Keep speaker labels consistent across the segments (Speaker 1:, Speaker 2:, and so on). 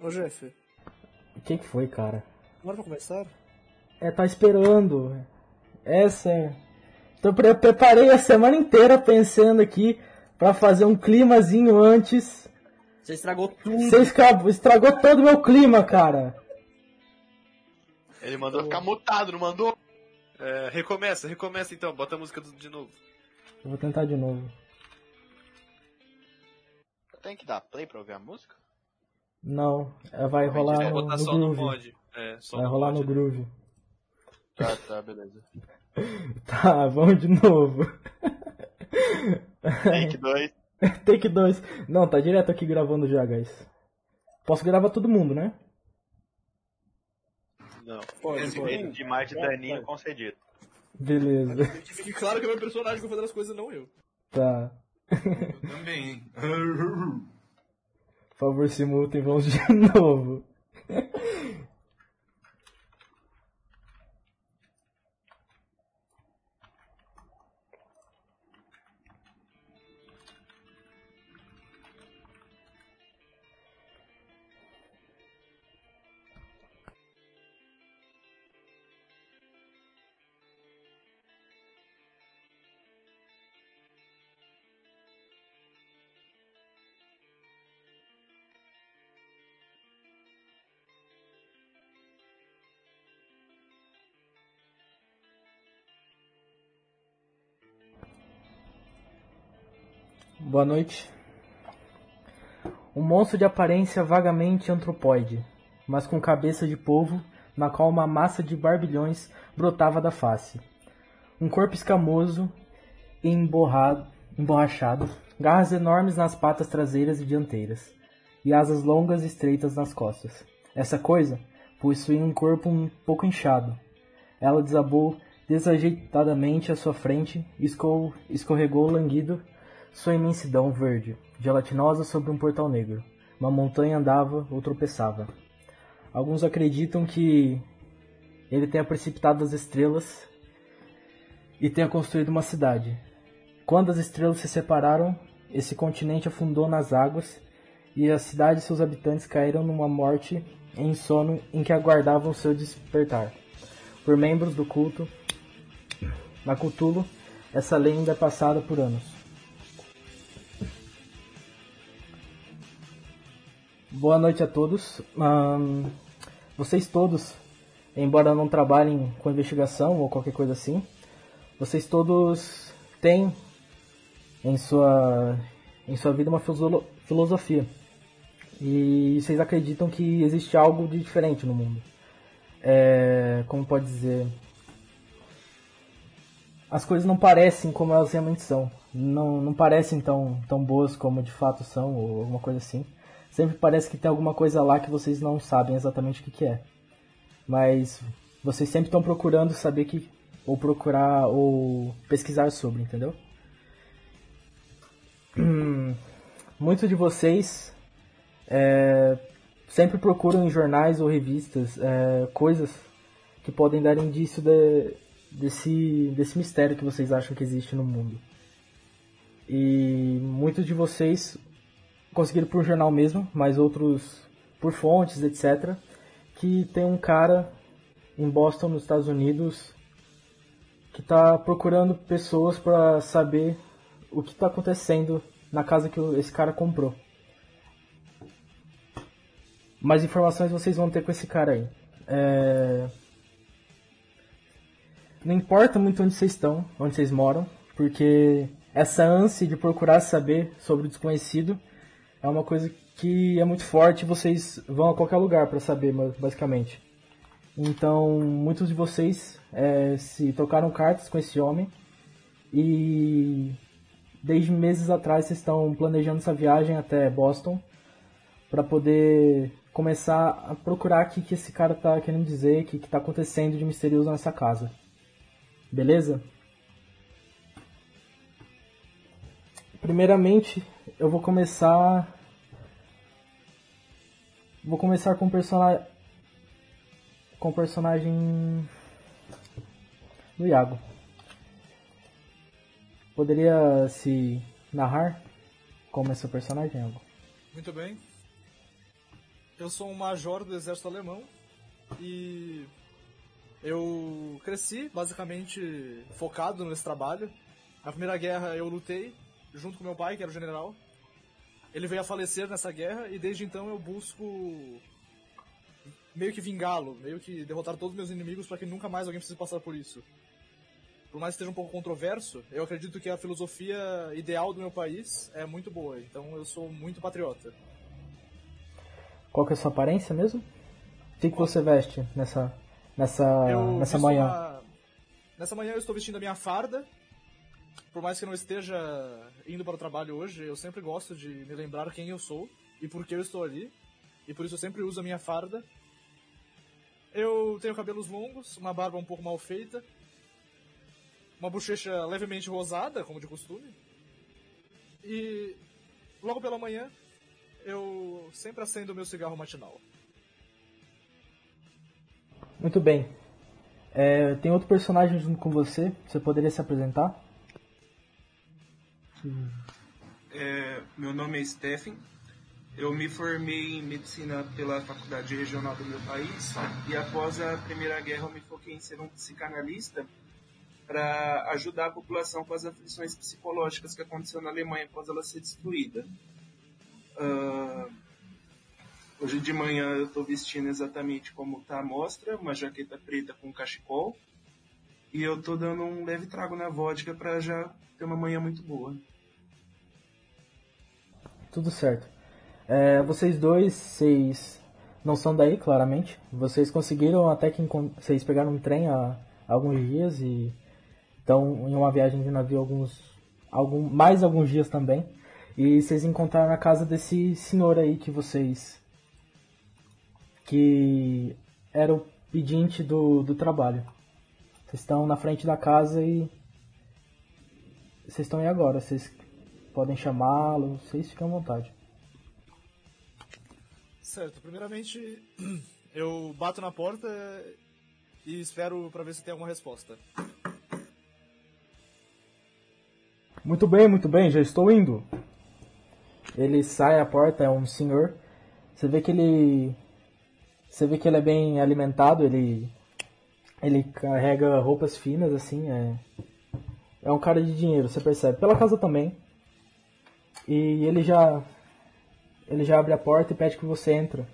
Speaker 1: Ô Jeff,
Speaker 2: Quem que foi, cara?
Speaker 1: bora pra começar?
Speaker 2: É, tá esperando. Essa é. Então, pre- eu preparei a semana inteira pensando aqui pra fazer um climazinho antes.
Speaker 3: Você estragou
Speaker 4: Hum.
Speaker 3: tudo.
Speaker 2: Você esca- estragou todo o meu clima, cara.
Speaker 5: Ele mandou ficar mutado, não mandou?
Speaker 4: É, recomeça, recomeça então, bota a música do- de novo.
Speaker 2: Eu vou tentar de novo.
Speaker 5: Tem que dar play pra ouvir a música?
Speaker 2: Não, é, vai
Speaker 5: Vai
Speaker 2: rolar
Speaker 5: direto,
Speaker 2: no,
Speaker 4: Botar
Speaker 2: no
Speaker 4: só no
Speaker 2: groove.
Speaker 4: mod. É, só
Speaker 2: Vai
Speaker 4: no
Speaker 2: rolar
Speaker 4: mod,
Speaker 2: no
Speaker 4: né?
Speaker 2: groove.
Speaker 5: Tá, tá, beleza.
Speaker 2: Tá, vamos de novo.
Speaker 5: Take 2.
Speaker 2: Take 2. Não, tá direto aqui gravando já, guys. Posso gravar todo mundo, né?
Speaker 4: Não.
Speaker 1: Pode,
Speaker 4: Esse
Speaker 1: pode.
Speaker 4: mesmo.
Speaker 5: De Marte
Speaker 2: É,
Speaker 5: Daninho concedido.
Speaker 2: Beleza,
Speaker 1: Que fique claro que é o meu personagem que vai fazer as coisas, não eu.
Speaker 2: tá.
Speaker 6: Eu também, hein?
Speaker 2: Por favor, se mutem, vamos de novo. Boa noite. Um monstro de aparência vagamente antropóide, mas com cabeça de polvo, na qual uma massa de barbilhões brotava da face. Um corpo escamoso e emborrado, emborrachado, garras enormes nas patas traseiras e dianteiras, e asas longas e estreitas nas costas. Essa coisa possuía um corpo um pouco inchado. Ela desabou desajeitadamente à sua frente e escol- escorregou languido sua imensidão verde, gelatinosa sobre um portal negro. Uma montanha andava ou tropeçava. Alguns acreditam que ele tenha precipitado as estrelas e tenha construído uma cidade. Quando as estrelas se separaram, esse continente afundou nas águas e a cidade e seus habitantes caíram numa morte em sono em que aguardavam seu despertar. Por membros do culto, na Cthulhu, essa lenda é passada por anos. Boa noite a todos. Ahn, vocês todos, embora não trabalhem com investigação ou qualquer coisa assim, vocês todos têm em sua, em sua vida uma fisiolo- filosofia. E vocês acreditam que existe algo de diferente no mundo. É, como pode dizer? As coisas não parecem como elas realmente são. Não, não parecem tão, tão boas como de fato são, ou alguma coisa assim. Sempre parece que tem alguma coisa lá que vocês não sabem exatamente o que, que é. Mas vocês sempre estão procurando saber que. ou procurar ou pesquisar sobre, entendeu? Hum, Muitos de vocês é, sempre procuram em jornais ou revistas é, coisas que podem dar indício de- desse, desse mistério que vocês acham que existe no mundo. E muitos de vocês conseguiram por jornal mesmo, mas outros por fontes, etc. Que tem um cara em Boston, nos Estados Unidos, que tá procurando pessoas para saber o que tá acontecendo na casa que o- esse cara comprou. Mais informações vocês vão ter com esse cara aí. É, Não importa muito onde vocês estão, onde vocês moram, porque essa ânsia de procurar saber sobre o desconhecido é uma coisa que é muito forte, vocês vão a qualquer lugar para saber, ma- basicamente. Então, muitos de vocês eh, se trocaram cartas com esse homem e desde meses atrás vocês estão planejando essa viagem até Boston para poder começar a procurar o que, que esse cara tá querendo dizer, o que, que tá acontecendo de misterioso nessa casa. Beleza? Primeiramente, eu vou começar. Vou começar com o personagem. Com o personagem. Do Iago. Poderia se narrar como é seu personagem, Iago?
Speaker 6: Muito bem.
Speaker 1: Eu sou um major do exército alemão e eu cresci basicamente focado nesse trabalho. Na primeira guerra eu lutei junto com meu pai, que era o general. Ele veio a falecer nessa guerra e desde então eu busco meio que vingá-lo, meio que derrotar todos os meus inimigos para que nunca mais alguém precise passar por isso. Por mais que seja um pouco controverso, eu acredito que a filosofia ideal do meu país é muito boa, então eu sou muito patriota.
Speaker 2: Qual que é a sua aparência mesmo? O que, que você veste nessa nessa
Speaker 1: Eu
Speaker 2: nessa
Speaker 1: visto
Speaker 2: manhã?
Speaker 1: uma- Nessa manhã eu estou vestindo a minha farda. Por mais que eu não esteja indo para o trabalho hoje, eu sempre gosto de me lembrar quem eu sou e por que eu estou ali. E por isso eu sempre uso a minha farda. Eu tenho cabelos longos, uma barba um pouco mal feita, uma bochecha levemente rosada, como de costume. E logo pela manhã eu sempre acendo o meu cigarro matinal.
Speaker 2: Muito bem. É, tem outro personagem junto com você. Você poderia se apresentar?
Speaker 6: É, meu nome é Stephen. Eu me formei em medicina pela faculdade regional do meu país e após a Primeira Guerra eu me foquei em ser um psicanalista para ajudar a população com as aflições psicológicas que aconteceu na Alemanha após ela ser destruída. Ah, hoje de manhã eu estou vestindo exatamente como está a mostra, uma jaqueta preta com cachecol e eu estou dando um leve trago na vodka para já ter uma manhã muito boa.
Speaker 2: Tudo certo. É, vocês dois, vocês não são daí, claramente. Vocês conseguiram até que encon- vocês pegaram um trem há alguns dias e estão em uma viagem de navio alguns, algum, mais alguns dias também. E vocês encontraram a casa desse senhor aí que vocês que era o pedinte do, do trabalho. Vocês estão na frente da casa e vocês estão aí agora. Vocês podem chamá-lo, vocês ficam à vontade.
Speaker 1: Certo, primeiramente eu bato na porta e espero pra ver se tem alguma resposta.
Speaker 2: Muito bem, muito bem, já estou indo. Ele sai à porta, é um senhor. Você vê que ele. Você vê que ele é bem alimentado, ele. Ele carrega roupas finas, assim, é. É um cara de dinheiro, você percebe. Pela casa também. E ele já. Ele já abre a porta e pede que você entra.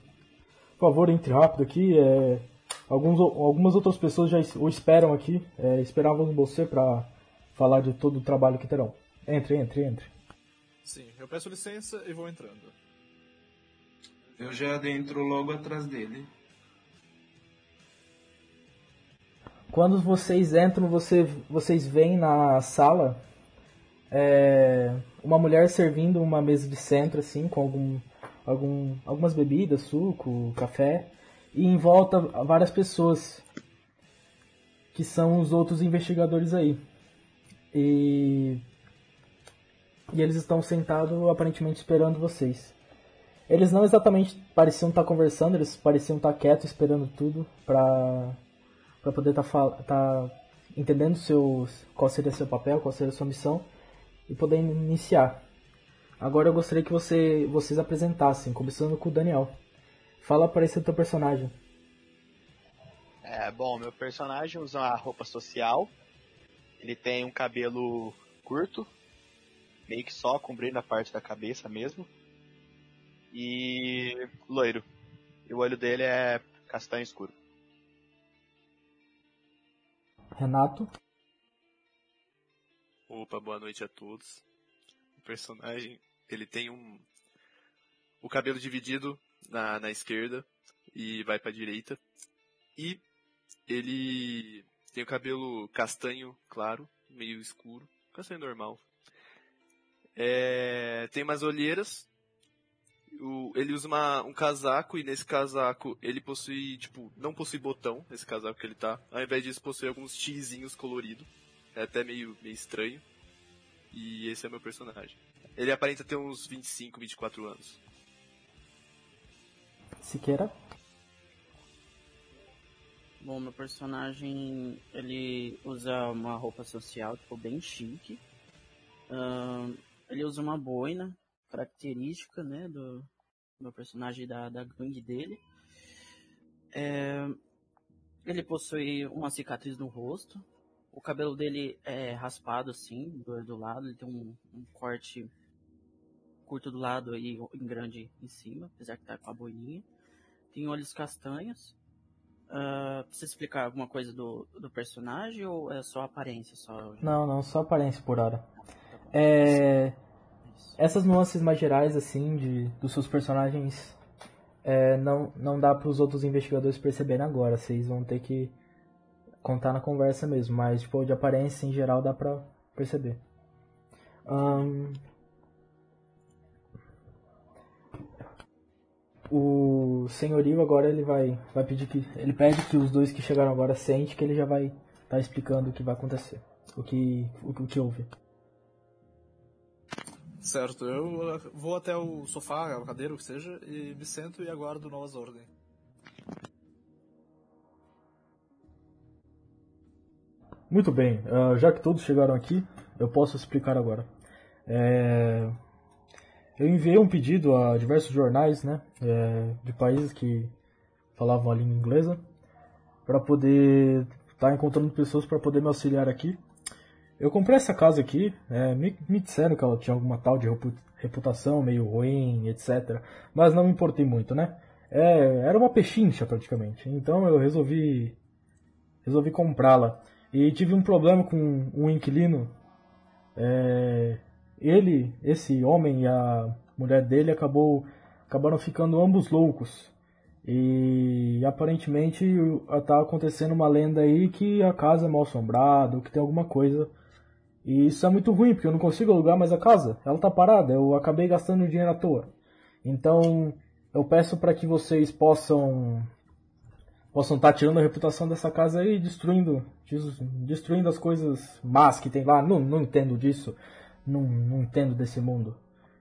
Speaker 2: Por favor, entre rápido aqui. é, alguns, o- algumas outras pessoas já es- o esperam aqui. é, esperavam você pra falar de todo o trabalho que terão. Entre, entre, entre.
Speaker 1: Sim, eu peço licença e vou entrando.
Speaker 6: Eu já adentro logo atrás dele.
Speaker 2: Quando vocês entram, você, vocês veem na sala é, uma mulher servindo uma mesa de centro, assim, com algum, algum, algumas bebidas, suco, café, e em volta várias pessoas, que são os outros investigadores aí. E, e eles estão sentados, aparentemente, esperando vocês. Eles não exatamente pareciam estar conversando, eles pareciam estar quietos, esperando tudo pra para poder estar entendendo seus, qual seria seu papel, qual seria sua missão e poder iniciar. Agora eu gostaria que você, vocês apresentassem, começando com o Daniel. Fala para esse teu personagem.
Speaker 5: É, bom, meu personagem usa uma roupa social. Ele tem um cabelo curto, meio que só, cobrindo a parte da cabeça mesmo. E loiro. E o olho dele é castanho escuro.
Speaker 2: Renato,
Speaker 4: Opa, boa noite a todos. O personagem, ele tem um o cabelo dividido na, na esquerda e vai pra direita. E ele tem o cabelo castanho claro, meio escuro, castanho normal. É, tem umas olheiras. O- ele usa uma- um casaco e nesse casaco ele possui, tipo, não possui botão, esse casaco que ele tá. Ao invés disso possui alguns xizinhos coloridos. É até meio, meio estranho. E esse é meu personagem. Ele aparenta ter uns 25, 24 anos.
Speaker 2: Siqueira,
Speaker 3: Bom, meu personagem, ele usa uma roupa social, tipo, bem chique. Ahn, ele usa uma boina, característica, né, do, meu personagem da, da gangue dele. É, ele possui uma cicatriz no rosto. O cabelo dele é raspado assim, do, do lado. Ele tem um, um corte curto do lado e em grande em cima, apesar que tá com a boininha. Tem olhos castanhos. Ah, precisa explicar alguma coisa do, do personagem ou é só a aparência? Só...
Speaker 2: Não, não, só aparência por hora. É, essas nuances mais gerais, assim, de, dos seus personagens, é, não, não dá para os outros investigadores perceberem agora. Vocês vão ter que contar na conversa mesmo. Mas, tipo, de aparência em geral dá pra perceber. Ahn, o senhorio agora ele vai, vai pedir que. Ele pede que os dois que chegaram agora sente que ele já vai estar explicando o que vai acontecer. O que, o, que- o que houve.
Speaker 1: Certo, eu eh, vou até o sofá, a cadeira, o que seja, e me sento e aguardo novas ordens.
Speaker 2: Muito bem, ah, já que todos chegaram aqui, eu posso explicar agora. É, Eu enviei um pedido a diversos jornais né, é, de países que falavam a língua inglesa para poder estar encontrando pessoas para poder me auxiliar aqui. Eu comprei essa casa aqui, é, me, me disseram que ela tinha alguma tal de repu- reputação meio ruim, etc. Mas não me importei muito, né? É, era uma pechincha praticamente, então eu resolvi, resolvi comprá-la. E tive um problema com um inquilino. É, ele, esse homem e a mulher dele acabou acabaram ficando ambos loucos. E aparentemente o- tá acontecendo uma lenda aí que a casa é mal assombrada, ou que tem alguma coisa. E isso é muito ruim, porque eu não consigo alugar mais a casa. Ela tá parada, eu acabei gastando dinheiro à toa. Então, eu peço para que vocês possam possam estar tirando a reputação dessa casa aí, destruindo, des- destruindo as coisas más que tem lá. Não, não entendo disso, não, não entendo desse mundo.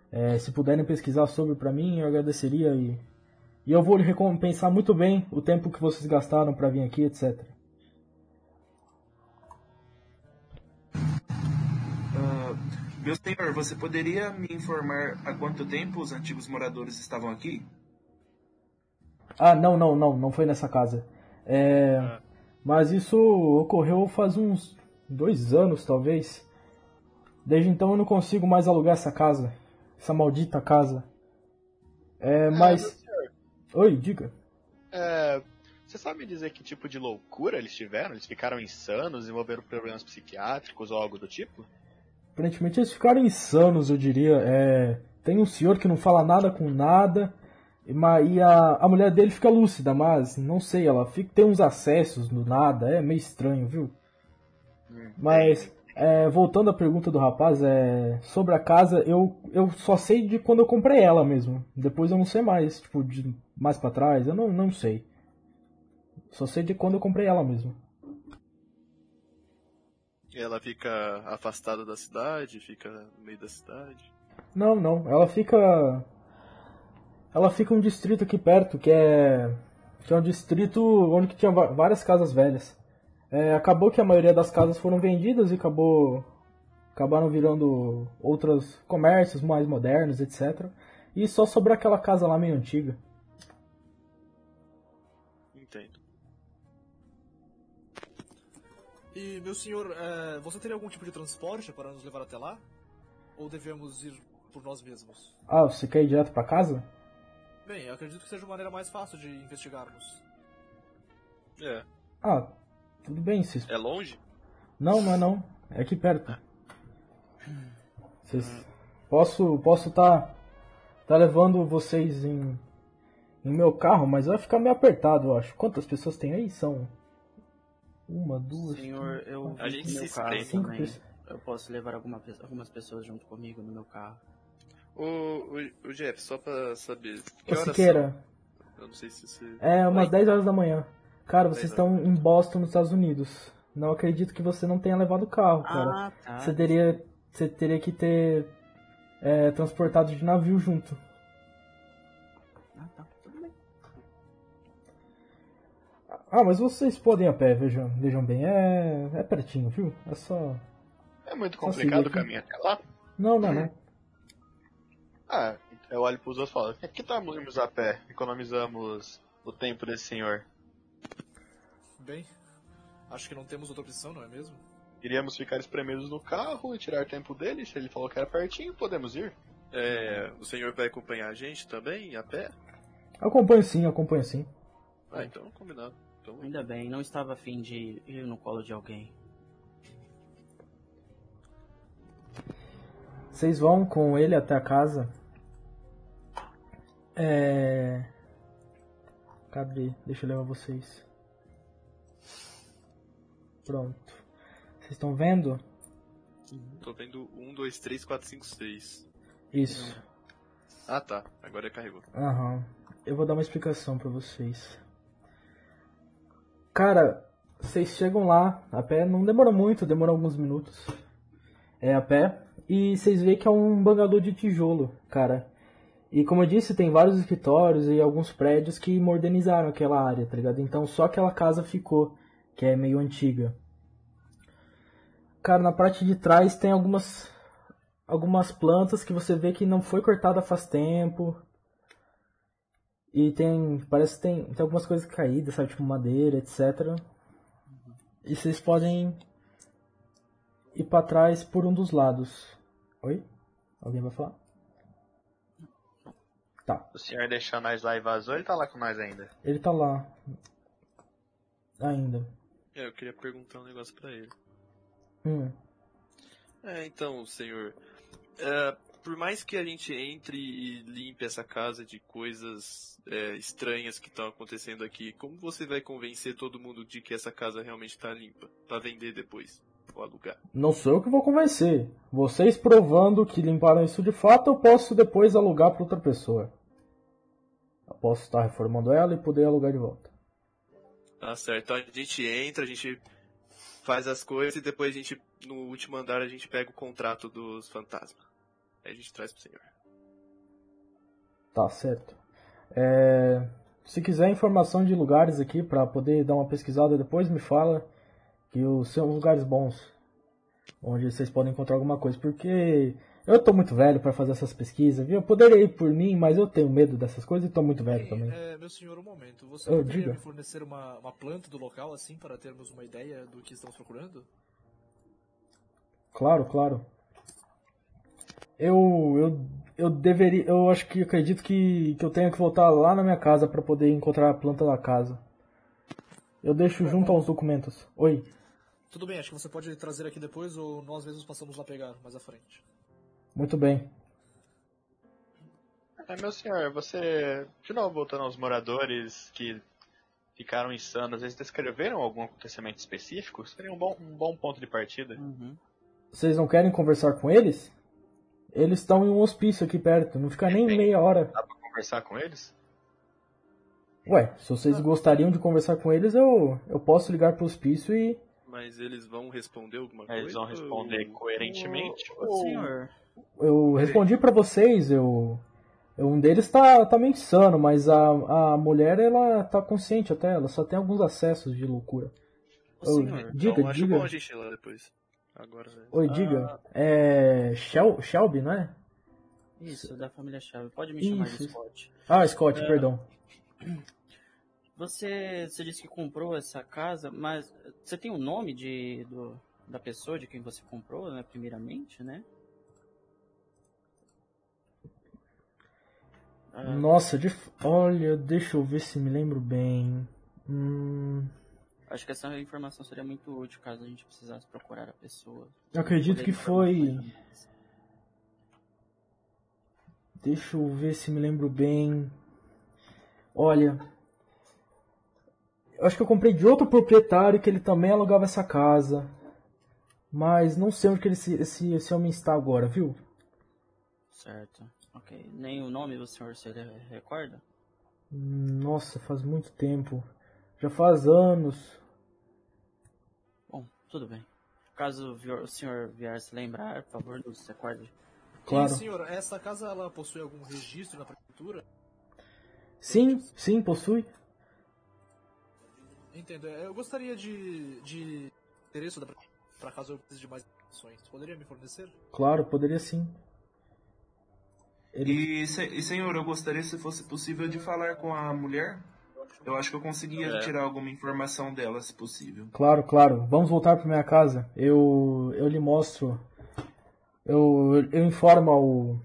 Speaker 2: É, se puderem pesquisar sobre pra mim, eu agradeceria e, e eu vou lhe recompensar muito bem o tempo que vocês gastaram pra vir aqui, etc.
Speaker 6: Ah, meu senhor, você poderia me informar há quanto tempo os antigos moradores estavam aqui?
Speaker 2: Ah, não, não, não, não foi nessa casa. É, Mas isso ocorreu faz uns dois anos, talvez. Desde então eu não consigo mais alugar essa casa. Essa maldita casa. É,
Speaker 5: meu
Speaker 2: mas.
Speaker 5: senhor,
Speaker 2: Oi, diga.
Speaker 5: é, você sabe me dizer que tipo de loucura eles tiveram? Eles ficaram insanos, desenvolveram problemas psiquiátricos ou algo do tipo?
Speaker 2: Aparentemente eles ficaram insanos, eu diria. É, tem um senhor que não fala nada com nada. E, ma- e a, a mulher dele fica lúcida, mas não sei, ela fica, tem uns acessos do nada, é meio estranho, viu? Mas, é, voltando à pergunta do rapaz, é, sobre a casa, eu, eu só sei de quando eu comprei ela mesmo. Depois eu não sei mais, tipo, de mais pra trás, eu não, não sei. Só sei de quando eu comprei ela mesmo.
Speaker 4: E ela fica afastada da cidade, fica no meio da cidade.
Speaker 2: Não, não, ela fica. Ela fica em um distrito aqui perto, que é. Que é um distrito onde que tinha va- várias casas velhas. É, acabou que a maioria das casas foram vendidas e acabou. Acabaram virando outros comércios mais modernos, etc. E só sobrou aquela casa lá meio antiga.
Speaker 4: Entendo.
Speaker 1: E, meu senhor, eh, você teria algum tipo de transporte para nos levar até lá? Ou devemos ir por nós mesmos?
Speaker 2: Ah, você quer ir direto pra casa?
Speaker 1: Bem, eu acredito que seja uma maneira mais fácil de investigarmos.
Speaker 4: É.
Speaker 2: Ah, tudo bem, se
Speaker 4: É longe?
Speaker 2: Não, não é não. É aqui perto. Vocês... Posso posso tá tá levando vocês em no meu carro, mas vai ficar meio apertado, eu acho. Quantas pessoas tem aí? São uma, duas,
Speaker 3: Senhor, eu
Speaker 4: A gente
Speaker 3: vim com meu
Speaker 4: se
Speaker 3: carro
Speaker 4: espreme.
Speaker 2: Cinco
Speaker 3: também.
Speaker 2: pessoas.
Speaker 3: Eu posso levar alguma pe- algumas pessoas junto comigo no meu carro.
Speaker 4: Ô, ô, ô Jeff, só pra saber. Que
Speaker 2: Ô,
Speaker 4: horas
Speaker 2: Siqueira,
Speaker 4: são? Eu não sei se você.
Speaker 2: é umas
Speaker 4: Oi.
Speaker 2: 10 horas da manhã. Cara, vocês
Speaker 4: 10
Speaker 2: estão em Boston, nos Estados Unidos. Não acredito que você não tenha levado o carro, cara.
Speaker 3: Ah, tá.
Speaker 2: Você teria você teria que ter é, transportado de navio junto.
Speaker 3: Ah, tá. Tudo bem.
Speaker 2: Ah, mas vocês podem ir a pé, vejam, vejam bem, é, é pertinho, viu? É só.
Speaker 5: É muito
Speaker 4: Tá
Speaker 2: Só seguir
Speaker 5: complicado o
Speaker 2: aqui.
Speaker 5: caminho até lá?
Speaker 2: Não, não, não.
Speaker 5: Ah, Eu olho pros outros e falo, que tal irmos a pé? Economizamos o tempo desse senhor.
Speaker 1: Bem, acho que não temos outra opção, não é mesmo?
Speaker 5: Iríamos ficar espremidos no carro e tirar tempo dele, se ele falou que era pertinho, podemos ir.
Speaker 4: É, o senhor vai acompanhar a gente também, a pé?
Speaker 2: Acompanho sim, acompanho sim.
Speaker 4: Ah, então combinado. Então,
Speaker 3: Ainda bem, não estava afim de ir no colo de alguém.
Speaker 2: Vocês vão com ele até a casa. É. Cadê? Deixa eu levar vocês. Pronto. Vocês estão vendo?
Speaker 4: tô vendo 1, 2, 3, 4, 5, 6.
Speaker 2: Isso.
Speaker 4: Ah tá, agora carregou.
Speaker 2: Aham. Eu vou dar uma explicação pra vocês. Cara, vocês chegam lá a pé, não demora muito, demora alguns minutos. É a pé. E vocês veem que é um bangalô de tijolo, cara. E como eu disse, tem vários escritórios e alguns prédios que modernizaram aquela área, tá ligado? Então só aquela casa ficou, que é meio antiga. Cara, na parte de trás tem algumas algumas plantas que você vê que não foi cortada faz tempo. E tem. Parece que tem, tem algumas coisas caídas, sabe? Tipo madeira, etc. E vocês podem ir pra trás por um dos lados. Oi? Alguém vai falar? Tá.
Speaker 5: O senhor deixou nós lá e vazou, ele tá lá com nós ainda.
Speaker 2: Ele tá lá. Ainda.
Speaker 4: É, eu queria perguntar um negócio pra ele.
Speaker 2: Hum.
Speaker 4: É, então, senhor. é, por mais que a gente entre e limpe essa casa de coisas é, estranhas que estão acontecendo aqui, como você vai convencer todo mundo de que essa casa realmente está limpa? Pra vender depois? Ou alugar?
Speaker 2: Não sou eu que vou convencer. Vocês provando que limparam isso de fato, eu posso depois alugar para outra pessoa. Eu posso estar reformando ela e poder alugar de volta.
Speaker 4: Tá certo. A gente entra, a gente faz as coisas e depois a gente, no último andar, a gente pega o contrato dos fantasmas. Aí a gente traz pro senhor.
Speaker 2: Tá certo. É, Se quiser informação de lugares aqui para poder dar uma pesquisada depois, me fala que os são lugares bons onde vocês podem encontrar alguma coisa, porque eu tô muito velho para fazer essas pesquisas, viu? Eu poderia ir por mim, mas eu tenho medo dessas coisas e tô muito
Speaker 1: Bem,
Speaker 2: velho também.
Speaker 1: é, meu senhor, um momento. Você
Speaker 2: Oh,
Speaker 1: poderia
Speaker 2: diga.
Speaker 1: me fornecer uma, uma planta do local, assim, para termos uma ideia do que estamos procurando?
Speaker 2: Claro, claro. Eu, eu, eu deveria, eu acho que acredito que, que eu tenho que voltar lá na minha casa para poder encontrar a planta da casa. Eu deixo junto aos documentos. Oi.
Speaker 1: Tudo bem, acho que você pode trazer aqui depois ou nós mesmos passamos lá pegar mais à frente.
Speaker 2: Muito bem.
Speaker 5: É, meu senhor, você. De novo, voltando aos moradores que ficaram insanos, eles descreveram algum acontecimento específico? Seria um bom, um bom ponto de partida.
Speaker 3: Uhum.
Speaker 2: Vocês não querem conversar com eles? Eles estão em um hospício aqui perto, não fica nem
Speaker 5: Depende.
Speaker 2: meia hora.
Speaker 5: Dá pra conversar com eles?
Speaker 2: Ué, se vocês gostariam de conversar com eles, eu, eu posso ligar pro hospício e.
Speaker 4: Mas eles vão responder alguma coisa?
Speaker 5: É, Eles vão responder
Speaker 4: ou-
Speaker 5: coerentemente.
Speaker 3: Ô, senhor,
Speaker 2: Eu respondi pra vocês, eu. eu- Um deles tá, tá meio insano, mas a, a mulher ela tá consciente até, ela só tem alguns acessos de loucura.
Speaker 3: ô,
Speaker 2: Ô,
Speaker 3: senhor.
Speaker 2: Diga,
Speaker 4: então, acho
Speaker 2: diga.
Speaker 4: bom a gente ir lá depois. Agora, né?
Speaker 2: Oi, diga. É. Shel- Shelby, não é?
Speaker 3: Isso, da família Chave. Pode me chamar
Speaker 2: Isso.
Speaker 3: de Scott.
Speaker 2: Ah, Scott, perdão.
Speaker 3: Você, você disse que comprou essa casa, mas você tem o nome de, do, da pessoa de quem você comprou, né? Primeiramente, né? Ah,
Speaker 2: Nossa, de... f- olha, deixa eu ver se me lembro bem. Hum.
Speaker 3: Acho que essa informação seria muito útil caso a gente precisasse procurar a pessoa.
Speaker 2: Eu acredito
Speaker 3: Poder
Speaker 2: que
Speaker 3: procurar
Speaker 2: foi.
Speaker 3: uma coisa mais.
Speaker 2: Deixa eu ver se me lembro bem. Olha. Eu acho que eu comprei de outro proprietário que ele também alugava essa casa. Mas não sei onde que ele, se- esse, esse homem está agora, viu?
Speaker 3: Certo. Ok. Nem o nome do senhor se re- recorda?
Speaker 2: Hum, Nossa, faz muito tempo. Já faz anos.
Speaker 3: Bom, tudo bem. Caso o vi- o senhor vier se lembrar, por favor, nos recorde.
Speaker 2: Claro.
Speaker 1: E, senhor, essa casa ela possui algum registro na prefeitura?
Speaker 2: Sim, sim, possui.
Speaker 1: Entendo. é, Eu gostaria de, de endereço da prefeitura, para caso eu precise de mais informações. Poderia me fornecer?
Speaker 2: Claro, poderia sim.
Speaker 6: E, se- e, senhor, eu gostaria, se fosse possível, de falar com a mulher. Eu acho que eu conseguia
Speaker 4: É.
Speaker 6: tirar alguma informação dela, se possível.
Speaker 2: Claro, claro. Vamos voltar para minha casa. Eu eu lhe mostro. Eu eu informo ao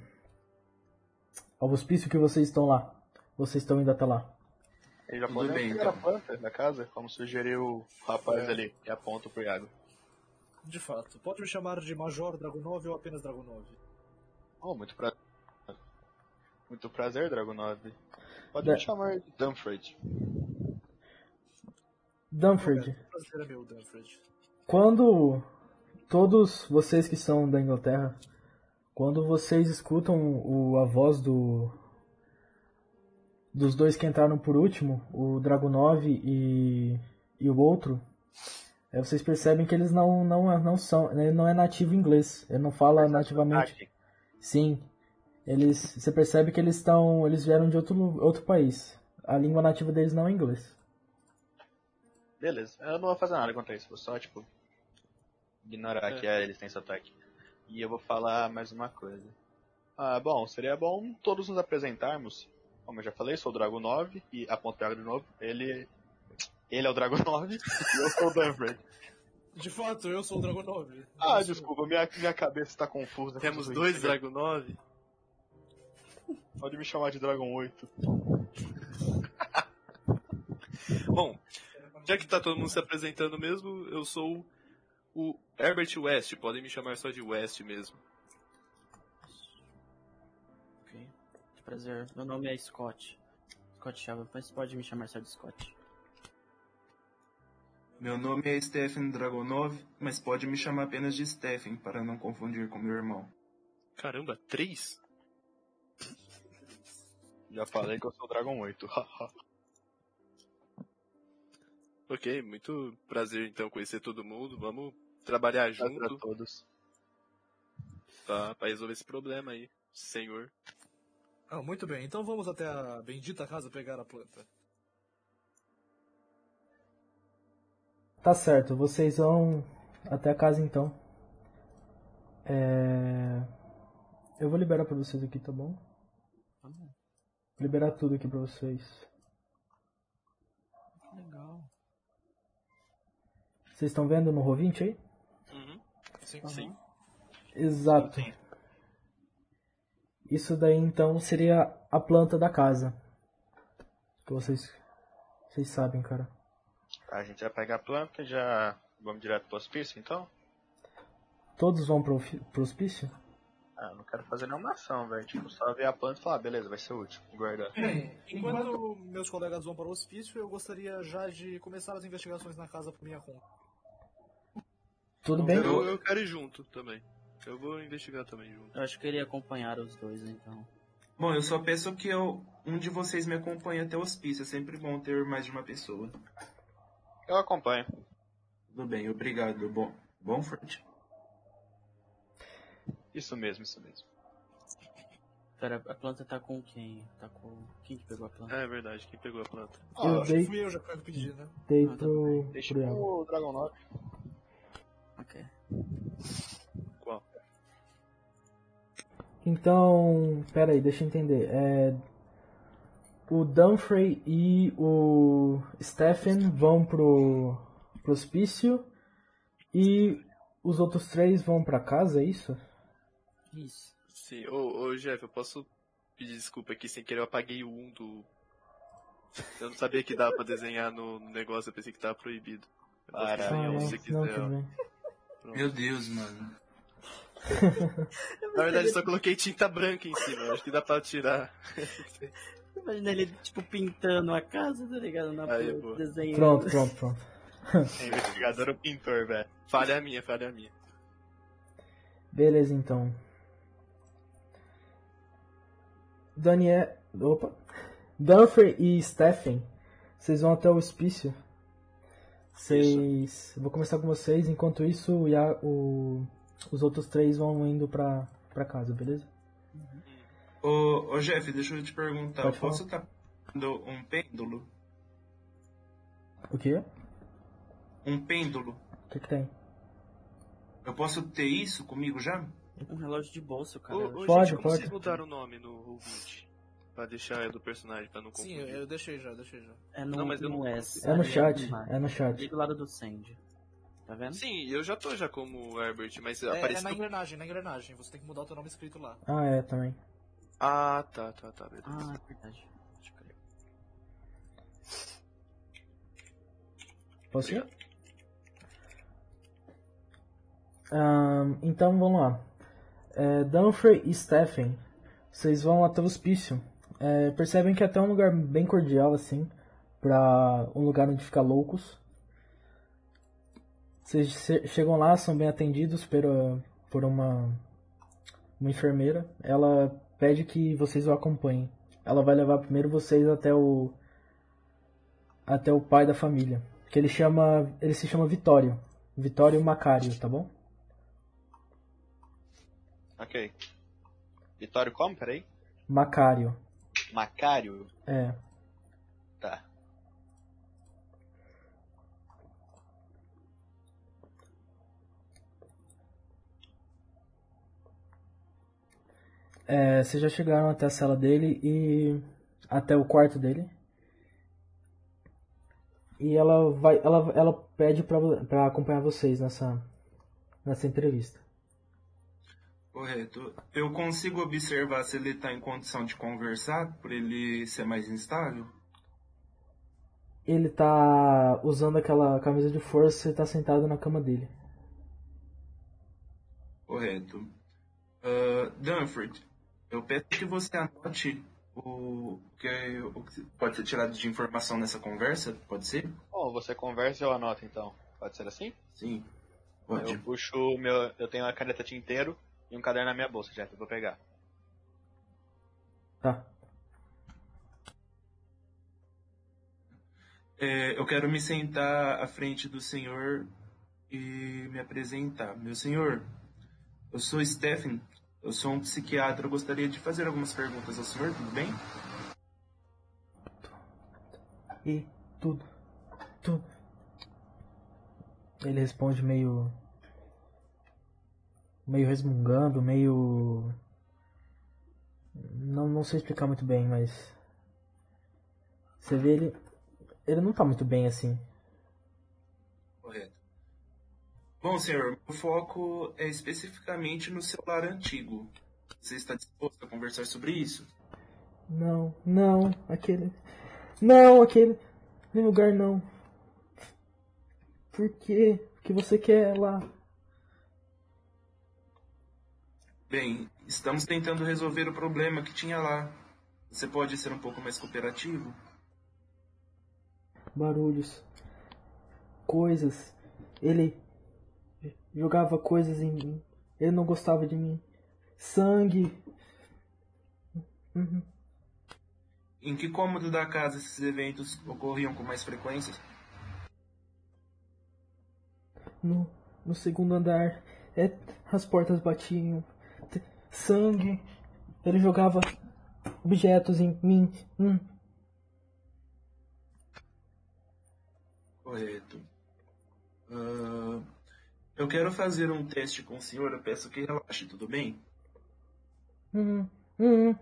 Speaker 2: ao hospício que vocês estão lá. Vocês estão indo até lá.
Speaker 5: Ele já
Speaker 6: Tudo
Speaker 5: pode
Speaker 6: bem,
Speaker 5: bem, a
Speaker 6: então.
Speaker 5: planta da casa, como sugeriu o rapaz ali, e aponta pro Iago.
Speaker 1: De fato. Pode me chamar de Major Dragunov ou apenas Dragunov?
Speaker 5: Oh, muito prazer. Muito prazer, Dragunov. Pode
Speaker 2: Da-
Speaker 5: me chamar de Dumfried.
Speaker 2: Dunford,
Speaker 1: Prazer é meu, Danfred.
Speaker 2: quando todos vocês que são da Inglaterra, quando vocês escutam o, a voz do dos dois que entraram por último, o Dragunov e, e o outro, é, vocês percebem que eles não não não são, ele não é nativo inglês, ele não tipo, fala nativamente.
Speaker 5: Aqui.
Speaker 2: Sim. Eles, você percebe que eles estão, eles vieram de outro lu- outro país. A língua nativa deles não é inglês.
Speaker 5: Beleza, eu não vou fazer nada contra isso, vou só, tipo, ignorar que é, eles têm esse ataque. E eu vou falar mais uma coisa. Ah, bom, seria bom todos nos apresentarmos. Como eu já falei, sou o Drago 9 e aponto o Iago de novo. Ele. Ele é o Drago 9 e eu sou o Dunfred.
Speaker 1: De fato, eu sou o Dragunov.
Speaker 5: Ah,
Speaker 1: Eu sou-
Speaker 5: desculpa, minha, minha cabeça tá confusa.
Speaker 4: Temos dois Dragon 9.
Speaker 5: Pode me chamar de Dragon 8.
Speaker 4: Bom, já que tá todo mundo se apresentando mesmo, eu sou o Herbert West, podem me chamar só de West mesmo.
Speaker 3: Ok. Prazer. Meu nome é Scott. Scott Chava, mas pode me chamar só de Scott.
Speaker 6: Meu nome é Stephen Dragonov, mas pode me chamar apenas de Stephen, para não confundir com meu irmão.
Speaker 4: Caramba, três?
Speaker 5: Já falei que eu sou o Dragon 8.
Speaker 4: Ok, muito prazer então conhecer todo mundo. Vamos trabalhar
Speaker 5: Prazer a
Speaker 4: junto
Speaker 5: todos.
Speaker 4: pra, pra resolver esse problema aí, senhor.
Speaker 1: Ah, muito bem. Então vamos até a bendita casa pegar a planta.
Speaker 2: Tá certo, vocês vão até a casa então. É... Eu vou liberar pra vocês aqui, tá bom?
Speaker 3: Tá bom.
Speaker 2: Vou liberar tudo aqui pra vocês.
Speaker 3: Legal.
Speaker 2: Vocês estão vendo no Rovinte aí?
Speaker 4: Uhum.
Speaker 1: Sim.
Speaker 4: Sim.
Speaker 2: Exato. Isso daí então seria a planta da casa. Que vocês vocês sabem, cara.
Speaker 5: Tá, a gente já pega a planta, já. Vamos direto pro hospício então?
Speaker 2: Todos vão pro, ofi- pro hospício?
Speaker 5: Ah, não quero fazer nenhuma ação, velho. Tipo, só ver a planta e falar, ah, beleza, vai ser útil. Guardar.
Speaker 1: Enquanto meus colegas vão para o hospício, eu gostaria já de começar as investigações na casa por minha conta.
Speaker 2: Tudo bem?
Speaker 4: Eu, eu quero ir junto também. Eu vou investigar também junto.
Speaker 3: Eu acho que ele ia acompanhar os dois, então.
Speaker 6: Bom, eu só peço que eu, um de vocês me acompanhe até o hospício. É sempre bom ter mais de uma pessoa.
Speaker 5: Eu acompanho.
Speaker 6: Tudo bem, obrigado. Bom, bom forte.
Speaker 5: Isso mesmo, isso mesmo.
Speaker 3: Pera, a planta tá com quem? Tá com. Quem que pegou a planta?
Speaker 4: Ah, é verdade, quem pegou a planta?
Speaker 2: Eu
Speaker 5: Ah,
Speaker 1: Acho que
Speaker 2: dei,
Speaker 1: fui eu já que pedi, né?
Speaker 2: dei
Speaker 3: Ah, tá
Speaker 2: pro,
Speaker 5: deixa
Speaker 2: pro Iago.
Speaker 5: o Dragon 9.
Speaker 4: Ah.
Speaker 3: Ok.
Speaker 4: Qual?
Speaker 2: Então, pera aí, deixa eu entender. É, o Dunfrey e o Stephen vão pro, pro hospício e os outros três vão pra casa, é isso?
Speaker 3: Isso.
Speaker 4: Sim, ô, ô Jeff, eu posso pedir desculpa aqui sem querer, eu apaguei o 1 do. Eu não sabia que dava pra desenhar no no negócio, eu pensei que tava proibido. Eu posso
Speaker 5: Caraca.
Speaker 4: desenhar um se
Speaker 2: Caraca, não,
Speaker 4: quiser. ó.
Speaker 2: tudo bem.
Speaker 6: Meu Deus, mano.
Speaker 4: Na verdade, eu só coloquei tinta branca em cima, eu acho que dá pra tirar.
Speaker 3: Imagina ele, tipo, pintando a casa, tá ligado? Na
Speaker 4: Aí,
Speaker 3: planta,
Speaker 4: boa.
Speaker 3: desenhando.
Speaker 2: Pronto, pronto, pronto.
Speaker 5: Investigador ou pintor, velho.
Speaker 4: Falha minha, falha minha.
Speaker 2: Beleza, então. Daniel. Opa! Dunfrey e Stephen, vocês vão até o hospício. Vocês. Vou começar com vocês, enquanto isso o Ia- o- os outros três vão indo pra, pra casa, beleza?
Speaker 6: Ô, ô Jeff, deixa eu te perguntar.
Speaker 2: Pode
Speaker 6: eu posso estar um pêndulo?
Speaker 2: O quê?
Speaker 6: Um pêndulo?
Speaker 2: O que, que tem?
Speaker 6: Eu posso ter isso comigo já?
Speaker 3: Um relógio de bolso, cara.
Speaker 4: Ô, ô,
Speaker 2: Pode,
Speaker 4: gente, como
Speaker 2: pode.
Speaker 4: vocês mudaram o nome no Roll 20? Pra deixar do personagem, pra não
Speaker 1: Sim,
Speaker 4: confundir.
Speaker 1: eu, eu deixei já, deixei já.
Speaker 3: É no,
Speaker 4: Não, mas eu
Speaker 3: no
Speaker 4: não-
Speaker 3: S.
Speaker 2: É no
Speaker 3: ali,
Speaker 2: chat,
Speaker 3: lá.
Speaker 2: é no
Speaker 3: Ali
Speaker 2: chat.
Speaker 3: do lado do Sandy. Tá vendo?
Speaker 4: Sim, eu já tô já como Herbert, mas
Speaker 1: É, é
Speaker 4: apareceu...
Speaker 1: na engrenagem, na engrenagem. Você tem que mudar o teu nome escrito lá.
Speaker 2: Ah, é, também.
Speaker 4: Ah, tá, tá, tá, beleza.
Speaker 3: Ah, é verdade. Pode crer.
Speaker 2: Posso ir? Ahn, então vamos lá. É, Dunfrey e Stephen, vocês vão até o hospício. É, percebem que é até um lugar bem cordial, assim, pra um lugar onde fica loucos. Vocês che- chegam lá, são bem atendidos pela, por uma, uma enfermeira. Ela pede que vocês o acompanhem. Ela vai levar primeiro vocês até o, até o pai da família. Que ele chama. Ele se chama Vitório. Vitório Macário, tá bom?
Speaker 5: Ok. Vitório como? Peraí.
Speaker 2: Macário.
Speaker 5: Macário?
Speaker 2: É.
Speaker 5: Tá.
Speaker 2: É, vocês já chegaram até a sala dele e. até o quarto dele. E ela vai. Ela, ela pede pra, pra acompanhar vocês nessa. nessa entrevista.
Speaker 6: Correto. Eu consigo observar se ele está em condição de conversar, por ele ser mais instável?
Speaker 2: Ele tá usando aquela camisa de força e tá sentado na cama dele.
Speaker 6: Correto. Ah, Dunford, eu peço que você anote o que, é o que pode ser tirado de informação nessa conversa, pode ser?
Speaker 5: Bom, você conversa e eu anoto então. Pode ser assim?
Speaker 6: Sim. Pode.
Speaker 5: Eu puxo o meu. Eu tenho uma caneta tinteiro e um caderno na minha bolsa, Jeff. Eu vou pegar.
Speaker 2: Tá.
Speaker 6: É, eu quero me sentar à frente do senhor e me apresentar. Meu senhor, eu sou Stephen, eu sou um psiquiatra, eu gostaria de fazer algumas perguntas ao senhor, tudo bem?
Speaker 2: E tudo. Tudo. Ele responde meio. meio resmungando, meio. Não, não sei explicar muito bem, mas. Você vê ele. Ele não tá muito bem assim.
Speaker 6: Correto. Bom, senhor, meu foco é especificamente no celular antigo. Você está disposto a conversar sobre isso?
Speaker 2: Não, não, aquele. Não, aquele. Nem lugar não. Por quê? O que você quer lá?
Speaker 6: Bem, estamos tentando resolver o problema que tinha lá. Você pode ser um pouco mais cooperativo?
Speaker 2: barulhos, coisas. Ele jogava coisas em mim. Ele não gostava de mim. Sangue. Uhum.
Speaker 6: Em que cômodo da casa esses eventos ocorriam com mais frequência?
Speaker 2: No, no segundo andar. É, as portas batiam. T- Sangue. Ele jogava objetos em mim. Hum.
Speaker 6: Correto. Ah, eu quero fazer um teste com o senhor, eu peço que relaxe, tudo bem?
Speaker 2: Hum. Hum.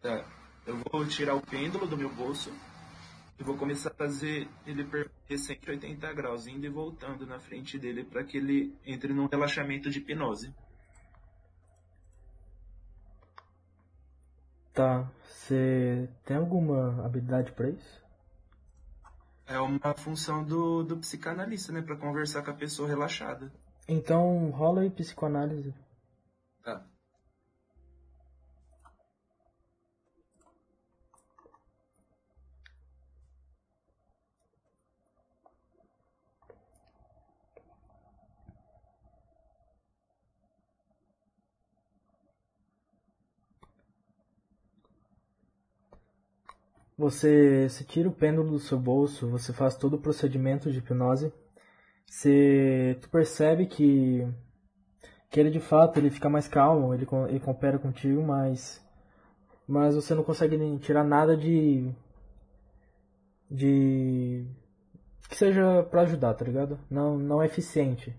Speaker 6: Tá. Eu vou tirar o pêndulo do meu bolso e vou começar a fazer ele percorrer 180 graus, indo e voltando na frente dele para que ele entre num relaxamento de hipnose.
Speaker 2: Tá. Você tem alguma habilidade pra isso?
Speaker 6: É uma função do, do psicanalista, né? Para conversar com a pessoa relaxada.
Speaker 2: Então rola aí psicoanálise.
Speaker 6: Tá.
Speaker 2: Você se tira o pêndulo do seu bolso, você faz todo o procedimento de hipnose. Você tu percebe que que ele de fato ele fica mais calmo, ele co- ele coopera contigo, mas mas você não consegue nem tirar nada de de que seja pra ajudar, tá ligado? Não não é eficiente.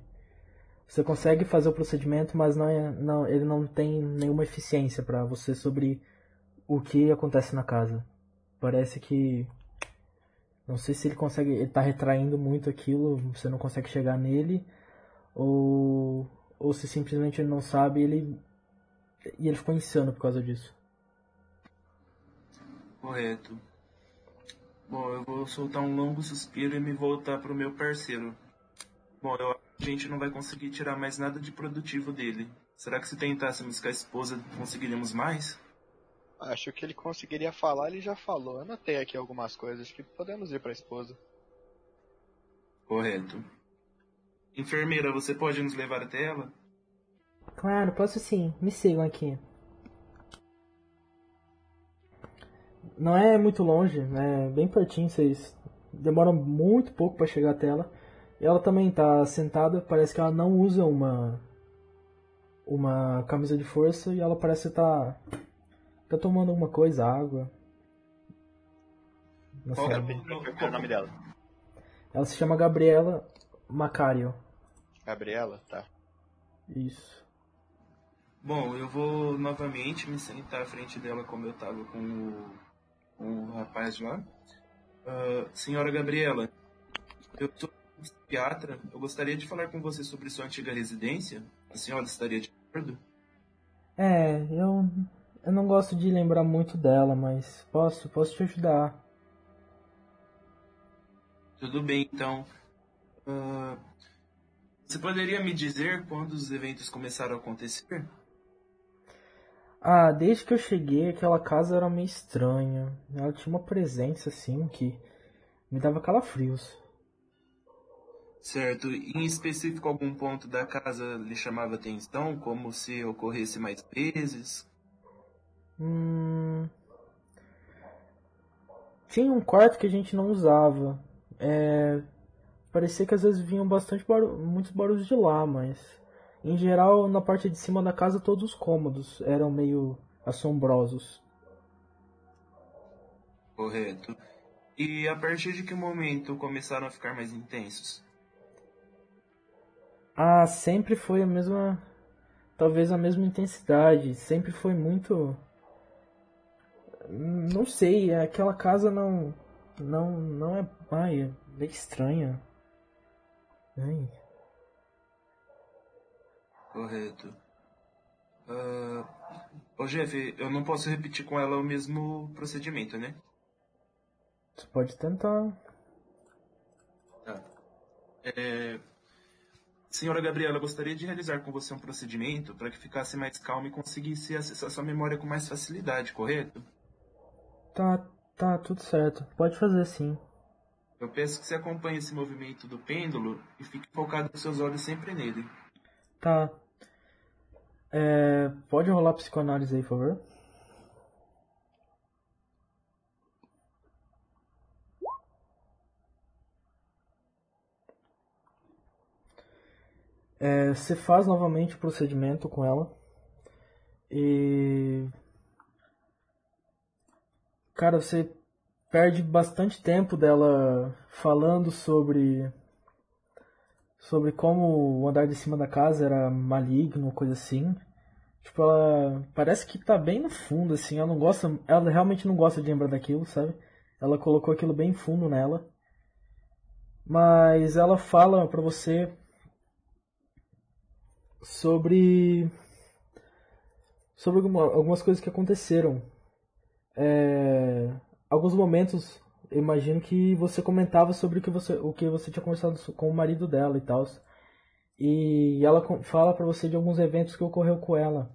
Speaker 2: Você consegue fazer o procedimento, mas não, é- não- ele não tem nenhuma eficiência pra você sobre o que acontece na casa. Parece que. Não sei se ele consegue. Ele tá retraindo muito aquilo, você não consegue chegar nele. Ou. Ou se simplesmente ele não sabe ele. E ele ficou insano por causa disso.
Speaker 6: Correto. Bom, eu vou soltar um longo suspiro e me voltar pro meu parceiro. Bom, eu acho que a gente não vai conseguir tirar mais nada de produtivo dele. Será que se tentássemos com a esposa conseguiríamos mais?
Speaker 5: Acho que ele conseguiria falar, ele já falou. Anotei aqui algumas coisas que podemos ir pra esposa.
Speaker 6: Correto. Enfermeira, você pode nos levar até ela?
Speaker 2: Claro, posso sim. Me sigam aqui. Não é muito longe, é bem pertinho, vocês demoram muito pouco para chegar até ela. E ela também tá sentada, parece que ela não usa uma uma camisa de força e ela parece estar tá, tá tomando alguma coisa, água. Não sei.
Speaker 6: Qual que é
Speaker 5: Quero pedir
Speaker 6: o-
Speaker 5: pra enfermeira o nome dela.
Speaker 2: Ela se chama Gabriela Macario.
Speaker 5: Gabriela? Tá.
Speaker 2: Isso.
Speaker 6: Bom, eu vou novamente me sentar à frente dela como eu tava com o, com o rapaz lá. Ah, senhora Gabriela, eu sou psiquiatra. Eu gostaria de falar com você sobre sua antiga residência. A senhora estaria de acordo?
Speaker 2: É, eu, eu não gosto de lembrar muito dela, mas posso, posso te ajudar.
Speaker 6: Tudo bem, então. Ah, você poderia me dizer quando os eventos começaram a acontecer?
Speaker 2: Ah, desde que eu cheguei, aquela casa era meio estranha. Ela tinha uma presença assim que me dava calafrios.
Speaker 6: Certo, e em específico algum ponto da casa lhe chamava atenção, como se ocorresse mais vezes?
Speaker 2: Hum... Tinha um quarto que a gente não usava. É... Parecia que às vezes vinham bastante barulho, muitos barulhos de lá, mas em geral na parte de cima da casa todos os cômodos eram meio assombrosos.
Speaker 6: Correto. E a partir de que momento começaram a ficar mais intensos?
Speaker 2: Ah, sempre foi a mesma. Talvez a mesma intensidade. Sempre foi muito. Não sei, aquela casa não. Não, não é. Ai, é meio estranha. Ai.
Speaker 6: Correto. Ah, Ô, Jeff, eu não posso repetir com ela o mesmo procedimento, né?
Speaker 2: Você pode tentar.
Speaker 6: É... Senhora Gabriela, eu gostaria de realizar com você um procedimento para que ficasse mais calma e conseguisse acessar sua memória com mais facilidade, correto?
Speaker 2: Tá, tá, tudo certo. Pode fazer sim.
Speaker 6: Eu peço que você acompanhe esse movimento do pêndulo e fique focado com seus olhos sempre nele.
Speaker 2: Tá. É, pode rolar a psicoanálise aí, por favor? É, você faz novamente o procedimento com ela. E. Cara, você perde bastante tempo dela falando sobre sobre como o andar de cima da casa era maligno, coisa assim. Tipo, ela parece que tá bem no fundo, assim. Ela não gosta, ela realmente não gosta de lembrar daquilo, sabe? Ela colocou aquilo bem fundo nela. Mas ela fala pra você sobre sobre alguma- algumas coisas que aconteceram. É, alguns momentos eu imagino que você comentava sobre o que você, o que você tinha conversado so- com o marido dela e tal. E ela co- fala pra você de alguns eventos que ocorreu com ela.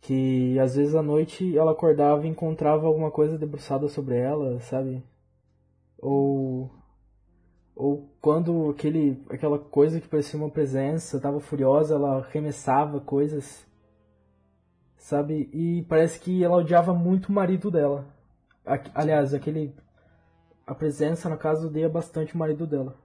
Speaker 2: Que às vezes à noite ela acordava e encontrava alguma coisa debruçada sobre ela, sabe? Ou ou quando aquele aquela coisa que parecia uma presença tava furiosa, ela arremessava coisas sabe? E parece que ela odiava muito o marido dela. A- aliás, aquele. A presença, no caso, odeia bastante o marido dela.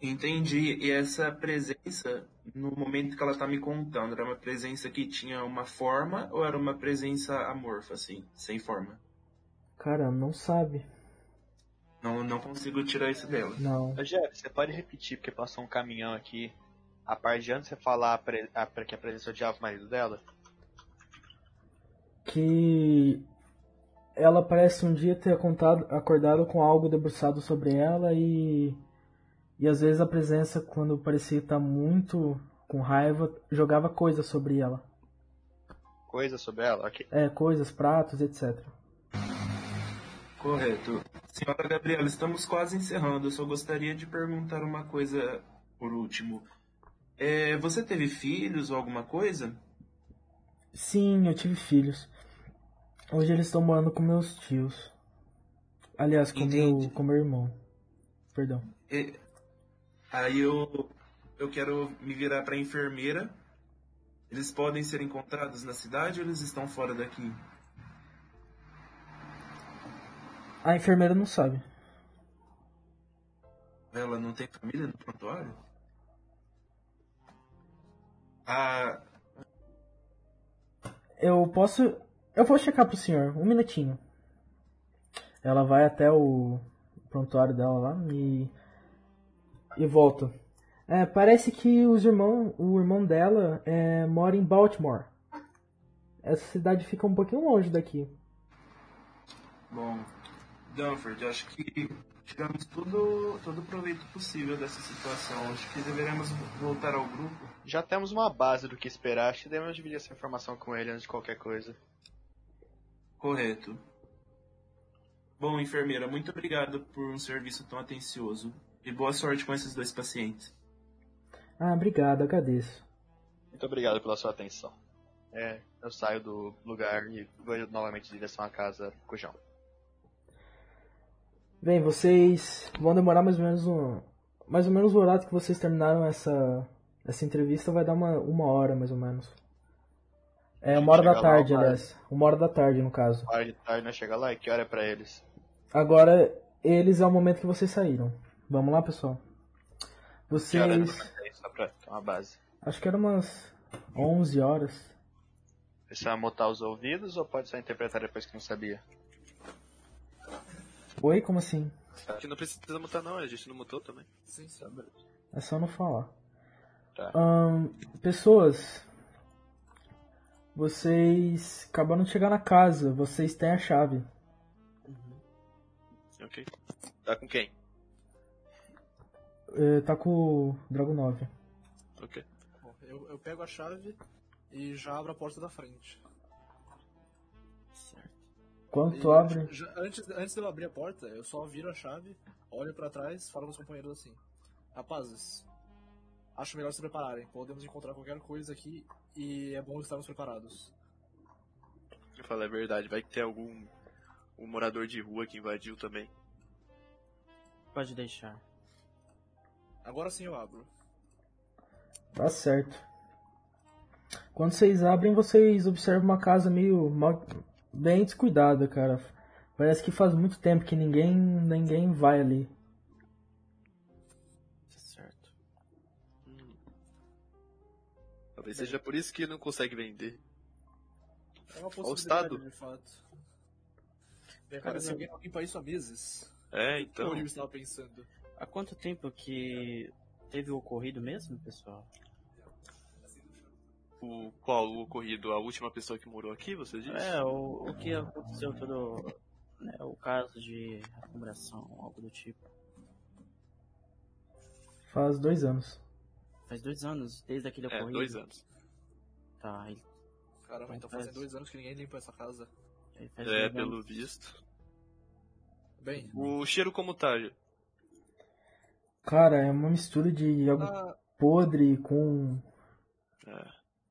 Speaker 6: Entendi. E essa presença, no momento que ela tá me contando, era uma presença que tinha uma forma ou era uma presença amorfa, assim, sem forma?
Speaker 2: Cara, não sabe.
Speaker 6: Não, não consigo tirar isso dela.
Speaker 2: Não.
Speaker 5: Ô, Jeff, você pode repetir, porque passou um caminhão aqui. A parte de antes de você falar a pre- a pre- que a presença odiava o marido dela,
Speaker 2: que ela parece um dia ter contado- acordado com algo debruçado sobre ela e e às vezes a presença quando parecia estar muito com raiva jogava coisas sobre ela.
Speaker 5: coisa sobre ela, ok.
Speaker 2: É, coisas, pratos, etc.
Speaker 6: Correto. Senhora Gabriela, estamos quase encerrando. Eu só gostaria de perguntar uma coisa por último. É, você teve filhos ou alguma coisa?
Speaker 2: Sim, eu tive filhos. Hoje eles estão morando com meus tios. Aliás, com meu,
Speaker 6: Entendi.
Speaker 2: com meu irmão. Perdão.
Speaker 6: É, aí eu, eu quero me virar para enfermeira. Eles podem ser encontrados na cidade ou eles estão fora daqui?
Speaker 2: A enfermeira não sabe.
Speaker 6: Ela não tem família no prontuário? Ah,
Speaker 2: Eu posso. Eu vou checar pro senhor, um minutinho. Ela vai até o prontuário dela lá e. e volta. É, parece que os irmão, o irmão dela é, mora em Baltimore. Essa cidade fica um pouquinho longe daqui.
Speaker 6: bom. Dunford, eu acho que tiramos tudo, todo o proveito possível dessa situação. Acho que deveremos voltar ao grupo.
Speaker 5: Já temos uma base do que esperar, acho que devemos dividir essa informação com ele antes de qualquer coisa.
Speaker 6: Correto. Bom, enfermeira, muito obrigado por um serviço tão atencioso. E boa sorte com esses dois pacientes.
Speaker 2: Ah, obrigado, agradeço.
Speaker 5: Muito obrigado pela sua atenção. É, eu saio do lugar e vou novamente em direção à casa Cujão.
Speaker 2: Bem, vocês vão demorar mais ou menos um. Mais ou menos o horário que vocês terminaram essa, essa entrevista vai dar uma, uma hora, mais ou menos. É, uma hora da
Speaker 5: Chega lá,
Speaker 2: tarde,
Speaker 5: uma hora.
Speaker 2: aliás. Uma hora da tarde, no caso.
Speaker 5: Hora de tarde, nós chega lá e que hora é pra eles?
Speaker 2: Agora, eles é o momento que vocês saíram. Vamos lá, pessoal.
Speaker 5: Que hora era pra
Speaker 2: Vocês.
Speaker 5: fazer isso, só pra ter uma base.
Speaker 2: Acho que era umas 11 horas.
Speaker 5: Precisa amotar os ouvidos ou pode só interpretar depois que não sabia?
Speaker 2: Oi? Como assim?
Speaker 4: A gente não precisa mutar não, a gente não mutou também.
Speaker 1: Sim, sim.
Speaker 2: É só não falar.
Speaker 5: Tá.
Speaker 2: Ahn, pessoas, vocês acabaram de chegar na casa. Vocês têm a chave.
Speaker 4: Ok. Tá com quem?
Speaker 2: É, tá com o Drago 9.
Speaker 4: Ok.
Speaker 1: Bom, eu, eu pego a chave e já abro a porta da frente.
Speaker 3: Certo.
Speaker 2: Quando
Speaker 1: E
Speaker 2: tu abre.
Speaker 1: já- antes, antes de eu abrir a porta, eu só viro a chave, olho pra trás, falo aos companheiros assim: Rapazes, acho melhor se prepararem. Podemos encontrar qualquer coisa aqui e é bom estarmos preparados.
Speaker 4: Eu falo, é verdade, vai que tem algum um morador de rua que invadiu também.
Speaker 3: Pode deixar.
Speaker 1: Agora sim eu abro.
Speaker 2: Tá certo. Quando vocês abrem, vocês observam uma casa meio mal- bem descuidada, cara. Parece que faz muito tempo que ninguém ninguém vai ali.
Speaker 3: Tá certo.
Speaker 4: Talvez seja por isso que não consegue vender.
Speaker 1: É uma
Speaker 4: Olha o
Speaker 1: possibilidade,
Speaker 4: estado.
Speaker 1: de fato. Bem, cara, se alguém não limpa isso há meses,
Speaker 4: É,
Speaker 1: então,
Speaker 4: então.
Speaker 1: onde eu estava pensando?
Speaker 3: Há quanto tempo que teve o ocorrido mesmo, pessoal?
Speaker 4: O, qual o ocorrido? A última pessoa que morou aqui, você disse?
Speaker 3: É, o, o que aconteceu todo. Né, o caso de assombração, algo do tipo.
Speaker 2: Faz dois anos.
Speaker 3: Faz dois anos desde aquele
Speaker 4: É,
Speaker 3: ocorrido.
Speaker 4: dois anos.
Speaker 3: Tá, ele,
Speaker 1: Caramba, então
Speaker 3: Faz.
Speaker 1: fazem dois anos que ninguém limpa essa casa.
Speaker 3: ele faz
Speaker 4: É,
Speaker 3: dois
Speaker 4: pelo
Speaker 3: anos.
Speaker 4: visto.
Speaker 1: Bem,
Speaker 4: O cheiro como tá?
Speaker 2: Cara, é uma mistura de algo
Speaker 1: ah,
Speaker 2: podre com.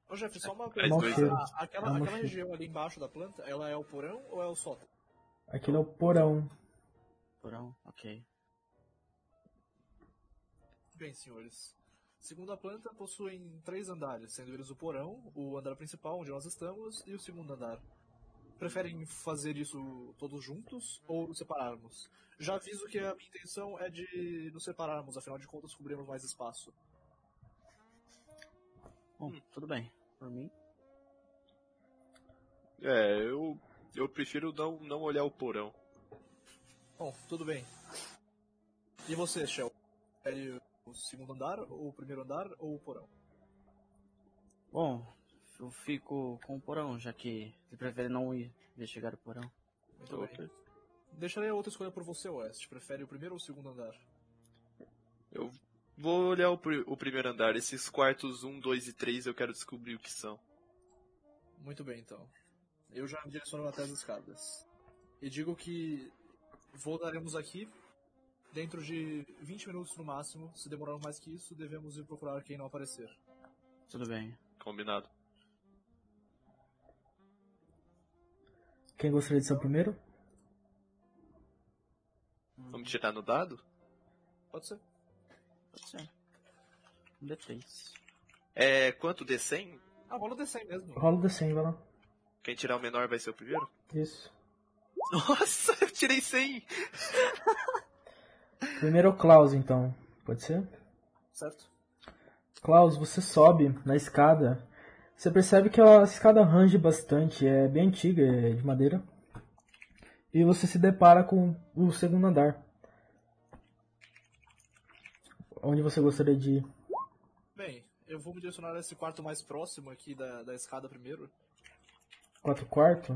Speaker 1: ô Jeff, só uma
Speaker 4: Faz
Speaker 2: Mau
Speaker 4: dois
Speaker 2: cheiro.
Speaker 4: anos.
Speaker 1: Ah,
Speaker 2: É
Speaker 1: aquela,
Speaker 2: uma
Speaker 1: aquela
Speaker 2: fi-
Speaker 1: região ali embaixo da planta, ela é o porão ou é o sótão?
Speaker 2: Aquilo é o porão.
Speaker 3: Porão, ok.
Speaker 1: Bem, senhores. Segundo a planta, possuem três andares, sendo eles o porão, o andar principal, onde nós estamos, e o segundo andar. Preferem fazer isso todos juntos ou nos separarmos? Já aviso que a minha intenção é de nos separarmos, afinal de contas cobrimos mais espaço.
Speaker 3: Bom,
Speaker 4: Hum.
Speaker 3: tudo bem. Por mim.
Speaker 4: É, eu. Eu prefiro não, não olhar o porão.
Speaker 1: Bom, tudo bem. E você, Shell? Prefere o segundo andar, ou o primeiro andar, ou o porão?
Speaker 3: Bom, eu fico com o porão, já que ele prefere não ir investigar o porão.
Speaker 1: Muito bem. Deixarei a outra escolha por você, West. Prefere o primeiro ou o segundo andar?
Speaker 4: Eu vou olhar o, pri- o primeiro andar. Esses quartos 1, 2 e 3 eu quero descobrir o que são.
Speaker 1: Muito bem, então. Eu já me direciono até as escadas. E digo que voltaremos aqui dentro de 20 minutos no máximo. Se demorarmos mais que isso, devemos ir procurar quem não aparecer.
Speaker 3: Tudo bem.
Speaker 4: Combinado.
Speaker 2: Quem gostaria de ser o primeiro?
Speaker 4: Vamos tirar no dado?
Speaker 1: Pode ser?
Speaker 3: Pode ser. Um D3.
Speaker 4: É. Quanto? D100?
Speaker 1: Ah, rola o D100 mesmo.
Speaker 2: Rola o D100, vai lá.
Speaker 4: Quem tirar o menor vai ser o primeiro?
Speaker 2: Isso.
Speaker 4: Nossa, eu tirei 100!
Speaker 2: Primeiro é o Klaus, então. Pode ser?
Speaker 1: Certo?
Speaker 2: Klaus, você sobe na escada. Você percebe que a escada range bastante, é bem antiga, é de madeira. E você se depara com o segundo andar. Onde você gostaria de ir?
Speaker 1: Bem, eu vou me direcionar a esse quarto mais próximo aqui da, da escada primeiro.
Speaker 2: Quatro quarto?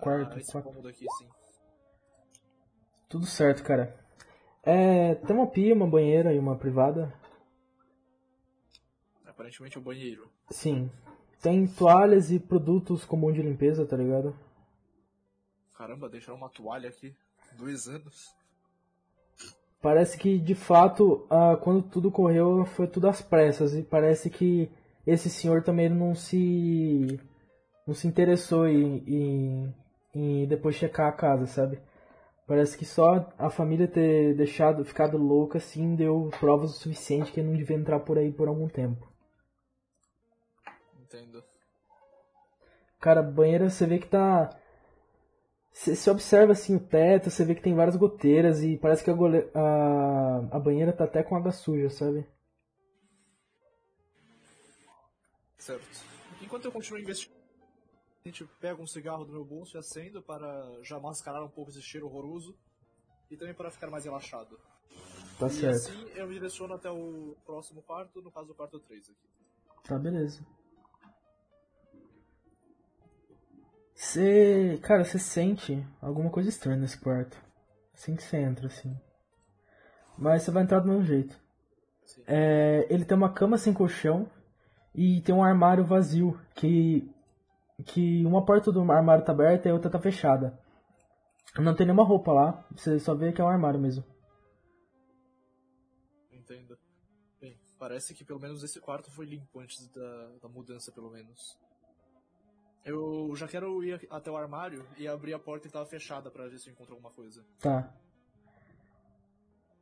Speaker 2: Quarto,
Speaker 1: Ah, esse
Speaker 2: quarto.
Speaker 1: cômodo aqui, sim.
Speaker 2: Tudo certo, cara. É, tem uma pia, uma banheira e uma privada.
Speaker 1: Aparentemente é o banheiro.
Speaker 2: Sim. Tem toalhas e produtos comuns de limpeza, tá ligado?
Speaker 1: Caramba, deixaram uma toalha aqui. Dois anos.
Speaker 2: Parece que de fato, ah, quando tudo correu, foi tudo às pressas e parece que esse senhor também não se não se interessou em, em, em depois checar a casa, sabe? Parece que só a família ter deixado, ficado louca assim, deu provas o suficiente que ele não devia entrar por aí por algum tempo.
Speaker 1: Entendo.
Speaker 2: Cara, banheiro você vê que tá. Você você observa assim o teto, você vê que tem várias goteiras e parece que a, gole... a... a banheira tá até com água suja, sabe?
Speaker 1: Certo. Enquanto eu continuo investigando, a gente pega um cigarro do meu bolso e acendo para já mascarar um pouco esse cheiro horroroso e também para ficar mais relaxado.
Speaker 2: Tá
Speaker 1: e
Speaker 2: certo.
Speaker 1: assim eu me direciono até o próximo quarto, no caso o quarto 3 aqui.
Speaker 2: Tá, beleza. Você. Cara, você sente alguma coisa estranha nesse quarto. Assim que você entra, assim. Mas você vai entrar do mesmo jeito.
Speaker 1: Sim.
Speaker 2: É, ele tem uma cama sem colchão e tem um armário vazio que. Que uma porta do armário tá aberta e a outra tá fechada. Não tem nenhuma roupa lá, você só vê que é um armário mesmo.
Speaker 1: Entendo. Bem, parece que pelo menos esse quarto foi limpo antes da, da mudança, pelo menos. Eu já quero ir até o armário e abrir a porta que estava fechada para ver se eu encontro alguma coisa.
Speaker 2: Tá.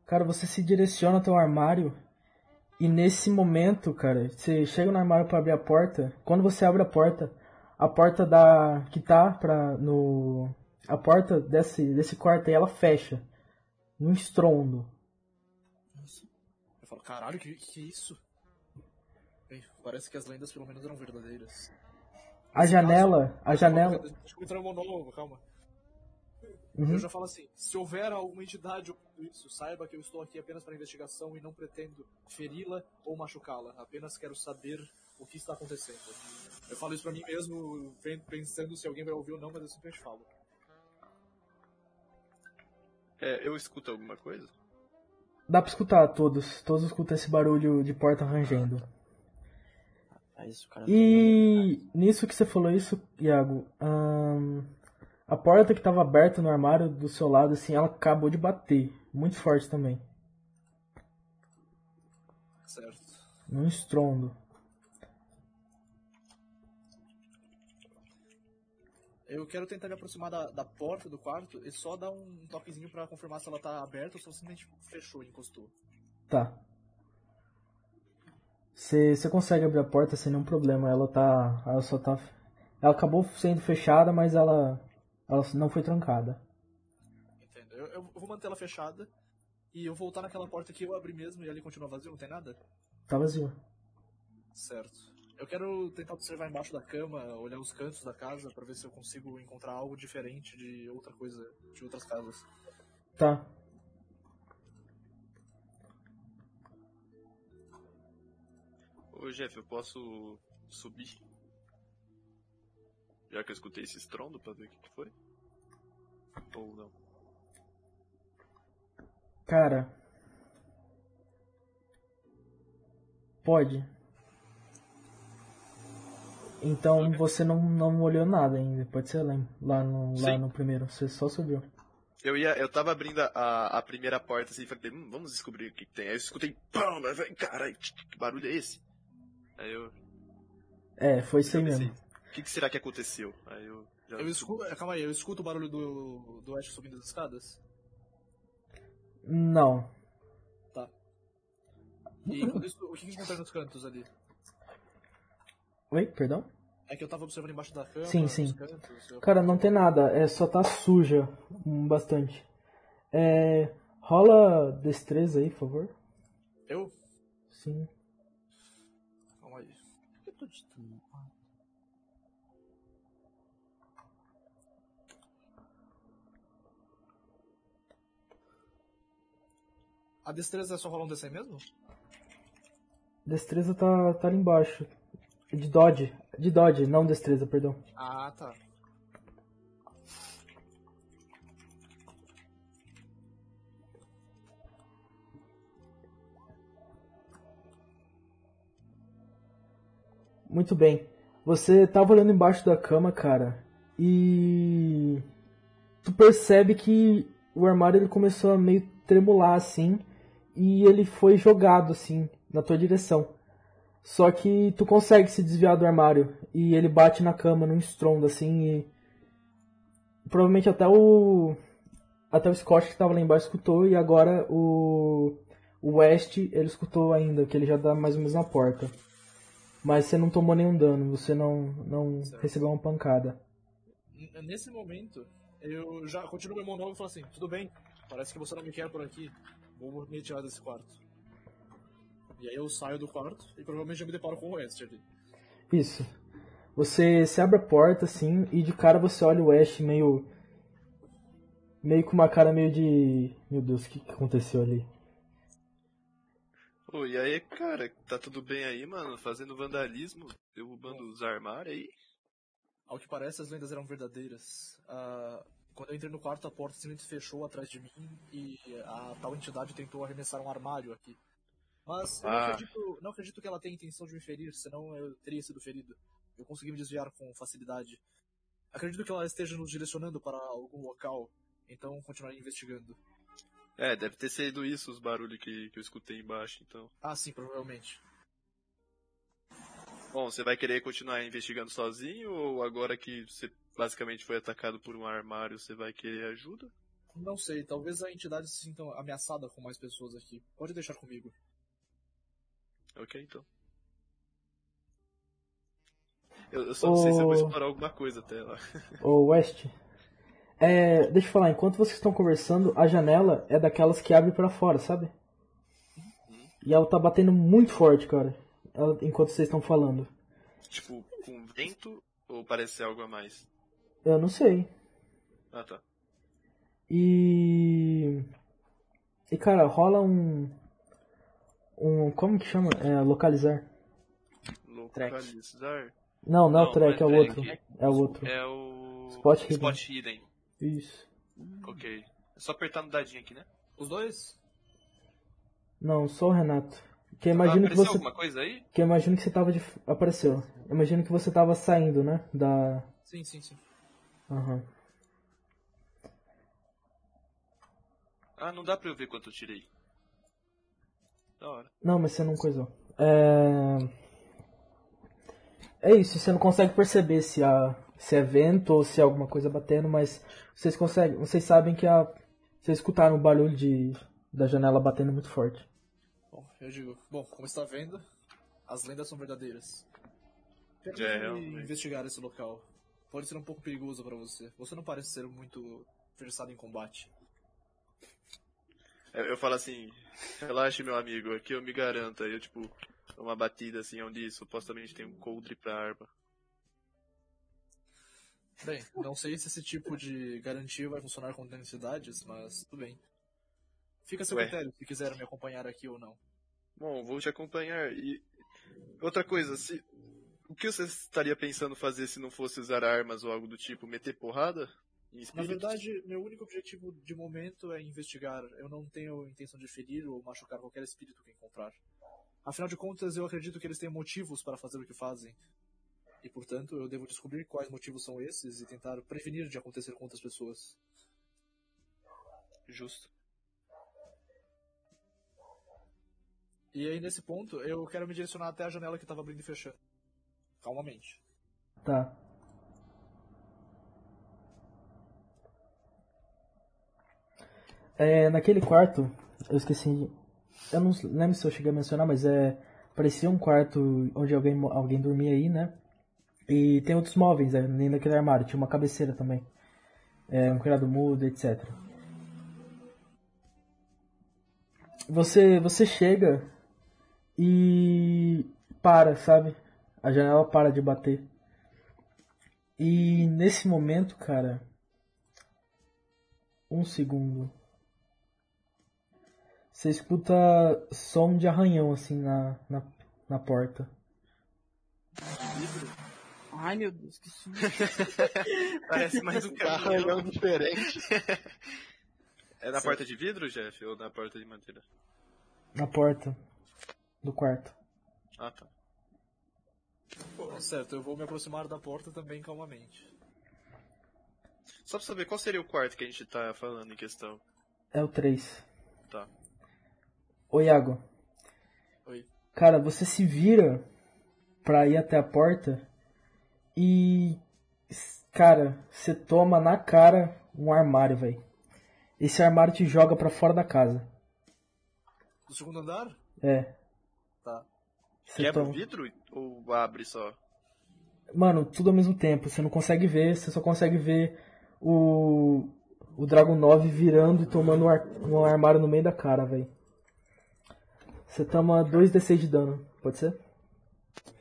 Speaker 2: Cara, você se direciona até o armário e nesse momento, cara, você chega no armário pra abrir a porta. Quando você abre a porta, a porta da que tá pra no a porta desse desse quarto aí ela fecha num estrondo.
Speaker 1: Eu falo, caralho, que, que isso? Bem, parece que as lendas pelo menos eram verdadeiras.
Speaker 2: A janela, a janela,
Speaker 1: Deixa eu entrar no monólogo, calma.
Speaker 2: Uhum.
Speaker 1: Eu já falo assim: se houver alguma entidade ocultando isso, saiba que eu estou aqui apenas para investigação e não pretendo feri-la ou machucá-la. Apenas quero saber o que está acontecendo. Eu falo isso pra mim mesmo, pen- pensando se alguém vai ouvir ou não, mas eu simplesmente falo.
Speaker 4: É, eu escuto alguma coisa?
Speaker 2: dá pra escutar todos, todos escutam esse barulho de porta rangendo.
Speaker 3: Aí isso, cara.
Speaker 2: E nisso que você falou isso, Iago, ahn, a porta que tava aberta no armário do seu lado, assim, ela acabou de bater. Muito forte também.
Speaker 1: Certo.
Speaker 2: Num estrondo.
Speaker 1: Eu quero tentar me aproximar da, da porta do quarto e só dar um toquezinho pra confirmar se ela tá aberta ou se ela simplesmente fechou e encostou.
Speaker 2: Tá. Você você consegue abrir a porta sem nenhum problema. Ela tá. Ela só tá. Ela acabou sendo fechada, mas ela. Ela não foi trancada.
Speaker 1: Entendo. Eu, eu vou manter ela fechada e eu voltar naquela porta que eu abri mesmo e ali continua vazio, não tem nada?
Speaker 2: Tá vazio.
Speaker 1: Certo. Eu quero tentar observar embaixo da cama, olhar os cantos da casa pra ver se eu consigo encontrar algo diferente de outra coisa, de outras casas.
Speaker 2: Tá.
Speaker 4: Ô, Jeff, eu posso subir? Já que eu escutei esse estrondo pra ver o que que foi? Ou não?
Speaker 2: Cara. Pode. Então você não, não olhou nada ainda. Pode ser lá, em- lá, no, lá
Speaker 4: Sim.
Speaker 2: no primeiro. Você só subiu.
Speaker 4: Eu ia, eu tava abrindo a, a primeira porta assim, falei, hum, vamos descobrir o que, que tem. Aí eu escutei, pão, mas falei, caralho, que que barulho é esse? Aí eu,
Speaker 2: É, foi isso
Speaker 4: eu
Speaker 2: aí
Speaker 4: pensei,
Speaker 2: mesmo.
Speaker 4: o que, que será que aconteceu? Aí eu já
Speaker 1: Então, Eu escuto. Calma aí, eu escuto o barulho do, do Ash subindo as escadas.
Speaker 2: Não.
Speaker 1: E
Speaker 2: Uhum.
Speaker 1: enquanto isso, o que a gente encontra nos cantos ali?
Speaker 2: Oi, perdão?
Speaker 1: É que eu tava observando embaixo da cama,
Speaker 2: Sim, sim.
Speaker 1: nos cantos. eu-
Speaker 2: Cara, não tem nada, é só tá suja hum, bastante. É, rola destreza aí, por favor.
Speaker 1: Eu?
Speaker 2: Sim.
Speaker 1: Calma aí.
Speaker 3: Por que eu tô digitando? Ah,
Speaker 1: A destreza é só rolar um D100 mesmo?
Speaker 2: Destreza tá, tá ali embaixo. De dodge. De dodge, não destreza, perdão.
Speaker 1: Ah, tá.
Speaker 2: Muito bem. Você tava olhando embaixo da cama, cara, e tu percebe que o armário ele começou a meio tremular assim, e ele foi jogado assim na tua direção. Só que tu consegue se desviar do armário e ele bate na cama num estrondo assim e provavelmente até o até o Scott que tava lá embaixo escutou e agora o o West ele escutou ainda, que ele já dá mais ou menos na porta. Mas você não tomou nenhum dano, você não, não
Speaker 1: Certo.
Speaker 2: recebeu uma pancada.
Speaker 1: N- Nesse momento, eu já continuo meu monólogo e falo assim: tudo bem, parece que você não me quer por aqui. Vou me retirar desse quarto. E aí eu saio do quarto e provavelmente eu me deparo com o West ali.
Speaker 2: Isso. Você se abre a porta assim e de cara você olha o Ash meio. meio com uma cara meio de. Meu Deus, o que, que aconteceu ali?
Speaker 4: Pô, e aí, cara, tá tudo bem aí, mano? Fazendo vandalismo, derrubando os armários aí.
Speaker 1: Ao que parece, as lendas eram verdadeiras. Ah, quando eu entrei no quarto, a porta simplesmente fechou atrás de mim e a tal entidade tentou arremessar um armário aqui. Mas eu não,
Speaker 4: Ah.
Speaker 1: acredito, não acredito que ela tenha intenção de me ferir, senão eu teria sido ferido. Eu consegui me desviar com facilidade. Acredito que ela esteja nos direcionando para algum local, então continuarei investigando.
Speaker 4: É, deve ter sido isso os barulhos que, que eu escutei embaixo, então.
Speaker 1: Ah, sim, provavelmente.
Speaker 4: Bom, você vai querer continuar investigando sozinho ou agora que você basicamente foi atacado por um armário, você vai querer ajuda?
Speaker 1: Não sei, talvez a entidade se sinta ameaçada com mais pessoas aqui. Pode deixar comigo.
Speaker 4: Ok, então. Eu, eu só não sei se eu vou
Speaker 2: Ô.
Speaker 4: explorar alguma coisa até lá.
Speaker 2: Ô West. É, deixa eu falar, enquanto vocês estão conversando, a janela é daquelas que abre pra fora, sabe? E ela tá batendo muito forte, cara. ela- enquanto vocês estão falando.
Speaker 4: Tipo, com vento ou parece algo a mais?
Speaker 2: Eu não sei.
Speaker 4: Ah, tá.
Speaker 2: E. E cara, rola um. Um. Como que chama? É, localizar.
Speaker 4: Localizar
Speaker 2: Não, não é o
Speaker 4: Não,
Speaker 2: track, é o
Speaker 4: não é
Speaker 2: outro.
Speaker 4: track.
Speaker 2: É o outro.
Speaker 4: é o.
Speaker 2: Spot hidden.
Speaker 4: Spot hidden.
Speaker 2: Isso.
Speaker 4: Ok. É só apertar no dadinho aqui, né?
Speaker 1: Os dois?
Speaker 2: Não, só o Renato. Que eu imagino
Speaker 4: ah,
Speaker 2: que
Speaker 4: apareceu
Speaker 2: você.
Speaker 4: alguma coisa aí?
Speaker 2: Que eu imagino que você tava de. Apareceu. Eu imagino que você tava saindo, né? Da.
Speaker 1: Sim, sim, sim.
Speaker 2: Aham.
Speaker 4: Ah, não dá pra eu ver quanto eu tirei. Da hora.
Speaker 2: Não, mas você não coisou. É... é isso, você não consegue perceber se, há, se é vento ou se é alguma coisa batendo, mas vocês conseguem, vocês sabem que a, vocês escutaram o barulho de, da janela batendo muito forte.
Speaker 1: Bom, eu digo, bom, como está vendo, as lendas são verdadeiras. Quero
Speaker 4: É,
Speaker 1: ir
Speaker 4: realmente.
Speaker 1: investigar esse local. Pode ser um pouco perigoso para você. Você não parece ser muito versado em combate.
Speaker 4: Eu, eu falo assim, relaxe meu amigo, aqui eu me garanto. Aí eu tipo, dou uma batida assim, onde supostamente tem um coldre pra arma.
Speaker 1: Bem, não sei se esse tipo de garantia vai funcionar com densidades, mas tudo bem. Fica a seu
Speaker 4: Ué.
Speaker 1: critério se quiserem me acompanhar aqui ou não.
Speaker 4: Bom, vou te acompanhar. E outra coisa, se o que você estaria pensando fazer se não fosse usar armas ou algo do tipo, meter porrada? Em
Speaker 1: Na
Speaker 4: espíritos?
Speaker 1: verdade, meu único objetivo de momento é investigar. Eu não tenho intenção de ferir ou machucar qualquer espírito que encontrar. Afinal de contas, eu acredito que eles têm motivos para fazer o que fazem. E, portanto, eu devo descobrir quais motivos são esses e tentar prevenir de acontecer com outras pessoas.
Speaker 4: Justo.
Speaker 1: E aí, nesse ponto, eu quero me direcionar até a janela que estava abrindo e fechando. Calmamente.
Speaker 2: Tá. É, naquele quarto, eu esqueci. Eu não lembro se eu cheguei a mencionar, mas é. Parecia um quarto onde alguém, mo- alguém dormia aí, né? E tem outros móveis, né? nem daquele armário, tinha uma cabeceira também. É, um criado mudo, etc. Você, você chega e para, sabe? A janela para de bater. E nesse momento, cara. Um segundo. Você escuta som de arranhão assim na, na, na porta.
Speaker 3: Ai, meu Deus, que susto.
Speaker 4: Parece mais um
Speaker 1: Tá
Speaker 5: Caralhão
Speaker 4: carro.
Speaker 5: diferente.
Speaker 4: É na porta de vidro, Jeff, ou na porta de madeira?
Speaker 2: Na porta do quarto.
Speaker 4: Ah, tá.
Speaker 1: Bom, certo, eu vou me aproximar da porta também calmamente.
Speaker 4: Só pra saber, qual seria o quarto que a gente tá falando em questão?
Speaker 1: Então-
Speaker 2: É o 3.
Speaker 4: Tá.
Speaker 2: Ô Iago.
Speaker 1: Oi.
Speaker 2: Cara, você se vira pra ir até a porta e. s- Cara, você toma na cara um armário, velho. Esse armário te joga pra fora da casa.
Speaker 1: Do segundo andar?
Speaker 2: É.
Speaker 1: Tá.
Speaker 2: Você
Speaker 4: Quebra o
Speaker 2: toma-
Speaker 4: vidro ou abre só?
Speaker 2: Mano, tudo ao mesmo tempo. Você não consegue ver, você só consegue ver o. O Dragon 9 virando e tomando um, ar- um armário no meio da cara, velho. Você toma 2d6 de dano, pode ser?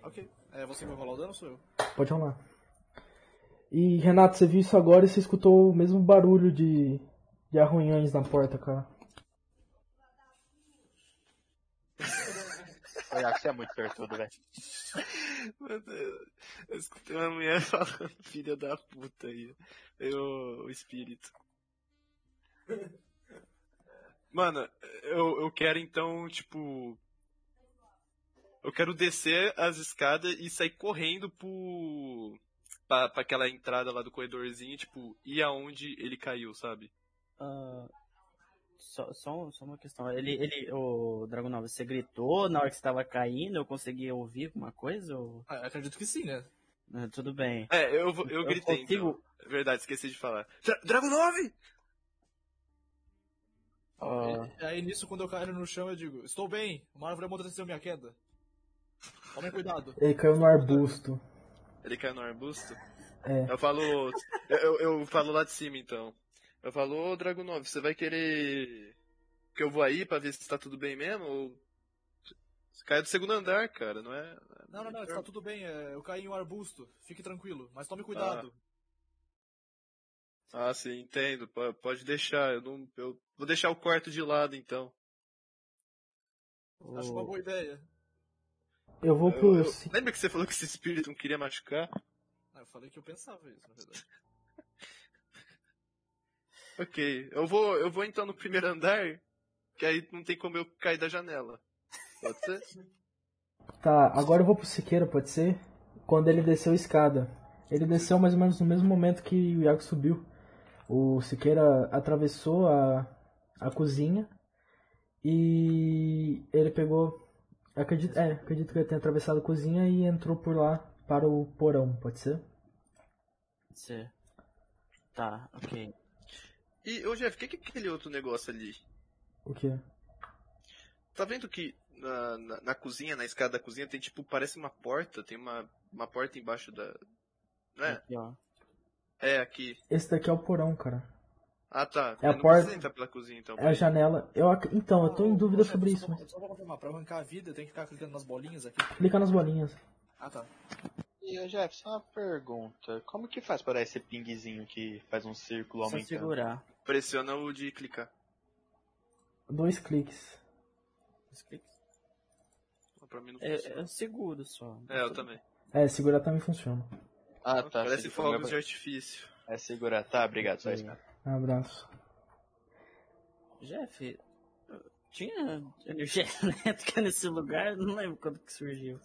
Speaker 1: Ok. É você que vai rolar o dano ou sou eu?
Speaker 2: Pode rolar. E Renato, você viu isso agora e você escutou o mesmo barulho de, de arranhões na porta, cara.
Speaker 5: Ô, Iago, você é muito pertudo, velho.
Speaker 4: Meu Deus, eu escutei uma mulher falando, filha da puta aí. Eu, o espírito. Mano, eu, eu quero então, tipo. Eu quero descer as escadas e sair correndo pro. Pra, pra aquela entrada lá do corredorzinho, tipo, ir aonde ele caiu, sabe?
Speaker 3: Ah, só, só, só uma questão. Ele, ele, o Dragon Nova, você gritou na hora que você tava caindo? Eu consegui ouvir alguma coisa? Ou...
Speaker 1: Ah, acredito que sim, né?
Speaker 3: Ah, Tudo bem.
Speaker 4: É, eu, vou- eu gritei.
Speaker 3: consigo-
Speaker 4: então. É Verdade, esqueci de falar. Dra Dragon 9!
Speaker 3: Ah,
Speaker 1: E aí nisso, quando eu caio no chão, eu digo, estou bem, uma árvore amorteceu minha queda. Tomem cuidado.
Speaker 2: Ele caiu no arbusto.
Speaker 4: Ele caiu no arbusto?
Speaker 2: É.
Speaker 4: Eu falo. eu, eu- eu falo lá de cima então. Eu falo, ô Drago 9, você vai querer que eu vou aí pra ver se tá tudo bem mesmo? Ou. Você caiu do segundo andar, cara, não é.
Speaker 1: Não, não, não, está tudo bem, é, eu caí em um arbusto, fique tranquilo, mas tome cuidado.
Speaker 4: Ah, sim, entendo. po- Pode deixar. Eu não. Eu vou deixar o quarto de lado então.
Speaker 3: o-
Speaker 1: Acho uma boa ideia.
Speaker 2: Eu vou
Speaker 4: Eu-
Speaker 2: pro.
Speaker 4: eu-
Speaker 2: ci-
Speaker 4: Lembra que você falou que esse espírito não queria machucar?
Speaker 1: Ah, eu falei que eu pensava isso, na verdade.
Speaker 4: Ok. Eu vou. Eu vou então no primeiro andar, que aí não tem como eu cair da janela. Pode ser?
Speaker 2: Tá, agora eu vou pro Siqueira, pode ser? Quando ele desceu a escada. Ele desceu mais ou menos no mesmo momento que o Iago subiu. O Siqueira atravessou a, a cozinha e ele pegou. Acredito, é, acredito que ele tenha atravessado a cozinha e entrou por lá para o porão, pode ser?
Speaker 3: você- Tá, ok.
Speaker 4: E, ô Jeff, o que que é aquele outro negócio ali?
Speaker 2: O quê?
Speaker 4: Tá vendo que na, na, na cozinha, na escada da cozinha, tem tipo, parece uma porta, tem uma, uma porta embaixo da. Né?
Speaker 3: Aqui, ó.
Speaker 4: É, aqui.
Speaker 2: Esse daqui é o porão, cara.
Speaker 4: Ah tá.
Speaker 2: É a
Speaker 4: Eu não
Speaker 2: porta-
Speaker 4: precisa entrar pela cozinha então.
Speaker 2: É a janela. Eu, ac- então, eu tô em dúvida
Speaker 1: Poxa,
Speaker 2: sobre
Speaker 1: É, só
Speaker 2: isso.
Speaker 1: pra-
Speaker 2: Mas...
Speaker 1: Só pra confirmar, pra arrancar a vida, tem que ficar clicando nas bolinhas aqui.
Speaker 2: Clica nas bolinhas.
Speaker 1: Ah, tá.
Speaker 5: E, ô, Jefferson, uma pergunta. Como que faz para esse pinguezinho que faz um círculo
Speaker 3: Só
Speaker 5: aumentando?
Speaker 3: segurar.
Speaker 4: Pressiona o de clicar.
Speaker 2: Dois cliques.
Speaker 4: Pra mim não
Speaker 3: É,
Speaker 4: funciona.
Speaker 3: é seguro só.
Speaker 4: É, eu também.
Speaker 2: É, segurar também funciona.
Speaker 5: Ah, tá.
Speaker 4: Parece
Speaker 5: segura-
Speaker 4: fogos de artifício.
Speaker 5: É segurar. Tá, obrigado. Só isso mesmo.
Speaker 2: Abraço.
Speaker 3: Jeff, tinha energia elétrica nesse lugar? Não lembro quando que surgiu.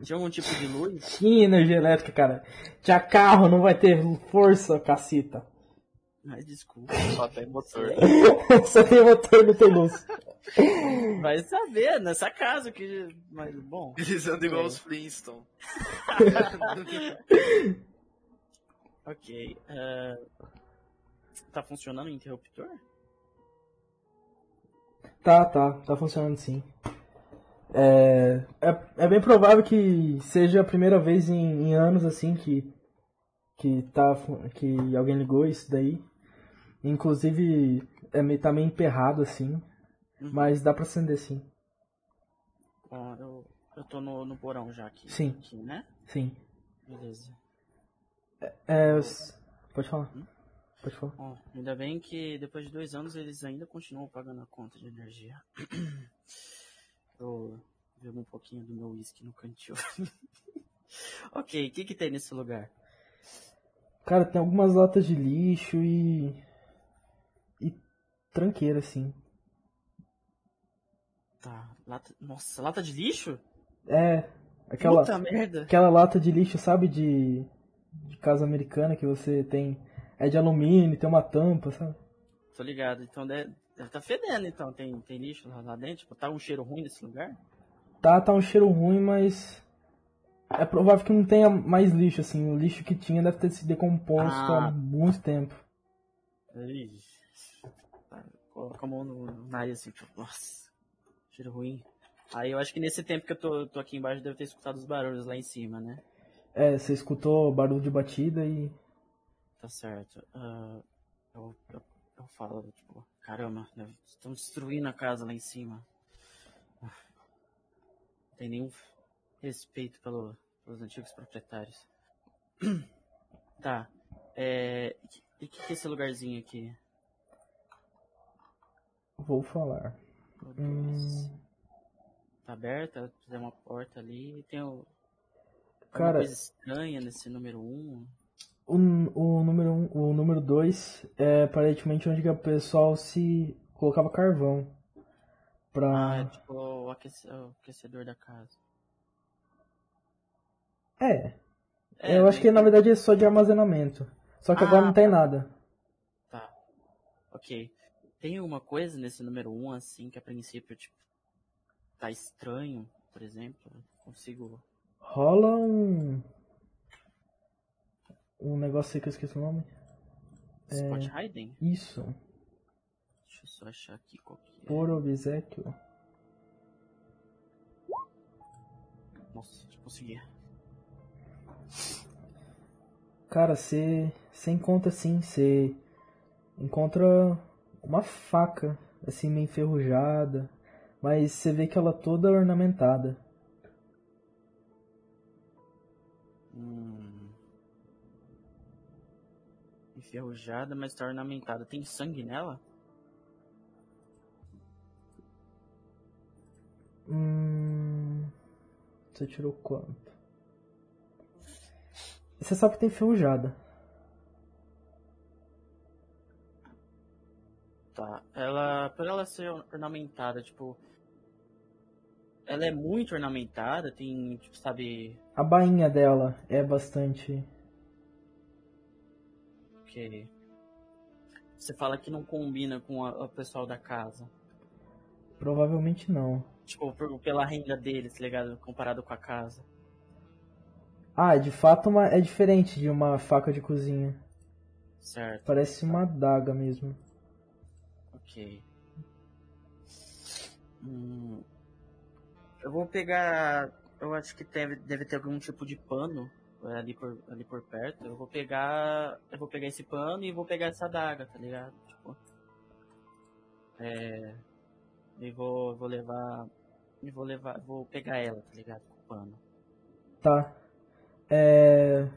Speaker 3: Tinha algum tipo de luz?
Speaker 2: Que energia elétrica, cara. Tinha carro, não vai ter força, cacita.
Speaker 3: Ai, desculpa.
Speaker 5: Só tem motor.
Speaker 2: Só tem motor, não tem luz.
Speaker 3: Vai saber, nessa casa que. Mas, bom.
Speaker 4: Eles andam igual
Speaker 3: É.
Speaker 4: os Flintstone.
Speaker 3: Ok. eh, Tá funcionando o interruptor?
Speaker 2: Tá, tá, tá funcionando sim. É, é, é bem provável que seja a primeira vez em, em anos assim que que tá fu- que alguém ligou isso daí. Inclusive é meio, tá meio emperrado assim,
Speaker 3: Uhum.
Speaker 2: mas dá pra acender sim.
Speaker 3: Bom, eu, eu tô no, no porão já aqui.
Speaker 2: Sim.
Speaker 3: Aqui, né?
Speaker 2: Sim.
Speaker 3: Beleza.
Speaker 2: É, os- pode falar. Pode falar.
Speaker 3: Bom, ainda bem que depois de dois anos eles ainda continuam pagando a conta de energia. Eu bebo um pouquinho do meu uísque no cantinho. ok, o que que tem nesse lugar?
Speaker 2: Cara, tem algumas latas de lixo e e tranqueira assim.
Speaker 3: Tá, lata... Nossa, lata de lixo?
Speaker 2: É, aquela
Speaker 3: Puta merda!
Speaker 2: Aquela lata de lixo, sabe, de, de casa americana que você tem. É de alumínio, tem uma tampa, sabe?
Speaker 3: Tô ligado, então deve... deve tá fedendo então, tem, tem lixo lá, lá dentro? Tipo, tá um cheiro ruim nesse lugar?
Speaker 2: Tá, tá um cheiro ruim, mas. É provável que não tenha mais lixo, assim. O lixo que tinha deve ter se decomposto
Speaker 3: Ah.
Speaker 2: há muito tempo.
Speaker 3: Ih, tá, Coloca a mão no, no nariz assim, tipo, nossa, cheiro ruim. Aí eu acho que nesse tempo que eu tô, tô aqui embaixo, deve ter escutado os barulhos lá em cima, né?
Speaker 2: É, você escutou barulho de batida e.
Speaker 3: Tá certo. Ah, eu, eu, eu falo, tipo, caramba, né, estão destruindo a casa lá em cima. Ah, Não tem nenhum respeito pelo, pelos antigos proprietários. tá. É, e que- e o que, que é esse lugarzinho aqui?
Speaker 2: Vou falar.
Speaker 3: Meu Deus.
Speaker 2: Hum,
Speaker 3: Tá aberta, tem uma porta ali, tem o. Cara,
Speaker 2: Cara-
Speaker 3: coisa estranha nesse número 1. Um.
Speaker 2: o, o número um, o número 2 é aparentemente onde que o pessoal se colocava carvão.
Speaker 3: Ah, é
Speaker 2: Pra.
Speaker 3: tipo o aquece- o aquecedor da casa.
Speaker 2: É,
Speaker 3: Ah, É,
Speaker 2: eu acho
Speaker 3: né?
Speaker 2: que na verdade é só de armazenamento. Só que agora
Speaker 3: Ah,
Speaker 2: não tem nada.
Speaker 3: Ok. Tem uma coisa nesse número 1, um, assim, que a princípio, tipo, tá estranho, por exemplo. Consigo.
Speaker 2: Rola um. Um negócio aí que eu esqueci o nome.
Speaker 3: Spot hiding?
Speaker 2: Isso.
Speaker 3: Deixa eu só achar aqui qual que é.
Speaker 2: Por obsequio.
Speaker 3: Nossa, eu consegui.
Speaker 2: Cara, você. Você encontra sim, você. Encontra uma faca, assim, meio enferrujada. Mas você vê que ela é toda ornamentada.
Speaker 3: Hum. Enferrujada, mas tá ornamentada. Tem sangue nela?
Speaker 2: Hum. Você tirou quanto? Você sabe que tem enferrujada.
Speaker 3: Tá. Ela. Por ela ser or- ornamentada, tipo. Ela é muito ornamentada, tem, tipo, sabe.
Speaker 2: A bainha dela é bastante.
Speaker 3: Que. Você fala que não combina com a- o pessoal da casa.
Speaker 2: Provavelmente não.
Speaker 3: Tipo, por- pela renda deles, tá ligado? Comparado com a casa.
Speaker 2: Ah, de fato uma, é diferente de uma faca de cozinha.
Speaker 3: Certo,
Speaker 2: Parece uma adaga mesmo.
Speaker 3: ok. Hum, eu vou pegar. Eu acho que deve, deve ter algum tipo de pano é, ali por, ali por perto. Eu vou pegar. Eu vou pegar esse pano e vou pegar essa adaga, tá ligado? Tipo. É. E vou, vou levar. E vou levar. Vou pegar ela, tá ligado? Com o pano.
Speaker 2: Tá. É,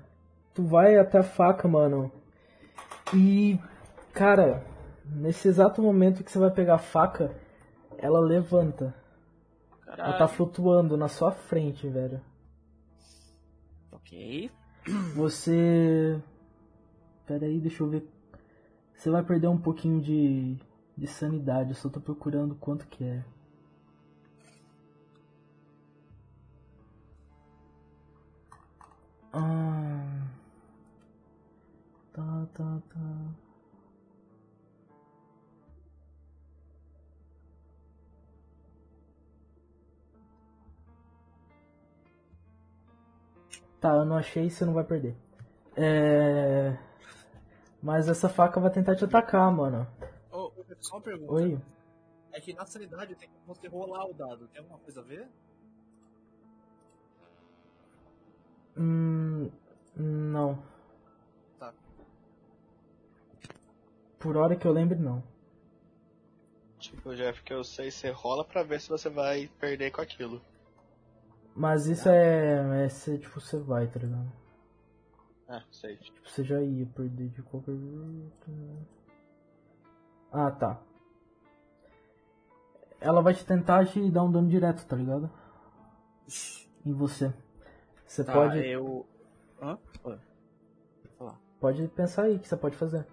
Speaker 2: tu vai até a faca, mano. E, cara, nesse exato momento que você vai pegar a faca, ela levanta. Ela tá
Speaker 3: Caralho.
Speaker 2: flutuando na sua frente, velho.
Speaker 3: Ok.
Speaker 2: Você. Pera aí, deixa eu ver. Você vai perder um pouquinho de, de sanidade, eu só tô procurando quanto que é. Ah. Tá, tá, tá. Tá, eu não achei, você não vai perder. É. Mas essa faca vai tentar te atacar, mano.
Speaker 1: Ô, só uma pergunta.
Speaker 2: Oi?
Speaker 1: É que na sanidade tem que você rolar o dado. Tem alguma coisa a ver?
Speaker 2: Hum. Não.
Speaker 1: Tá.
Speaker 2: Por hora que eu lembro, não.
Speaker 5: Tipo, Jeff, que eu sei, você rola pra ver se você vai perder com aquilo.
Speaker 2: Mas isso é. é ser, tipo, você vai, tá ligado?
Speaker 5: Ah, sei.
Speaker 2: Tipo, você já ia perder de qualquer jeito. né? Ah, tá. Ela vai te tentar te dar um dano direto, tá ligado? Em você. Você
Speaker 3: Tá,
Speaker 2: pode,
Speaker 3: eu. Hã? Oi.
Speaker 2: pode pensar aí o que você pode fazer.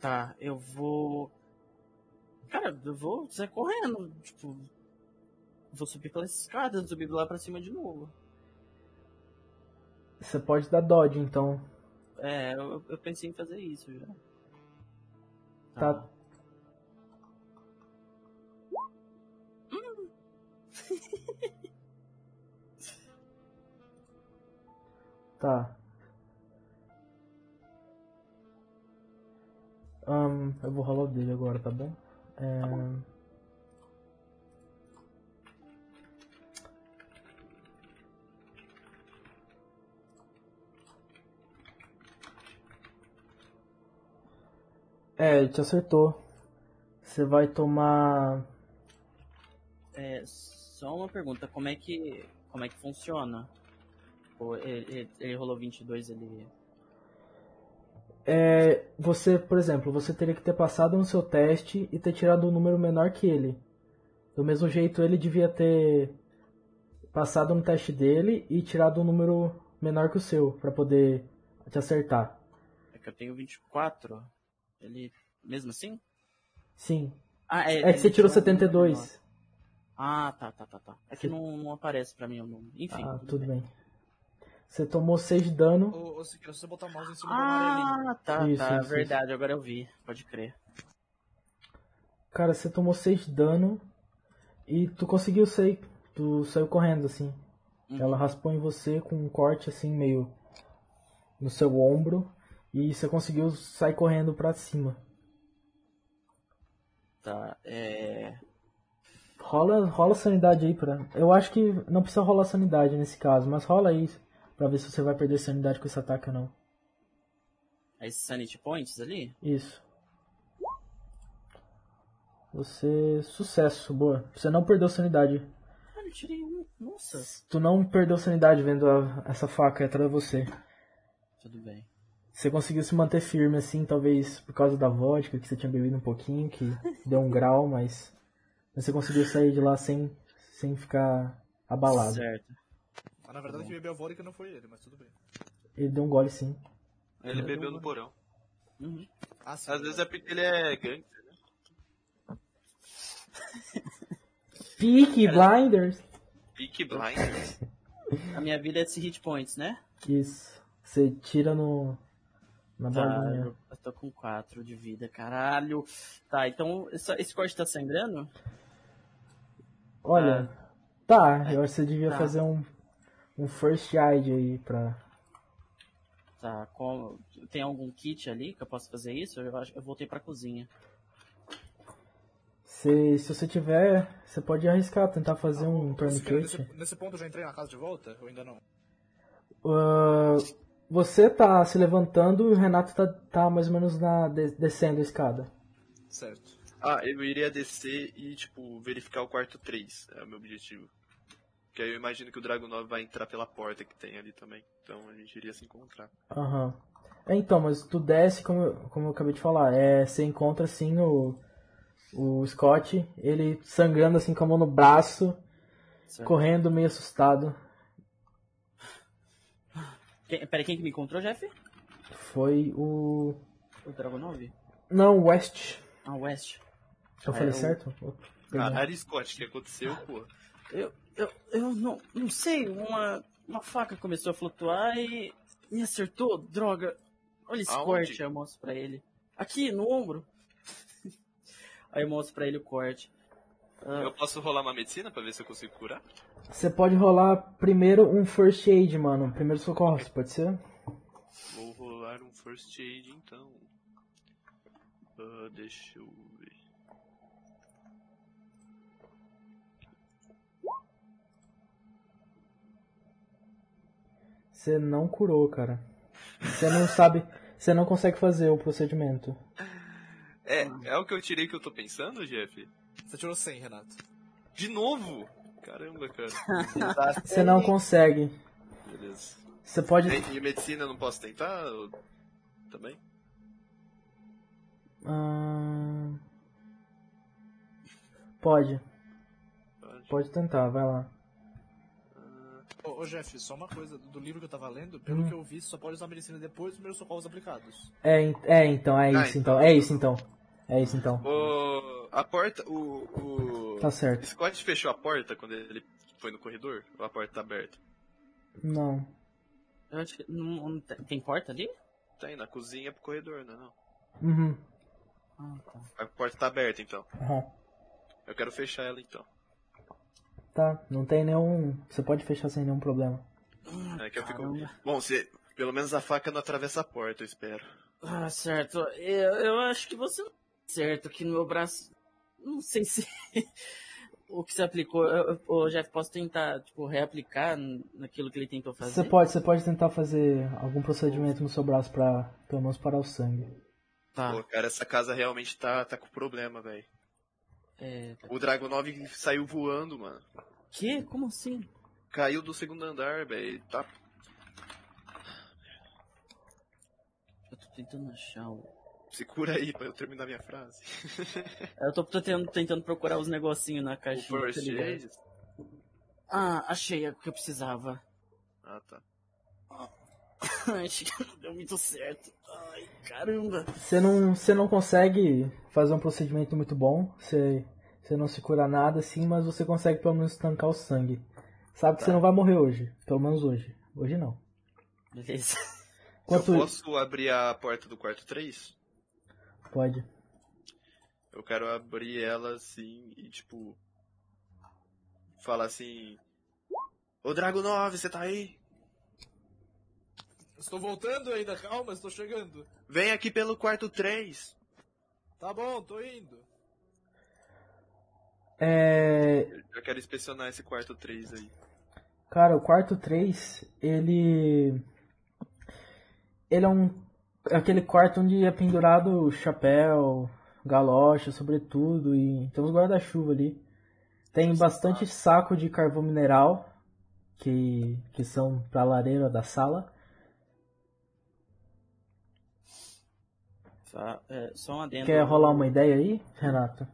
Speaker 3: Tá, eu vou. Cara, eu vou sair correndo. Tipo. Vou subir pelas escadas, subir lá pra cima de novo.
Speaker 2: Você pode dar dodge, então.
Speaker 3: É, eu, eu pensei em fazer isso já.
Speaker 2: Tá. tá. Ahn, eu vou rolar o dele agora, tá bom? É... É, ele te acertou. Você vai tomar.
Speaker 3: É, só uma pergunta, como é que. como é que funciona? Pô, ele, ele, ele rolou 22 ele
Speaker 2: É, você, por exemplo, você teria que ter passado no seu teste e ter tirado um número menor que ele. Do mesmo jeito, ele devia ter passado no teste dele e tirado um número menor que o seu pra poder te acertar.
Speaker 3: É que eu tenho 24. Ele. Mesmo assim?
Speaker 2: Sim.
Speaker 3: Ah,
Speaker 2: É que você
Speaker 3: ele
Speaker 2: tirou
Speaker 3: tirou um número menor.
Speaker 2: 72.
Speaker 3: Ah, tá, tá, tá, tá. É que
Speaker 2: Você-
Speaker 3: não, não aparece pra mim o nome. Enfim.
Speaker 2: Ah, tudo bem. Você tomou 6 de dano.
Speaker 1: Ou, ou se quer, você botar o mouse em cima do amarelinho.
Speaker 3: Ah, tá,
Speaker 2: Isso,
Speaker 3: tá.
Speaker 2: isso,
Speaker 3: verdade, agora eu vi. Pode crer.
Speaker 2: Cara, você tomou 6 de dano e tu conseguiu sair. Tu saiu correndo assim.
Speaker 3: Uhum.
Speaker 2: Ela raspou em você com um corte assim meio no seu ombro e você conseguiu sair correndo pra cima.
Speaker 3: Tá, é.
Speaker 2: Rola, rola sanidade aí pra. Eu acho que não precisa rolar sanidade nesse caso, mas rola aí pra ver se você vai perder sanidade com esse ataque ou não.
Speaker 3: É esses Sanity Points ali?
Speaker 2: Isso. Você sucesso, boa. Você não perdeu sanidade.
Speaker 3: Cara, eu tirei um. Nossa.
Speaker 2: Tu não perdeu sanidade vendo a- essa faca atrás de você.
Speaker 3: Tudo bem.
Speaker 2: Você conseguiu se manter firme, assim, talvez por causa da vodka que você tinha bebido um pouquinho, que deu um grau, mas mas você conseguiu sair de lá sem, sem ficar abalado.
Speaker 3: Certo.
Speaker 2: Tá
Speaker 1: Ah, na verdade, quem bebeu a vodka não foi ele, mas tudo bem.
Speaker 2: Ele deu um gole sim.
Speaker 4: Ele bebeu no porão.
Speaker 3: Uhum.
Speaker 1: Ah, sim.
Speaker 4: Às vezes é porque ele é gangster.
Speaker 2: Peaky Blinders!
Speaker 4: Peak Blinders.
Speaker 3: A minha vida é esses hit points, né?
Speaker 2: Isso. Você tira no. na
Speaker 3: Tá,
Speaker 2: bolinha.
Speaker 3: eu eu tô com 4 de vida, caralho. Tá, então essa- esse corte tá sangrando?
Speaker 2: Olha. Tá, eu acho que você devia
Speaker 3: Tá.
Speaker 2: fazer um. um first aid aí pra.
Speaker 3: Tá, qual- tem algum kit ali que eu posso fazer isso? Eu acho eu voltei pra cozinha.
Speaker 2: Se, se você tiver, você pode arriscar, tentar
Speaker 3: Tá
Speaker 2: fazer um
Speaker 1: Nesse-
Speaker 2: tourniquet.
Speaker 1: nesse, nesse ponto eu já entrei na casa de volta? Ou ainda não?
Speaker 2: Ah, você tá se levantando e o Renato tá, tá mais ou menos na, de- descendo a escada.
Speaker 1: Certo.
Speaker 4: Ah, eu iria descer e, tipo, verificar o quarto 3. É o meu objetivo. Que aí eu imagino que o Drago 9 vai entrar pela porta que tem ali também. Então a gente iria se encontrar.
Speaker 2: Aham. É, então, mas tu desce, como, eu- como eu acabei de falar, é, você encontra assim o, o Scott, ele sangrando assim com a mão no braço,
Speaker 3: Certo.
Speaker 2: correndo meio assustado.
Speaker 3: Quem, pera, quem que me encontrou, Jeff?
Speaker 2: Foi o.
Speaker 3: O Dragon 9?
Speaker 2: Não, o West.
Speaker 3: Ah, o West.
Speaker 2: Eu
Speaker 3: É,
Speaker 2: falei
Speaker 3: o-
Speaker 2: certo? Oh, perdão.
Speaker 4: Ah, era Scott, o que aconteceu, pô?
Speaker 3: Eu, eu, eu não, não sei, uma, uma faca começou a flutuar e me acertou, droga. Olha esse
Speaker 4: Aonde?
Speaker 3: corte, eu mostro pra ele. Aqui, no ombro. Aí eu mostro pra ele o corte. Ah,
Speaker 4: Eu posso rolar uma medicina pra ver se eu consigo curar?
Speaker 2: Você pode rolar primeiro um first aid, mano. Primeiro socorros, pode ser?
Speaker 4: Vou rolar um first aid então. Ah, deixa eu ver.
Speaker 2: Você não curou, cara. Você não sabe. Você não consegue fazer o procedimento.
Speaker 4: É, é o que eu tirei que eu tô pensando, Jeff?
Speaker 1: Você tirou 100, Renato.
Speaker 4: De novo? Caramba, cara.
Speaker 2: Você não consegue.
Speaker 4: Beleza.
Speaker 2: Você pode.
Speaker 4: E, e medicina eu não posso tentar? Eu- Também?
Speaker 2: Ah, Pode,
Speaker 4: Pode.
Speaker 2: pode tentar, vai lá.
Speaker 1: Ô, ô, Jeff, só uma coisa. Do livro que eu tava lendo, pelo
Speaker 2: Hum.
Speaker 1: que eu vi, só pode usar medicina depois dos primeiros socorros aplicados.
Speaker 2: É, en- é então, é
Speaker 4: Ah,
Speaker 2: isso então, é isso então. É isso então.
Speaker 4: O, a porta. O, o.
Speaker 2: Tá certo.
Speaker 4: Scott fechou a porta quando ele foi no corredor? Ou a porta tá aberta?
Speaker 2: Não.
Speaker 3: eu acho que não, não tem, tem porta ali?
Speaker 4: Tem, Tá na cozinha pro corredor, não é não?
Speaker 2: Uhum.
Speaker 3: Ah, tá.
Speaker 4: A porta tá aberta então.
Speaker 2: aham.
Speaker 4: Eu quero fechar ela então.
Speaker 2: Tá, não tem nenhum. Você pode fechar sem nenhum problema.
Speaker 4: É que eu fico.
Speaker 3: Caramba.
Speaker 4: Bom, se. Pelo menos a faca não atravessa a porta, eu espero.
Speaker 3: Ah, certo. Eu, eu acho que você não tá certo que no meu braço. Não sei se. o que você aplicou. Eu, eu, ô, Jeff, posso tentar, tipo, reaplicar n- naquilo que ele tentou fazer?
Speaker 2: Você pode, você pode tentar fazer algum procedimento no seu braço pra pelo menos parar o sangue.
Speaker 3: Tá.
Speaker 4: Pô, cara, essa casa realmente tá, tá com problema, velho.
Speaker 3: É...
Speaker 4: O Dragon 9 saiu voando, mano.
Speaker 3: Que? Como assim?
Speaker 4: Caiu do segundo andar, velho. Tá.
Speaker 3: Eu tô tentando achar o...
Speaker 4: Se cura aí pra eu terminar minha frase.
Speaker 3: Eu tô, tô tentando, tentando procurar os negocinhos na
Speaker 4: O é
Speaker 3: caixa.
Speaker 4: first aid.
Speaker 3: Ah, achei o que eu precisava.
Speaker 4: Ah, tá.
Speaker 3: Ai, Acho que não deu muito certo. Ai, caramba.
Speaker 2: Você não, você não consegue fazer um procedimento muito bom. Você, você não se cura nada assim, mas você consegue pelo menos estancar o sangue. Sabe
Speaker 4: Tá.
Speaker 2: que você não vai morrer hoje, pelo menos hoje. Hoje não.
Speaker 3: Beleza.
Speaker 2: Quanto
Speaker 4: Eu posso abrir a porta do quarto 3?
Speaker 2: pode?
Speaker 4: Eu quero abrir ela assim e tipo. Falar assim. Ô Drago 9, você tá aí?
Speaker 1: Estou voltando ainda, calma, estou chegando.
Speaker 4: Vem aqui pelo quarto 3.
Speaker 1: Tá bom, tô indo.
Speaker 2: É,
Speaker 4: Eu quero inspecionar esse quarto 3 aí.
Speaker 2: cara, o quarto 3, ele ele é um é aquele quarto onde é pendurado chapéu, galocha, sobretudo e tem uns guarda-chuva ali. Tem bastante saco de carvão mineral que que são pra lareira da sala.
Speaker 3: Tá, é, só um adendo.
Speaker 2: Quer rolar uma ideia aí, Renato?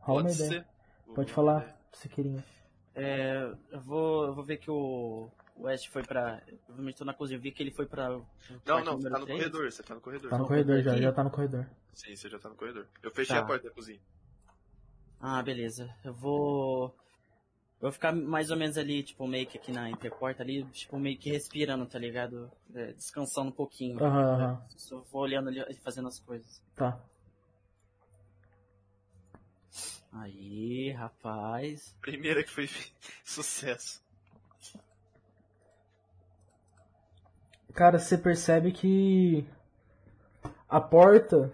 Speaker 2: Rola uma ideia.
Speaker 4: Vou
Speaker 2: Pode
Speaker 4: rolar uma
Speaker 2: falar, se querinha.
Speaker 3: É, eu, vou, eu vou ver que o o West foi pra... Provavelmente tô na cozinha. Eu vi que ele foi pra...
Speaker 4: ideia. Não, não, você tá no corredor, você tá no corredor.
Speaker 2: Tá no
Speaker 3: Só um
Speaker 2: corredor já,
Speaker 3: aqui?
Speaker 2: já tá no corredor.
Speaker 4: Sim, você já tá no corredor. Eu fechei
Speaker 3: Tá.
Speaker 4: a porta da cozinha.
Speaker 3: Ah, beleza. Eu vou... Eu vou ficar mais ou menos ali, tipo, meio que aqui na entreporta ali, tipo, meio que respirando, tá ligado? É, descansando um pouquinho.
Speaker 2: Aham, aham.
Speaker 3: Só vou olhando ali, fazendo as coisas.
Speaker 2: Tá.
Speaker 3: Aí, rapaz.
Speaker 4: Primeira que foi sucesso.
Speaker 2: Cara, você percebe que a porta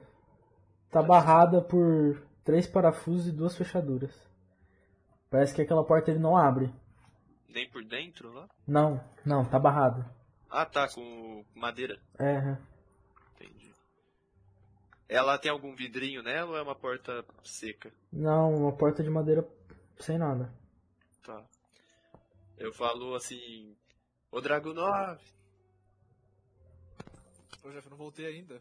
Speaker 2: tá barrada por três parafusos e duas fechaduras. Parece que aquela porta ele não abre.
Speaker 4: Nem por dentro lá?
Speaker 2: Não, não, tá barrado.
Speaker 4: Ah, tá, com madeira.
Speaker 2: É,
Speaker 4: Entendi. Ela tem algum vidrinho nela ou é uma porta seca?
Speaker 2: não, uma porta de madeira sem nada.
Speaker 4: Tá. Eu falo assim. Ô Drago 9!
Speaker 1: Ô Jeff, eu não voltei ainda.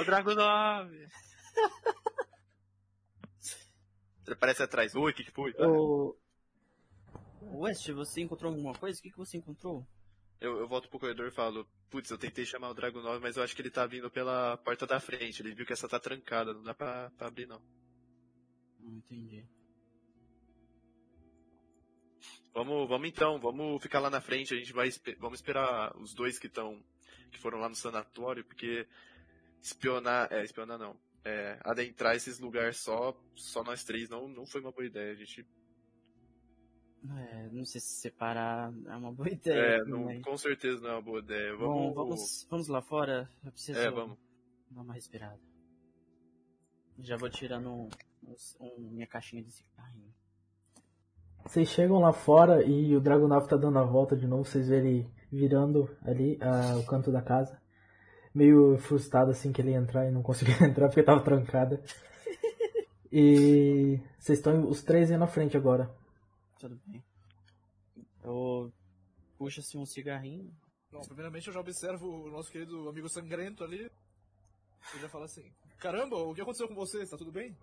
Speaker 4: Ô Drago 9! Ele aparece atrás. Oi, o que, que foi?
Speaker 3: O... West, você encontrou alguma coisa? O que, que você encontrou?
Speaker 4: Eu, eu volto pro corredor e falo, putz, eu tentei chamar o Drago 9, mas eu acho que ele tá vindo pela porta da frente. Ele viu que essa tá trancada, não dá pra, pra abrir não.
Speaker 3: Não entendi.
Speaker 4: Vamos, vamos então, vamos ficar lá na frente, a gente vai espe- vamos esperar os dois que estão que foram lá no sanatório, porque espionar, é, espionar não. É, adentrar esses lugares só, só nós três não, não foi uma boa ideia. A gente
Speaker 3: É, não sei se separar é uma boa
Speaker 4: é,
Speaker 3: ideia.
Speaker 4: não-
Speaker 3: mas-
Speaker 4: com certeza não é uma boa ideia.
Speaker 3: Bom,
Speaker 4: Vamos,
Speaker 3: vamos, vamos lá fora. Eu preciso
Speaker 4: É, vamos.
Speaker 3: dar uma respirada. Já vou tirando um, uns- um- minha caixinha de cigarrinho.
Speaker 2: Vocês chegam lá fora e o Dragunov tá dando a volta de novo, vocês vê ele virando ali ah, o canto da casa. Meio frustrado assim que ele ia entrar e não conseguia entrar porque tava trancada. E vocês estão os três indo na frente agora.
Speaker 3: Tudo bem. Eu puxo assim um cigarrinho.
Speaker 1: Bom, primeiramente eu já observo o nosso querido amigo sangrento ali. Ele já fala assim: Caramba, o que aconteceu com você? Tá tudo bem?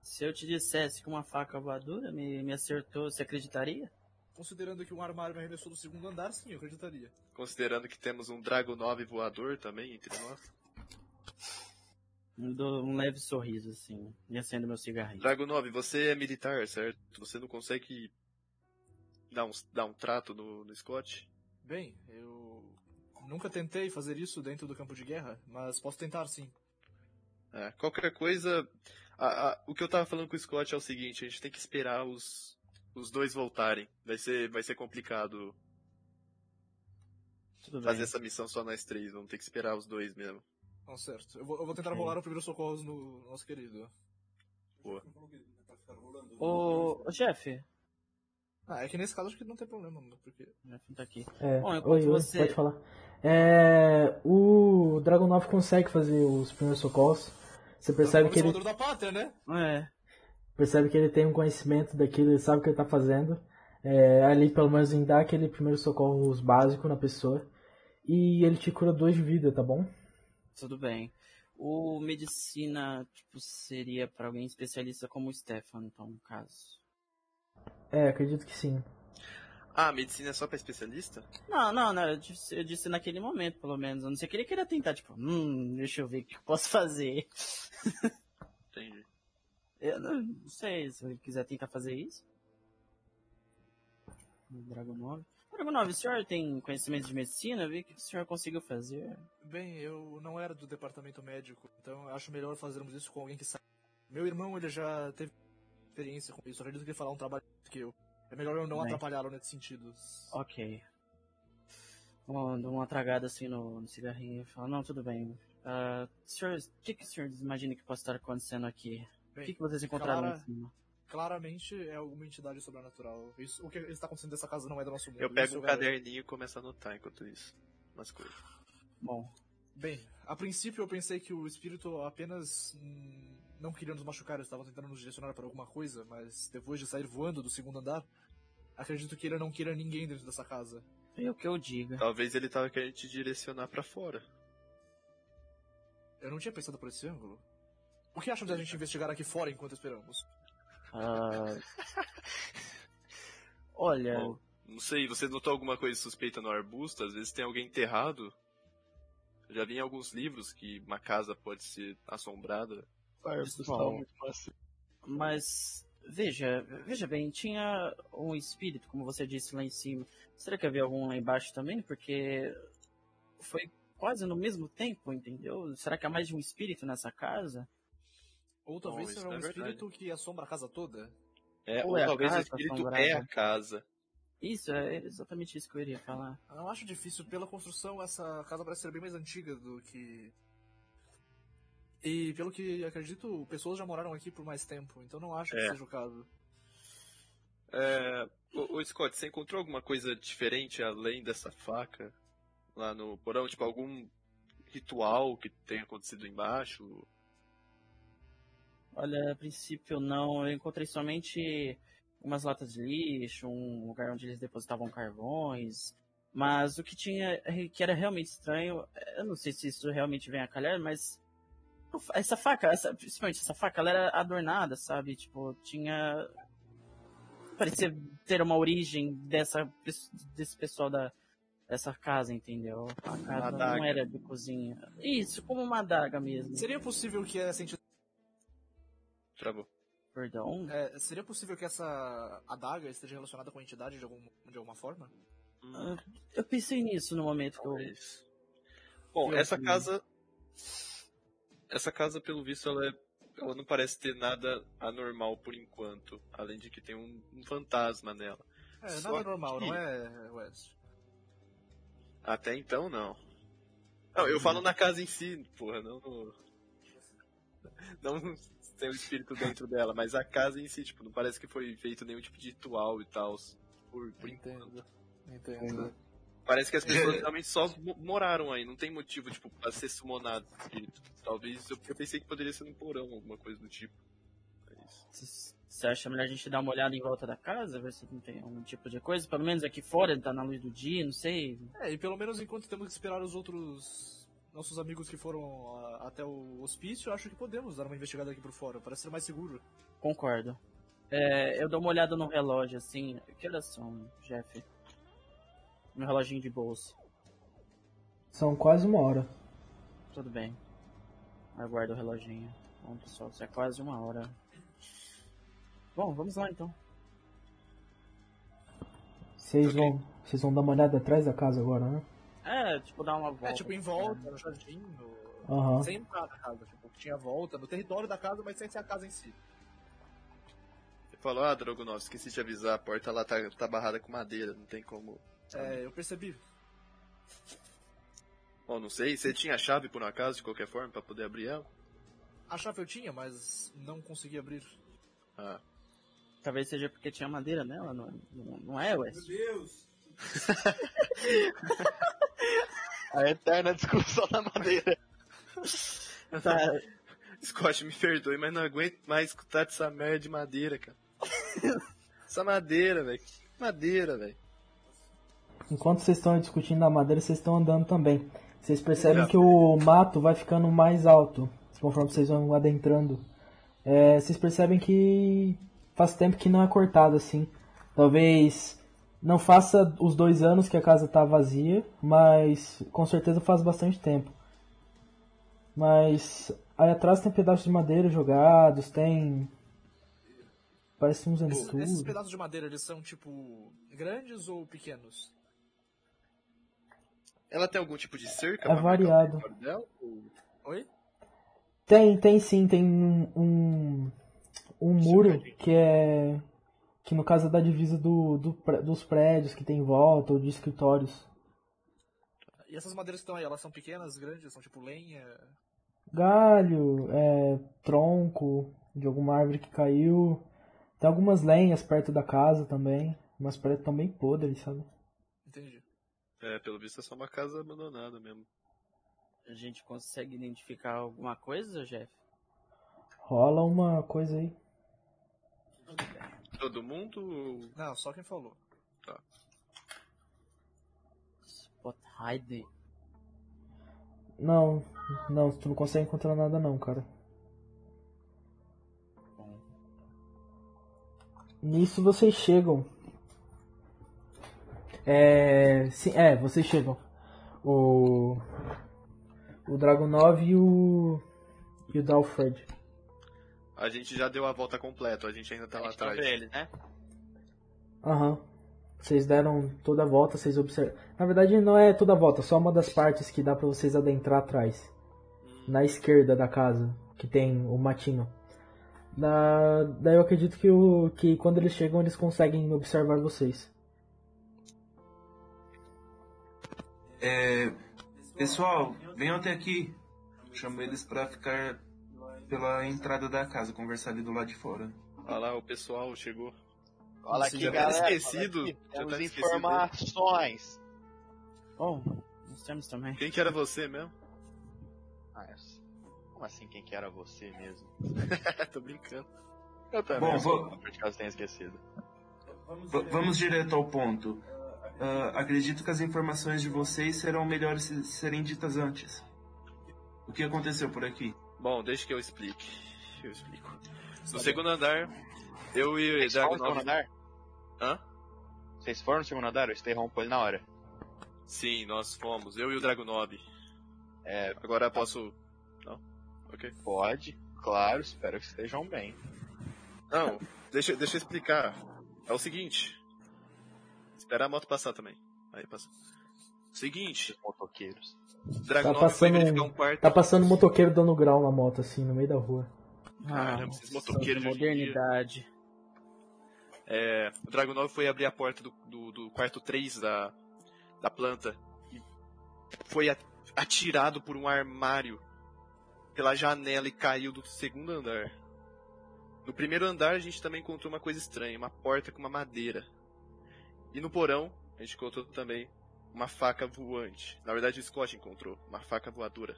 Speaker 3: Se eu te dissesse que uma faca voadora me, me acertou, você acreditaria?
Speaker 1: Considerando que um armário me arremessou do segundo andar, sim, eu acreditaria.
Speaker 4: Considerando que temos um Drago 9 voador também entre nós.
Speaker 3: Eu dou um leve sorriso assim, e acendo meu cigarrinho.
Speaker 4: Drago 9, você é militar, certo? Você não consegue dar um, dar um trato no, no Scott?
Speaker 1: Bem, eu nunca tentei fazer isso dentro do campo de guerra, mas posso tentar sim.
Speaker 4: É, qualquer coisa. a- a- o que eu tava falando com o Scott é o seguinte: a gente tem que esperar os, os dois voltarem. Vai ser, vai ser complicado
Speaker 3: Tudo
Speaker 4: fazer
Speaker 3: bem.
Speaker 4: essa missão só nós três. Vamos ter que esperar os dois mesmo.
Speaker 1: Então, certo. Eu vou, eu vou tentar
Speaker 3: Ok.
Speaker 1: rolar o primeiro socorro no nosso querido.
Speaker 3: Ô, ô chefe,
Speaker 1: Ah, é que nesse caso acho que não tem problema, mano, porque.
Speaker 3: o chefe não tá aqui.
Speaker 2: É,
Speaker 3: Bom, enquanto
Speaker 2: oi, oi,
Speaker 3: você-
Speaker 2: pode falar. É, o Dragunov consegue fazer os primeiros socorros. Você percebe
Speaker 1: Talvez
Speaker 2: que ele
Speaker 1: Salvador Tá da pátria, né?
Speaker 3: É,
Speaker 2: percebe que ele tem um conhecimento daquilo, ele sabe o que ele tá fazendo. É, ali, pelo menos, em dar aquele primeiro socorro básico na pessoa. E ele te cura dois de vida, tá bom?
Speaker 3: tudo bem. O medicina, tipo, seria pra alguém especialista como o Stefan, então, no caso.
Speaker 2: É, acredito que sim.
Speaker 4: Ah, medicina é só pra especialista?
Speaker 3: Não, não, não, eu disse, eu disse naquele momento, pelo menos. A não ser que ele queira tentar, tipo, hum, deixa eu ver o que eu posso fazer.
Speaker 4: Entendi.
Speaker 3: Eu não, não sei se ele quiser tentar fazer isso. No Dragon 9. Dragon 9, o senhor tem conhecimento de medicina? Eu vi que o senhor conseguiu fazer.
Speaker 1: Bem, eu não era do departamento médico, então eu acho melhor fazermos isso com alguém que sabe. Meu irmão, ele já teve experiência com isso, eu acredito que ele fará um trabalho que eu. É melhor eu não
Speaker 3: Bem.
Speaker 1: atrapalhá-lo nesse sentido.
Speaker 3: Ok. Uma, dou uma tragada assim no, no cigarrinho e falo, não, tudo bem. Ah, senhor, o que, que o senhor imagina que possa estar acontecendo aqui? O
Speaker 1: Bem,
Speaker 3: que, que vocês encontraram
Speaker 1: Clara-
Speaker 3: em cima?
Speaker 1: Claramente é alguma entidade sobrenatural. Isso, o que está acontecendo nessa casa não é do nosso mundo.
Speaker 4: Eu
Speaker 1: isso
Speaker 4: pego um
Speaker 1: garanto.
Speaker 4: caderninho e começo a anotar enquanto isso. Umas coisas.
Speaker 3: Bom,
Speaker 1: Bem, a princípio eu pensei que o espírito apenas hum, não queria nos machucar, estava tentando nos direcionar para alguma coisa, mas depois de sair voando do segundo andar, acredito que ele não queira ninguém dentro dessa casa.
Speaker 3: é o que eu diga.
Speaker 4: Talvez ele tava querendo te direcionar pra fora.
Speaker 1: Eu não tinha pensado por esse ângulo. O que acham de a gente investigar aqui fora enquanto esperamos?
Speaker 3: Ah, olha,
Speaker 4: Bom, Não sei, você notou alguma coisa suspeita no arbusto? Às vezes tem alguém enterrado. Eu já vi em alguns livros que uma casa pode ser assombrada.
Speaker 3: Bom. Mas veja, veja bem, tinha um espírito, como você disse lá em cima. Será que havia algum lá embaixo também? Porque foi quase no mesmo tempo, entendeu? Será que há mais de um espírito nessa casa?
Speaker 1: Ou talvez
Speaker 4: Bom, isso
Speaker 1: seja um
Speaker 4: é verdade.
Speaker 1: espírito que assombra a casa toda?
Speaker 4: É,
Speaker 3: Ou
Speaker 4: ou
Speaker 3: é a
Speaker 4: talvez o
Speaker 3: casa
Speaker 4: espírito
Speaker 3: assombrada.
Speaker 4: é a casa.
Speaker 3: Isso, é exatamente isso que eu iria falar.
Speaker 1: Eu não acho difícil, pela construção essa casa parece ser bem mais antiga do que. E pelo que acredito, pessoas já moraram aqui por mais tempo, então não acho
Speaker 4: É.
Speaker 1: que seja o caso.
Speaker 4: É, ô, ô, Scott, você encontrou alguma coisa diferente além dessa faca lá no porão? Tipo, algum ritual que tenha acontecido embaixo?
Speaker 3: Olha, a princípio não, eu encontrei somente umas latas de lixo, um lugar onde eles depositavam carvões. Mas o que tinha, que era realmente estranho, eu não sei se isso realmente vem a calhar, mas essa faca, essa, principalmente essa faca, ela era adornada, sabe? Tipo, tinha. Parecia ter uma origem dessa, desse pessoal da, dessa casa, entendeu? A casa não era de cozinha. Isso, como uma adaga mesmo.
Speaker 1: Seria possível que essa entidade.
Speaker 4: Travou.
Speaker 3: Perdão?
Speaker 1: É, seria possível que essa adaga esteja relacionada com a entidade de, algum, de alguma forma?
Speaker 3: Ah, Eu pensei nisso no momento que eu.
Speaker 4: Talvez. Bom,
Speaker 3: Eu
Speaker 4: essa
Speaker 3: fui.
Speaker 4: casa. Essa casa, pelo visto, ela, é, ela não parece ter nada anormal por enquanto. Além de que tem um, um fantasma nela.
Speaker 1: É,
Speaker 4: Só
Speaker 1: nada normal,
Speaker 4: que-
Speaker 1: não é, Wes?
Speaker 4: Até então, não. Uhum. Não, eu falo na casa em si, porra, não. no- Não tem o espírito dentro dela, mas a casa em si, tipo, não parece que foi feito nenhum tipo de ritual e tal. Por, por enquanto.
Speaker 1: Entendo.
Speaker 4: Parece que as pessoas
Speaker 6: É.
Speaker 4: realmente só mo- moraram aí, não tem motivo, tipo, pra ser sumonado espírito. Talvez eu, eu pensei que poderia ser num porão, alguma coisa do tipo. Mas-
Speaker 3: C- Você acha melhor a gente dar uma olhada em volta da casa, ver se não tem algum tipo de coisa? Pelo menos aqui fora, tá na luz do dia, não sei.
Speaker 1: É, e pelo menos enquanto temos que esperar os outros. Nossos amigos que foram ah, até o hospício, acho que podemos dar uma investigada aqui por fora, parece ser mais seguro.
Speaker 3: Concordo. É, eu dou uma olhada no relógio, assim. Que horas são, Jeff? No reloginho de bolso.
Speaker 2: São quase uma hora.
Speaker 3: Tudo bem. Aguardo o reloginho. Bom, pessoal, isso é quase uma hora. Bom, vamos lá então.
Speaker 2: Vocês vão, vocês vão dar uma olhada atrás da casa agora, né?
Speaker 3: É, tipo, dar uma volta.
Speaker 1: É, tipo, em volta, Ah. no jardim, no...
Speaker 2: Aham.
Speaker 1: sem entrar na casa, tipo, que tinha volta, no território da casa, mas sem ser a casa em si.
Speaker 4: Você falou, ah, Drogonov, esqueci de avisar, a porta lá tá, tá barrada com madeira, não tem como.
Speaker 1: É, eu percebi.
Speaker 4: Bom, não sei, você tinha a chave por um acaso, de qualquer forma, pra poder abrir ela?
Speaker 1: A chave eu tinha, mas não consegui abrir.
Speaker 4: Ah.
Speaker 3: Talvez seja porque tinha madeira nela, não, não, não é, Wes?
Speaker 6: Meu Deus!
Speaker 5: A eterna discussão na madeira.
Speaker 3: Tá,
Speaker 4: Scott, me perdoe, mas não aguento mais escutar dessa merda de madeira, cara. Essa madeira, velho. Que madeira, velho.
Speaker 2: Enquanto vocês estão discutindo a madeira, vocês estão andando também. Vocês percebem
Speaker 4: Já.
Speaker 2: que o mato vai ficando mais alto, conforme vocês vão adentrando. É, vocês percebem que faz tempo que não é cortado assim. Talvez não faça os dois anos que a casa tá vazia, mas com certeza faz bastante tempo. Mas aí atrás tem pedaços de madeira jogados, tem. Parece uns
Speaker 1: Esse- Tipo, esses
Speaker 2: entulhos.
Speaker 1: pedaços de madeira, eles são, tipo, grandes ou pequenos?
Speaker 4: Ela tem algum tipo de cerca?
Speaker 2: É
Speaker 4: pra marcar o
Speaker 2: variado.
Speaker 4: território Dela, ou...
Speaker 1: Oi?
Speaker 2: Tem, tem sim, tem um, um, um muro que é. Que no caso é da divisa do, do pré- dos prédios que tem em volta, ou de escritórios.
Speaker 1: E essas madeiras que estão aí, elas são pequenas, grandes, são tipo lenha?
Speaker 2: Galho, é, tronco de alguma árvore que caiu. Tem algumas lenhas perto da casa também. Umas prédios estão bem podres, sabe?
Speaker 1: Entendi.
Speaker 4: É, pelo visto é só uma casa abandonada mesmo.
Speaker 3: a gente consegue identificar alguma coisa, Jeff?
Speaker 2: Rola uma coisa aí.
Speaker 4: Todo mundo ou
Speaker 1: Não, só quem falou.
Speaker 3: Spot hide.
Speaker 2: Não, não, tu não consegue encontrar nada não, cara. Nisso vocês chegam. É. Sim, é, vocês chegam. O. O Dragunov e o. E o Dalfred.
Speaker 4: a gente já deu a volta completa, a gente ainda tá lá atrás.
Speaker 5: eles, né?
Speaker 2: Aham. Vocês deram toda a volta, vocês observam. Na verdade, não é toda a volta, só uma das partes que dá pra vocês adentrar atrás. Na esquerda da casa, que tem o matino. Da... Daí eu acredito que, o... que quando eles chegam, eles conseguem observar vocês.
Speaker 6: É, pessoal, venham até aqui. Chamo eles pra ficar pela entrada da casa, conversar ali do lado de fora.
Speaker 4: Olha lá, o pessoal chegou.
Speaker 5: Fala
Speaker 4: Você
Speaker 5: aqui,
Speaker 4: já tá
Speaker 5: galera.
Speaker 4: esquecido?
Speaker 5: fala aqui.
Speaker 4: Já tá
Speaker 5: Temos
Speaker 4: esquecido.
Speaker 5: informações.
Speaker 3: Bom, nós temos também.
Speaker 4: Quem que era você mesmo?
Speaker 5: Ah, como assim quem que era você mesmo?
Speaker 4: É, Tô brincando.
Speaker 5: Eu
Speaker 6: Bom,
Speaker 5: também. Bom,
Speaker 6: vou-
Speaker 5: vou... Por causa tenha esquecido.
Speaker 6: V- vamos direto ao ponto. Ah, acredito que as informações de vocês serão melhores se serem ditas antes. O que aconteceu por aqui?
Speaker 4: Bom, deixa que eu explique. Eu explico. No segundo andar, eu e
Speaker 5: Vocês foram no
Speaker 4: Dragunov...
Speaker 5: segundo andar?
Speaker 4: Hã?
Speaker 5: Vocês foram no segundo andar? Eu interrompo ele na hora. né?
Speaker 4: Sim, nós fomos. Eu e o Dragunov.
Speaker 5: É,
Speaker 4: Agora posso... Não? Ok.
Speaker 5: pode, claro, espero que estejam bem.
Speaker 4: Não, deixa, deixa eu explicar. É o seguinte. Esperar a moto passar também. Aí passa. Seguinte,
Speaker 5: Os motoqueiros.
Speaker 4: Dragunov foi
Speaker 2: Tá passando
Speaker 4: verificar
Speaker 2: um-
Speaker 4: um quarto.
Speaker 2: Tá passando um motoqueiro dando grau na moto, assim, no meio da rua.
Speaker 4: Caramba,
Speaker 3: Ah,
Speaker 4: esses motoqueiros de hoje em dia.
Speaker 3: modernidade.
Speaker 4: É, o Dragunov foi abrir a porta do, do- do quarto 3 da, da planta e foi a- atirado por um armário pela janela e caiu do segundo andar. No primeiro andar a gente também encontrou uma coisa estranha, uma porta com uma madeira. E no porão a gente encontrou também uma faca voante. Na verdade o Scott encontrou uma faca voadora.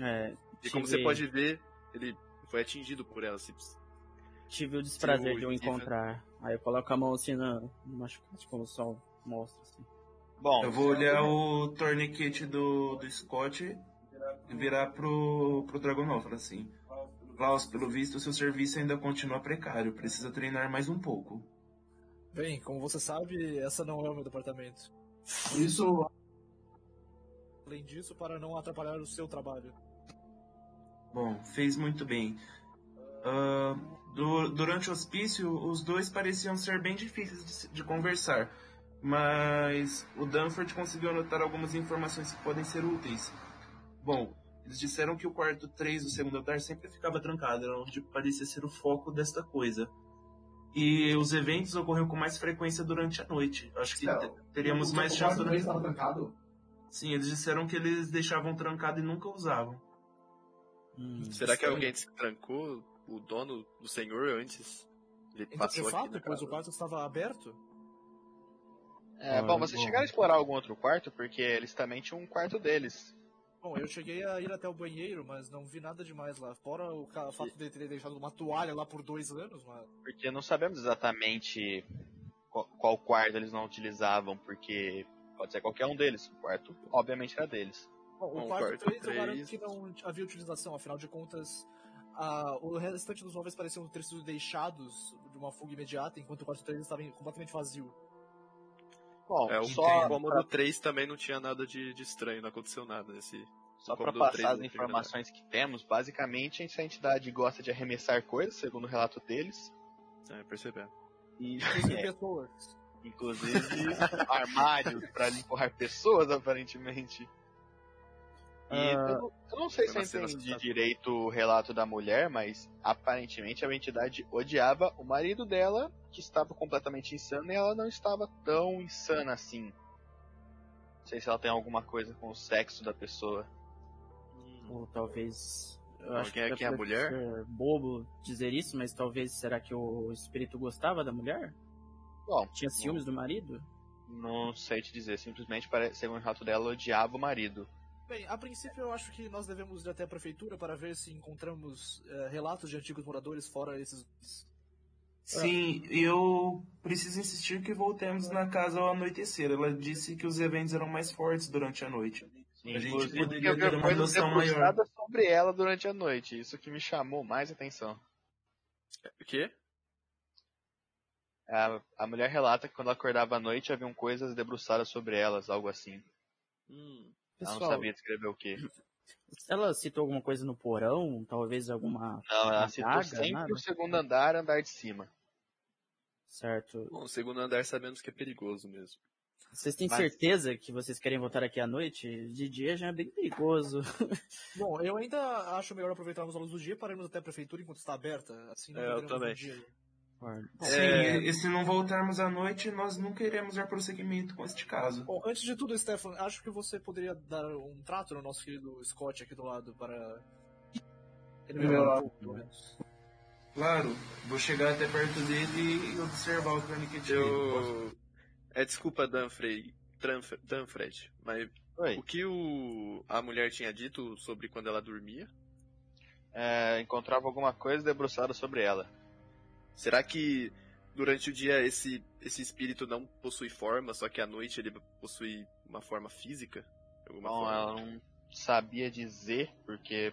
Speaker 3: É,
Speaker 4: E como
Speaker 3: Tive-
Speaker 4: você pode ver, ele foi atingido por ela. se-
Speaker 3: tive o desprazer
Speaker 4: Sim,
Speaker 3: de o
Speaker 4: o-
Speaker 3: encontrar. Aí eu coloco a mão assim na, no machucado, como o sol mostra. Assim.
Speaker 5: Bom,
Speaker 6: Eu vou olhar o torniquete do, do Scott e virar pro, pro Dragonov, falar assim. Klaus, pelo visto, seu serviço ainda continua precário. Precisa treinar mais um pouco.
Speaker 1: Bem, como você sabe, essa não é o meu departamento.
Speaker 6: Isso.
Speaker 1: Além disso, para não atrapalhar o seu trabalho.
Speaker 6: Bom, fez muito bem. Ah, du- durante o hospício, os dois pareciam ser bem difíceis de, se- de conversar. Mas o Danford conseguiu anotar algumas informações que podem ser úteis. Bom, eles disseram que o quarto 3 do segundo andar sempre ficava trancado, era onde parecia ser o foco desta coisa. E os eventos ocorriam com mais frequência durante a noite. Acho que
Speaker 7: Não.
Speaker 6: te- teríamos mais chance
Speaker 7: chance
Speaker 6: durante...
Speaker 7: estava trancado?
Speaker 6: Sim, eles disseram que eles deixavam trancado e nunca usavam.
Speaker 3: Hum.
Speaker 4: Será que alguém se trancou o dono do senhor antes? Ele
Speaker 1: Então, de
Speaker 4: passou aqui né,
Speaker 1: fato,
Speaker 4: na
Speaker 1: pois
Speaker 4: casa.
Speaker 1: o quarto estava aberto,
Speaker 5: É, bom, vocês chegaram a explorar algum outro quarto, porque eles também tinham um quarto deles.
Speaker 1: Bom, eu cheguei a ir até o banheiro, mas não vi nada demais lá. Fora o ca- fato de ter deixado uma toalha lá por dois anos, mas.
Speaker 5: Porque não sabemos exatamente qual, qual quarto eles não utilizavam, porque pode ser qualquer um deles. O quarto, obviamente, era deles.
Speaker 1: Bom,
Speaker 4: Bom,
Speaker 1: o quarto
Speaker 4: quarto
Speaker 1: 3 eu
Speaker 4: três.
Speaker 1: garanto que não havia utilização, afinal de contas. ah, o restante dos móveis pareciam ter sido deixados de uma fuga imediata, enquanto o quarto 3 estava em- completamente vazio.
Speaker 5: Bom,
Speaker 4: É, o
Speaker 5: só,
Speaker 4: cômodo 3 também não tinha nada de, de estranho, não aconteceu nada nesse.
Speaker 5: só
Speaker 4: o
Speaker 5: para
Speaker 4: cômodo três né?
Speaker 5: passar as
Speaker 4: do primeiro
Speaker 5: informações que temos, basicamente, essa entidade gosta de arremessar coisas, segundo o relato deles.
Speaker 4: andar. É, percebendo.
Speaker 5: E,
Speaker 1: Inclusive
Speaker 5: é,
Speaker 1: pessoas.
Speaker 5: inclusive, armários para empurrar pessoas, aparentemente. E
Speaker 3: Ah,
Speaker 5: eu, não, eu não sei
Speaker 4: foi
Speaker 5: se é
Speaker 4: uma
Speaker 5: eu
Speaker 4: cena
Speaker 5: entendi
Speaker 4: assustadora.
Speaker 5: direito o relato da mulher, mas aparentemente a entidade odiava o marido dela, que estava completamente insano, e ela não estava tão insana assim. Não sei se ela tem alguma coisa com o sexo da pessoa.
Speaker 3: Ou talvez. Eu
Speaker 4: Alguém
Speaker 3: acho que
Speaker 4: aqui Hum. é
Speaker 3: deve
Speaker 4: mulher?
Speaker 3: ser bobo dizer isso, mas talvez será que o espírito gostava da mulher?
Speaker 5: Bom,
Speaker 3: Tinha ciúmes do marido?
Speaker 5: não sei te dizer, simplesmente, pare- segundo o relato dela, ela odiava o marido.
Speaker 1: Bem, a princípio eu acho que nós devemos ir até a prefeitura para ver se encontramos eh, relatos de antigos moradores fora esses.
Speaker 6: Ah. Sim, e eu preciso insistir que voltemos na casa ao anoitecer. Ela disse que os eventos eram mais fortes durante a noite. A gente
Speaker 5: Inclusive,
Speaker 6: poderia
Speaker 5: eu vi
Speaker 6: ter uma
Speaker 5: coisa
Speaker 6: noção
Speaker 5: debruçada
Speaker 6: maior.
Speaker 5: sobre ela durante a noite, isso que me chamou mais atenção.
Speaker 4: O quê?
Speaker 5: A, a mulher relata que quando ela acordava à noite haviam coisas debruçadas sobre elas, algo assim.
Speaker 4: Hum,
Speaker 5: ela não
Speaker 3: Pessoal,
Speaker 5: sabia descrever o que.
Speaker 3: ela citou alguma coisa no porão? Talvez alguma.
Speaker 5: Não, ela
Speaker 3: uma
Speaker 5: citou
Speaker 3: daga,
Speaker 5: sempre
Speaker 3: nada?
Speaker 5: o segundo andar, andar de cima.
Speaker 3: Certo.
Speaker 4: Bom, segundo andar sabemos que é perigoso mesmo.
Speaker 3: Vocês têm
Speaker 5: Mas-
Speaker 3: certeza que vocês querem voltar aqui à noite? De dia já é bem perigoso.
Speaker 1: Bom, eu ainda acho melhor aproveitarmos a luz do dia para irmos até a prefeitura enquanto está aberta. Assim não
Speaker 4: É, eu
Speaker 1: perderemos
Speaker 4: também.
Speaker 1: um dia.
Speaker 6: Sim,
Speaker 4: É.
Speaker 6: e se não voltarmos à noite, nós nunca iremos dar prosseguimento com este caso.
Speaker 1: Bom, antes de tudo, Stefan, acho que você poderia dar um trato no nosso querido Scott aqui do lado para. Ele
Speaker 6: Meu
Speaker 1: melhorar um
Speaker 6: lado.
Speaker 1: pouco, pelo menos.
Speaker 6: Claro, vou chegar até perto dele e observar o torniquete dele.
Speaker 4: Eu. É desculpa, Danfrey. Tranf- Danfred, mas
Speaker 5: Oi.
Speaker 4: o que o, a mulher tinha dito sobre quando ela dormia?
Speaker 5: É, encontrava alguma coisa debruçada sobre ela.
Speaker 4: Será que durante o dia esse, esse espírito não possui forma, só que à noite ele possui uma forma física? Alguma
Speaker 5: Bom,
Speaker 4: forma?
Speaker 5: ela não sabia dizer, porque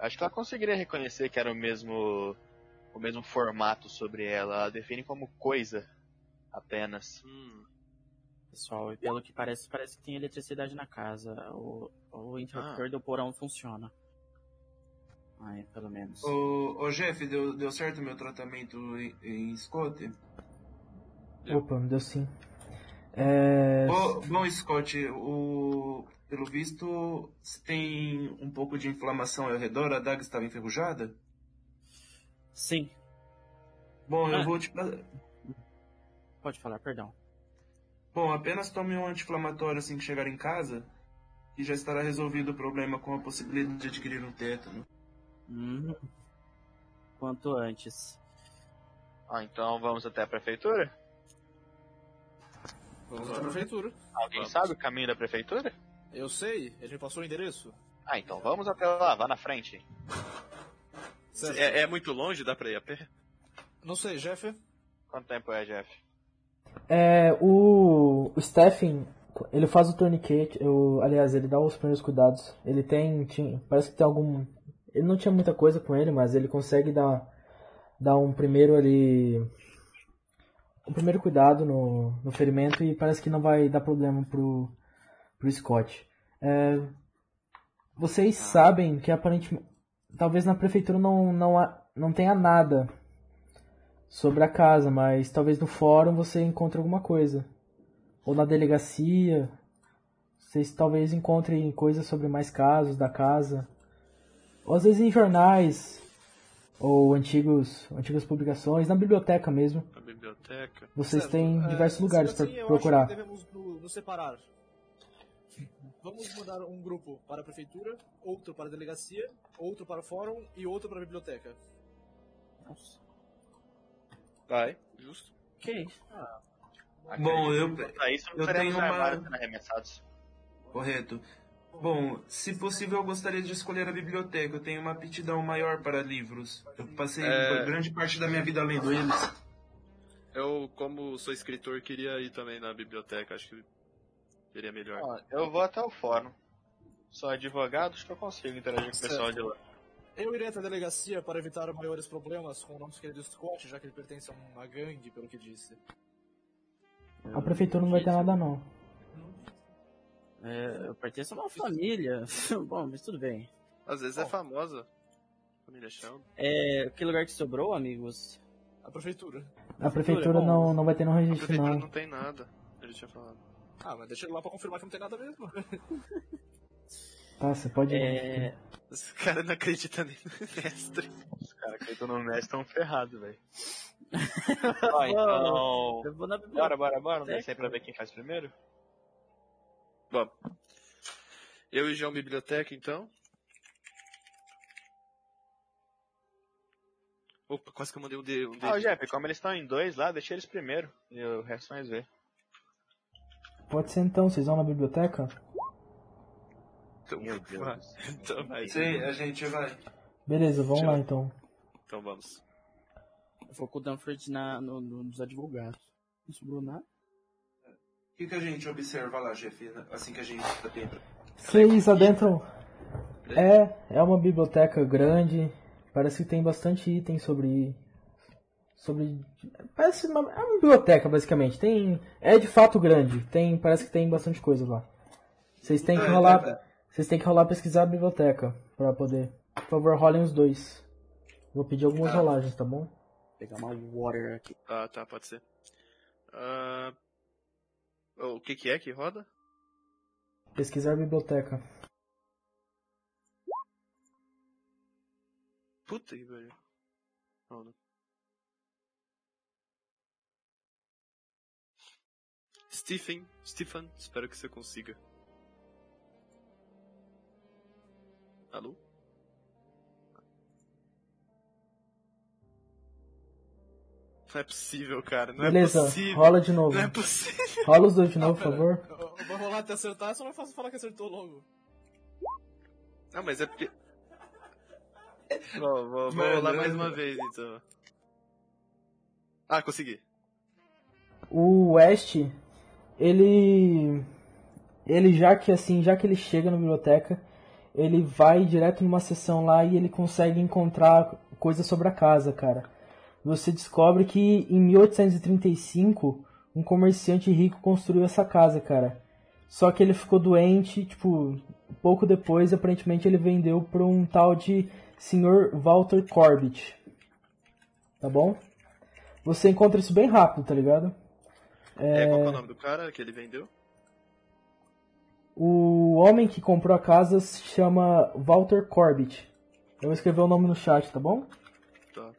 Speaker 5: acho que ela conseguiria reconhecer que era o mesmo o mesmo formato sobre ela. Ela define como coisa apenas.
Speaker 4: Hum,
Speaker 3: Pessoal, e pelo que parece, parece que tem eletricidade na casa. O, o interruptor do porão funciona. Aí, pelo menos.
Speaker 6: Ô, ô Jeff, deu, deu certo meu tratamento em, em Scott?
Speaker 4: Eu.
Speaker 2: Opa, deu sim. É,
Speaker 6: Ô, bom, Scott, o, pelo visto se tem um pouco de inflamação ao redor, a daga estava enferrujada?
Speaker 3: Sim,
Speaker 6: Bom, eu
Speaker 3: Ah.
Speaker 6: vou te. pa-
Speaker 3: pode falar, perdão.
Speaker 6: Bom, apenas tome um anti-inflamatório assim que chegar em casa e já estará resolvido o problema com a possibilidade de adquirir um tétano.
Speaker 3: Hum. Quanto antes.
Speaker 5: Ah, então vamos até a prefeitura?
Speaker 1: Vamos à prefeitura.
Speaker 5: Alguém
Speaker 4: Vamos.
Speaker 5: sabe o caminho da prefeitura?
Speaker 1: Eu sei, ele me passou o endereço.
Speaker 5: Ah, então vamos até lá, vá na frente.
Speaker 1: Certo.
Speaker 4: É, é muito longe? Dá pra ir a pé?
Speaker 1: Não sei, Jeff.
Speaker 5: Quanto tempo é, Jeff?
Speaker 2: é, o, o Stephen, ele faz o tourniquet, eu, aliás, ele dá os primeiros cuidados. Ele tem, tinha- parece que tem algum... Ele não tinha muita coisa com ele, mas ele consegue dar, dar um primeiro ali... Um primeiro cuidado no, no ferimento e parece que não vai dar problema pro, pro Scott. É, vocês sabem que aparentemente... Talvez na prefeitura não, não, há- não tenha nada sobre a casa, mas talvez no fórum você encontre alguma coisa. Ou na delegacia. Vocês talvez encontrem coisas sobre mais casos da casa. Ou às vezes em jornais. Ou antigos, antigas publicações, na biblioteca mesmo.
Speaker 4: Na biblioteca?
Speaker 2: Vocês
Speaker 1: Certo,
Speaker 2: têm
Speaker 1: é,
Speaker 2: diversos
Speaker 1: sendo
Speaker 2: lugares
Speaker 1: assim,
Speaker 2: para
Speaker 1: eu
Speaker 2: procurar.
Speaker 1: Acho que devemos no- nos separar. Vamos mandar um grupo para a prefeitura, outro para a delegacia, outro para o fórum e outro para a biblioteca.
Speaker 3: Nossa.
Speaker 4: Vai. Justo.
Speaker 3: Ok.
Speaker 6: Bom, eu,
Speaker 5: Pra isso não
Speaker 6: Eu
Speaker 5: teremos
Speaker 6: tenho uma-
Speaker 5: armários
Speaker 4: né,
Speaker 5: sendo arremessados.
Speaker 6: Correto. Bom, se possível, eu gostaria de escolher a biblioteca. Eu tenho uma aptidão maior para livros. Eu passei
Speaker 4: É.
Speaker 6: grande parte da minha vida lendo eles.
Speaker 4: Eu, como sou escritor, queria ir também na biblioteca. Acho que seria melhor.
Speaker 5: Ó, eu vou até o fórum. Sou advogado, acho que eu consigo interagir com o pessoal de lá.
Speaker 1: Eu irei até a delegacia para evitar maiores problemas com o nosso querido Scott, já que ele pertence a uma gangue, pelo que disse.
Speaker 2: A prefeitura não vai ter nada não.
Speaker 3: É, eu pertenço a uma família. Bom, mas tudo bem.
Speaker 4: Às vezes é
Speaker 1: Bom.
Speaker 4: famosa. Família Sheldon.
Speaker 3: É, que lugar que sobrou, amigos?
Speaker 1: A prefeitura.
Speaker 2: A prefeitura
Speaker 3: bom,
Speaker 2: não, não vai ter nenhum
Speaker 4: A
Speaker 2: registro
Speaker 4: prefeitura
Speaker 1: é
Speaker 2: não.
Speaker 4: não tem nada. Ele tinha falado.
Speaker 1: Ah, mas deixa ele lá para confirmar que não tem nada mesmo.
Speaker 2: Tá, você pode ir.
Speaker 3: É,
Speaker 4: Esse cara não acredita nem no mestre.
Speaker 5: Os caras que estão no mestre estão ferrados, velho.
Speaker 3: ó,
Speaker 5: Então.
Speaker 3: eu vou na
Speaker 5: Bora,
Speaker 3: biblioteca.
Speaker 5: bora, bora. Não
Speaker 3: Certo.
Speaker 5: sei pra ver quem faz primeiro.
Speaker 4: Eu e João Biblioteca, então. Opa, quase que eu mandei um D. Um D.
Speaker 5: Ah, ô, Jeff, como eles estão em dois lá, deixa eles primeiro. E o resto nós vê.
Speaker 2: Pode ser então, vocês vão na biblioteca?
Speaker 4: então, vai.
Speaker 5: do céu.
Speaker 4: Então, vai.
Speaker 6: Sim, a gente vai.
Speaker 2: Beleza, vamos lá então.
Speaker 4: Então vamos.
Speaker 3: Eu vou com o Danford na, no, no- nos advogados. Não sobrou nada.
Speaker 6: O que, que a gente observa lá, Jeff, né? assim que a gente tá dentro?
Speaker 2: Vocês adentram. É, é uma biblioteca grande. Parece que tem bastante item sobre. Sobre. Parece uma, é uma biblioteca, basicamente. Tem. É de fato grande. Tem, parece que tem bastante coisa lá. Vocês
Speaker 6: Ah,
Speaker 4: É,
Speaker 2: têm que rolar. Vocês têm que rolar pesquisar a biblioteca pra poder. Por favor, rolem os dois. Vou pedir algumas rolagens, tá bom?
Speaker 3: Vou pegar uma water aqui.
Speaker 4: Ah, tá, pode ser. Ah, oh, o que, que é que roda?
Speaker 2: Pesquisar a biblioteca.
Speaker 4: Puta que pariu. Não, não. Stephen, Stephen, espero que você consiga. Alô? Não é possível, cara. Não
Speaker 2: Beleza,
Speaker 4: é possível.
Speaker 2: rola de novo.
Speaker 4: Não é possível.
Speaker 2: Rola os dois de
Speaker 1: Não,
Speaker 2: novo, por
Speaker 1: pera,
Speaker 2: favor.
Speaker 1: Eu, eu vou rolar até acertar, só não faço falar que acertou logo.
Speaker 4: Não, mas é porque. Vou, vou, vou rolar mais uma vez, então. Ah, consegui.
Speaker 2: O West, ele ele já que assim, já que ele chega na biblioteca, ele vai direto numa sessão lá e ele consegue encontrar coisas sobre a casa, cara. Você descobre que em 1835 um comerciante rico construiu essa casa, cara. Só que ele ficou doente, tipo, pouco depois, aparentemente ele vendeu para um tal de Sr. Walter Corbett. Tá bom? Você encontra isso bem rápido, tá ligado?
Speaker 4: É, qual que é o nome do cara que ele vendeu?
Speaker 2: O homem que comprou a casa se chama Walter Corbett. Eu vou escrever o nome no chat, tá bom?
Speaker 4: Tá.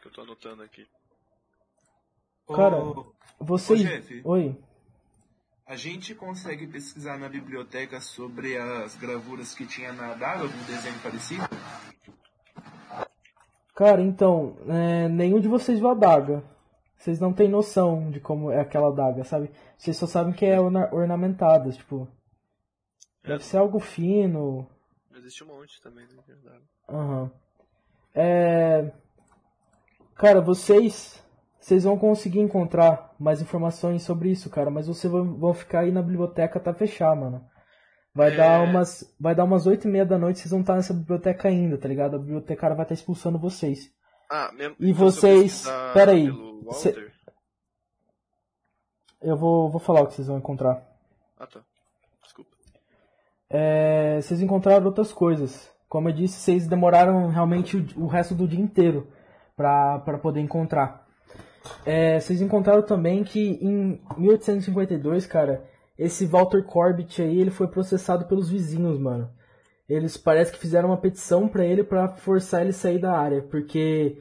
Speaker 4: Que eu tô anotando aqui.
Speaker 2: Cara,
Speaker 6: ah. Ô,
Speaker 2: Você.
Speaker 6: Ô, chefe.
Speaker 2: Oi.
Speaker 6: a gente consegue pesquisar na biblioteca sobre as gravuras que tinha na adaga, algum desenho parecido?
Speaker 2: Cara, então, é, nenhum de vocês viu a daga. Vocês não têm noção de como é aquela daga, sabe? Vocês só sabem que é orna ornamentada, tipo. Deve ser algo fino.
Speaker 4: Existe um monte também, né? verdade.
Speaker 2: Aham. É... Cara, vocês. Vocês vão conseguir encontrar mais informações sobre isso, cara, mas vocês vão, vão ficar aí na biblioteca até fechar, mano. Vai
Speaker 4: É.
Speaker 2: dar umas. Vai dar umas oito e meia da noite, vocês vão estar nessa biblioteca ainda, tá ligado? A bibliotecária vai estar expulsando vocês.
Speaker 4: Ah, mesmo.
Speaker 2: E
Speaker 4: então se eu
Speaker 2: vocês-
Speaker 4: pesquisar
Speaker 2: pera aí,
Speaker 4: Pelo
Speaker 2: cê-
Speaker 4: Walter?
Speaker 2: Eu vou, vou falar o que vocês vão encontrar.
Speaker 4: Ah, tá. Desculpa.
Speaker 2: É, vocês encontraram outras coisas. Como eu disse, vocês demoraram realmente o, o resto do dia inteiro para poder encontrar. É, vocês encontraram também que em 1852, cara, esse Walter Corbett aí, ele foi processado pelos vizinhos, mano. Eles parece que fizeram uma petição para ele para forçar ele a sair da área, porque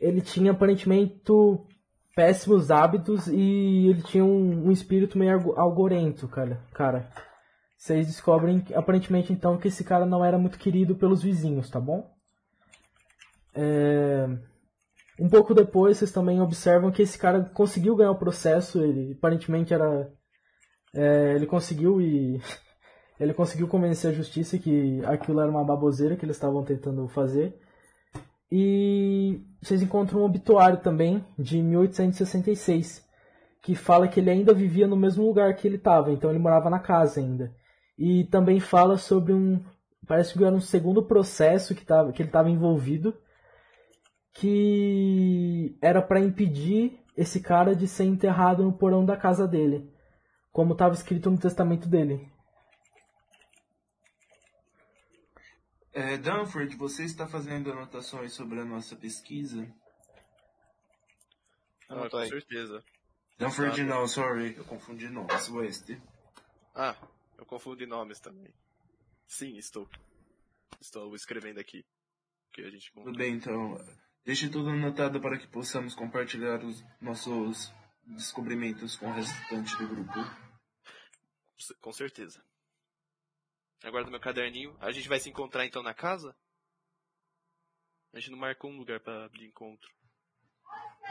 Speaker 2: ele tinha aparentemente péssimos hábitos e ele tinha um, um espírito meio algo- algorento, cara. cara. Vocês descobrem, aparentemente, então, que esse cara não era muito querido pelos vizinhos, tá bom? É, Um pouco depois, vocês também observam que esse cara conseguiu ganhar o processo, ele aparentemente era... é, ele conseguiu e... Ele conseguiu convencer a justiça que aquilo era uma baboseira que eles estavam tentando fazer. E vocês encontram um obituário também, de 1866, que fala que ele ainda vivia no mesmo lugar que ele estava, então ele morava na casa ainda. E também fala sobre um. Parece que era um segundo processo que, tava, que ele estava envolvido. Que era para impedir esse cara de ser enterrado no porão da casa dele. Como estava escrito no testamento dele.
Speaker 6: É, Danford, você está fazendo anotações sobre a nossa pesquisa?
Speaker 4: Ah,
Speaker 5: Anota
Speaker 4: com
Speaker 5: aí.
Speaker 4: certeza.
Speaker 6: Danford não, sorry, eu confundi nomes, West.
Speaker 4: Ah, eu confundo nomes também. Sim, estou. Estou escrevendo aqui. Que a gente
Speaker 6: Tudo bem, então. Deixe tudo anotado para que possamos compartilhar os nossos descobrimentos com o restante do grupo.
Speaker 4: Com certeza. Aguardo meu caderninho. A gente vai se encontrar então na casa? A gente não marcou um lugar pra de encontro.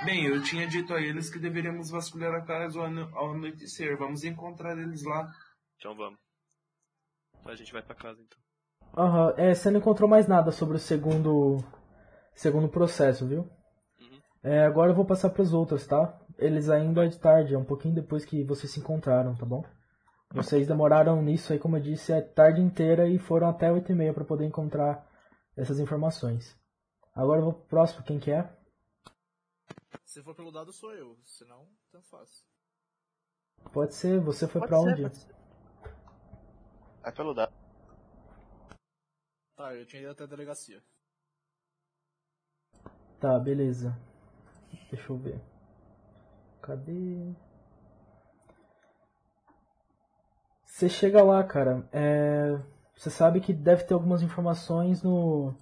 Speaker 6: Bem, eu tinha dito a eles que deveríamos vasculhar a casa ao ano- ao anoitecer. Vamos encontrar eles lá.
Speaker 4: Então vamos. A gente vai pra casa então.
Speaker 2: Aham, é, você não encontrou mais nada sobre o segundo. Segundo processo, viu?
Speaker 4: Uhum.
Speaker 2: É, agora eu vou passar pros outros, tá? Eles ainda é de tarde, é um pouquinho depois que vocês se encontraram, tá bom? Vocês demoraram nisso aí, como eu disse, a tarde inteira e foram até 8 e meia pra poder encontrar essas informações. Agora eu vou pro próximo, quem que é?
Speaker 1: Se for pelo dado, sou eu. Se não, tanto faz.
Speaker 2: Pode ser, você foi
Speaker 3: Pode
Speaker 2: pra
Speaker 3: ser,
Speaker 2: onde?
Speaker 3: pode ser.
Speaker 5: É pelo dado.
Speaker 1: Tá, eu tinha ido até a delegacia.
Speaker 2: Tá, beleza. Deixa eu ver. Cadê? Você chega lá, cara. É, Você sabe que deve ter algumas informações no.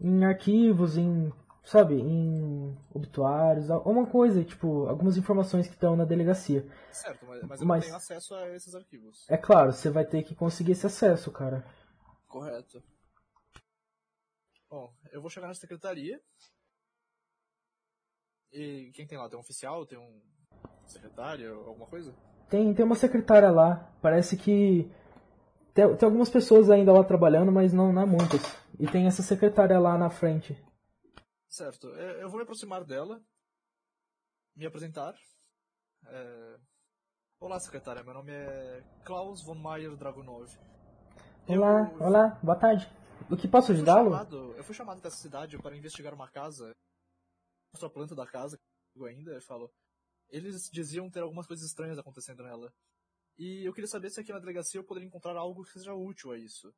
Speaker 2: Em arquivos, em. Sabe? Em obituários, alguma coisa, tipo, algumas informações que estão na delegacia.
Speaker 1: Certo, mas, mas eu
Speaker 2: Mas-
Speaker 1: não tenho acesso a esses arquivos.
Speaker 2: É claro, você vai ter que conseguir esse acesso, cara.
Speaker 1: Correto. Bom, eu vou chegar na secretaria. E quem tem lá? Tem um oficial? Tem um secretário? Alguma coisa?
Speaker 2: Tem, tem uma secretária lá. Parece que. Tem, tem algumas pessoas ainda lá trabalhando, mas não, não é muitas. E tem essa secretária lá na frente.
Speaker 1: Certo, é, eu vou me aproximar dela, me apresentar. É, Olá, secretária, meu nome é Klaus von Mayer Dragunov.
Speaker 2: Olá,
Speaker 1: Eu-
Speaker 2: olá, boa tarde. O que posso
Speaker 1: Eu fui
Speaker 2: ajudá-lo?
Speaker 1: chamado- Eu fui chamado dessa cidade para investigar uma casa. Mostro a planta da casa que eu ainda e falo. Eles diziam ter algumas coisas estranhas acontecendo nela. E eu queria saber se aqui na delegacia eu poderia encontrar algo que seja útil a isso.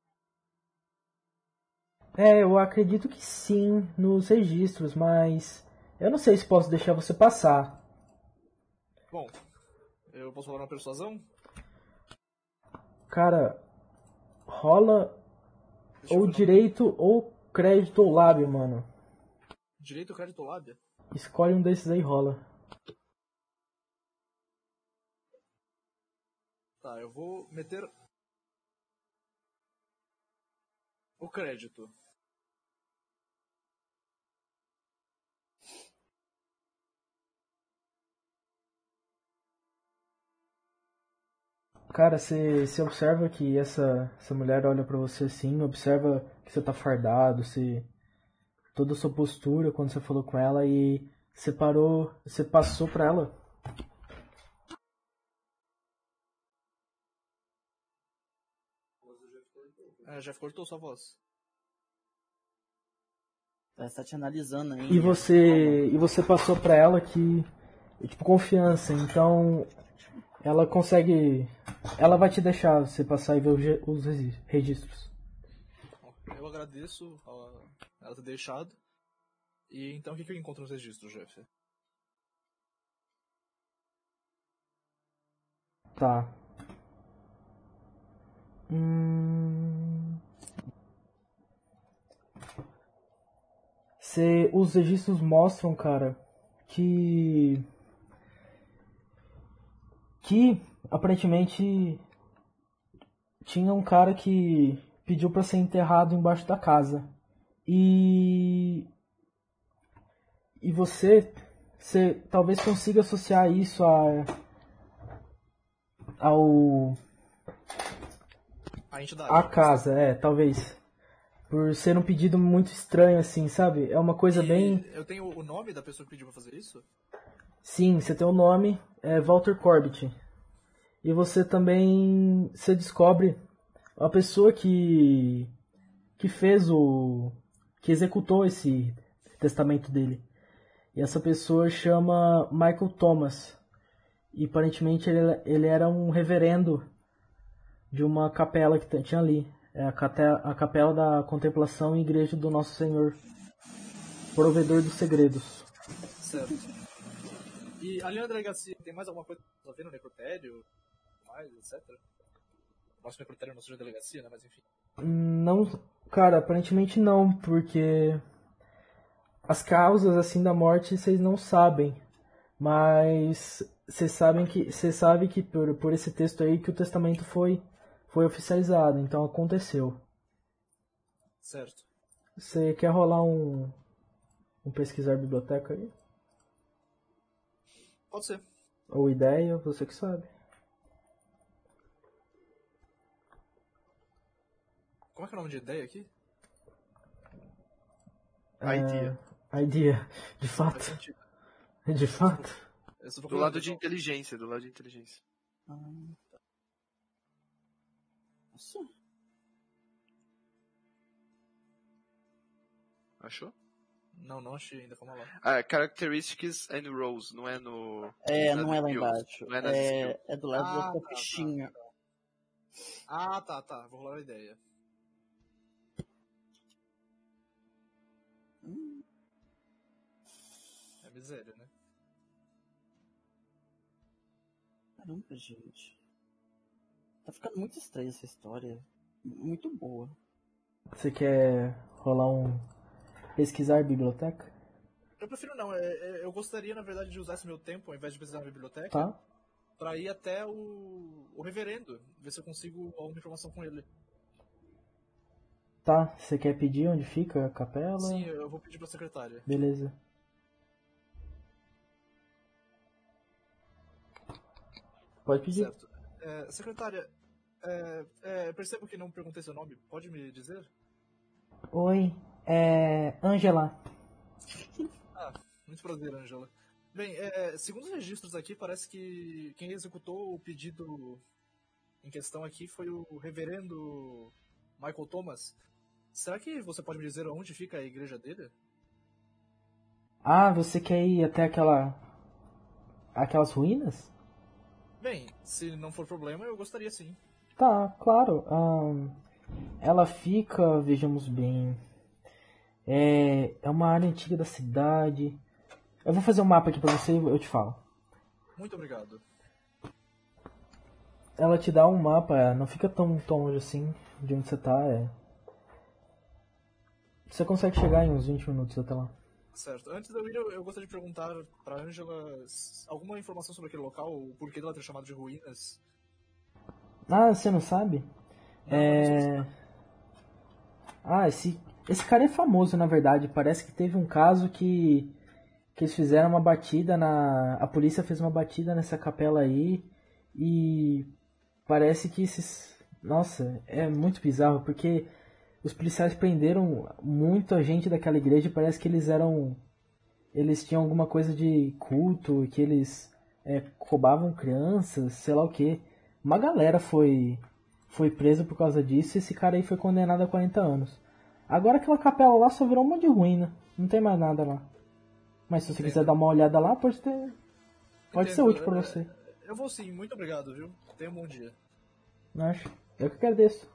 Speaker 2: É, eu acredito que sim, nos registros, mas eu não sei se posso deixar você passar.
Speaker 1: Bom, eu posso rolar uma persuasão?
Speaker 2: Cara, rola
Speaker 1: Deixa eu
Speaker 2: ou
Speaker 1: ver.
Speaker 2: direito ou crédito ou lábio, mano.
Speaker 1: Direito, crédito ou lábia?
Speaker 2: Escolhe um desses aí e rola.
Speaker 1: Tá, eu vou meter. O crédito.
Speaker 2: Cara, você você observa que essa, essa mulher olha pra você assim, observa que você tá fardado, você, toda a sua postura quando você falou com ela e você parou, você passou pra ela.
Speaker 1: É, já cortou sua voz.
Speaker 3: Ela está Tá, te analisando ainda. né?
Speaker 2: E você e você passou pra ela que tipo confiança, então ela consegue, ela vai te deixar você passar e ver os ge- os resi- registros.
Speaker 1: Bom, Eu agradeço a ela ter deixado. E então o que, que eu encontro nos registros, Jeff?
Speaker 2: Tá. Hum... Cê, os registros mostram, cara, que. Que aparentemente tinha um cara que pediu pra ser enterrado embaixo da casa. E. E você. Você talvez consiga associar isso a ao
Speaker 1: A entidade.
Speaker 2: à casa, é, talvez. Por ser um pedido muito estranho assim, sabe? É uma coisa
Speaker 1: E
Speaker 2: bem,
Speaker 1: Eu tenho o nome da pessoa que pediu pra fazer isso?
Speaker 2: sim, você tem o nome, é Walter Corbett. E você também você descobre a pessoa que que fez o que executou esse testamento dele. E essa pessoa chama Michael Thomas. E aparentemente ele, ele era um reverendo de uma capela que t- tinha ali. É a, cate- a capela da contemplação e igreja do Nosso Senhor. Provedor dos segredos.
Speaker 1: Certo. E ali na delegacia tem mais alguma coisa a ver no necrotério? Mais, etc. Nosso necrotério não seja delegacia, né? Mas enfim.
Speaker 2: Hum, Não, cara, aparentemente não, porque as causas assim da morte vocês não sabem, mas vocês sabem que vocês sabem que por, por esse texto aí que o testamento foi foi oficializado, então aconteceu.
Speaker 1: Certo.
Speaker 2: Você quer rolar um um pesquisar biblioteca aí
Speaker 1: Pode ser.
Speaker 2: ou ideia, você que sabe.
Speaker 1: Como é que é o nome de ideia aqui?
Speaker 4: Idea.
Speaker 2: É, idea, de
Speaker 1: Faz
Speaker 2: fato,
Speaker 1: sentido.
Speaker 2: de fato.
Speaker 1: Eu só tô
Speaker 4: Do
Speaker 1: com
Speaker 4: lado
Speaker 1: medo,
Speaker 4: de
Speaker 1: então.
Speaker 4: inteligência, do lado de inteligência.
Speaker 3: Ah, tá. Nossa,
Speaker 4: Achou?
Speaker 1: Não, não achei ainda, calma lá.
Speaker 4: Ah, é Characteristics and Roles, não é no.
Speaker 3: É,
Speaker 4: nas
Speaker 3: não é lá
Speaker 4: skills,
Speaker 3: embaixo.
Speaker 4: Não é nas skills.
Speaker 3: É, é do lado
Speaker 1: Ah,
Speaker 3: da
Speaker 1: tá,
Speaker 3: sua
Speaker 1: tá.
Speaker 3: fichinha.
Speaker 1: Ah, tá, tá. Vou rolar a ideia. É miséria, né?
Speaker 3: Caramba, gente. Tá ficando muito estranha essa história. Muito boa.
Speaker 2: Você quer rolar um pesquisar biblioteca?
Speaker 1: Eu prefiro não. é- é- eu gostaria, na verdade, de usar esse meu tempo, ao invés de precisar na biblioteca,
Speaker 2: Tá?
Speaker 1: pra ir até o, o reverendo, ver se eu consigo alguma informação com ele.
Speaker 2: Tá, você quer pedir onde fica a capela?
Speaker 1: Sim, eu vou pedir pra secretária.
Speaker 2: Beleza. Pode pedir.
Speaker 1: Certo. É, secretária, é, é, percebo que não perguntei seu nome. Pode me dizer?
Speaker 2: Oi, é Angela.
Speaker 1: Muito prazer, Angela. Bem, é, segundo os registros aqui, parece que quem executou o pedido em questão aqui foi o reverendo Michael Thomas. Será que você pode me dizer onde fica a igreja dele?
Speaker 2: Ah, você quer ir até aquela. aquelas ruínas?
Speaker 1: Bem, se não for problema, eu gostaria sim.
Speaker 2: Tá, claro. ahn, ela fica, vejamos bem. É, é uma área antiga da cidade. Eu vou fazer um mapa aqui pra você e eu te falo.
Speaker 1: Muito obrigado.
Speaker 2: Ela te dá um mapa, é, não fica tão, tão longe assim de onde você tá. É. Você consegue chegar em uns 20 minutos até lá.
Speaker 1: Certo. Antes da eu ir, eu, eu gostaria de perguntar pra Angela s- alguma informação sobre aquele local, o porquê dela ter chamado de ruínas.
Speaker 2: Ah, você não sabe?
Speaker 1: Não, não sei
Speaker 2: É. Ah, esse, esse cara é famoso, na verdade. Parece que teve um caso que, que eles fizeram uma batida na. A polícia fez uma batida nessa capela aí. E parece que esses. Nossa, é muito bizarro, porque os policiais prenderam muita gente daquela igreja e parece que eles eram. Eles tinham alguma coisa de culto, que eles é, roubavam crianças, sei lá o que. Uma galera foi foi presa por causa disso e esse cara aí foi condenado a 40 anos. Agora aquela capela lá só virou um monte de ruína. Não tem mais nada lá. Mas se você quiser dar uma olhada lá, pode ter. Pode ser
Speaker 1: Entendo,
Speaker 2: útil pra
Speaker 1: é-
Speaker 2: você.
Speaker 1: Eu vou sim, muito obrigado, viu? Tenha um bom dia.
Speaker 2: Não acho? Eu que agradeço.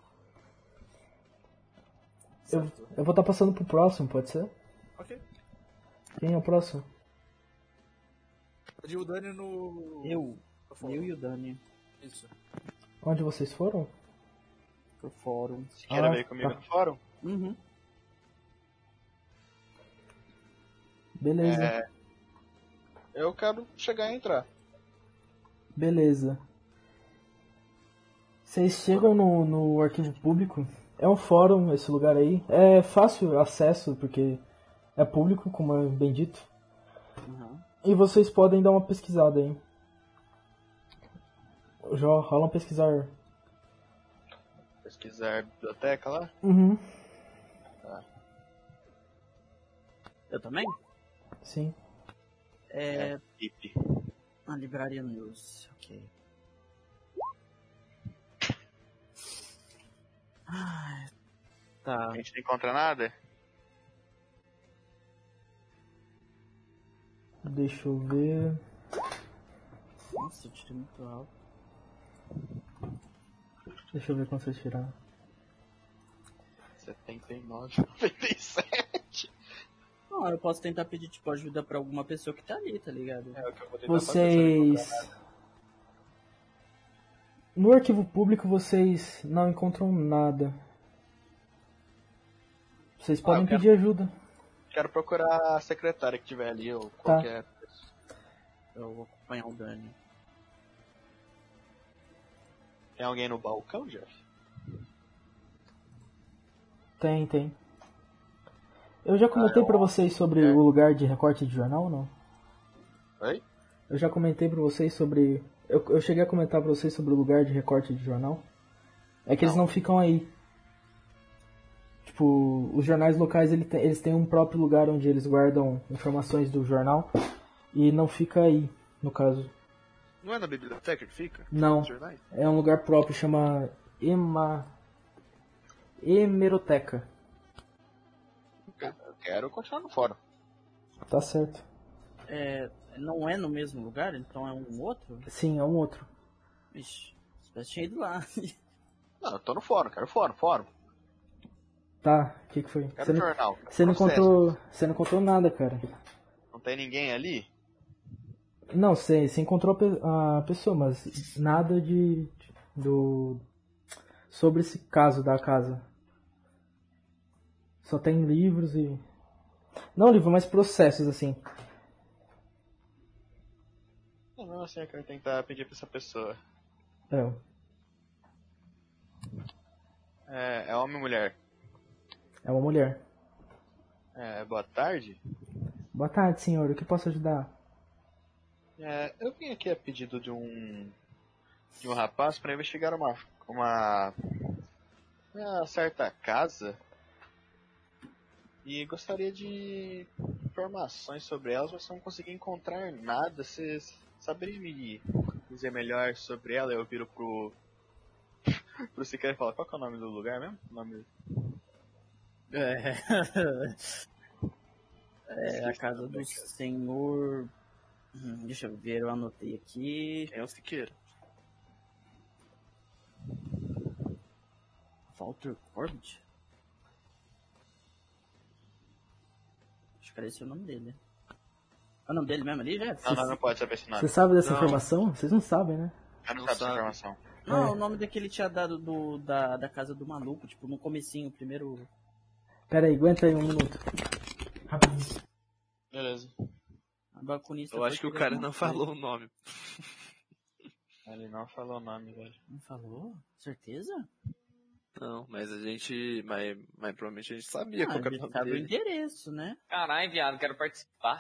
Speaker 2: Eu,
Speaker 1: Certo.
Speaker 2: eu vou estar passando pro próximo, pode ser?
Speaker 1: Ok.
Speaker 2: Quem é o próximo?
Speaker 1: E o Dani no.
Speaker 3: Eu,
Speaker 1: no fórum.
Speaker 3: eu e o Dani
Speaker 1: Isso.
Speaker 2: Onde vocês foram?
Speaker 3: pro fórum.
Speaker 5: Você quer
Speaker 2: Ah,
Speaker 5: ver comigo
Speaker 2: tá.
Speaker 5: no fórum?
Speaker 3: Uhum.
Speaker 2: Beleza,
Speaker 5: É. Eu quero chegar e entrar.
Speaker 2: beleza. Vocês chegam no, no arquivo público. É um fórum esse lugar aí. É fácil acesso porque é público, como é bem dito.
Speaker 3: Aham.
Speaker 2: E vocês podem dar uma pesquisada aí. Já rola um pesquisar.
Speaker 5: Pesquisar a biblioteca lá.
Speaker 2: Uhum.
Speaker 3: Eu também?
Speaker 2: Sim.
Speaker 3: É.
Speaker 5: Hip.
Speaker 3: A Ah, Libraria News, ok. Ai, tá.
Speaker 5: A gente não encontra nada?
Speaker 2: Deixa eu ver.
Speaker 3: Nossa, eu tirei muito alto.
Speaker 2: Deixa eu ver quando vocês tiraram.
Speaker 5: 79, 97.
Speaker 3: Não, eu posso tentar pedir, tipo, ajuda pra alguma pessoa que tá ali, tá ligado?
Speaker 5: É o que eu vou tentar fazer, se eu não encontrar
Speaker 2: Vocês. No arquivo público vocês não encontram nada. Vocês podem
Speaker 5: eu quero-
Speaker 2: pedir ajuda.
Speaker 5: Quero procurar a secretária que tiver ali
Speaker 2: Tá.
Speaker 5: ou qualquer.
Speaker 3: Eu vou acompanhar o Dani.
Speaker 5: Tem alguém no balcão, Jeff?
Speaker 2: Tem, tem. Eu já comentei pra vocês sobre o lugar de recorte de jornal ou não?
Speaker 5: Oi?
Speaker 2: Eu já comentei pra vocês sobre. Eu, eu cheguei a comentar pra vocês sobre o lugar de recorte de jornal. É que eles não ficam aí. Tipo, os jornais locais ele tem- eles têm um próprio lugar onde eles guardam informações do jornal e não fica aí, no caso.
Speaker 4: Não é na biblioteca que fica?
Speaker 2: Não,
Speaker 4: Os jornais?
Speaker 2: é um lugar próprio, chama Ema... Hemeroteca.
Speaker 5: Eu quero continuar no fórum.
Speaker 2: Tá certo.
Speaker 3: É, não é no mesmo lugar, então é um outro?
Speaker 2: Sim, é um outro.
Speaker 3: Ixi, espécie tinha ido lá.
Speaker 5: Não, eu tô no fórum, quero fórum, fórum.
Speaker 2: Tá, o que, que foi?
Speaker 5: Quero
Speaker 2: Você não,
Speaker 5: jornal. quero
Speaker 2: você não
Speaker 5: processo.
Speaker 2: contou. Você não contou nada, cara.
Speaker 5: Não tem ninguém ali?
Speaker 2: Não, você, você encontrou a pe- a pessoa, mas nada de. do. sobre esse caso da casa. Só tem livros e. Não livro, mas processos assim.
Speaker 5: Não, mesmo assim eu quero tentar pedir pra essa pessoa.
Speaker 2: É.
Speaker 5: É, é homem ou mulher?
Speaker 2: É uma mulher.
Speaker 5: É, boa tarde.
Speaker 2: Boa tarde, senhor. O que posso ajudar?
Speaker 5: É, eu vim aqui a pedido de um de um rapaz para investigar uma uma uma certa casa e gostaria de informações sobre elas, mas se eu não conseguir encontrar nada, vocês saberiam me dizer melhor sobre ela? Eu viro pro. pro Siqueira e falo, qual que é o nome do lugar mesmo? O nome.
Speaker 3: É. É, a casa do senhor. Hum, Deixa eu ver, eu anotei aqui.
Speaker 4: Quem é o Siqueira?
Speaker 3: Walter Corbett? Acho que era esse o nome dele. né? É o nome dele mesmo ali, Jeff?
Speaker 5: Não, não, não pode saber esse nome. Tá
Speaker 2: Você sabe dessa
Speaker 4: Não.
Speaker 2: informação? Vocês não sabem, né?
Speaker 5: Eu não
Speaker 4: Não
Speaker 5: sabe essa
Speaker 4: sabe.
Speaker 5: informação.
Speaker 3: Não,
Speaker 2: É.
Speaker 3: o nome daquele tinha dado do, da, da casa do maluco, tipo, no comecinho, primeiro.
Speaker 2: Pera aí, aguenta aí um minuto. Rapidinho.
Speaker 5: Beleza.
Speaker 3: A balconista.
Speaker 4: Eu
Speaker 3: foi
Speaker 4: acho que o
Speaker 3: pegar
Speaker 4: cara
Speaker 3: alguma
Speaker 4: não
Speaker 3: coisa.
Speaker 4: falou o nome.
Speaker 5: Ele não falou o nome, velho.
Speaker 3: Não falou? Certeza?
Speaker 4: Não, mas a gente. Mas, mas provavelmente a gente sabia
Speaker 3: Ah,
Speaker 4: É, qual que era o
Speaker 3: ele
Speaker 4: nome
Speaker 3: sabe o
Speaker 4: dele.
Speaker 3: endereço, né?
Speaker 7: Caralho, viado, quero participar.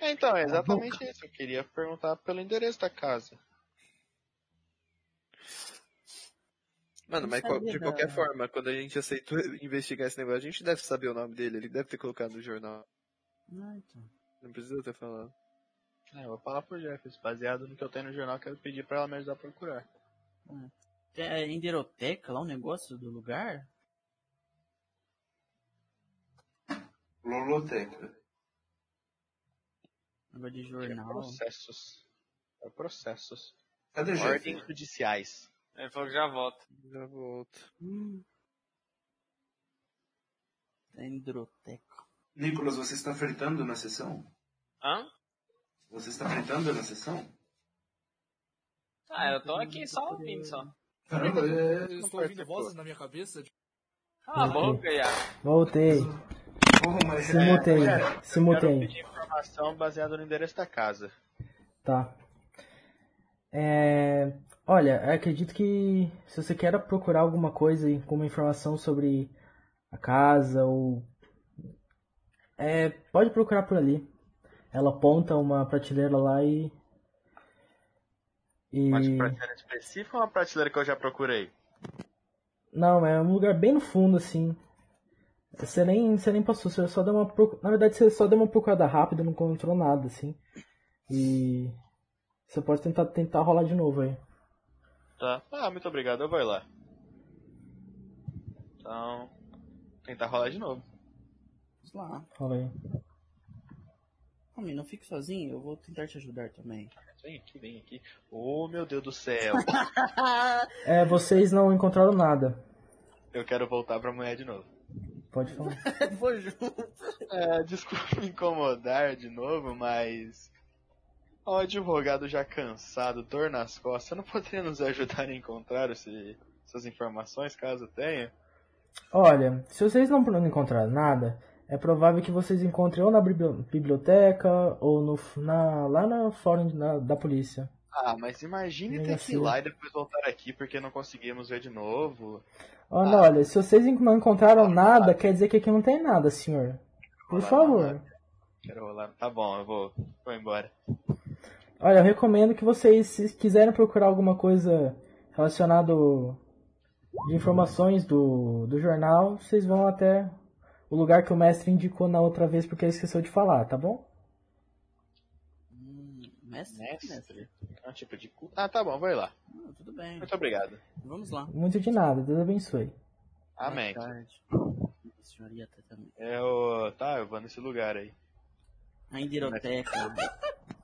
Speaker 5: É, então, é exatamente isso. Eu queria perguntar pelo endereço da casa.
Speaker 4: Mano,
Speaker 3: Não
Speaker 4: mas qual-
Speaker 3: sabia
Speaker 4: de
Speaker 3: da-
Speaker 4: qualquer forma, quando a gente aceitou investigar esse negócio, a gente deve saber o nome dele, ele deve ter colocado no jornal.
Speaker 3: Ah, então.
Speaker 4: Não precisa ter falado.
Speaker 5: É, eu vou falar pro Jeffers, baseado no que eu tenho no jornal, quero pedir pra ela me ajudar a procurar.
Speaker 3: É enderoteca lá, o negócio do lugar?
Speaker 6: Loloteca.
Speaker 3: Um Negócio de
Speaker 5: É
Speaker 3: jornal.
Speaker 5: processos. É processos.
Speaker 6: Cadê o Jeff?
Speaker 5: Ordens judiciais.
Speaker 7: Ele falou que já volta.
Speaker 4: Já volto.
Speaker 3: Hum. É enderoteca.
Speaker 6: Nicolas, você está fritando na sessão?
Speaker 7: Hã?
Speaker 6: Você está fritando na sessão?
Speaker 7: Ah, eu tô aqui só ouvindo só.
Speaker 6: Caramba, é...
Speaker 1: Eu estou ouvindo vozes na minha cabeça. de-
Speaker 7: Cala a boca, viado.
Speaker 2: Voltei.
Speaker 6: Porra, mas...
Speaker 2: Se mutei. Se
Speaker 5: Quero
Speaker 2: mutei.
Speaker 5: pedir informação baseada no endereço da casa.
Speaker 2: Tá. É, Olha, eu acredito que se você quer procurar alguma coisa e como informação sobre a casa ou. É, pode procurar por ali. Ela aponta uma prateleira lá e. E.
Speaker 5: Mas uma prateleira específica ou uma prateleira que eu já procurei?
Speaker 2: Não, é um lugar bem no fundo, assim. Você nem, você nem passou, você só deu uma procu... Na verdade, você só deu uma procurada rápida, não encontrou nada, assim. E. Você pode tentar, tentar rolar de novo aí.
Speaker 5: Tá. Ah, muito obrigado, eu vou lá. Então, tentar rolar de novo.
Speaker 3: Vamos lá.
Speaker 2: Rola aí.
Speaker 3: Homem, não fique sozinho, eu vou tentar te ajudar também.
Speaker 5: Vem aqui, vem aqui. Oh, meu Deus do céu.
Speaker 2: É, vocês não encontraram nada.
Speaker 5: eu quero voltar pra mulher de novo.
Speaker 2: Pode falar.
Speaker 3: Vou junto.
Speaker 5: É, desculpa me incomodar de novo, mas. O advogado já cansado, dor nas costas, não poderia nos ajudar a encontrar esse- essas informações, caso tenha?
Speaker 2: Olha, se vocês não não encontraram nada, é provável que vocês encontrem ou na bibli- biblioteca ou no, f- na, lá na fórum de- na- da polícia.
Speaker 5: Ah, mas imagine ter que ir lá e depois voltar aqui porque não conseguimos ver de novo.
Speaker 2: Olha, olha, se vocês en- não encontraram nada, quer dizer que aqui não tem nada, senhor. Por favor.
Speaker 5: Quero rolar. Tá bom, eu vou. Vou embora.
Speaker 2: Olha, eu recomendo que vocês, se quiserem procurar alguma coisa relacionada de informações do, do jornal, vocês vão até o lugar que o mestre indicou na outra vez porque ele esqueceu de falar, tá bom?
Speaker 3: Hum, mestre?
Speaker 5: Mestre?
Speaker 3: Mestre?
Speaker 5: É um tipo de. cu- Ah, tá bom, vou ir lá.
Speaker 3: Ah, tudo bem.
Speaker 5: Muito obrigado.
Speaker 3: Vamos lá.
Speaker 2: Muito de nada, Deus abençoe.
Speaker 5: Amém.
Speaker 3: Boa tarde. A senhora ia até também.
Speaker 5: Eu. Tá, eu vou nesse lugar aí.
Speaker 3: A enderoteca.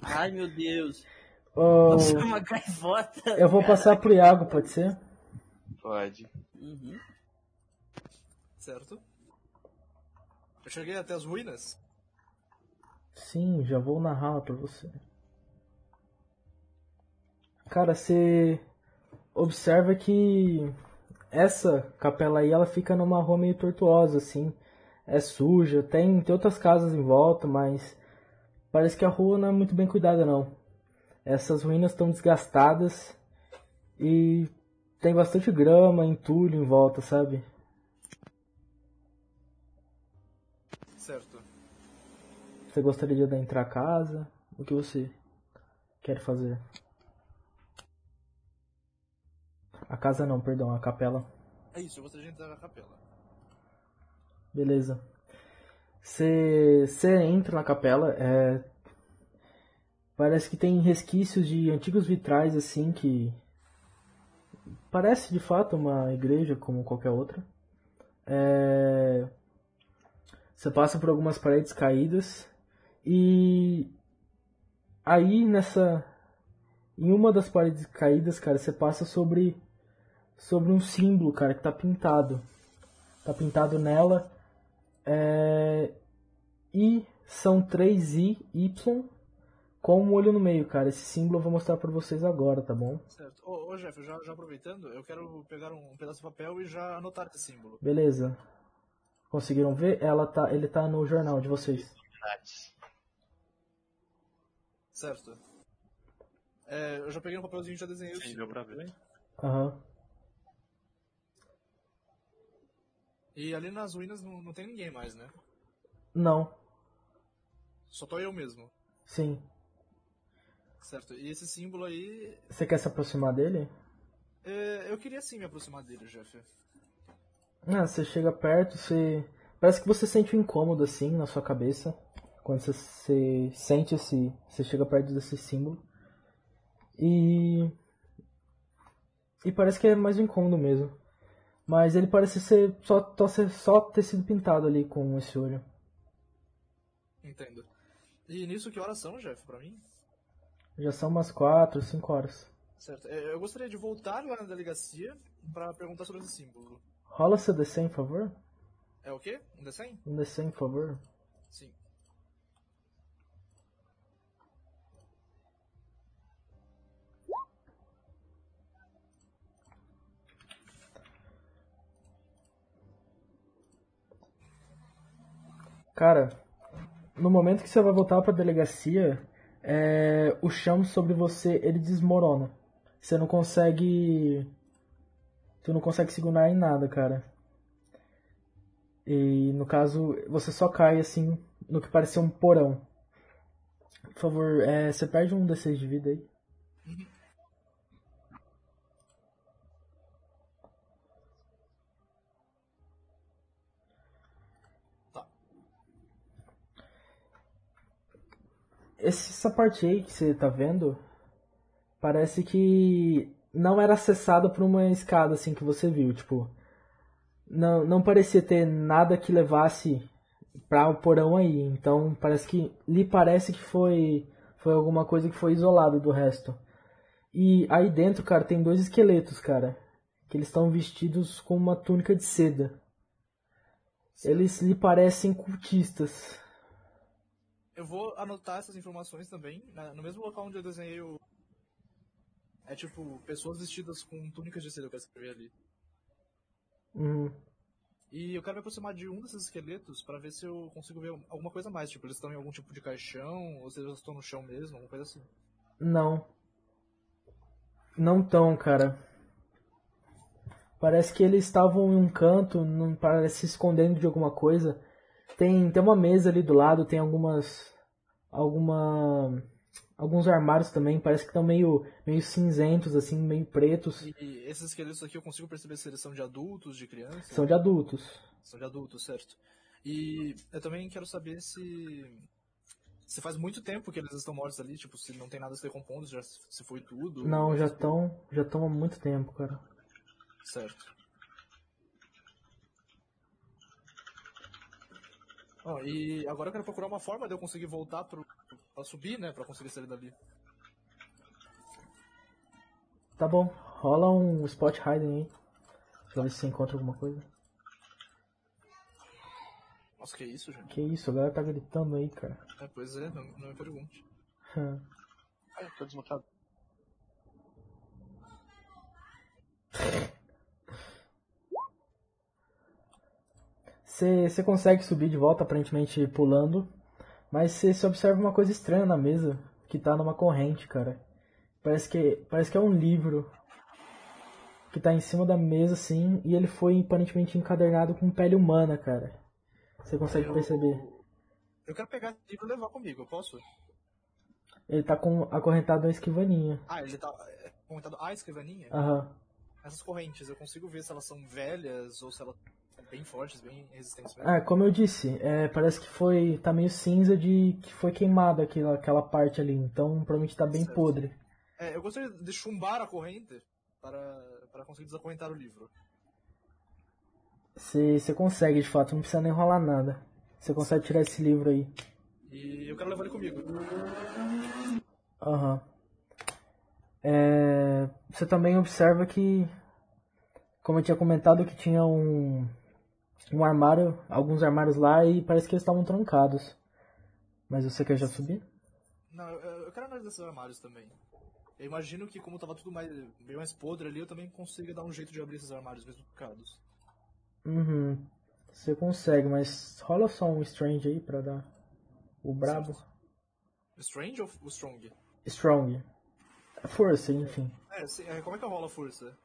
Speaker 3: Ai, meu Deus.
Speaker 2: Ô,
Speaker 3: Nossa, uma gaivota.
Speaker 2: eu vou passar pro Iago, pode ser?
Speaker 5: Pode.
Speaker 3: Uhum.
Speaker 1: Certo? Eu cheguei até as ruínas.
Speaker 2: Sim, já vou narrar pra você. Cara, você observa que essa capela aí, ela fica numa rua meio tortuosa, assim. É suja, tem, tem outras casas em volta, mas parece que a rua não é muito bem cuidada, não. Essas ruínas estão desgastadas e tem bastante grama, entulho em volta, sabe?
Speaker 1: Certo.
Speaker 2: Você gostaria de adentrar a casa? O que você quer fazer? A casa não, perdão, a capela.
Speaker 1: É isso, eu gostaria de entrar na capela.
Speaker 2: Beleza. Você você entra na capela, é, parece que tem resquícios de antigos vitrais assim que parece de fato uma igreja como qualquer outra. É, Você passa por algumas paredes caídas e aí nessa em uma das paredes caídas, cara, você passa sobre sobre um símbolo, cara, que tá pintado. Tá pintado nela. É... E são três I, Y, com um olho no meio, cara. Esse símbolo eu vou mostrar pra vocês agora, tá bom?
Speaker 1: Certo. Ô, ô Jeff, já, já aproveitando, eu quero pegar um pedaço de papel e já anotar esse símbolo.
Speaker 2: Beleza. Conseguiram ver? Ela tá, ele tá no jornal de vocês.
Speaker 1: Certo. É, eu já peguei um papelzinho e já desenhei o
Speaker 4: Sim,
Speaker 1: símbolo.
Speaker 4: deu pra ver.
Speaker 1: tá bem?
Speaker 2: Aham.
Speaker 1: E ali nas ruínas não, não tem ninguém mais, né?
Speaker 2: Não.
Speaker 1: Só tô eu mesmo.
Speaker 2: Sim.
Speaker 1: Certo. E esse símbolo aí.
Speaker 2: Você quer se aproximar dele?
Speaker 1: é, eu queria sim me aproximar dele, Jeff.
Speaker 2: Ah, você chega perto, você. Parece que você sente um incômodo assim na sua cabeça. Quando você, você sente esse. Você chega perto desse símbolo. E. E parece que é mais um incômodo mesmo. Mas ele parece ser só, tó- ser- só ter sido pintado ali com esse olho.
Speaker 1: Entendo. E nisso que horas são, Jeff, pra mim?
Speaker 2: Já são umas 4, 5 horas.
Speaker 1: Certo. É, eu gostaria de voltar lá na delegacia pra perguntar sobre esse símbolo.
Speaker 2: Rola seu D100, por favor.
Speaker 1: É o quê? Um D100?
Speaker 2: Um D100, por favor.
Speaker 1: Sim.
Speaker 2: Cara, no momento que você vai voltar pra delegacia, é, o chão sobre você ele desmorona. Você não consegue. Tu não consegue segurar em nada, cara. E no caso, você só cai assim no que parecia um porão. Por favor, é, você perde um D6 de vida aí. Esse- Essa parte aí que você tá vendo parece que não era acessada por uma escada assim que você viu, tipo, não, não parecia ter nada que levasse para o porão aí. Então parece que lhe parece que foi foi alguma coisa que foi isolada do resto. E aí dentro, cara, tem dois esqueletos, cara, que eles estão vestidos com uma túnica de seda. Eles lhe parecem cultistas.
Speaker 1: Eu vou anotar essas informações também, na- no mesmo local onde eu desenhei o. É tipo, pessoas vestidas com túnicas de seda, eu quero escrever ali.
Speaker 2: Uhum.
Speaker 1: E eu quero me aproximar de um desses esqueletos pra ver se eu consigo ver alguma coisa mais. Tipo, eles estão em algum tipo de caixão, ou se eles estão no chão mesmo, alguma coisa assim.
Speaker 2: Não. Não tão, cara. Parece que eles estavam em um canto, não parece se escondendo de alguma coisa. Tem, tem uma mesa ali do lado, tem algumas alguma alguns armários também, parece que estão meio meio cinzentos assim, meio pretos.
Speaker 1: E esses esqueletos aqui eu consigo perceber se eles são de adultos, de crianças.
Speaker 2: São de adultos.
Speaker 1: São de adultos, certo. E eu também quero saber se. Se faz muito tempo que eles estão mortos ali, tipo, se não tem nada se decompondo, já se se foi tudo.
Speaker 2: Não, já
Speaker 1: Essas
Speaker 2: estão, já estão há muito tempo, cara.
Speaker 1: coisas. Certo. Ó, e agora eu quero procurar uma forma de eu conseguir voltar pro, pra subir, né? Pra conseguir sair dali.
Speaker 2: Tá bom. Rola um spot hiding aí. Pra ver se você encontra alguma coisa.
Speaker 1: Nossa, que isso, gente?
Speaker 2: Que isso, a galera tá gritando aí, cara.
Speaker 1: É, pois é, não, não me pergunte.
Speaker 5: Ai, tô desmutado.
Speaker 2: Você você consegue subir de volta, aparentemente pulando, mas você se observa uma coisa estranha na mesa, que tá numa corrente, cara. Parece que, parece que é um livro que tá em cima da mesa, assim, e ele foi aparentemente encadernado com pele humana, cara. Você consegue perceber.
Speaker 1: Eu quero pegar esse livro e levar comigo, eu posso?
Speaker 2: Ele tá com acorrentado a esquivaninha.
Speaker 1: Ah, ele tá é,
Speaker 2: Ah.
Speaker 1: comentado a escrivaninha?
Speaker 2: Aham.
Speaker 1: Essas correntes, eu consigo ver se elas são velhas ou se elas Bem fortes, bem resistentes mesmo.
Speaker 2: Ah, como eu disse, é, parece que foi. tá meio cinza de que foi queimada aquela, aquela parte ali, então provavelmente tá bem
Speaker 1: Certo.
Speaker 2: podre.
Speaker 1: É, eu gostaria de chumbar a corrente para, para conseguir desacorrentar o livro.
Speaker 2: Você você consegue, de fato, não precisa nem rolar nada. Você consegue tirar esse livro aí.
Speaker 1: E eu quero levar ele comigo.
Speaker 2: Aham. É, você também observa que, como eu tinha comentado, que tinha um, um armário, alguns armários lá e parece que eles estavam trancados. Mas você quer já subir?
Speaker 1: Não, eu, eu quero analisar esses armários também. Eu imagino que como tava tudo mais, meio mais podre ali, eu também consiga dar um jeito de abrir esses armários mesmo picados.
Speaker 2: Uhum. Você consegue, mas rola só um Strange aí pra dar o brabo.
Speaker 1: Strange ou o Strong?
Speaker 2: Strong. Força, enfim.
Speaker 1: É, sim, é, como é que eu rolo a força?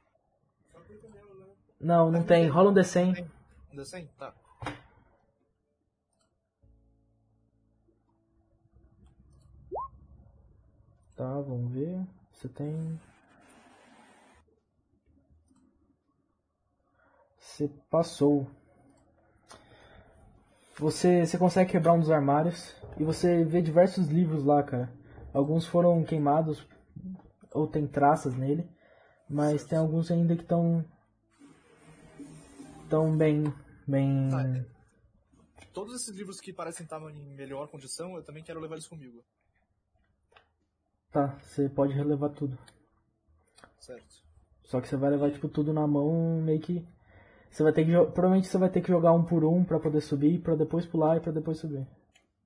Speaker 2: Não, não tem. Rola um D100.
Speaker 1: Um D100? Tá.
Speaker 2: Tá, vamos ver. Você tem. Você passou. Você, você consegue quebrar um dos armários e você vê diversos livros lá, cara. Alguns foram queimados ou tem traças nele, mas tem alguns ainda que estão tão bem, bem.
Speaker 1: Tá, é. Todos esses livros que parecem estar em melhor condição, eu também quero levar eles comigo.
Speaker 2: Tá, você pode relevar tudo.
Speaker 1: Certo.
Speaker 2: Só que você vai levar, tipo, tudo na mão, meio que. Você vai ter que. jo- Provavelmente você vai ter que jogar um por um pra poder subir, pra depois pular e pra depois subir.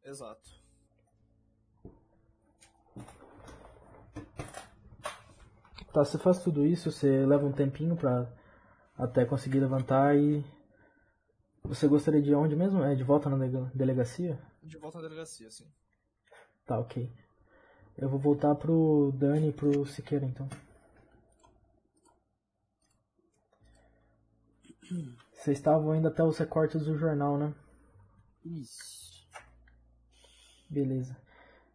Speaker 1: Exato.
Speaker 2: Tá, você faz tudo isso, você leva um tempinho pra até conseguir levantar e. Você gostaria de ir onde mesmo? É de volta na dele- delegacia?
Speaker 1: De volta na delegacia, assim. sim.
Speaker 2: Tá, ok. Eu vou voltar pro Dani e pro Siqueira então. Vocês estavam indo até os recortes do jornal, né?
Speaker 3: Isso.
Speaker 2: Beleza.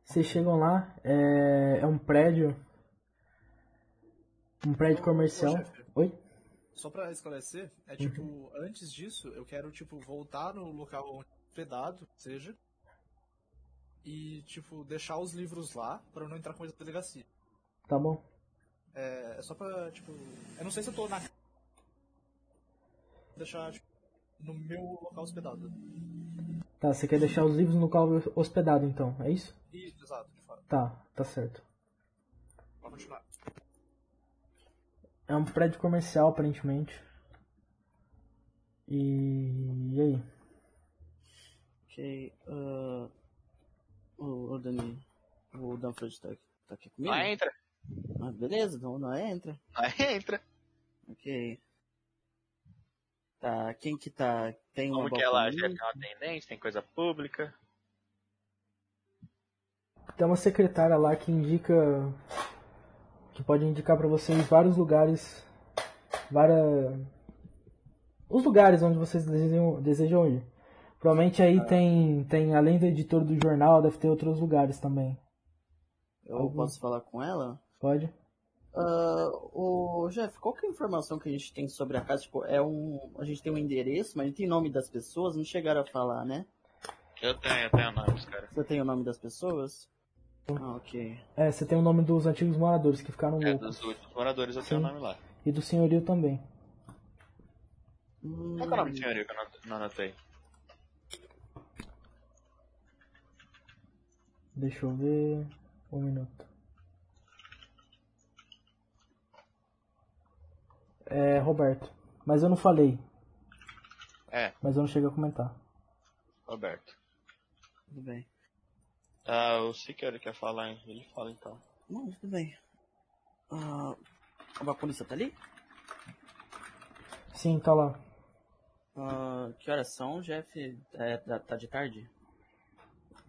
Speaker 2: Vocês chegam lá, é, é um prédio. Um prédio comercial.
Speaker 1: Ô, chefe.
Speaker 2: Oi?
Speaker 1: Só pra esclarecer, é tipo, antes disso, eu quero, tipo, voltar no local onde hospedado, seja, e, tipo, deixar os livros lá pra eu não entrar com eles na delegacia.
Speaker 2: Tá bom.
Speaker 1: É, é só pra, tipo, eu não sei se eu tô na... Deixar, tipo, no meu local hospedado.
Speaker 2: Tá, você quer deixar os livros no local hospedado então, é isso?
Speaker 1: Isso, exato, de fato.
Speaker 2: Tá, tá certo.
Speaker 1: Pra continuar.
Speaker 2: É um prédio comercial aparentemente. E, e aí?
Speaker 3: Ok. ah, o, o Dani. O Danfred tá, tá aqui comigo?
Speaker 5: Lá entra,
Speaker 3: Ah, beleza, então não entra.
Speaker 5: lá entra.
Speaker 3: Ok. Tá, quem que tá? Tem uma
Speaker 5: Como que ela,
Speaker 3: balconista?
Speaker 5: chefe, é um atendente, tem coisa pública.
Speaker 2: Tem uma secretária lá que indica. que pode indicar pra vocês vários lugares. Várias. Os lugares onde vocês desejam, desejam ir. Provavelmente aí tem, tem, além do editor do jornal, deve ter outros lugares também.
Speaker 3: Eu
Speaker 2: Algum.
Speaker 3: posso falar com ela?
Speaker 2: Pode?
Speaker 3: Ah, o Jeff, qual que é a informação que a gente tem sobre a casa? Tipo, é um. A gente tem um endereço, mas não tem nome das pessoas, não chegaram a falar, né?
Speaker 5: Eu tenho, eu tenho nomes, cara.
Speaker 3: Você tem o nome das pessoas? Ah, ok.
Speaker 2: É, você tem o nome dos antigos moradores que ficaram
Speaker 5: É,
Speaker 2: loucos.
Speaker 5: dos últimos moradores eu tenho o
Speaker 2: Sim.
Speaker 5: nome lá.
Speaker 2: E do senhorio também.
Speaker 3: Hum,
Speaker 5: Qual que é o nome do senhorio que eu não- não anotei?
Speaker 2: Deixa eu ver. Um minuto. É, Roberto. Mas eu não falei.
Speaker 5: É.
Speaker 2: Mas eu não cheguei a comentar.
Speaker 5: Roberto.
Speaker 3: tudo bem.
Speaker 5: Ah, o Siqueiro quer falar, hein? Ele fala então.
Speaker 3: Não, tudo bem. Ah, a balconista tá ali?
Speaker 2: Sim, tá lá.
Speaker 3: Ah, que horas são, Jeff? É, tá, tá de tarde?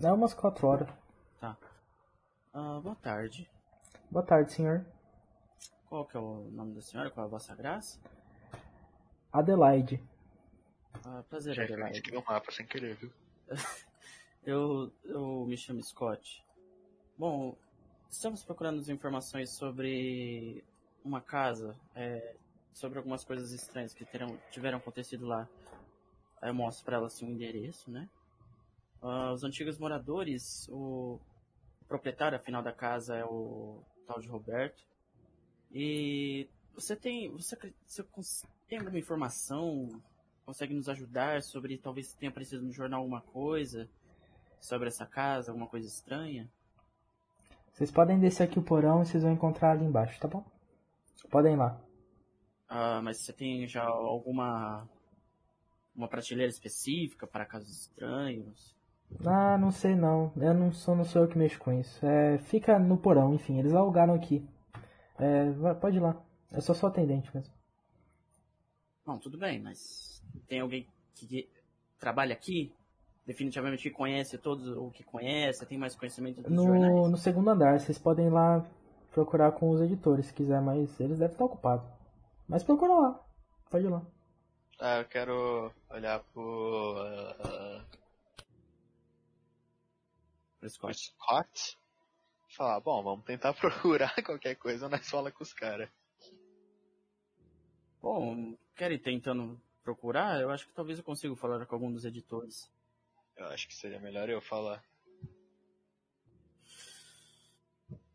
Speaker 2: É umas 4 horas.
Speaker 3: Ah, boa tarde.
Speaker 2: Boa tarde, senhor.
Speaker 3: Qual que é o nome da senhora? Qual é a vossa graça?
Speaker 2: Adelaide.
Speaker 3: Ah, prazer,
Speaker 5: Chefe, eu
Speaker 3: Adelaide.
Speaker 5: escrevi o mapa sem querer, viu?
Speaker 3: Eu, eu me chamo Scott. Bom, estamos procurando informações sobre uma casa, é, sobre algumas coisas estranhas que terão, tiveram acontecido lá. Aí eu mostro pra ela assim o endereço, né? Ah, os antigos moradores, o proprietário afinal da casa é o tal de Roberto. E você tem. Você, acre- você cons- tem alguma informação? Consegue nos ajudar sobre talvez tenha aparecido no jornal alguma coisa sobre essa casa, alguma coisa estranha?
Speaker 2: Vocês podem descer aqui o porão e vocês vão encontrar ali embaixo, tá bom? Podem ir lá.
Speaker 3: Ah, mas você tem já alguma uma prateleira específica para casos estranhos?
Speaker 2: Ah, não sei não. Eu não sou, não sou eu que mexo com isso. É, fica no porão, enfim. Eles alugaram aqui. É, vai- pode ir lá. Eu só sou atendente mesmo.
Speaker 3: Não, tudo bem, mas tem alguém que, que trabalha aqui? Definitivamente que conhece todos o que conhece, tem mais conhecimento dos
Speaker 2: No,
Speaker 3: jornais.
Speaker 2: no segundo andar, vocês podem ir lá procurar com os editores se quiser, mas eles devem estar ocupados. Mas procura lá. Pode ir lá.
Speaker 5: Ah, eu quero olhar pro. ah,
Speaker 3: Pro
Speaker 5: pro
Speaker 3: Scott.
Speaker 5: Scott. Falar, bom, vamos tentar procurar qualquer coisa, nós fala com os caras.
Speaker 3: Bom, quer ir tentando procurar? Eu acho que talvez eu consiga falar com algum dos editores.
Speaker 5: Eu acho que seria melhor eu falar.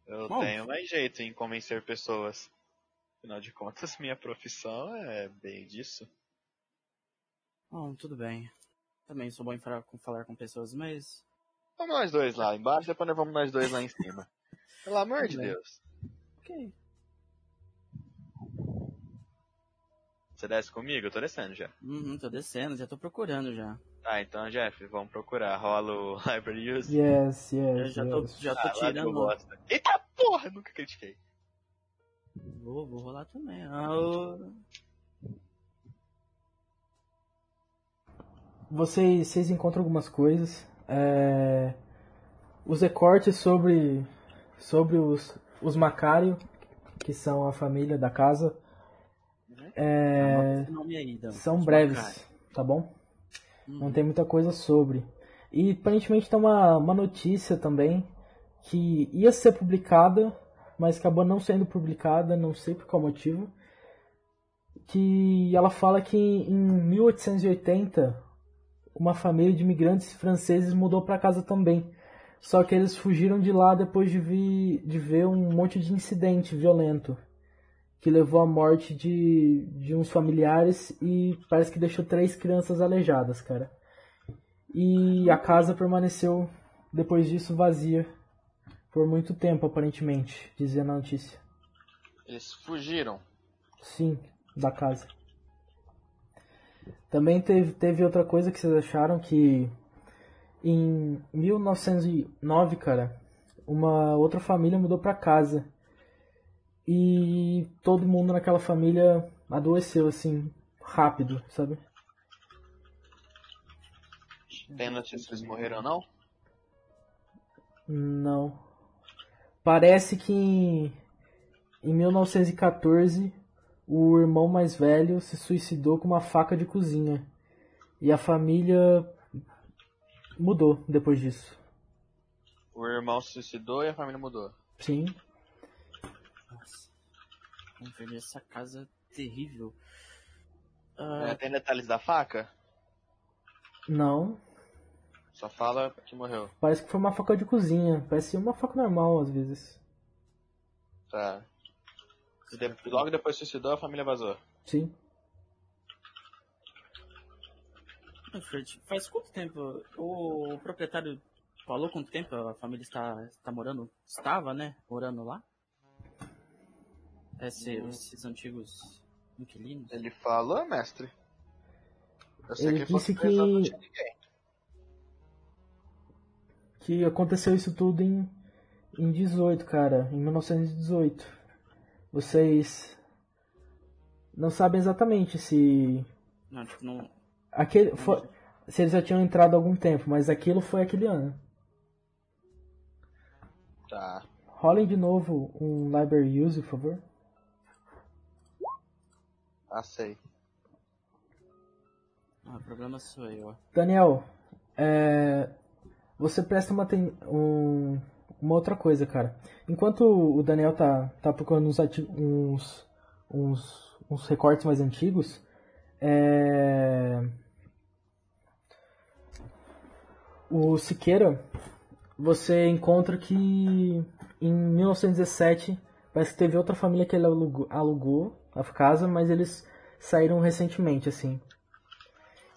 Speaker 5: Eu
Speaker 3: Bom.
Speaker 5: tenho mais jeito em convencer pessoas. Afinal de contas, minha profissão é bem disso.
Speaker 3: Bom, tudo bem. Também sou bom em falar com, falar com pessoas, mas
Speaker 5: Vamos nós dois lá embaixo, depois nós vamos nós dois lá em cima. Pelo amor de
Speaker 3: Tudo bem.
Speaker 5: Deus.
Speaker 3: Né? ok.
Speaker 5: Você desce comigo? Eu tô descendo já.
Speaker 3: Uhum, tô descendo, já tô procurando já.
Speaker 5: Tá, então, Jeff, vamos procurar. Rola o Library Use.
Speaker 2: Yes,
Speaker 3: Eu
Speaker 2: yes,
Speaker 3: já tô,
Speaker 2: yes.
Speaker 3: já tô
Speaker 5: Ah, lá que eu
Speaker 3: tirando.
Speaker 5: gosto. Eita porra, nunca critiquei.
Speaker 3: Vou, vou rolar também. Ah, o-
Speaker 2: Vocês, vocês encontram algumas coisas. É, os recortes sobre, sobre os, os Macário, que são a família da casa,
Speaker 3: anota esse nome aí, Dan.
Speaker 2: É. são
Speaker 3: Tipo,
Speaker 2: breves,
Speaker 3: cara.
Speaker 2: tá bom?
Speaker 3: Uhum.
Speaker 2: Não tem muita coisa sobre. E aparentemente tem uma, uma notícia também que ia ser publicada, mas acabou não sendo publicada, não sei por qual motivo. Que ela fala que em 1880 uma família de imigrantes franceses mudou para casa também. Só que eles fugiram de lá depois de, vi, de ver um monte de incidente violento que levou à morte de, de uns familiares e parece que deixou três crianças aleijadas, cara. E a casa permaneceu, depois disso, vazia por muito tempo, aparentemente, dizia na notícia.
Speaker 5: Eles fugiram.
Speaker 2: Sim, da casa. Também teve, teve outra coisa que vocês acharam que em 1909, cara, uma outra família mudou pra casa. E todo mundo naquela família adoeceu assim, rápido, sabe?
Speaker 5: Tem notícia se eles morreram ou não?
Speaker 2: Não. Parece que em, em 1914 o irmão mais velho se suicidou com uma faca de cozinha. E a família mudou depois disso.
Speaker 5: O irmão se suicidou e a família mudou.
Speaker 2: Sim.
Speaker 3: Nossa. Vamos ver essa casa terrível.
Speaker 5: É,
Speaker 3: Ah,
Speaker 5: tem detalhes da faca?
Speaker 2: Não.
Speaker 5: Só fala que morreu.
Speaker 2: Parece que foi uma faca de cozinha. Parece uma faca normal às vezes.
Speaker 5: Tá. E de- Logo depois se suicidou, a família vazou.
Speaker 2: Sim.
Speaker 3: Alfred, faz quanto tempo o proprietário falou quanto tempo a família está, está morando? Estava, né? Morando lá? Esse- Esses antigos inquilinos.
Speaker 5: Ele falou, mestre? Eu sei
Speaker 2: Ele
Speaker 5: que ele falou
Speaker 2: disse
Speaker 5: que três anos não
Speaker 2: que-
Speaker 5: tinha ninguém.
Speaker 2: Que aconteceu isso tudo em, em 18, cara. Em 1918. Vocês não sabem exatamente se
Speaker 3: Não, tipo, não.
Speaker 2: Aquele foi, se eles já tinham entrado há algum tempo, mas aquilo foi aquele ano.
Speaker 5: Tá.
Speaker 2: Rolem de novo um library use, por favor.
Speaker 5: Ah, sei.
Speaker 3: Ah, o problema sou eu. ó.
Speaker 2: Daniel, é, você presta uma, aten- um- uma outra coisa, cara. Enquanto o Daniel tá, tá procurando uns, ati- uns, uns, uns recortes mais antigos, é, O Siqueira, você encontra que em 1917 parece que teve outra família que ele alugou, alugou a casa, mas eles saíram recentemente, assim.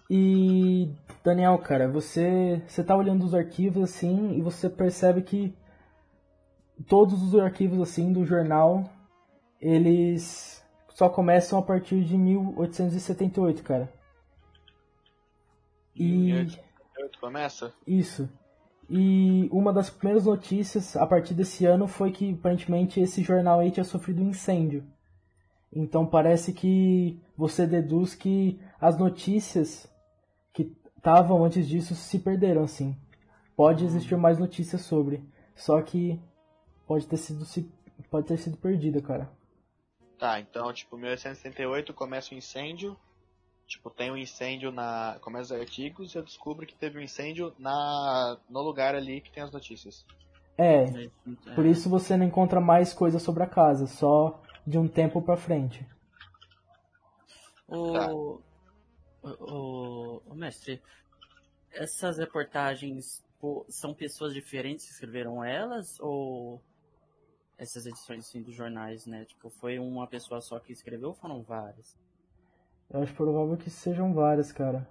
Speaker 2: E Daniel, cara, você você tá olhando os arquivos assim e você percebe que todos os arquivos assim do jornal eles só começam a partir de 1878, cara. E
Speaker 5: 1878 começa?
Speaker 2: isso. E uma das primeiras notícias a partir desse ano foi que aparentemente esse jornal aí tinha sofrido um incêndio. Então parece que você deduz que as notícias que estavam antes disso se perderam, assim. Pode existir mais notícias sobre, só que pode ter sido se- pode ter sido perdida, cara.
Speaker 5: Tá, então, tipo, 1878 começa o incêndio. Tipo, tem um incêndio na. Começa os artigos e eu descubro que teve um incêndio na no lugar ali que tem as notícias.
Speaker 2: É,
Speaker 3: É,
Speaker 2: por isso você não encontra mais coisa sobre a casa, só de um tempo pra frente.
Speaker 3: O,
Speaker 5: Tá.
Speaker 3: o, o- o mestre, essas reportagens pô, são pessoas diferentes que escreveram elas ou essas edições assim, dos jornais, né? Tipo, foi uma pessoa só que escreveu ou foram várias?
Speaker 2: Eu acho provável que sejam várias, cara.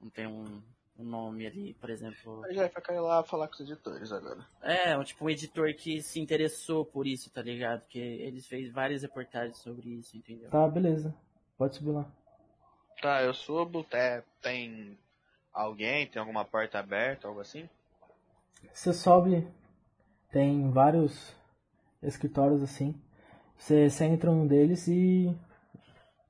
Speaker 3: Não tem um, um nome ali, por exemplo.
Speaker 5: Aí já fica lá falar com os editores agora.
Speaker 3: É, um, tipo um editor que se interessou por isso, tá ligado? Porque eles fez várias reportagens sobre isso, entendeu?
Speaker 2: Tá, beleza. Pode subir lá.
Speaker 5: Tá, eu subo, até tem alguém, tem alguma porta aberta, algo assim?
Speaker 2: Você sobe, tem vários escritórios assim. Você, você entra num deles e,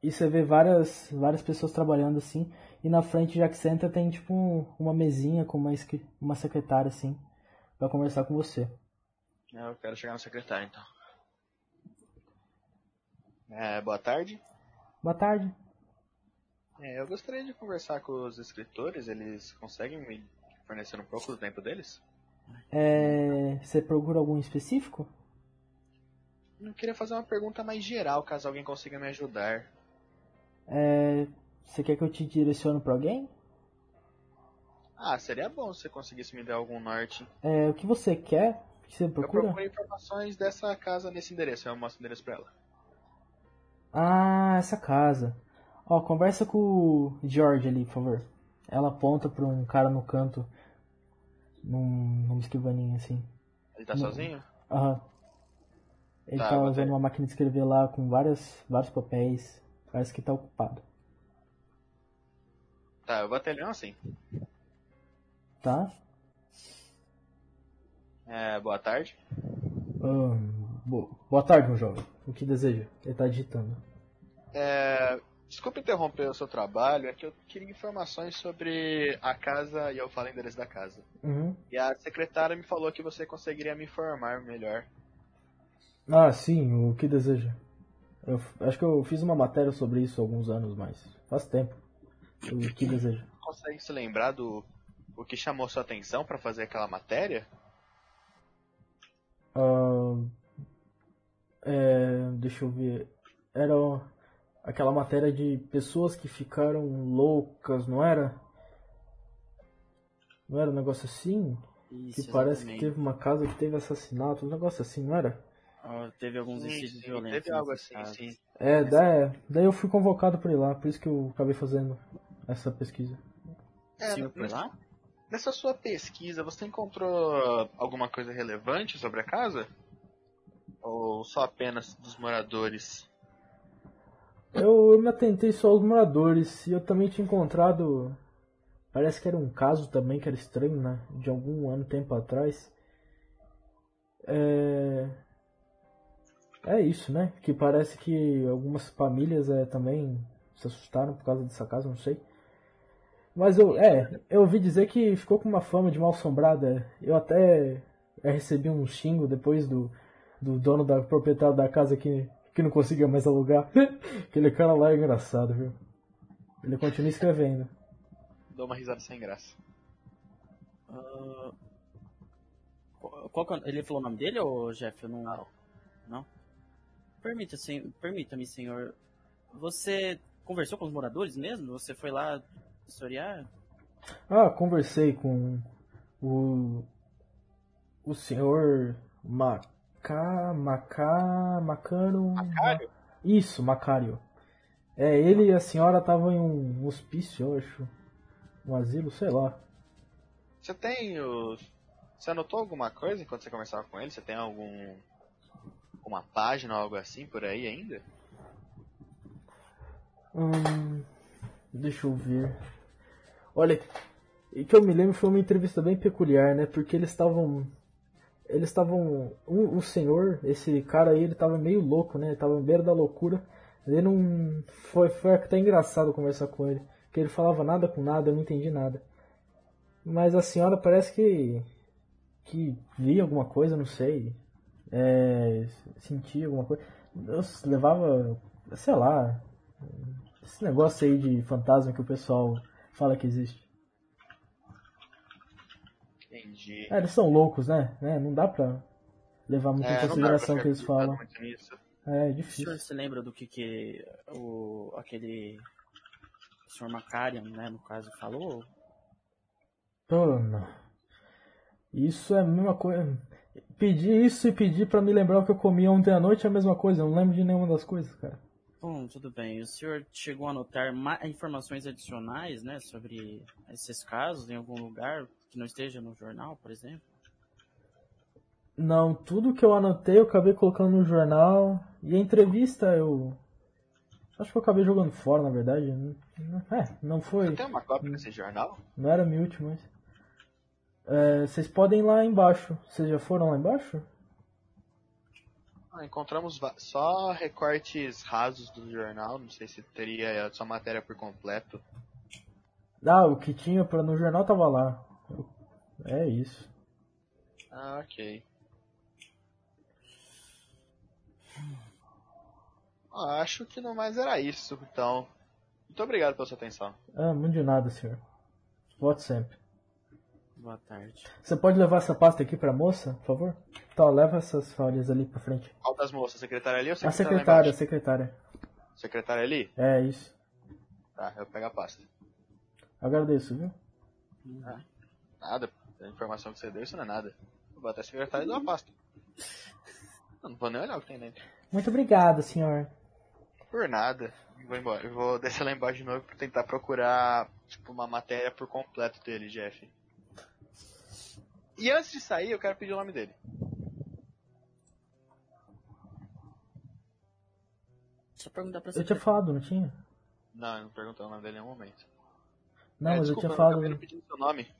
Speaker 2: e você vê várias, várias pessoas trabalhando assim. E na frente, já que você entra, tem tipo um- uma mesinha com uma, escri- uma secretária assim pra conversar com você.
Speaker 5: É, Eu quero chegar no secretário então. É, boa tarde.
Speaker 2: Boa tarde.
Speaker 5: É, eu gostaria de conversar com os escritores, eles conseguem me fornecer um pouco do tempo deles?
Speaker 2: É, você procura algum específico?
Speaker 5: Eu queria fazer uma pergunta mais geral, caso alguém consiga me ajudar.
Speaker 2: É, você quer que eu te direcione pra alguém?
Speaker 5: Ah, seria bom se você conseguisse me dar algum norte.
Speaker 2: É, o que você quer? O que você
Speaker 5: Eu
Speaker 2: procura?
Speaker 5: procuro informações dessa casa nesse endereço, eu mostro o endereço pra ela.
Speaker 2: Ah, essa casa. Ó, conversa com o George ali, por favor. Ela aponta pra um cara no canto, num, numa escrivaninha assim.
Speaker 5: Ele tá
Speaker 2: Não.
Speaker 5: sozinho?
Speaker 2: Aham. Ele
Speaker 5: Tá,
Speaker 2: tá,
Speaker 5: botei.
Speaker 2: usando uma máquina de escrever lá com várias, vários papéis. Parece que tá ocupado.
Speaker 5: Tá, eu batalhão assim.
Speaker 2: Tá?
Speaker 5: É, boa tarde.
Speaker 2: Ahn, bo- boa tarde, meu jovem. O que deseja? Ele tá digitando.
Speaker 5: É, desculpa interromper o seu trabalho, é que eu queria informações sobre a casa e eu falo o endereço da casa.
Speaker 2: Uhum.
Speaker 5: E a secretária me falou que você conseguiria me informar melhor.
Speaker 2: Ah, sim, o que deseja? Eu f- acho que eu fiz uma matéria sobre isso há alguns anos, mas faz tempo. O que deseja?
Speaker 5: Consegue se lembrar do o que chamou sua atenção pra fazer aquela matéria?
Speaker 2: Ahn, é, deixa eu ver. Era o- aquela matéria de pessoas que ficaram loucas, não era? Não era um negócio assim?
Speaker 3: Isso,
Speaker 2: que parece
Speaker 3: exatamente.
Speaker 2: que teve uma casa que teve assassinato, um negócio assim, não era?
Speaker 3: Ah, teve alguns
Speaker 5: sim,
Speaker 3: incídios violentos.
Speaker 5: teve algo
Speaker 3: nessas
Speaker 5: assim,
Speaker 3: casas.
Speaker 5: sim.
Speaker 2: É, daí, daí eu fui convocado por ir lá, por isso que eu acabei fazendo essa pesquisa.
Speaker 5: É,
Speaker 3: Sim, foi lá?
Speaker 5: Nessa sua pesquisa, você encontrou alguma coisa relevante sobre a casa? Ou só apenas dos moradores?
Speaker 2: Eu, eu me atentei só aos moradores e eu também tinha encontrado. Parece que era um caso também que era estranho, né? De algum ano tempo atrás. É. É isso, né? Que parece que algumas famílias é, também se assustaram por causa dessa casa, não sei. Mas eu, é, eu ouvi dizer que ficou com uma fama de mal-assombrada. Eu até é, recebi um xingo depois do, do dono da proprietário da casa que, que não conseguia mais alugar. Aquele cara lá é engraçado, viu? Ele continua escrevendo.
Speaker 5: Dou uma risada sem graça.
Speaker 3: Qual- Qual que é o- ele falou o nome dele ou Jeff? Eu não. Não? Permita, sen- Permita-me, senhor. Você conversou com os moradores mesmo? Você foi lá historiar?
Speaker 2: Ah, conversei com o, o senhor Macá, Macá, Macano... Macário? Isso, Macário. É, ele e a senhora estavam em um hospício, eu acho. Um asilo, sei lá.
Speaker 5: Você tem os. Você anotou alguma coisa enquanto você conversava com ele? Você tem algum. Uma página ou algo assim por aí ainda?
Speaker 2: Hum, deixa eu ver. Olha, e que eu me lembro foi uma entrevista bem peculiar, né? Porque eles estavam. Eles estavam. O, o senhor, esse cara aí, ele tava meio louco, né? Ele tava beira da loucura. Ele não. Foi, foi até engraçado conversar com ele. Porque ele falava nada com nada, eu não entendi nada. Mas a senhora parece que. que via alguma coisa, não sei. É, sentia alguma coisa. Eu s- levava. sei lá. Esse negócio aí de fantasma que o pessoal fala que existe.
Speaker 5: Entendi.
Speaker 2: É, eles são loucos, né? É, não dá pra levar muito
Speaker 5: É,
Speaker 2: em
Speaker 5: não dá pra
Speaker 2: consideração o
Speaker 5: ficar né?
Speaker 2: que eles
Speaker 5: acreditando
Speaker 2: falam.
Speaker 5: muito nisso.
Speaker 2: É, é
Speaker 3: O senhor
Speaker 2: difícil.
Speaker 3: se lembra do que, que o, aquele o senhor Macarian, né, no caso, falou?
Speaker 2: Pô, não. Isso é a mesma coisa. Pedir isso e pedir pra me lembrar o que eu comi ontem à noite é a mesma coisa. Eu não lembro de nenhuma das coisas, cara.
Speaker 3: Bom, tudo bem. O senhor chegou a anotar ma- informações adicionais, né, sobre esses casos em algum lugar que não esteja no jornal, por exemplo?
Speaker 2: Não, tudo que eu anotei eu acabei colocando no jornal. E a entrevista eu. Acho que eu acabei jogando fora, na verdade. É, não foi.
Speaker 5: Você tem uma cópia desse jornal?
Speaker 2: Não era mute, mas. É, vocês podem ir lá embaixo. Vocês já foram lá embaixo?
Speaker 5: Ah, encontramos va- só recortes rasos do jornal, não sei se teria a sua matéria por completo.
Speaker 2: Ah, o que tinha pra, no jornal tava lá. É isso.
Speaker 5: Ah, ok. Ah, acho que não mais era isso, então. Muito obrigado pela sua atenção.
Speaker 2: Ah, muito de nada, senhor. Volte sempre.
Speaker 3: Boa tarde.
Speaker 2: Você pode levar essa pasta aqui pra moça, por favor? Tá, leva essas folhas ali pra frente.
Speaker 5: Qual das moças? Secretária ali ou
Speaker 2: A
Speaker 5: secretária? lá
Speaker 2: secretária, a
Speaker 5: embaixo?
Speaker 2: secretária.
Speaker 5: Secretária ali?
Speaker 2: É isso.
Speaker 5: Tá, eu pego a pasta.
Speaker 2: Agradeço, viu?
Speaker 5: Nada, a informação que você deu, isso não é nada. Eu vou até a secretária e dou a pasta. Eu não vou nem olhar o que tem dentro.
Speaker 2: Muito obrigado, senhor.
Speaker 5: Por nada. Eu Vou embora. Eu vou descer lá embaixo de novo pra tentar procurar, tipo, uma matéria por completo dele, Jeff. E antes de sair, eu quero pedir o nome dele.
Speaker 3: Deixa eu perguntar pra você.
Speaker 2: Eu tinha falado, não tinha?
Speaker 5: Não, eu não perguntei o nome dele em nenhum momento.
Speaker 2: Não,
Speaker 5: É,
Speaker 2: mas
Speaker 5: desculpa,
Speaker 2: eu tinha
Speaker 5: Eu não
Speaker 2: falado.
Speaker 5: pedindo seu nome.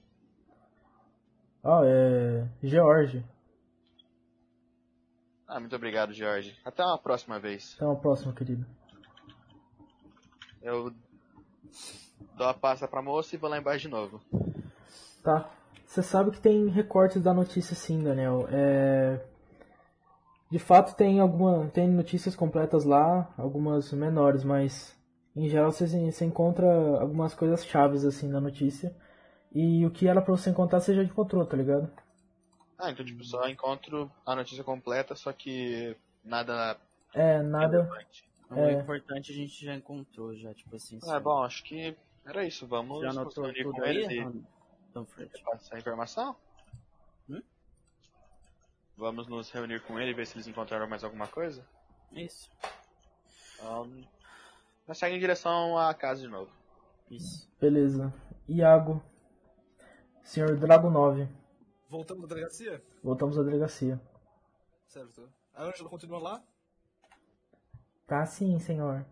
Speaker 2: Ah, é. George.
Speaker 5: Ah, muito obrigado, Jorge. Até uma próxima vez.
Speaker 2: Até uma próxima, querido.
Speaker 5: Eu dou a pasta pra moça e vou lá embaixo de novo.
Speaker 2: Tá. Você sabe que tem recortes da notícia sim, Daniel. É... De fato tem alguma. tem notícias completas lá, algumas menores, mas em geral você, você encontra algumas coisas chaves assim da notícia. E o que era pra você encontrar você já encontrou, tá ligado?
Speaker 5: Ah, então, tipo, só encontro a notícia completa, só que nada
Speaker 2: É, nada.
Speaker 5: relevante.
Speaker 3: O
Speaker 2: É.
Speaker 3: um importante a gente já encontrou, já, tipo assim.
Speaker 5: Ah,
Speaker 3: sabe?
Speaker 5: bom, acho que era isso. Vamos
Speaker 3: já anotou
Speaker 5: conferir
Speaker 3: tudo
Speaker 5: com eles
Speaker 3: aí,
Speaker 5: e
Speaker 3: Ron- Dunford?
Speaker 5: passar a informação?
Speaker 3: Hum?
Speaker 5: Vamos nos reunir com ele e ver se eles encontraram mais alguma coisa?
Speaker 3: Isso,
Speaker 5: Então, nós segue em direção à casa de novo.
Speaker 3: isso.
Speaker 2: Beleza. Iago. Senhor Drago 9.
Speaker 1: Voltando da delegacia?
Speaker 2: Voltamos à delegacia.
Speaker 1: Certo. A Ângela continua lá?
Speaker 2: Tá sim, senhor.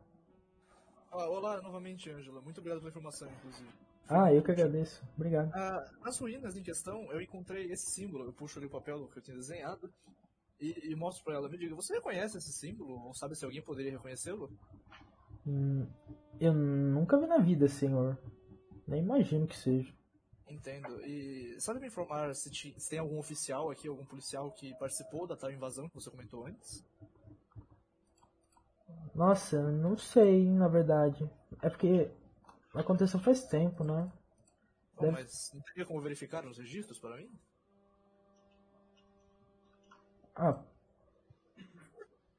Speaker 1: Ah, olá novamente, Ângela. Muito obrigado pela informação, inclusive.
Speaker 2: Ah, eu que agradeço. Obrigado.
Speaker 1: Ah, nas ruínas em questão, eu encontrei esse símbolo. Eu puxo ali o papel que eu tinha desenhado e, e mostro pra ela. Me diga, você reconhece esse símbolo? Ou sabe se alguém poderia reconhecê-lo?
Speaker 2: Hum, eu nunca vi na vida, senhor. Nem imagino que seja.
Speaker 1: Entendo. E sabe me informar se, ti- se tem algum oficial aqui, algum policial que participou da tal invasão que você comentou antes?
Speaker 2: Nossa, não sei, na verdade. É porque aconteceu faz tempo, né?
Speaker 1: Bom,
Speaker 2: Deve-
Speaker 1: mas não teria como verificar nos registros para mim?
Speaker 2: Ah.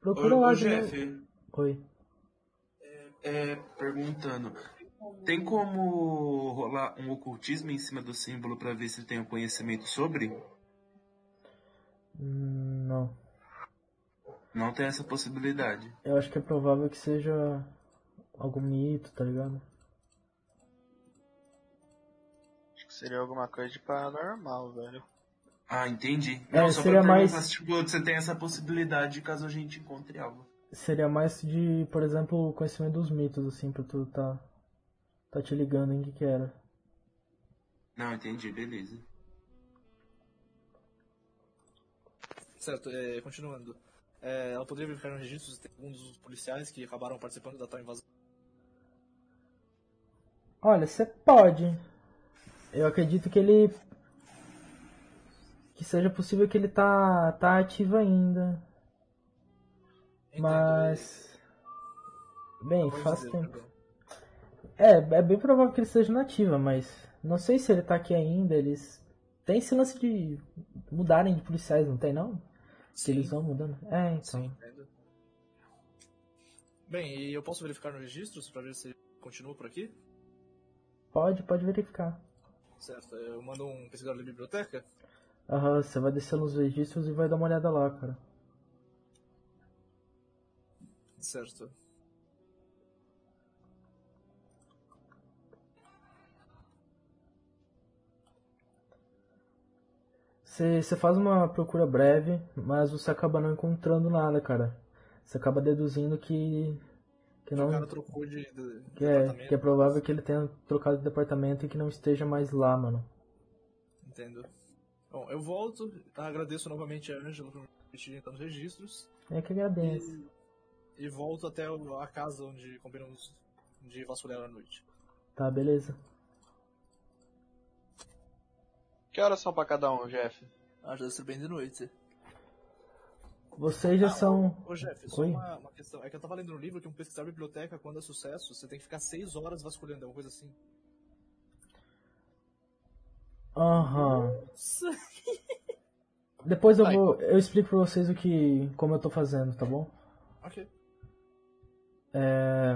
Speaker 6: Ô,
Speaker 2: Procura lá
Speaker 6: ô né?
Speaker 2: de novo.
Speaker 6: Jeff,
Speaker 2: Oi.
Speaker 6: é, perguntando. Tem como rolar um ocultismo em cima do símbolo pra ver se eu tenho conhecimento sobre?
Speaker 2: Hum, Não.
Speaker 6: Não tem essa possibilidade.
Speaker 2: Eu acho que é provável que seja algum mito, tá ligado?
Speaker 5: Acho que seria alguma coisa de paranormal, velho.
Speaker 6: Ah, entendi.
Speaker 2: É,
Speaker 6: Não, só
Speaker 2: seria
Speaker 6: pra perguntar
Speaker 2: mais-
Speaker 6: se tipo, você tem essa possibilidade caso a gente encontre algo.
Speaker 2: Seria mais de, por exemplo, conhecimento dos mitos, assim, pra tu tá, tá te ligando em que que era.
Speaker 6: Não, entendi, beleza.
Speaker 1: Certo, é, continuando. É, ela poderia verificar nos registros de alguns dos policiais que acabaram participando da tal invasão.
Speaker 2: Olha, você pode. Eu acredito que ele. Que seja possível que ele tá, tá ativo ainda. Mas. Bem,
Speaker 1: tá Pode
Speaker 2: faz
Speaker 1: dizer, tá
Speaker 2: tempo.
Speaker 1: perdão.
Speaker 2: É, é bem provável que ele esteja nativa, mas. Não sei se ele tá aqui ainda. Eles. Tem esse lance de mudarem de policiais, não tem não? Se eles vão mudando. É, então.
Speaker 1: Entendo. Bem, e eu posso verificar nos registros pra ver se ele continua por aqui?
Speaker 2: Pode, pode verificar.
Speaker 1: Certo, eu mando um pesquisador da biblioteca.
Speaker 2: Aham, você vai descer nos registros e vai dar uma olhada lá, cara.
Speaker 1: Certo.
Speaker 2: Você você faz uma procura breve, mas você acaba não encontrando nada, cara. Você acaba deduzindo que. Que
Speaker 1: O cara
Speaker 2: não.
Speaker 1: trocou de, de
Speaker 2: Que é,
Speaker 1: departamento.
Speaker 2: que é provável que ele tenha trocado de departamento e que não esteja mais lá, mano.
Speaker 1: Entendo. Bom, eu volto, agradeço novamente a Ângela por me permitir entrar nos registros.
Speaker 2: É que agradeço.
Speaker 1: E volto até o- a casa onde combinamos de vasculhar à noite.
Speaker 2: Tá, beleza.
Speaker 5: Que horas são pra cada um, Jeff?
Speaker 1: Ah, já deve ser bem de noite. Ah,
Speaker 2: Vocês já são.
Speaker 1: Ô Jeff, só
Speaker 2: Oi?
Speaker 1: uma, uma questão. É que eu tava lendo no livro que um pesquisar biblioteca, quando é sucesso, você tem que ficar seis horas vasculhando, é uma coisa assim.
Speaker 2: Aham. Depois eu vou. Eu explico pra vocês o que. como eu tô fazendo, tá bom?
Speaker 1: Ok.
Speaker 2: É.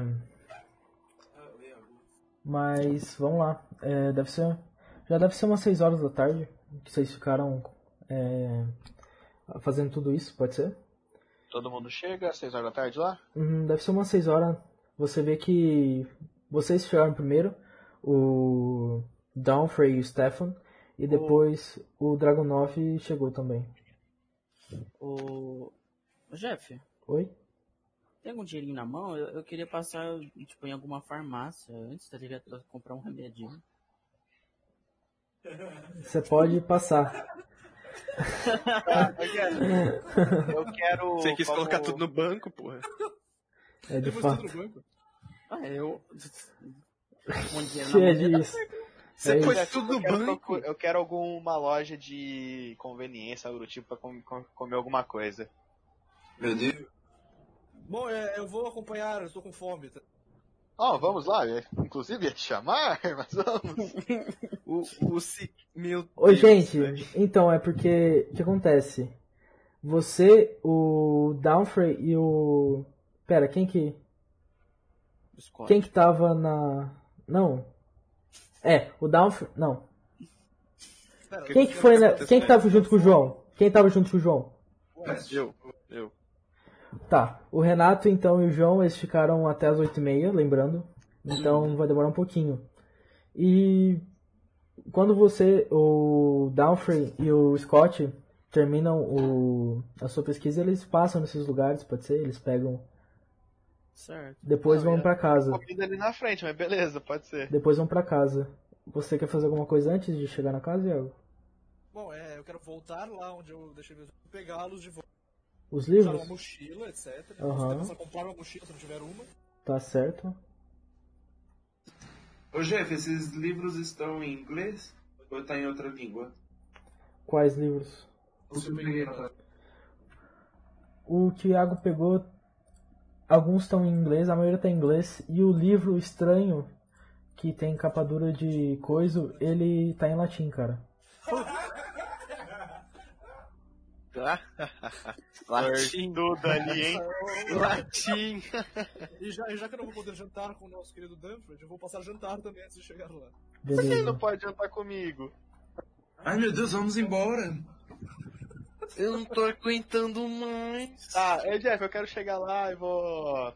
Speaker 2: Mas vamos lá. É, deve ser. Já deve ser umas 6 horas da tarde que vocês ficaram é, fazendo tudo isso, pode ser?
Speaker 5: Todo mundo chega às 6 horas da tarde lá?
Speaker 2: Uhum, deve ser umas 6 horas. Você vê que vocês chegaram primeiro, o Downfrey e o Stefan, e depois o Dragonov chegou também.
Speaker 3: O... Ô, Jeff,
Speaker 2: Oi?
Speaker 3: tem algum dinheirinho na mão? Eu, eu queria passar, tipo, em alguma farmácia antes, tá ligado? Pra comprar um remedinho.
Speaker 2: Você pode passar.
Speaker 5: Eu quero.
Speaker 4: Ah, tá, Você quis
Speaker 5: ah, como-
Speaker 4: colocar tudo no banco, porra.
Speaker 2: É de
Speaker 1: Depois tudo
Speaker 2: fato.
Speaker 1: no banco.
Speaker 3: Ah,
Speaker 1: é,
Speaker 3: eu... Um dinheiro
Speaker 2: Que é
Speaker 3: na mão.
Speaker 2: disso.
Speaker 4: Você
Speaker 2: É
Speaker 4: pôs
Speaker 5: Jeff,
Speaker 4: tudo
Speaker 5: eu
Speaker 4: no
Speaker 5: quero
Speaker 4: banco.
Speaker 5: procu- Eu quero alguma loja de conveniência, algo do tipo, pra com- com- comer alguma coisa.
Speaker 6: Meu Deus.
Speaker 1: Bom, é, eu vou acompanhar, eu tô com fome. tá?
Speaker 5: Ó, vamos lá, eu- inclusive ia te chamar, mas vamos.
Speaker 4: O, o se... Meu
Speaker 2: Oi,
Speaker 4: Deus,
Speaker 2: gente.
Speaker 4: velho.
Speaker 2: Então, é porque. O que acontece? Você, o Downfrey e o. Pera, quem que.
Speaker 3: Scott.
Speaker 2: Quem que tava na. Não. É, o Downfrey. Não.
Speaker 1: Pera,
Speaker 2: Quem que foi na... Quem que tava junto com o João? Quem tava junto com o João?
Speaker 4: Eu, eu.
Speaker 2: Tá. O Renato, então, e o João, eles ficaram até as 8h30, lembrando. Então vai demorar um pouquinho. E quando você, o Downfrey e o Scott terminam o, a sua pesquisa, eles passam nesses lugares, pode ser? Eles pegam.
Speaker 3: Certo.
Speaker 2: Depois vão pra casa.
Speaker 5: Comida ali na frente, mas beleza, pode ser.
Speaker 2: Depois vão pra casa. Você quer fazer alguma coisa antes de chegar na casa, Iago?
Speaker 1: Bom, é, eu quero voltar lá onde eu deixei meus pegá-los de volta.
Speaker 2: Os
Speaker 1: Usar uma
Speaker 2: livros?
Speaker 1: mochila, etc.
Speaker 2: Aham.
Speaker 1: Você precisa comprar uma mochila se não tiver uma.
Speaker 2: Tá certo.
Speaker 6: Ô Jeff, esses livros estão em inglês ou tá em outra língua?
Speaker 2: Quais livros?
Speaker 1: Os que eu peguei lá.
Speaker 2: O que o Iago pegou, alguns estão em inglês, a maioria tá em inglês. E o livro estranho, que tem capa dura de coiso, ele tá em latim, cara.
Speaker 4: Latim.
Speaker 5: Tudo ali, hein?
Speaker 4: Latim.
Speaker 1: E já, e já que eu não vou poder jantar com o nosso querido Dunford, eu vou passar jantar também antes de chegar lá.
Speaker 5: Você não
Speaker 2: Beleza.
Speaker 5: pode jantar comigo.
Speaker 6: Ai meu Deus, vamos embora.
Speaker 4: Eu não tô aguentando mais.
Speaker 5: Ah, é, Jeff, eu quero chegar lá e vou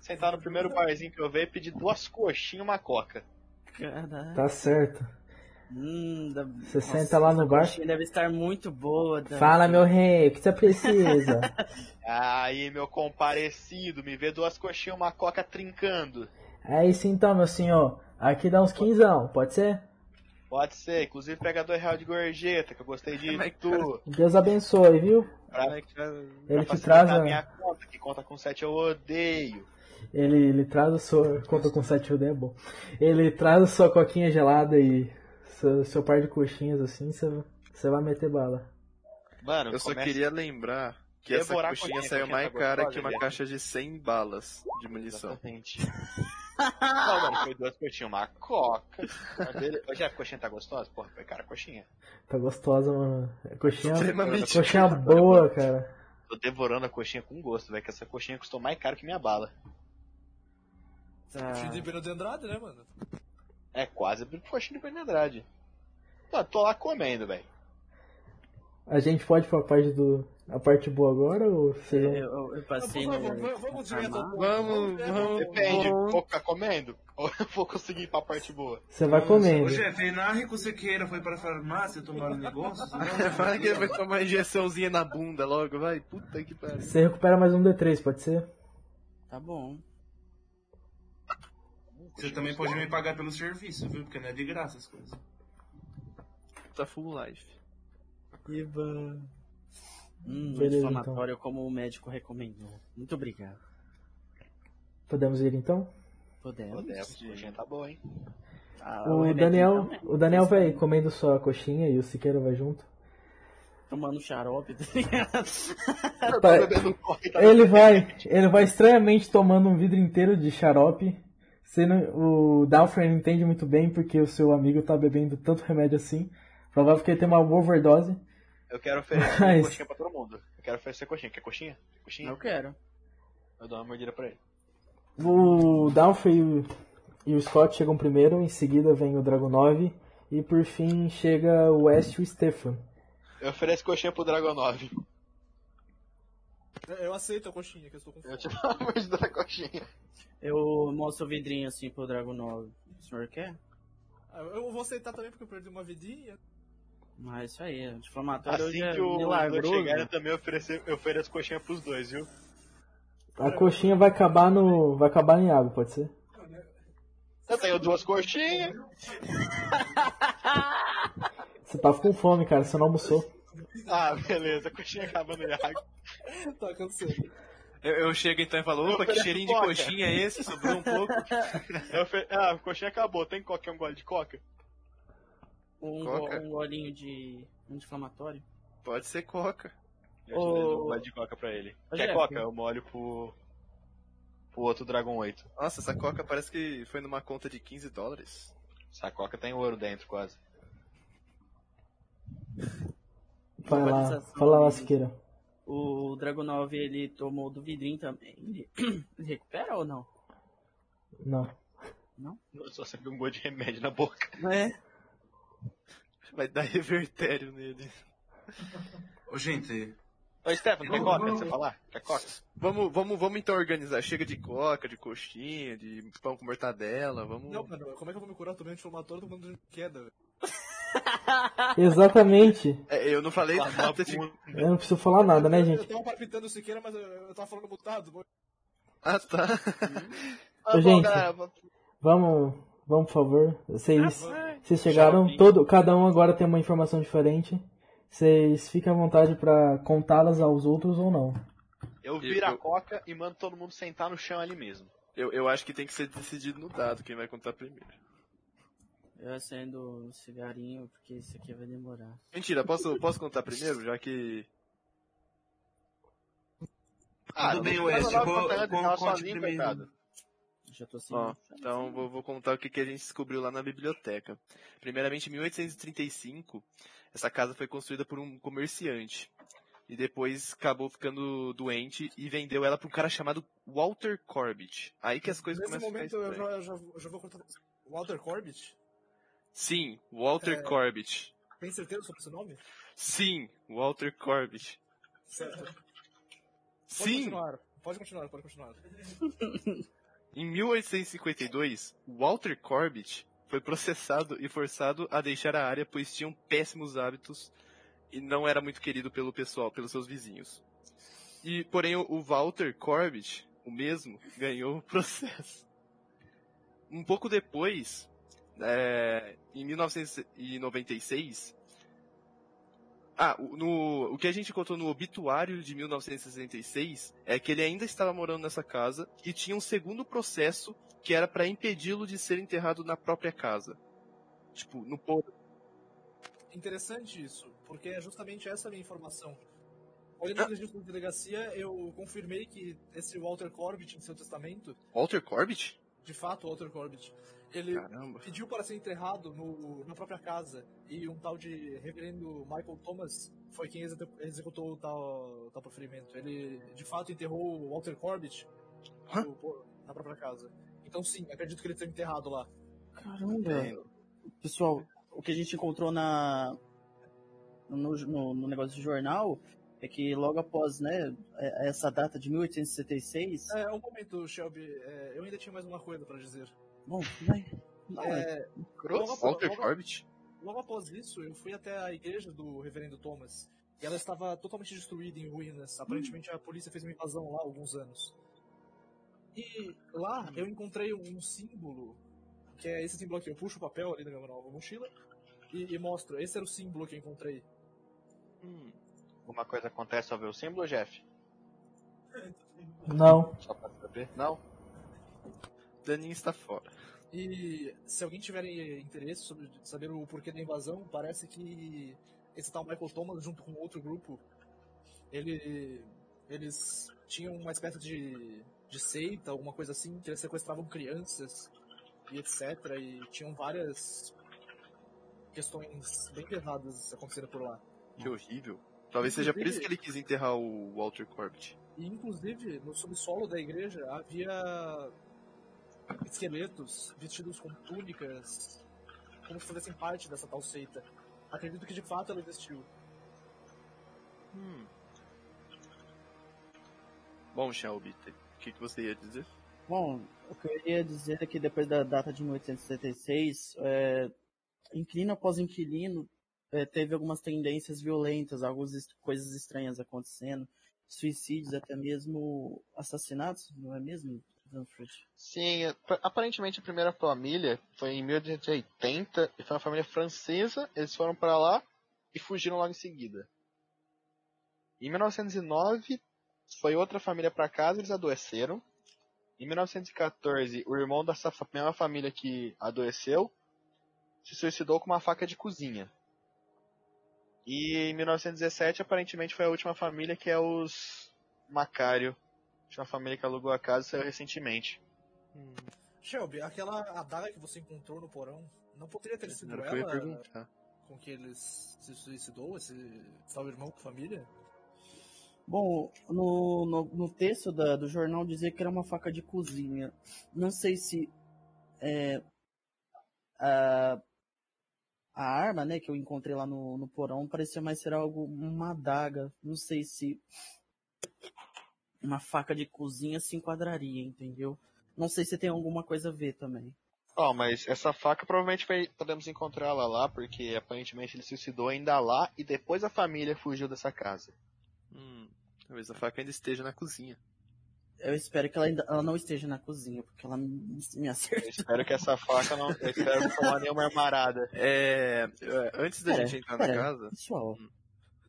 Speaker 5: sentar no primeiro barzinho que eu ver e pedir duas coxinhas e uma coca.
Speaker 3: Caralho.
Speaker 2: Tá certo.
Speaker 3: Hum, da...
Speaker 2: Você senta lá no bar.
Speaker 3: coxinha deve estar muito boa.
Speaker 5: É.
Speaker 3: Dan.
Speaker 2: Fala, meu rei, o que você precisa?
Speaker 5: Aí, meu comparecido, me vê duas coxinhas e uma coca trincando.
Speaker 2: é isso então, meu senhor. Aqui dá uns quinzão, pode ser?
Speaker 5: Pode ser, inclusive pega dois reais de gorjeta, que eu gostei de
Speaker 4: Mas,
Speaker 5: tu.
Speaker 2: Deus abençoe, viu?
Speaker 4: Ai, cara.
Speaker 2: Ele
Speaker 5: pra
Speaker 2: te traz
Speaker 5: facilitar
Speaker 2: a,
Speaker 5: minha conta, que conta com sete eu odeio.
Speaker 2: ele, ele traz a sua. Conta com 7 é bom. Ele traz a sua coquinha gelada e seu, seu par de coxinhas assim, você você vai meter bala.
Speaker 5: Mano,
Speaker 4: Eu só
Speaker 5: começa-
Speaker 4: queria lembrar que essa
Speaker 5: Devorar
Speaker 4: coxinha
Speaker 5: coxinha,
Speaker 4: saiu
Speaker 5: coxinha
Speaker 4: mais
Speaker 5: tá
Speaker 4: cara
Speaker 5: gostosa,
Speaker 4: que uma
Speaker 5: Guilherme.
Speaker 4: caixa de 100 balas de munição.
Speaker 5: Exatamente. Não, mano, foi duas coxinhas, uma coca. Mas beleza. Ô, Jeff, coxinha tá gostosa? Porra, foi cara, coxinha.
Speaker 2: Tá gostosa, mano. É Coxinha, é
Speaker 4: Extremamente.
Speaker 2: coxinha boa, cara.
Speaker 5: Tô devorando a coxinha com gosto, velho, que essa coxinha custou mais caro que minha bala.
Speaker 2: Ah.
Speaker 3: Tá.
Speaker 1: Filho de Beira de Andrade, né, mano?
Speaker 5: É quase coxinha de Pedro Andrade. Mano, tô lá comendo, velho.
Speaker 2: A gente pode ir pra parte do. a parte boa agora ou vocês
Speaker 3: Eu,
Speaker 2: vão.
Speaker 3: eu- eu
Speaker 1: Não, por
Speaker 3: passei
Speaker 1: favor,
Speaker 3: no-
Speaker 1: vamos, vamos direto ao
Speaker 3: armário.
Speaker 1: ponto.
Speaker 4: Vamos,
Speaker 1: direto ao
Speaker 4: vamos.
Speaker 1: ponto.
Speaker 5: Depende,
Speaker 4: Bom.
Speaker 5: vou ficar comendo ou eu vou conseguir ir pra parte boa?
Speaker 2: Você vai comendo.
Speaker 6: Ô Jeff, Henrique Sequeira foi pra farmácia tomar um negócio?
Speaker 4: Fala que ele vai tomar uma injeçãozinha na bunda logo, vai. Puta que pariu.
Speaker 2: Você recupera mais um D3, pode ser?
Speaker 3: Tá bom.
Speaker 6: Você também pode me pagar pelo serviço, viu? Porque não é de graça as coisas.
Speaker 4: Tá full life.
Speaker 3: Hum,
Speaker 2: Beleza,
Speaker 3: inflamatório como o médico recomendou. Muito obrigado.
Speaker 2: Podemos ir então?
Speaker 3: Podemos.
Speaker 5: Pô, dessa coxinha tá boa, hein?
Speaker 3: Ah,
Speaker 2: O então, né?
Speaker 3: remedinho
Speaker 2: Daniel,
Speaker 3: também.
Speaker 2: o Daniel vai comendo sua coxinha e o Siqueira vai junto.
Speaker 3: Tomando xarope. tá ligado?
Speaker 2: Tá-
Speaker 5: bebendo coca, tá
Speaker 2: ele vai, ele vai estranhamente tomando um vidro inteiro de xarope. Sendo, o Dalfrey não entende muito bem porque o seu amigo tá bebendo tanto remédio assim. Provável que ele tem uma overdose.
Speaker 5: Eu quero oferecer
Speaker 2: Mas-
Speaker 5: coxinha pra todo mundo. Eu quero oferecer coxinha. Quer coxinha? Coxinha?
Speaker 3: Eu quero.
Speaker 5: Eu dou uma mordida pra ele.
Speaker 2: O Dalfrey e o- e o Scott chegam primeiro, em seguida vem o Dragonov e por fim chega o West e o Stefan.
Speaker 5: Eu ofereço coxinha pro Dragonov.
Speaker 1: Eu- É, Eu aceito a coxinha, que eu estou com fome.
Speaker 5: Eu te dou uma mordida da coxinha.
Speaker 3: Eu mostro o vidrinho assim pro Dragon 9. O senhor quer?
Speaker 1: Ah, Eu vou aceitar também porque eu perdi uma vidinha.
Speaker 3: Ah, isso aí. Anti-inflamatório
Speaker 5: Assim
Speaker 3: hoje
Speaker 5: que
Speaker 3: é
Speaker 5: o dois
Speaker 3: milagroso.
Speaker 5: chegarem, eu também oferecer, eu ofereço coxinha pros dois, viu?
Speaker 2: A coxinha vai acabar no, vai acabar em água, pode ser?
Speaker 5: Eu tenho duas coxinhas.
Speaker 2: Você tá com fome, cara, você não almoçou.
Speaker 5: Ah, beleza, a coxinha acaba no água.
Speaker 1: Tá, cansei.
Speaker 4: Eu, eu chego então e falo, opa, que
Speaker 5: Oferece
Speaker 4: cheirinho de
Speaker 5: coca.
Speaker 4: coxinha é esse? Sobrou um pouco.
Speaker 5: Eu ofe- Ah, a coxinha acabou. Tem coca? Quer um gole de coca?
Speaker 3: Um, go-
Speaker 4: Coca?
Speaker 3: um golinho de anti-inflamatório.
Speaker 4: Pode ser coca.
Speaker 5: Eu te dou
Speaker 3: Ô,
Speaker 5: um gole de coca pra ele.
Speaker 3: ô,
Speaker 5: Quer
Speaker 3: Jeff.
Speaker 5: coca? Eu molho pro... pro outro Dragon 8.
Speaker 4: Nossa, essa coca parece que foi numa conta de 15 dólares.
Speaker 5: Essa coca tem ouro dentro, quase.
Speaker 2: Vai lá,
Speaker 3: Globalização.
Speaker 2: fala lá, Siqueira.
Speaker 3: O Dragonov, ele tomou do vidrinho também. Ele, ele recupera ou não?
Speaker 2: Não.
Speaker 5: Eu só sempre um gosto de remédio na boca.
Speaker 3: É.
Speaker 4: Vai dar revertério nele.
Speaker 6: Ô gente,
Speaker 5: Ô, Stefano, quer coca? Você falar? Quer coca?
Speaker 4: Vamos, vamos, vamos então organizar. Chega de coca, de coxinha, de pão com mortadela. Vamos.
Speaker 2: Hum.
Speaker 1: Não, mano, como é que eu vou me curar também anti-inflamatório tomando queda, velho?
Speaker 2: Exatamente.
Speaker 4: É, eu não falei nada de.
Speaker 2: Eu não preciso falar nada, né,
Speaker 1: Eu
Speaker 2: gente?
Speaker 1: tava palpitando o Siqueira, mas eu, eu tava falando mutado. vou-
Speaker 4: Ah, tá.
Speaker 5: Ah, bom,
Speaker 2: gente.
Speaker 5: galera, vamos-
Speaker 2: Vamos, vamos, por favor. Vocês,
Speaker 1: vai.
Speaker 2: vocês chegaram,
Speaker 7: Shopping.
Speaker 2: todo, cada um agora tem uma informação diferente. Vocês fiquem à vontade pra contá-las aos outros ou não.
Speaker 5: Eu viro
Speaker 4: Eu-
Speaker 5: a coca e mando todo mundo sentar no chão ali mesmo.
Speaker 4: Eu, eu acho que tem que ser decidido no dado quem vai contar primeiro.
Speaker 3: Eu acendo o cigarinho, porque isso aqui vai demorar.
Speaker 4: Mentira, posso, posso contar Tá primeiro? Já que.
Speaker 5: Ah,
Speaker 6: tudo bem,
Speaker 5: não
Speaker 6: Wes,
Speaker 5: fala nada
Speaker 6: qual-
Speaker 5: contra ele,
Speaker 6: qual-
Speaker 5: fala
Speaker 6: qual
Speaker 5: sozinho,
Speaker 6: primeiro?
Speaker 5: coitado.
Speaker 3: Já tô sem...
Speaker 4: Ó, então vou, vou contar o que, que a gente descobriu lá na biblioteca. Primeiramente, em 1835, essa casa foi construída por um comerciante. E depois acabou ficando doente e vendeu ela pra um cara chamado Walter Corbett. Aí que as coisas
Speaker 1: Nesse
Speaker 4: começam
Speaker 1: momento
Speaker 4: a ficar
Speaker 2: né?
Speaker 1: eu
Speaker 4: estranhas.
Speaker 1: já, já, já vou cortar. Walter Corbett?
Speaker 4: Sim, Walter
Speaker 1: É.
Speaker 4: Corbett.
Speaker 1: Tem certeza sobre esse nome?
Speaker 4: Sim, Walter Corbett.
Speaker 1: Certo. Pode
Speaker 4: Sim,
Speaker 1: continuar. Pode continuar, pode continuar.
Speaker 4: em 1852, Walter Corbett foi processado e forçado a deixar a área pois tinham péssimos hábitos e não era muito querido pelo pessoal, pelos seus vizinhos. E, porém, o- o Walter Corbett, o mesmo, ganhou o processo. Um pouco depois, é, em 1996, ah, o- no, o que a gente contou no obituário de 1966 é que ele ainda estava morando nessa casa e tinha um segundo processo que era para impedi-lo de ser enterrado na própria casa. Tipo, no po-
Speaker 1: Interessante isso, porque é justamente essa a minha informação. Olhando o registro da delegacia, eu confirmei que esse Walter Corbett, em seu testamento,
Speaker 4: Walter Corbett?
Speaker 1: de fato, Walter Corbett, ele
Speaker 4: Caramba.
Speaker 1: pediu para ser enterrado no, na própria casa. E um tal de reverendo Michael Thomas foi quem execu- executou o tal, tal proferimento. Ele, de fato, enterrou o Walter Corbett
Speaker 4: Hã?
Speaker 1: no- pô, na própria casa. Então, sim, acredito que ele teve enterrado lá.
Speaker 3: Caramba.
Speaker 4: É.
Speaker 3: Pessoal, o que a gente encontrou na no, no- no negócio de jornal é que logo após né, é- essa data de 1866...
Speaker 1: É, um momento, Shelby. é, eu ainda tinha mais uma coisa para dizer.
Speaker 3: Bom, vai. Não, é.
Speaker 1: É, Vamos-
Speaker 4: Walter
Speaker 1: vamos-
Speaker 4: Corbett?
Speaker 1: Logo após isso, eu fui até a igreja do Reverendo Thomas. E ela estava totalmente destruída em ruínas. Aparentemente a polícia fez uma invasão lá há alguns anos. E lá eu encontrei um símbolo, que é esse símbolo aqui. Eu puxo o papel ali da minha nova mochila e, e mostro. Esse era o símbolo que eu encontrei.
Speaker 4: Hum.
Speaker 5: Alguma coisa acontece ao ver o símbolo, Jeff?
Speaker 2: Não.
Speaker 5: Só pra saber. Não?
Speaker 4: Daninho está fora.
Speaker 1: E se alguém tiver interesse sobre saber o porquê da invasão, parece que esse tal Michael Thomas, junto com outro grupo, ele, eles tinham uma espécie de, de seita, alguma coisa assim, que eles sequestravam crianças e etc. E tinham várias questões bem pesadas acontecendo por lá.
Speaker 4: Que horrível. Talvez seja por isso que ele quis enterrar o Walter Corbett.
Speaker 1: E inclusive no subsolo da igreja havia esqueletos vestidos com túnicas, como se fizessem parte dessa tal seita. Acredito que de fato ela existiu.
Speaker 4: Hum. Bom, Shelby, te- o que, que você ia dizer?
Speaker 3: Bom, o que eu ia dizer é que depois da data de 1876, é, inquilino após inquilino, é, teve algumas tendências violentas, algumas est- coisas estranhas acontecendo, suicídios, até mesmo assassinatos, não é mesmo, Danfred?
Speaker 5: Sim, ap- aparentemente a primeira família foi em 1880 e foi uma família francesa. Eles foram pra lá e fugiram logo em seguida. Em 1909 foi outra família pra casa, eles adoeceram. Em 1914, o irmão dessa fa- mesma família que adoeceu se suicidou com uma faca de cozinha. E em 1917, aparentemente foi a última família que é os Macário, última família que alugou a casa e saiu recentemente.
Speaker 1: Shelby, aquela adaga que você encontrou no porão, não poderia ter sido
Speaker 4: Era o que eu ia
Speaker 1: ela
Speaker 4: perguntar.
Speaker 1: com que eles se suicidou, esse tal irmão com família?
Speaker 3: Bom, no, no, no texto da- do jornal dizia que era uma faca de cozinha. Não sei se é, a, a arma né, que eu encontrei lá no, no porão parecia mais ser algo, uma adaga. Não sei se uma faca de cozinha se enquadraria, entendeu? Não sei se tem alguma coisa a ver também.
Speaker 5: Ó, mas essa faca provavelmente vai- podemos encontrá-la lá, porque aparentemente ele se suicidou ainda lá e depois a família fugiu dessa casa.
Speaker 4: Hum. Talvez a faca ainda esteja na cozinha.
Speaker 3: Eu espero que ela, ainda, ela não esteja na cozinha, porque ela me, me acertou.
Speaker 5: Eu espero que essa faca não. Eu espero não tomar nenhuma armarada.
Speaker 4: É, é, antes da
Speaker 3: Pera,
Speaker 4: gente entrar na
Speaker 3: pera.
Speaker 4: casa,
Speaker 3: Pessoal,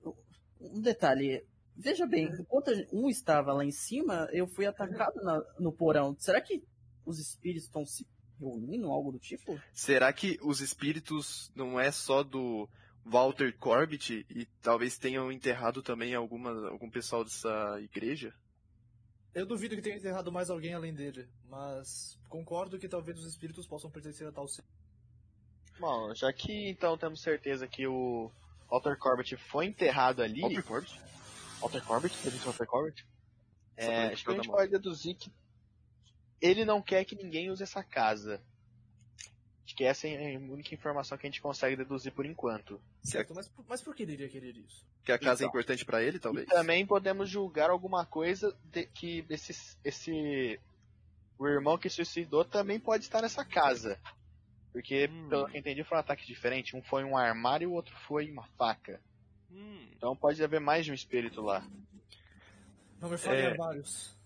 Speaker 4: Hum.
Speaker 3: um detalhe. Veja bem, enquanto a gen- um estava lá em cima, eu fui atacado na- no porão. Será que os espíritos estão se reunindo, algo do tipo?
Speaker 4: Será que os espíritos não é só do Walter Corbett e talvez tenham enterrado também alguma, algum pessoal dessa igreja?
Speaker 1: Eu duvido que tenha enterrado mais alguém além dele, mas concordo que talvez os espíritos possam pertencer a tal seita.
Speaker 5: Bom, já que então temos certeza que o Walter Corbett foi enterrado ali,
Speaker 4: Walter Corbett?
Speaker 5: Walter Corbett? Pergunta Walter Corbett?
Speaker 4: Só pra
Speaker 5: É,
Speaker 4: ele
Speaker 5: acho que a
Speaker 4: ficar
Speaker 5: gente
Speaker 4: da
Speaker 5: pode deduzir que ele não quer que ninguém use essa casa. Acho que essa é a única informação que a gente consegue deduzir por enquanto.
Speaker 1: Certo, mas, por- mas por que ele iria querer isso?
Speaker 4: Que a casa é
Speaker 5: Então.
Speaker 4: importante pra ele, talvez?
Speaker 5: E também podemos julgar alguma coisa de que esse, esse. O irmão que suicidou também pode estar nessa casa. Porque,
Speaker 4: Hum.
Speaker 5: pelo que eu entendi, foram ataques diferentes. Um foi um armário e o outro foi uma faca.
Speaker 4: Hum,
Speaker 5: Então pode haver mais de um espírito lá.
Speaker 1: Não me falem
Speaker 5: É.
Speaker 1: armários.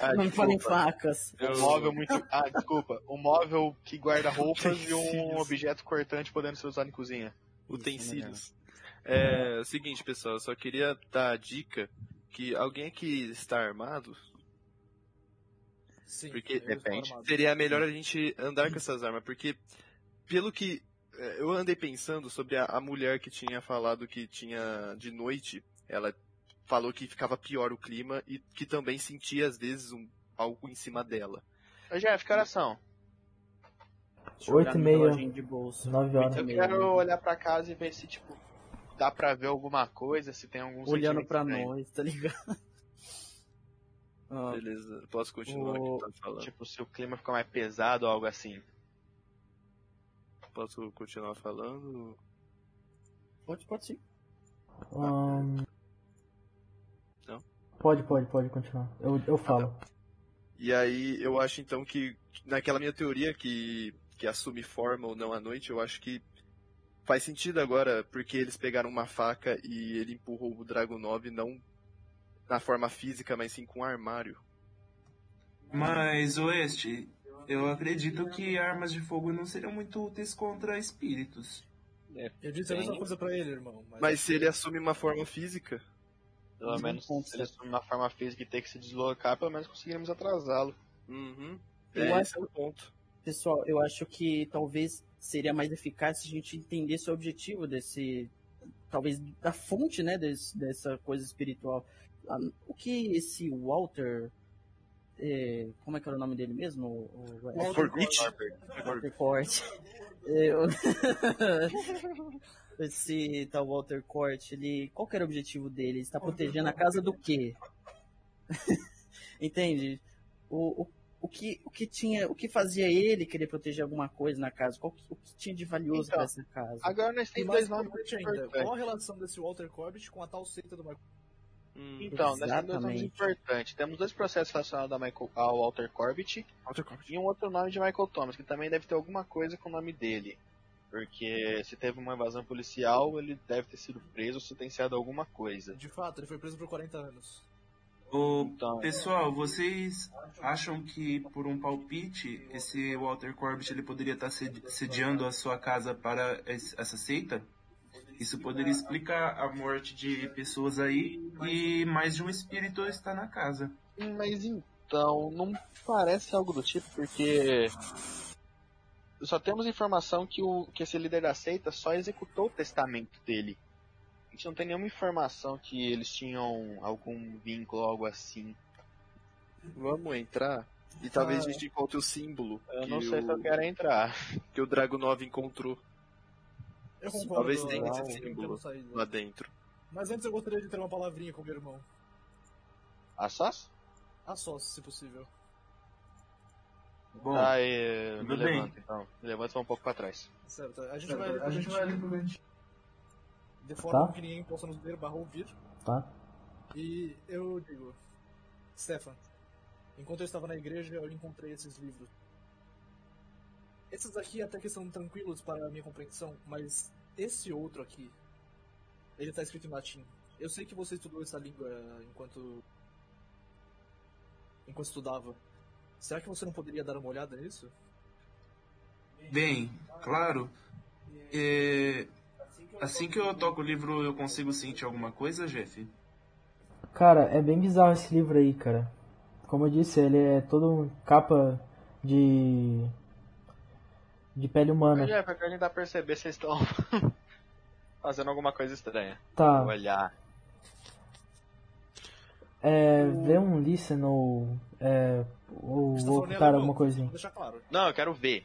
Speaker 5: Ah,
Speaker 3: Não
Speaker 5: desculpa.
Speaker 3: falem facas.
Speaker 5: Um móvel muito. Ah, desculpa. Um móvel que guarda roupas e um objeto cortante podendo ser usado em cozinha.
Speaker 4: utensílios. É, o seguinte, pessoal, eu só queria dar a dica que alguém que está armado,
Speaker 1: Sim,
Speaker 4: Porque
Speaker 1: eu estou
Speaker 5: depende.
Speaker 1: armado.
Speaker 4: seria melhor a gente andar com essas armas, porque pelo que é, eu andei pensando sobre a, a mulher que tinha falado que tinha de noite, ela falou que ficava pior o clima e que também sentia às vezes um, algo em cima dela.
Speaker 5: Ô, Jeff, que horas são?
Speaker 3: Deixa eu olhar
Speaker 2: Oito e
Speaker 3: no
Speaker 2: meia.
Speaker 3: relógio de bolsa.
Speaker 2: 9 horas.
Speaker 5: Eu
Speaker 3: Meu.
Speaker 5: quero olhar pra casa e ver se, tipo, dá pra ver alguma coisa, se tem algum
Speaker 3: Olhando
Speaker 5: sentimento
Speaker 3: pra
Speaker 5: estranho.
Speaker 3: nós, tá ligado? Ah,
Speaker 4: Beleza, posso continuar
Speaker 3: O-
Speaker 4: o que tá falando?
Speaker 5: Tipo, se o clima fica mais pesado ou algo assim.
Speaker 4: Posso continuar falando?
Speaker 3: pode, pode sim.
Speaker 2: Ahn,
Speaker 4: Não?
Speaker 2: Pode, pode, pode continuar. Eu, eu falo.
Speaker 4: E aí eu acho então que naquela minha teoria que que assume forma ou não à noite, eu acho que faz sentido agora porque eles pegaram uma faca e ele empurrou o Dragon 9 não na forma física, mas sim com um armário.
Speaker 6: Mas, Oeste, eu acredito que armas de fogo não seriam muito úteis contra espíritos.
Speaker 1: Eu disse a
Speaker 5: Tem.
Speaker 1: mesma coisa pra ele, irmão. Mas,
Speaker 4: Mas se ele assume uma forma física,
Speaker 5: Pelo
Speaker 3: Uhum.
Speaker 5: menos
Speaker 3: Ponto
Speaker 5: se ele assumir uma forma física e ter que se deslocar, pelo menos conseguiremos atrasá-lo.
Speaker 4: uhum,
Speaker 3: Eu
Speaker 4: é,
Speaker 3: acho-
Speaker 4: esse é o ponto.
Speaker 3: Pessoal, eu acho que talvez seria mais eficaz se a gente entendesse o objetivo desse. Talvez da fonte, né? desse- dessa coisa espiritual. Ah, O que esse Walter. é, como é que era o nome dele mesmo? O- o-
Speaker 4: Corbett?
Speaker 3: Walter Court. Eu... Esse tal Walter Court, ele... qual que era o objetivo dele? Ele está protegendo a casa do quê? Entende? O, o, o que, o, que tinha, o que fazia ele querer proteger alguma coisa na casa? Qual que- o que tinha de valioso
Speaker 5: Então,
Speaker 3: pra essa casa?
Speaker 5: Agora nós
Speaker 1: E
Speaker 5: temos
Speaker 1: mais
Speaker 5: dois nomes
Speaker 1: é importante
Speaker 5: muito
Speaker 1: ainda, qual
Speaker 5: importantes.
Speaker 1: a relação desse Walter Corbett com a tal seita do Michael?
Speaker 4: Hum,
Speaker 5: Então, nós temos dois nomes
Speaker 3: Exatamente.
Speaker 5: importantes. Temos dois processos relacionados a Michael, ao Walter Corbett e um outro nome de Michael Thomas, que também deve ter alguma coisa com o nome dele. Porque se teve uma invasão policial, ele deve ter sido preso ou sentenciado a alguma coisa.
Speaker 1: De fato, ele foi preso por 40 anos.
Speaker 6: Ô,
Speaker 5: Então,
Speaker 6: pessoal, vocês acham que por um palpite esse Walter Corbett ele poderia estar sedi- sediando a sua casa para es- essa seita? Isso poderia explicar a morte de pessoas aí e mais de um espírito está na casa.
Speaker 5: Mas então, não parece algo do tipo, porque só temos informação que, o, que esse líder da seita só executou o testamento dele. A gente não tem nenhuma informação que eles tinham algum vínculo, algo assim.
Speaker 4: Vamos entrar e talvez a gente encontre o símbolo
Speaker 5: Eu
Speaker 4: que,
Speaker 5: não sei se eu
Speaker 4: o,
Speaker 5: quero entrar.
Speaker 4: que o Drago 9 encontrou
Speaker 1: Eu concordo.
Speaker 4: Talvez
Speaker 1: eu
Speaker 4: tenha esse
Speaker 1: acho que
Speaker 4: símbolo
Speaker 1: temos saído.
Speaker 4: lá dentro.
Speaker 1: Mas antes eu gostaria de ter uma palavrinha com o meu irmão.
Speaker 5: Assas?
Speaker 1: A sós, se possível.
Speaker 6: Bom,
Speaker 5: ah, é, me
Speaker 6: tudo bem.
Speaker 5: levanta então. Me levanta e vai um pouco pra trás.
Speaker 1: Certo, a gente vai... A gente vai... De
Speaker 2: Tá.
Speaker 1: forma que ninguém possa nos ver barra ouvir.
Speaker 2: Tá?
Speaker 1: E eu digo... Stefan, enquanto eu estava na igreja, eu encontrei esses livros. Esses aqui até que são tranquilos para a minha compreensão, mas esse outro aqui... Ele está escrito em latim. Eu sei que você estudou essa língua enquanto... Enquanto estudava. Será que você não poderia dar uma olhada nisso?
Speaker 6: bem, claro. É, assim que eu toco o livro, eu consigo sentir alguma coisa, Jeff?
Speaker 2: Cara, é bem bizarro esse livro aí, cara. Como eu disse, ele é todo um capa de. de pele
Speaker 5: Mas,
Speaker 2: humana.
Speaker 5: Jeff, é eu quero tentar perceber se eles estão fazendo alguma coisa estranha.
Speaker 2: Tá,
Speaker 5: Olhar.
Speaker 2: é. Vê um listen ou. É, ou
Speaker 1: Está
Speaker 2: vou
Speaker 1: tá falando em
Speaker 2: ocultar
Speaker 3: tá
Speaker 1: alemão,
Speaker 2: alguma coisinha.
Speaker 1: Vou deixar claro.
Speaker 5: Não, eu quero ver.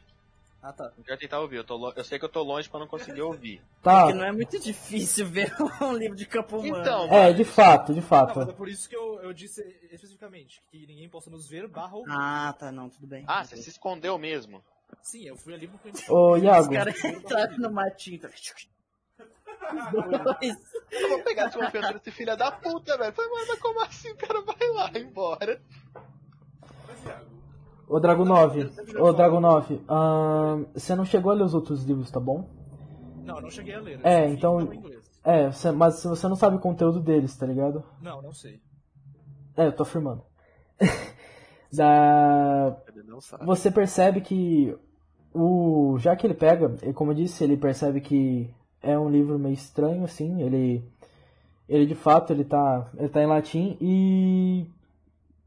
Speaker 1: Ah, tá.
Speaker 5: Não quero tentar ouvir, eu, tô lo- eu sei que eu tô longe pra não conseguir ouvir.
Speaker 2: Tá.
Speaker 3: Porque não é muito difícil ver um livro de campo humano.
Speaker 5: Então,
Speaker 2: É, de fato, de
Speaker 1: Não, mas é
Speaker 2: fato.
Speaker 1: por isso que eu, eu disse especificamente que ninguém possa nos ver barra ouvir.
Speaker 3: Ah, tá, não, tudo bem.
Speaker 5: Ah, você se escondeu mesmo.
Speaker 1: Sim, eu fui ali porque...
Speaker 2: Ô,
Speaker 3: Os
Speaker 2: Iago,
Speaker 3: caras entraram no matinho. tá? Os dois.
Speaker 5: Eu vou pegar a sua pedra desse filho da puta, velho. Falei, mano, mas como assim o cara vai lá embora?
Speaker 2: ô Drago 9, ô Drago 9, ahn, você não chegou a ler os outros livros, tá bom?
Speaker 1: Não, eu não cheguei a ler. eu
Speaker 2: É,
Speaker 1: só vi
Speaker 2: então-
Speaker 1: que tava em inglês.
Speaker 2: É, você- mas se você não sabe o conteúdo deles, tá ligado?
Speaker 1: Não, não sei.
Speaker 2: É, eu tô afirmando. da...
Speaker 4: Ele não sabe.
Speaker 2: Você percebe que o já que ele pega, e como eu disse, ele percebe que é um livro meio estranho assim, ele ele de fato ele tá, ele tá em latim e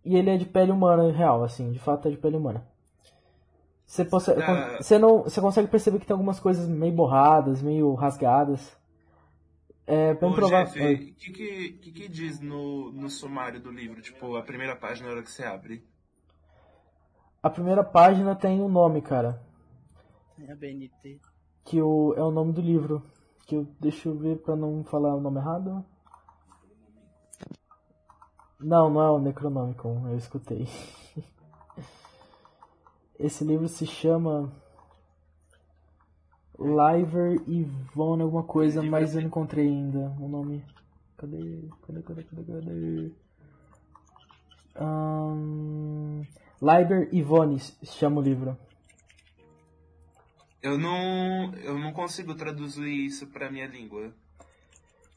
Speaker 2: e ele é de pele humana real assim, de fato é de pele humana. Você, possa-
Speaker 6: Tá.
Speaker 2: você não, você consegue perceber que tem algumas coisas meio borradas, meio rasgadas. É bem
Speaker 6: Ô,
Speaker 2: provável.
Speaker 6: Jeff, o que, que, que que diz no, no sumário do livro? Tipo, a primeira página na hora que você abre.
Speaker 2: A primeira página tem o nome, cara.
Speaker 3: É a BNT.
Speaker 2: que o, é o nome do livro. Que eu, deixa eu ver pra não falar o nome errado. Não, não é o Necronomicon, eu escutei. Esse livro se chama Liver Ivone alguma coisa, mas eu não encontrei ainda o nome. Cadê? Cadê? Cadê? Cadê? Cadê? Ahn, Liber Ivone se chama o livro.
Speaker 6: Eu não, eu não consigo traduzir isso pra minha língua.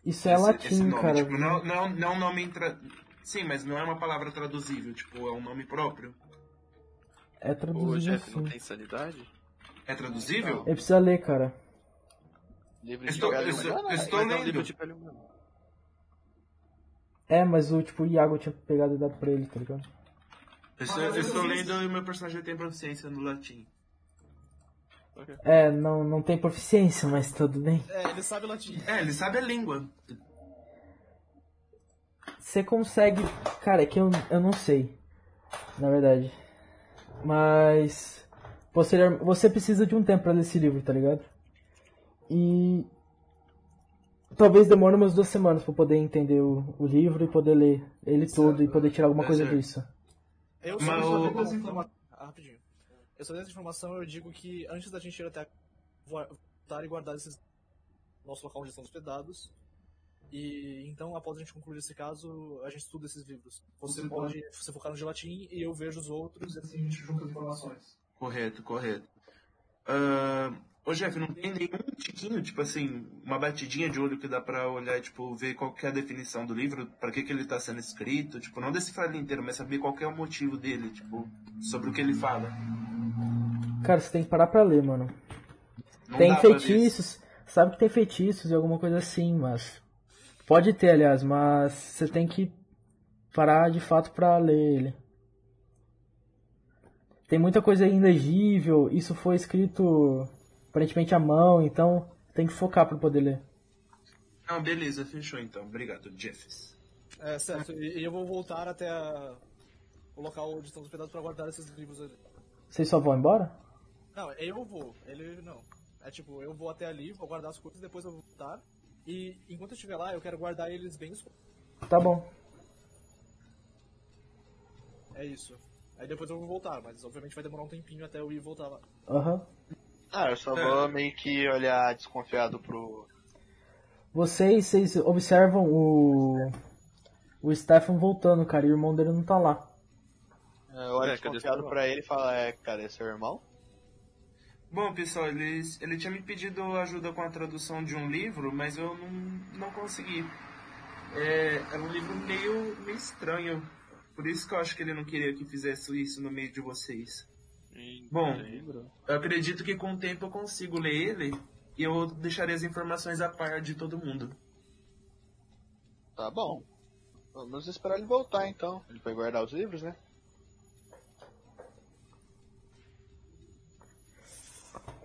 Speaker 2: Isso é latim,
Speaker 6: nome,
Speaker 2: cara.
Speaker 6: Tipo, não, não, não é um nome... Tra... Sim, mas não é uma palavra traduzível. Tipo, é um nome próprio.
Speaker 2: É
Speaker 4: Ô,
Speaker 2: traduzido
Speaker 4: Jeff,
Speaker 2: assim.
Speaker 4: não tem sanidade?
Speaker 6: É traduzível?
Speaker 2: Ele precisa ler, cara.
Speaker 5: Livro
Speaker 6: Eu
Speaker 4: Então,
Speaker 5: de
Speaker 6: estou,
Speaker 5: pele
Speaker 6: eu
Speaker 5: humana.
Speaker 6: estou, eu estou
Speaker 4: Mas é um
Speaker 6: lendo.
Speaker 4: livro de pele humana.
Speaker 2: É, mas o tipo, o Iago tinha pegado e dado pra ele, tá ligado?
Speaker 6: Eu estou, eu estou lendo e o meu personagem tem proficiência no latim.
Speaker 2: É, não, não tem proficiência, mas tudo né? bem.
Speaker 1: É, ele sabe latim.
Speaker 6: É, ele sabe a língua.
Speaker 2: Você consegue. Cara, é que eu, eu não sei. Na verdade. Mas. Posterior, você precisa de um tempo pra ler esse livro, tá ligado? E. Talvez demore umas duas semanas pra eu poder entender o, o livro e poder ler ele todo e poder tirar alguma coisa
Speaker 6: Mas é-
Speaker 2: disso.
Speaker 1: Eu
Speaker 6: Mas
Speaker 1: só
Speaker 6: o-
Speaker 1: dei essa informação. Ah, Rapidinho. Eu só dei essa informação, eu digo que antes da gente ir até a- voltar e guardar esses nosso local onde estão hospedados. E então, após a gente concluir esse caso, a gente estuda esses livros. Você
Speaker 6: Você
Speaker 1: pode se focar no de latim e eu vejo os outros e assim a gente junta as informações.
Speaker 6: Correto, correto. Ah, ô, Jeff, não tem nenhum tiquinho, tipo assim, uma batidinha de olho que dá pra olhar, tipo, ver qual que é a definição do livro, pra que que ele tá sendo escrito, tipo, não decifrar ele inteiro, mas saber qual que é o motivo dele, tipo, sobre o que ele fala.
Speaker 2: Cara, você tem que parar pra ler, mano.
Speaker 6: Não
Speaker 2: Tem
Speaker 6: dá pra ver.
Speaker 2: feitiços, sabe que tem feitiços e alguma coisa assim, mas. Pode ter, aliás, mas você tem que parar de fato pra ler ele. Tem muita coisa ilegível, isso foi escrito aparentemente à mão, então tem que focar pra poder ler.
Speaker 6: Não, beleza, fechou então. Obrigado, Jeffs.
Speaker 1: É, certo. E, e eu vou voltar até a- o local onde estão hospedados para guardar esses livros ali.
Speaker 2: Vocês só vão embora?
Speaker 1: Não, eu vou. Ele não. É tipo, eu vou até ali, vou guardar as coisas, depois eu vou voltar. E enquanto eu estiver lá, eu quero guardar eles bem escuros.
Speaker 2: Tá bom.
Speaker 1: É isso. Aí depois eu vou voltar, mas obviamente vai demorar um tempinho até eu ir e voltar lá.
Speaker 2: Aham.
Speaker 5: Ah, eu só
Speaker 4: É.
Speaker 5: vou meio que olhar desconfiado pro.
Speaker 2: Vocês, vocês observam o. O Stefan voltando, cara, e o irmão dele não tá lá.
Speaker 5: Eu olho
Speaker 4: É, cadê seu
Speaker 5: desconfiado
Speaker 4: irmão?
Speaker 5: pra ele e falo, é, cara, é seu irmão?
Speaker 6: Bom, pessoal, ele, ele tinha me pedido ajuda com a tradução de um livro, mas eu não, não consegui. É, era um livro meio, meio estranho. Por isso que eu acho que ele não queria que fizesse isso no meio de vocês. Bom, eu acredito que com o tempo eu consigo ler ele e eu deixarei as informações a par de todo mundo.
Speaker 5: Tá bom. Vamos esperar ele voltar então. Ele foi guardar os livros, né?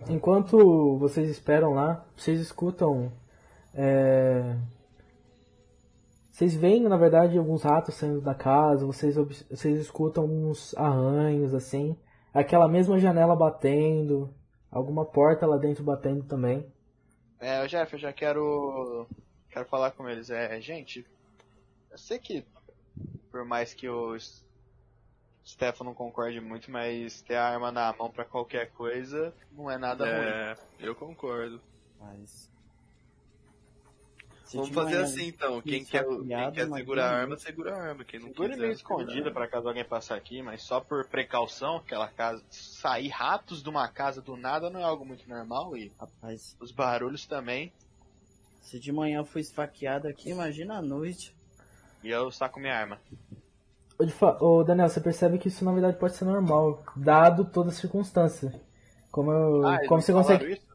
Speaker 2: Enquanto vocês esperam lá, vocês escutam. é, Vocês veem, na verdade, alguns ratos saindo da casa, vocês, obs- vocês escutam alguns arranhos, assim. Aquela mesma janela batendo. Alguma porta lá dentro batendo também.
Speaker 5: É, Jeff, eu já quero. Quero falar com eles. É, gente, eu sei que por mais que o S- Stefan não concorde muito, mas ter a arma na mão pra qualquer coisa não é nada ruim.
Speaker 4: É, eu concordo.
Speaker 3: Mas. Se
Speaker 4: Vamos
Speaker 3: tiver
Speaker 4: fazer
Speaker 3: um-
Speaker 4: assim então. Quem
Speaker 3: isso
Speaker 4: quer,
Speaker 3: afiado,
Speaker 4: quem quer
Speaker 3: mas
Speaker 4: segurar a
Speaker 3: não.
Speaker 4: arma, segura a arma. Quem não
Speaker 5: Segure
Speaker 4: quiser.
Speaker 5: meio escondida pra caso alguém passar aqui, mas só por precaução, aquela casa. Sair ratos de uma casa do nada não é algo muito normal e
Speaker 3: Rapaz,
Speaker 5: os barulhos também.
Speaker 3: se de manhã eu fui esfaqueado aqui, imagina à noite.
Speaker 5: E eu saco minha arma.
Speaker 2: Ô, de fa- ô, Daniel, você percebe que isso na verdade pode ser normal, dado toda a circunstância. Como, eu-
Speaker 5: Ah, eles
Speaker 2: como
Speaker 5: não
Speaker 2: você
Speaker 5: falaram
Speaker 2: consegue.
Speaker 5: isso?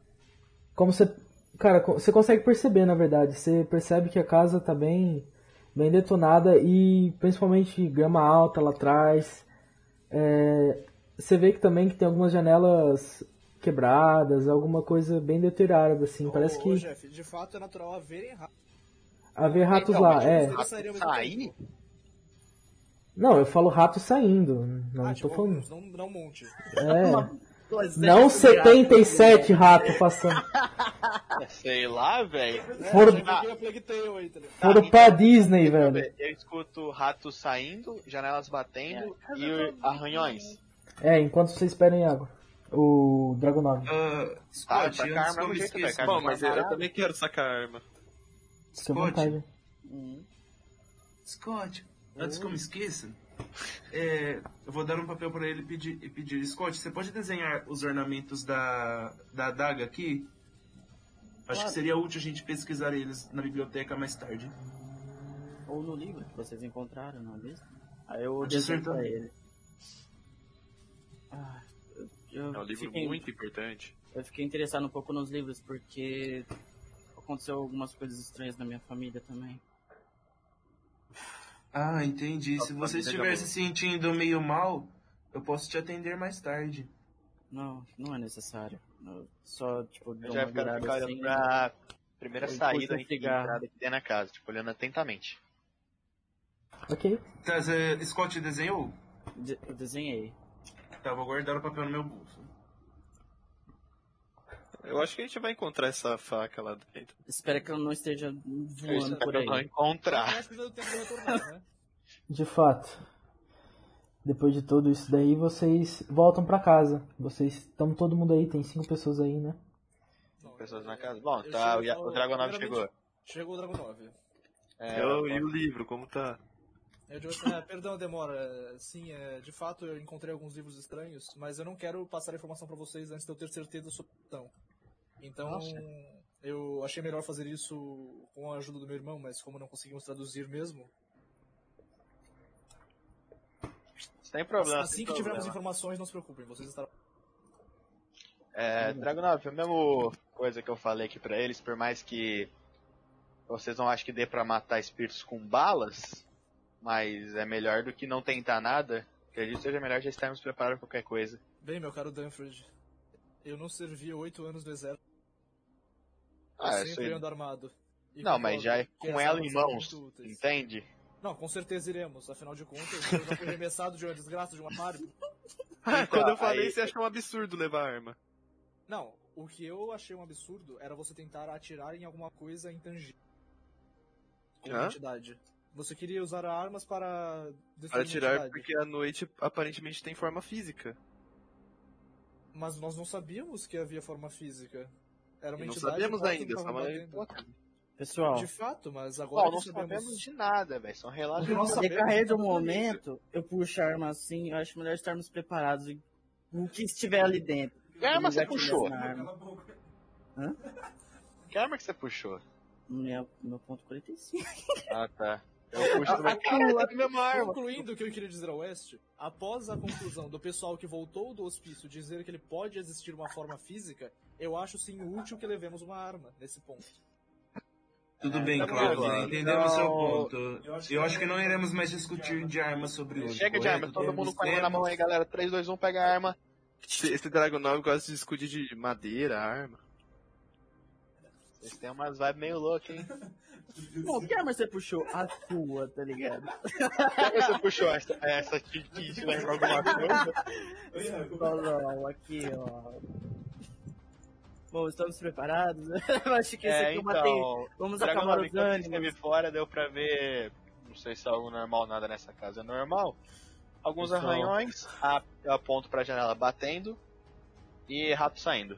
Speaker 2: Como você. Cara, co- você consegue perceber, na verdade. Você percebe que a casa tá bem, bem detonada e principalmente grama alta lá atrás. É, você vê que também que tem algumas janelas quebradas, alguma coisa bem deteriorada, assim. Parece
Speaker 1: Ô,
Speaker 2: que
Speaker 1: ô, Jeff, de fato é natural haverem ratos.
Speaker 2: haver ratos
Speaker 5: Então,
Speaker 2: lá,
Speaker 5: mas
Speaker 2: é.
Speaker 5: eles
Speaker 1: Saíram muito
Speaker 5: Sair?
Speaker 2: Não, eu falo ratos saindo. Não
Speaker 1: ah,
Speaker 2: tô
Speaker 1: tipo,
Speaker 2: falando.
Speaker 1: não, não um monte.
Speaker 2: É.
Speaker 3: Dois
Speaker 2: Não
Speaker 3: exércitos de
Speaker 2: 77 ratos passando.
Speaker 5: Sei lá, velho.
Speaker 2: Foram-
Speaker 1: É,
Speaker 5: Ah.
Speaker 1: já vi que era Plague Tale aí, tá ligado?
Speaker 2: Foram pra Disney, velho.
Speaker 5: Eu escuto ratos saindo, janelas batendo
Speaker 1: É,
Speaker 5: e arranhões.
Speaker 2: É, enquanto vocês esperem água. O Dragonov.
Speaker 6: Ah,
Speaker 5: Tá,
Speaker 6: Scott,
Speaker 5: pra
Speaker 6: antes
Speaker 5: Carmen
Speaker 6: que
Speaker 5: é
Speaker 6: eu
Speaker 5: um
Speaker 6: me
Speaker 5: jeito,
Speaker 6: esqueça.
Speaker 5: pra
Speaker 4: Bom,
Speaker 5: Carmen.
Speaker 4: mas eu, eu também quero sacar a arma.
Speaker 2: Fique à
Speaker 6: Scott.
Speaker 2: vontade.
Speaker 3: Hum.
Speaker 6: Scott, antes que eu me esqueça, é, eu vou dar um papel pra ele e pedir, e pedir. Scott, você pode desenhar os ornamentos da, da adaga aqui? Acho que
Speaker 3: Claro.
Speaker 6: seria útil a gente pesquisar eles na biblioteca mais tarde.
Speaker 3: Ou no livro que vocês encontraram, não é mesmo? Aí eu
Speaker 6: Pode ser
Speaker 3: desenho pra
Speaker 6: também.
Speaker 3: ele. Ah, eu- eu
Speaker 4: É um livro
Speaker 3: fiquei-
Speaker 4: muito importante.
Speaker 3: Eu fiquei interessado um pouco nos livros porque aconteceu algumas coisas estranhas na minha família também.
Speaker 6: Ah, entendi. Se
Speaker 4: Nossa,
Speaker 6: você
Speaker 4: vida
Speaker 6: estiver
Speaker 4: de
Speaker 6: se sentindo meio mal, eu posso te atender mais tarde.
Speaker 3: Não, não é necessário. Eu só, tipo, dou
Speaker 5: Eu já
Speaker 3: uma
Speaker 5: quero
Speaker 3: virada
Speaker 5: ficar
Speaker 3: assim.
Speaker 5: olhando pra primeira
Speaker 3: Eu
Speaker 5: saída
Speaker 3: puxo um
Speaker 5: e
Speaker 3: cigarro.
Speaker 5: entrada que tem na casa, tipo, olhando atentamente.
Speaker 2: Ok.
Speaker 6: Tá, Zé, Scott desenhou?
Speaker 3: de- eu desenhei.
Speaker 6: Tá, vou guardar o papel no meu bolso.
Speaker 4: Eu acho que a gente vai encontrar essa faca lá dentro.
Speaker 3: Espero que eu não esteja
Speaker 5: Eu
Speaker 3: voando
Speaker 5: espero
Speaker 3: É por
Speaker 5: que eu não
Speaker 3: aí.
Speaker 1: Eu
Speaker 5: encontrar.
Speaker 1: acho que já deu tempo de retornar, né?
Speaker 2: De fato. Depois de tudo isso daí, vocês voltam pra casa. Vocês estão todo mundo aí, tem cinco pessoas aí, né?
Speaker 5: Pessoas na casa. Bom,
Speaker 1: Eu
Speaker 5: tá,
Speaker 1: chego
Speaker 5: o, Ya-
Speaker 1: ao-
Speaker 5: o Dragonov chegou.
Speaker 1: primeiramente- Chegou o Dragon 9.
Speaker 5: É,
Speaker 4: Eu- e o livro, como tá?
Speaker 1: Eu digo assim, ah, perdão a demora. Sim, é, de fato eu encontrei alguns livros estranhos, mas eu não quero passar a informação pra vocês antes de eu ter certeza sobre a questão. Então,
Speaker 5: Nossa.
Speaker 1: eu achei melhor fazer isso com a ajuda do meu irmão, mas como não conseguimos traduzir mesmo,
Speaker 5: Sem problema.
Speaker 1: assim
Speaker 5: sem
Speaker 1: que
Speaker 5: problema.
Speaker 1: tivermos informações, não se preocupem, vocês estarão.
Speaker 5: É, Dragonov, a mesma coisa que eu falei aqui pra eles, por mais que vocês não acham que dê pra matar espíritos com balas, mas é melhor do que não tentar nada. Acredito que seja melhor já estarmos preparados pra qualquer coisa.
Speaker 1: Bem, meu caro Danfred, eu não servi oito anos no exército,
Speaker 5: Ah,
Speaker 1: eu
Speaker 5: isso
Speaker 1: sempre
Speaker 5: aí.
Speaker 1: ando armado. E
Speaker 5: Não,
Speaker 1: concordo
Speaker 5: mas já é
Speaker 1: que
Speaker 5: com
Speaker 1: essas
Speaker 5: ela
Speaker 1: armas
Speaker 5: em
Speaker 1: são
Speaker 5: mãos, Então-
Speaker 1: muito úteis.
Speaker 5: entende?
Speaker 1: Não, com certeza iremos, afinal de contas, eu já fui arremessado de uma desgraça de um armário.
Speaker 4: Quando eu falei,
Speaker 5: aí-
Speaker 4: você achou um absurdo levar a arma.
Speaker 1: Não, o que eu achei um absurdo era você tentar atirar em alguma coisa intangível. Como
Speaker 4: Hã?
Speaker 1: entidade. Você queria usar armas para destruir
Speaker 4: Para
Speaker 1: uma
Speaker 4: tirar,
Speaker 1: entidade.
Speaker 4: porque a noite aparentemente tem forma física.
Speaker 1: Mas nós não sabíamos que havia forma física. Era uma
Speaker 4: E não
Speaker 1: entidade. um
Speaker 4: sabemos
Speaker 1: quase
Speaker 4: ainda,
Speaker 1: que
Speaker 4: só
Speaker 1: tava
Speaker 4: vai-
Speaker 1: batendo.
Speaker 3: Pessoal,
Speaker 1: De fato, mas agora
Speaker 5: Bom,
Speaker 1: que
Speaker 5: não
Speaker 1: sabemos.
Speaker 5: sabemos de nada, velho. São relatos.
Speaker 1: Nossa,
Speaker 3: no
Speaker 1: sabemos,
Speaker 3: decorrer do
Speaker 1: estamos na
Speaker 3: um momento, eu puxo a arma assim, eu acho melhor estarmos preparados. e O que estiver ali dentro.
Speaker 5: Que arma
Speaker 3: Eu já
Speaker 5: você
Speaker 3: tivesse
Speaker 5: puxou?
Speaker 3: na arma.
Speaker 5: Que arma que você puxou?
Speaker 3: Meu, meu ponto 45.
Speaker 5: Ah, tá. Eu puxo pra
Speaker 4: é
Speaker 5: a mesma arma.
Speaker 1: Concluindo o que eu queria dizer ao West, após a conclusão do pessoal que voltou do hospício dizer que ele pode existir uma forma física, eu acho sim útil que levemos uma arma nesse ponto.
Speaker 6: Tudo bem,
Speaker 5: tá bom,
Speaker 6: Cláudio.
Speaker 5: Eduardo.
Speaker 6: Entendemos o seu
Speaker 5: Então,
Speaker 6: ponto. Eu acho, que não iremos mais discutir de arma sobre hoje.
Speaker 5: Chega de arma,
Speaker 6: correto?
Speaker 5: todo mundo
Speaker 6: Temos
Speaker 5: com a arma na mão
Speaker 6: temas.
Speaker 5: aí, galera. 3, 2, 1, pega a arma.
Speaker 4: Esse esse Dragonov gosta de escudo de madeira, arma.
Speaker 5: Vocês têm umas vibes meio loucas, hein?
Speaker 3: Bom, que arma você puxou? A sua, tá ligado?
Speaker 5: Que arma você puxou essa, essa aqui que te lembra alguma coisa?
Speaker 3: Não, não, aqui, ó. Bom, estamos preparados? Eu acho que isso
Speaker 5: é,
Speaker 3: aqui eu matei.
Speaker 5: então,
Speaker 3: Vamos
Speaker 5: Dragon
Speaker 3: acabar
Speaker 5: Ball
Speaker 3: os
Speaker 5: Z, quando você
Speaker 3: ânimos.
Speaker 5: esteve fora, deu pra ver. Não sei se é algo normal ou nada nessa casa. É normal. Alguns
Speaker 3: Pessoal.
Speaker 5: arranhões, a, eu aponto pra janela batendo e rato saindo.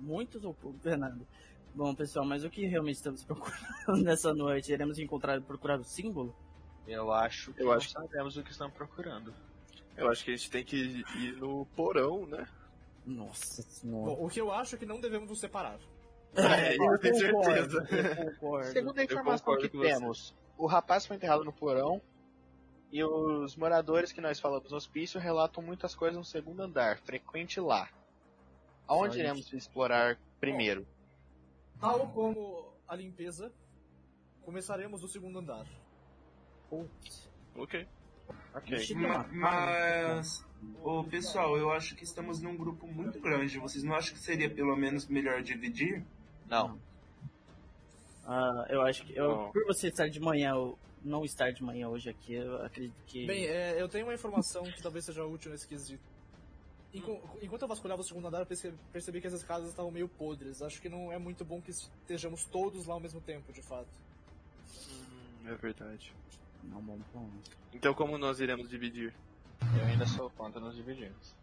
Speaker 3: Muitos ou poucos, Bernardo? Bom, pessoal, mas o que realmente estamos procurando nessa noite? Iremos encontrar e procurar o símbolo?
Speaker 5: Eu acho que
Speaker 4: Eu
Speaker 5: não
Speaker 4: acho que-
Speaker 5: sabemos o que estamos procurando.
Speaker 4: Eu acho que a gente tem que ir no porão, né?
Speaker 3: Nossa senhora.
Speaker 1: Bom, o que eu acho é que não devemos nos separar.
Speaker 4: É, eu tenho
Speaker 3: concordo,
Speaker 4: certeza.
Speaker 3: Eu concordo.
Speaker 5: Segundo a informação
Speaker 4: concordo
Speaker 5: que
Speaker 4: com você.
Speaker 5: temos, o rapaz foi enterrado no porão e os moradores que nós falamos no hospício relatam muitas coisas no segundo andar, frequente lá. Aonde
Speaker 3: Olha
Speaker 5: iremos explorar primeiro?
Speaker 1: Tal como a limpeza, começaremos do segundo andar.
Speaker 3: Putz.
Speaker 4: Ok.
Speaker 3: Vixe,
Speaker 6: Ma-
Speaker 3: tá.
Speaker 6: Mas, ô, pessoal, eu acho que estamos num grupo muito grande. Vocês não acham que seria pelo menos melhor dividir?
Speaker 5: Não.
Speaker 3: Ah, eu acho que. eu-
Speaker 4: Não.
Speaker 3: por você estar de manhã, ou não estar de manhã hoje aqui, eu acredito que.
Speaker 1: Bem, é, eu tenho uma informação que talvez seja útil nesse quesito. Enqu- Enquanto eu vasculhava o segundo andar, eu perce- percebi que essas casas estavam meio podres. Acho que não é muito bom que estejamos todos lá ao mesmo tempo, de fato.
Speaker 4: é verdade.
Speaker 3: Não, bom, bom.
Speaker 4: Então como nós iremos dividir?
Speaker 5: Eu ainda sou contra nos dividirmos.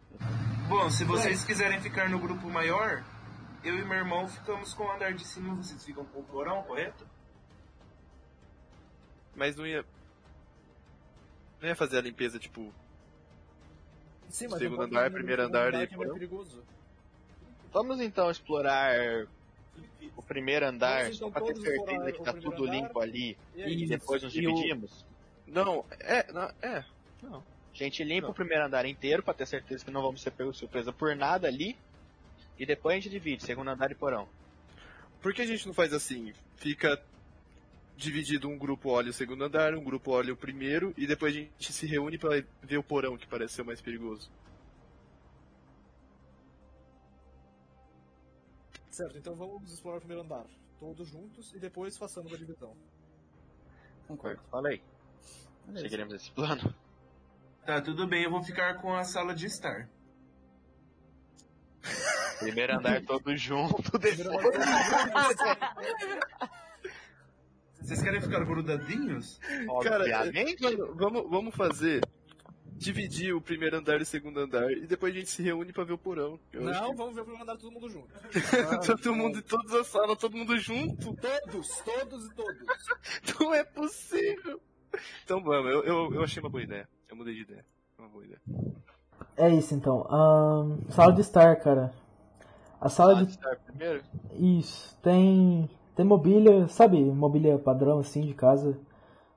Speaker 6: Bom, se vocês quiserem ficar no grupo maior, eu e meu irmão ficamos com o andar de cima, vocês ficam com o porão, correto?
Speaker 4: Mas não ia. Não ia fazer a limpeza, tipo.
Speaker 1: Sim, é um
Speaker 4: Segundo
Speaker 1: eu posso
Speaker 4: andar,
Speaker 1: ir no
Speaker 4: primeiro
Speaker 1: segundo
Speaker 4: andar e
Speaker 1: que é mais
Speaker 4: porão.
Speaker 1: perigoso.
Speaker 5: Vamos então explorar o primeiro andar,
Speaker 1: Vamos, então,
Speaker 5: só pra ter
Speaker 1: todos
Speaker 5: certeza
Speaker 1: explorar
Speaker 5: que
Speaker 1: o
Speaker 5: tá
Speaker 1: primeiro
Speaker 5: tudo
Speaker 1: andar.
Speaker 5: limpo ali
Speaker 1: E é
Speaker 5: e,
Speaker 1: aí?
Speaker 3: Isso.
Speaker 5: depois nos
Speaker 4: E o-
Speaker 5: dividimos.
Speaker 4: Não, é. Não, é.
Speaker 5: A gente limpa
Speaker 4: Não.
Speaker 5: o primeiro andar inteiro pra ter certeza que não vamos ser pegos de surpresa por nada ali. E depois a gente divide, segundo andar e porão.
Speaker 4: Por que a gente não faz assim? Fica dividido um grupo olha o segundo andar, um grupo olha o primeiro, e depois a gente se reúne pra ver o porão que parece ser o mais perigoso.
Speaker 1: Certo, então vamos explorar o primeiro andar. Todos juntos e depois façamos a divisão.
Speaker 5: Foi o
Speaker 3: Concordo.
Speaker 5: que eu falei.
Speaker 3: Beleza.
Speaker 5: Seguiremos esse plano.
Speaker 6: Tá, tudo bem, eu vou ficar com a sala de estar.
Speaker 5: Primeiro andar todo junto,
Speaker 1: Primeiro andar,
Speaker 5: depois.
Speaker 6: Vocês querem ficar grudadinhos?
Speaker 3: é,
Speaker 5: Obviamente.
Speaker 4: Mano, vamos, vamos fazer. Dividir o primeiro andar e o segundo andar, e depois a gente se reúne pra ver o porão. Eu acho
Speaker 1: Não, vamos ver o primeiro andar todo mundo junto.
Speaker 4: Tá Todo mundo em todas as salas, todo mundo junto?
Speaker 1: Todos, todos e todos.
Speaker 4: Não é possível. Então vamos, eu, eu, eu achei uma boa ideia. Eu mudei de ideia. É Uma boa ideia.
Speaker 2: É isso então. Ahn, sala de estar, cara. A sala
Speaker 5: Ah,
Speaker 2: de
Speaker 5: estar primeiro?
Speaker 2: Isso, tem, tem mobília, sabe, mobília padrão assim de casa.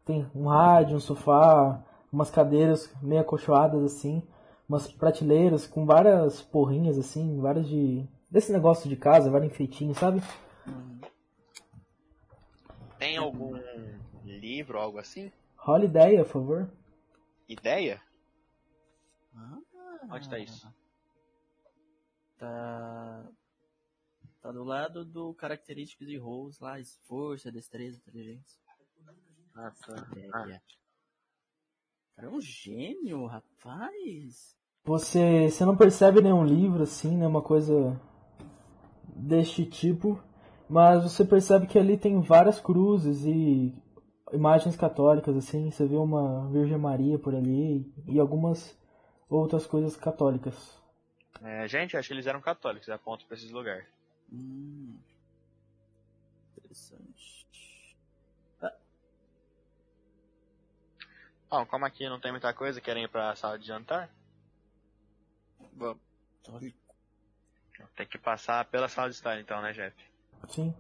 Speaker 2: Tem um rádio, um sofá, umas cadeiras meio acolchoadas assim, umas prateleiras com várias porrinhas assim, várias de. desse negócio de casa, vários enfeitinhos, sabe?
Speaker 5: Tem
Speaker 3: Uhum.
Speaker 5: algum livro, algo assim?
Speaker 2: Rola ideia, por favor.
Speaker 5: Ideia?
Speaker 3: Ah.
Speaker 5: Onde tá isso?
Speaker 3: Tá. Tá do lado do característicos e roles lá, força, destreza, inteligência.
Speaker 5: Ah, tá.
Speaker 3: Estratégia. Cara, é um gênio, rapaz.
Speaker 2: Você, você não percebe nenhum livro assim, nenhuma coisa deste tipo, mas você percebe que ali tem várias cruzes e imagens católicas assim, você vê uma Virgem Maria por ali e algumas outras coisas católicas.
Speaker 5: É, gente, acho que eles eram católicos, eu aponto pra esses lugares.
Speaker 3: Hum. Interessante. Ah,
Speaker 5: Bom, como aqui não tem muita coisa, querem ir pra sala de jantar?
Speaker 4: Vamos.
Speaker 3: olha,
Speaker 5: Tem que passar pela sala de estar então, né, Jeff?
Speaker 2: Sim.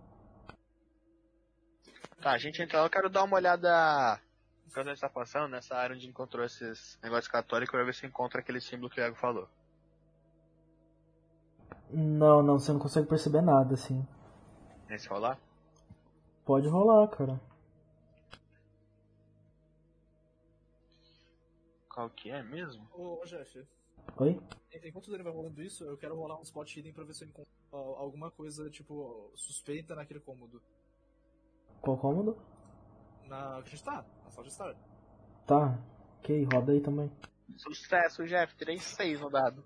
Speaker 5: Tá, a gente entra lá, eu quero dar uma olhada quando a gente tá passando nessa área onde encontrou esses negócios católicos pra ver se encontra aquele símbolo que o Iago falou.
Speaker 2: Não, não, você não consegue perceber nada assim.
Speaker 5: Nesse rolar?
Speaker 2: Pode rolar, cara.
Speaker 5: Qual que é mesmo?
Speaker 1: Ô, ô, Jeff,
Speaker 2: Oi?
Speaker 1: enquanto o Dani vai rolando isso, eu quero rolar um spot hidden pra ver se eu encontro ó, alguma coisa, tipo, suspeita naquele cômodo.
Speaker 2: Qual cômodo?
Speaker 1: Na que a gente tá, na sala de estar.
Speaker 2: Tá. Ok, roda aí também.
Speaker 5: Sucesso, Jeff, tirei 6 no dado.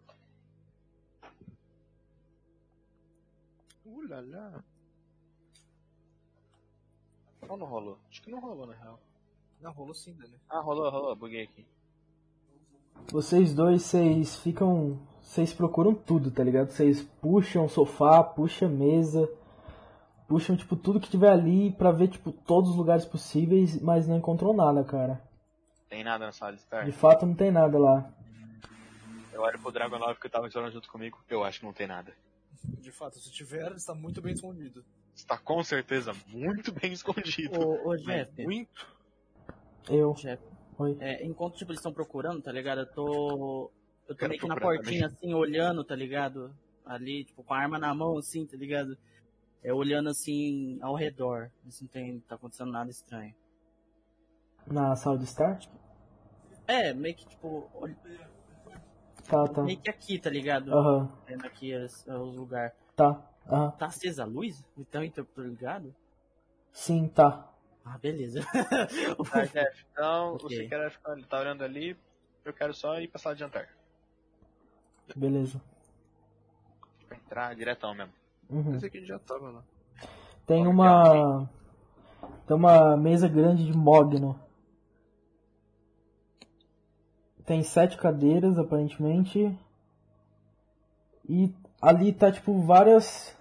Speaker 5: Uh, lá, lá. Ou não rolou? Acho que não rolou, na real.
Speaker 1: Não, rolou sim, Dani.
Speaker 5: Ah, rolou, rolou, buguei aqui.
Speaker 2: Vocês dois, vocês ficam. Vocês procuram tudo, tá ligado? Vocês puxam sofá, puxam mesa, puxam, tipo, tudo que tiver ali pra ver, tipo, todos os lugares possíveis, mas não encontram nada, cara.
Speaker 5: Tem nada na sala de estar?
Speaker 2: De fato, não tem nada lá.
Speaker 5: Eu olho pro Dragonov que tava jogando junto comigo. Eu acho que não tem nada.
Speaker 1: De fato, se tiver, está muito bem escondido.
Speaker 5: Está com certeza muito bem escondido.
Speaker 3: Ô, ô Jeff,
Speaker 5: Muito.
Speaker 2: Eu.
Speaker 3: Jeff,
Speaker 2: Oi.
Speaker 3: é, enquanto tipo, eles estão procurando, tá ligado? Eu tô. Eu tô
Speaker 5: Cara,
Speaker 3: meio que na
Speaker 5: procurando
Speaker 3: portinha, assim, olhando, tá ligado? Ali, tipo, com a arma na mão, assim, tá ligado? É olhando assim ao redor. Ver se não tem. tá acontecendo nada estranho.
Speaker 2: Na sala de estar?
Speaker 3: É, meio que tipo. ol-
Speaker 2: Tá, tá.
Speaker 3: Meio que aqui, tá ligado?
Speaker 2: Aham.
Speaker 3: Vendo aqui as- os lugares.
Speaker 2: Tá. Aham.
Speaker 3: Tá acesa a luz? Então o interruptor ligado?
Speaker 2: Sim, tá.
Speaker 3: Ah, beleza.
Speaker 5: Tá, Jeff, então
Speaker 3: Ok.
Speaker 5: você quer ficar, tá olhando ali. Eu quero só ir pra sala de jantar.
Speaker 2: Beleza.
Speaker 5: Pra entrar diretão mesmo.
Speaker 2: Uhum.
Speaker 4: Esse aqui já tava lá.
Speaker 2: Tem uma. Tem uma mesa grande de mogno. Tem sete cadeiras, aparentemente. E ali tá, tipo, várias.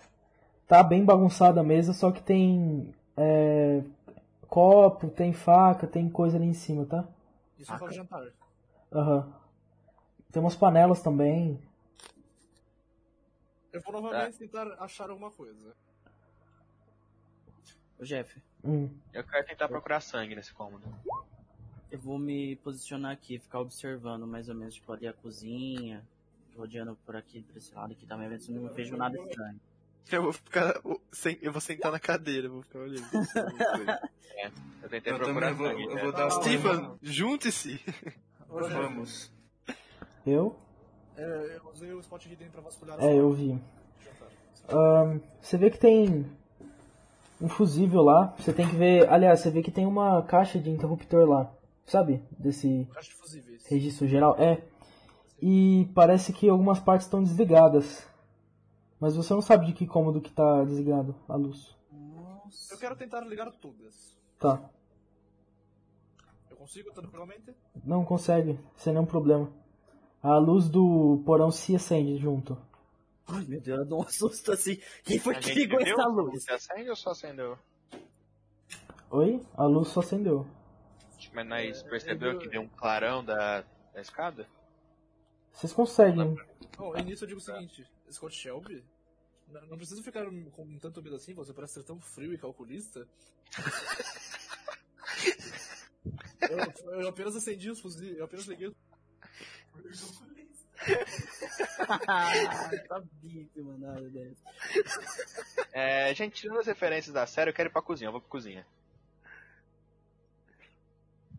Speaker 2: Tá bem bagunçada a mesa, só que tem. é, Copo, tem faca, tem coisa ali em cima, tá?
Speaker 1: Isso é só de jantar.
Speaker 2: Aham. Tem umas panelas também.
Speaker 1: Eu vou novamente tentar achar alguma coisa.
Speaker 3: Ô, Jeff,
Speaker 2: Hum.
Speaker 5: Eu quero tentar procurar sangue nesse cômodo.
Speaker 3: eu vou me posicionar aqui, ficar observando mais ou menos, tipo, ali a cozinha, rodeando por aqui, por esse lado aqui também, vendo se eu não vejo nada estranho.
Speaker 4: Eu vou ficar. sem- Eu vou sentar na cadeira, vou ficar olhando.
Speaker 5: Eu tentei
Speaker 6: Eu
Speaker 5: procurar
Speaker 6: também vou,
Speaker 5: sangue.
Speaker 6: eu
Speaker 5: né?
Speaker 6: vou dar um
Speaker 4: Steven, junte-se!
Speaker 6: Vamos.
Speaker 2: Eu?
Speaker 1: É, eu usei o spot hidden pra vasculhar a
Speaker 2: É, eu
Speaker 1: sala
Speaker 2: vi.
Speaker 1: de jantar.
Speaker 2: Ahn, você vê que tem um fusível lá. Você tem que ver. Aliás, você vê que tem uma caixa de interruptor lá. Sabe? Desse
Speaker 1: Caixa de fusíveis.
Speaker 2: registro geral. É. E parece que algumas partes estão desligadas. Mas você não sabe de que cômodo que tá desligado a luz.
Speaker 1: Eu quero tentar ligar todas.
Speaker 2: Tá.
Speaker 1: Eu consigo tranquilamente?
Speaker 2: Não consegue, sem nenhum problema. A luz do porão se acende junto.
Speaker 3: Ai, meu Deus, eu dou um susto assim. Quem foi
Speaker 5: A
Speaker 3: que
Speaker 5: gente
Speaker 3: ligou
Speaker 5: viu?
Speaker 3: essa luz?
Speaker 5: Você acende ou só acendeu?
Speaker 2: Oi? A luz só acendeu.
Speaker 5: Tipo, Mas nós percebeu que deu um clarão da, da escada?
Speaker 2: Vocês conseguem.
Speaker 1: Bom, e nisso eu digo o seguinte, Scott Shelby, n- não precisa ficar com tanto medo assim, você parece ser tão frio e calculista. eu, eu apenas acendi os fuzis, eu apenas liguei os
Speaker 3: Ah, sabia que mandaram dessa.
Speaker 5: É, gente, tirando as referências da série, eu quero ir pra cozinha. Eu vou pra cozinha.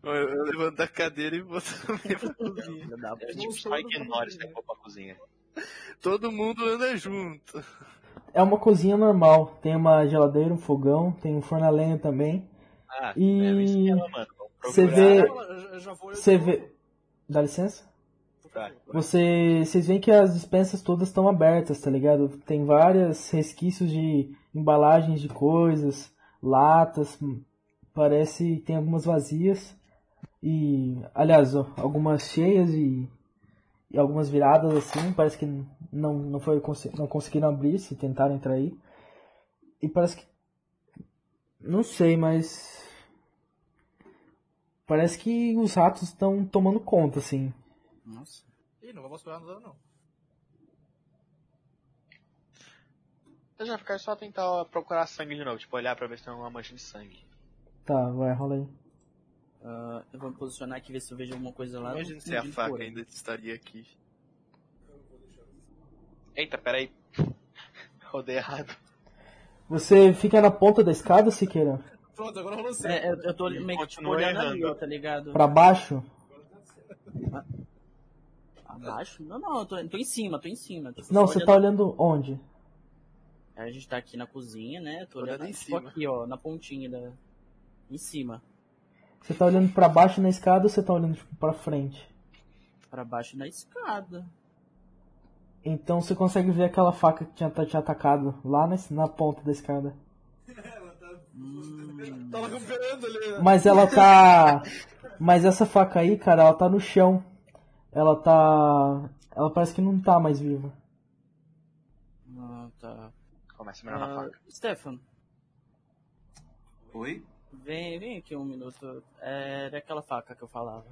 Speaker 4: Eu, eu levanto da cadeira e vou também.
Speaker 3: Filha da
Speaker 5: A
Speaker 1: sou
Speaker 5: gente Tipo, só
Speaker 1: do
Speaker 5: ignora
Speaker 1: cozinha.
Speaker 5: isso que eu vou pra cozinha.
Speaker 4: Todo mundo anda junto.
Speaker 2: É uma cozinha normal. Tem uma geladeira, um fogão, tem um forno a lenha também.
Speaker 5: Ah,
Speaker 2: E-
Speaker 5: é, mas esquema, mano. Vamos
Speaker 2: Você
Speaker 5: procurar-
Speaker 2: vê-
Speaker 1: Fala, eu já- eu já vou... eu
Speaker 2: Você
Speaker 1: já
Speaker 2: vê.
Speaker 1: vou,
Speaker 2: Dá licença?
Speaker 1: por favor.
Speaker 2: Você, vocês veem que as dispensas todas estão abertas, tá ligado? Tem vários resquícios de embalagens de coisas, latas, hum, parece que tem algumas vazias e, aliás, ó, algumas cheias e, e algumas viradas assim, parece que não não foi conse- não conseguiram abrir, se tentaram entrar aí. E parece que não sei, mas parece que os ratos estão tomando conta assim.
Speaker 3: Nossa.
Speaker 1: Ih, não vou vasculhar nada não.
Speaker 5: Eu já ficar só tentar ó, procurar sangue de novo. Tipo, olhar pra ver se tem uma mancha de sangue.
Speaker 2: Tá, vai, rola aí.
Speaker 3: Ah, eu vou me posicionar aqui, ver se eu vejo alguma coisa lá.
Speaker 4: Imagina se é a faca ainda estaria aqui.
Speaker 5: Eita, peraí. Rodei errado.
Speaker 2: Você fica na ponta da escada, Siqueira?
Speaker 1: Pronto, agora rolou assim. certo.
Speaker 3: É, eu, eu tô meio que tipo,
Speaker 5: Continua
Speaker 3: olhando
Speaker 5: errando.
Speaker 3: ali, ó, tá ligado?
Speaker 2: Pra baixo?
Speaker 3: Abaixo? Não, não, eu tô, eu tô em cima, tô em cima. Tipo,
Speaker 2: Não,
Speaker 3: tô
Speaker 2: você
Speaker 3: olhando-
Speaker 2: tá olhando onde?
Speaker 3: A gente tá aqui na cozinha, né? Tô
Speaker 4: Olhando
Speaker 3: olhando
Speaker 4: tá em
Speaker 3: tipo,
Speaker 4: cima.
Speaker 3: aqui, ó, na pontinha da. Em cima.
Speaker 2: Você tá olhando pra baixo na escada ou você tá olhando tipo, pra frente?
Speaker 3: Pra baixo da escada.
Speaker 2: Então você consegue ver aquela faca que tinha te atacado lá na, na ponta da escada.
Speaker 1: Hum. Tava recuperando ali, né?
Speaker 2: Mas ela tá. Mas essa faca aí, cara, ela tá no chão. Ela tá. Ela parece que não tá mais viva.
Speaker 3: Ah, tá.
Speaker 5: Começa
Speaker 4: É
Speaker 5: a mirar na
Speaker 3: Ah,
Speaker 5: faca.
Speaker 3: Stefan,
Speaker 6: Oi?
Speaker 3: vem, vem aqui um minuto. É daquela faca que eu falava.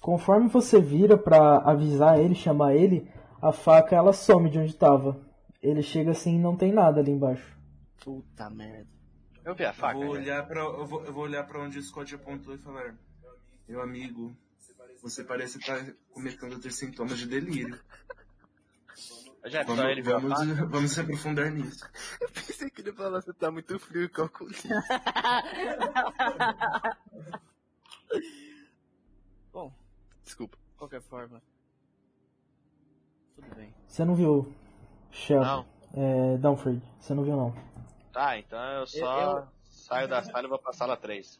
Speaker 2: Conforme você vira pra avisar ele, chamar ele, a faca ela some de onde tava. Ele chega assim e não tem nada ali embaixo.
Speaker 3: Puta merda.
Speaker 5: Eu vi a faca.
Speaker 6: vou
Speaker 5: né?
Speaker 6: olhar pra, eu, vou, eu vou olhar pra onde o Scott apontou e falar: Meu amigo, você parece estar começando a ter sintomas de delírio.
Speaker 5: Já só ele
Speaker 6: Vamos,
Speaker 5: viu a faca.
Speaker 6: vamos, vamos se aprofundar nisso.
Speaker 4: Pensei que ele ia falar, você tá muito frio, calcule.
Speaker 3: Bom,
Speaker 4: Desculpa.
Speaker 3: de qualquer forma. Tudo bem.
Speaker 2: Você não viu, Shell?
Speaker 5: Não.
Speaker 2: É, Dunford, você não viu não.
Speaker 5: Tá, então eu só saio da sala e vou pra sala 3.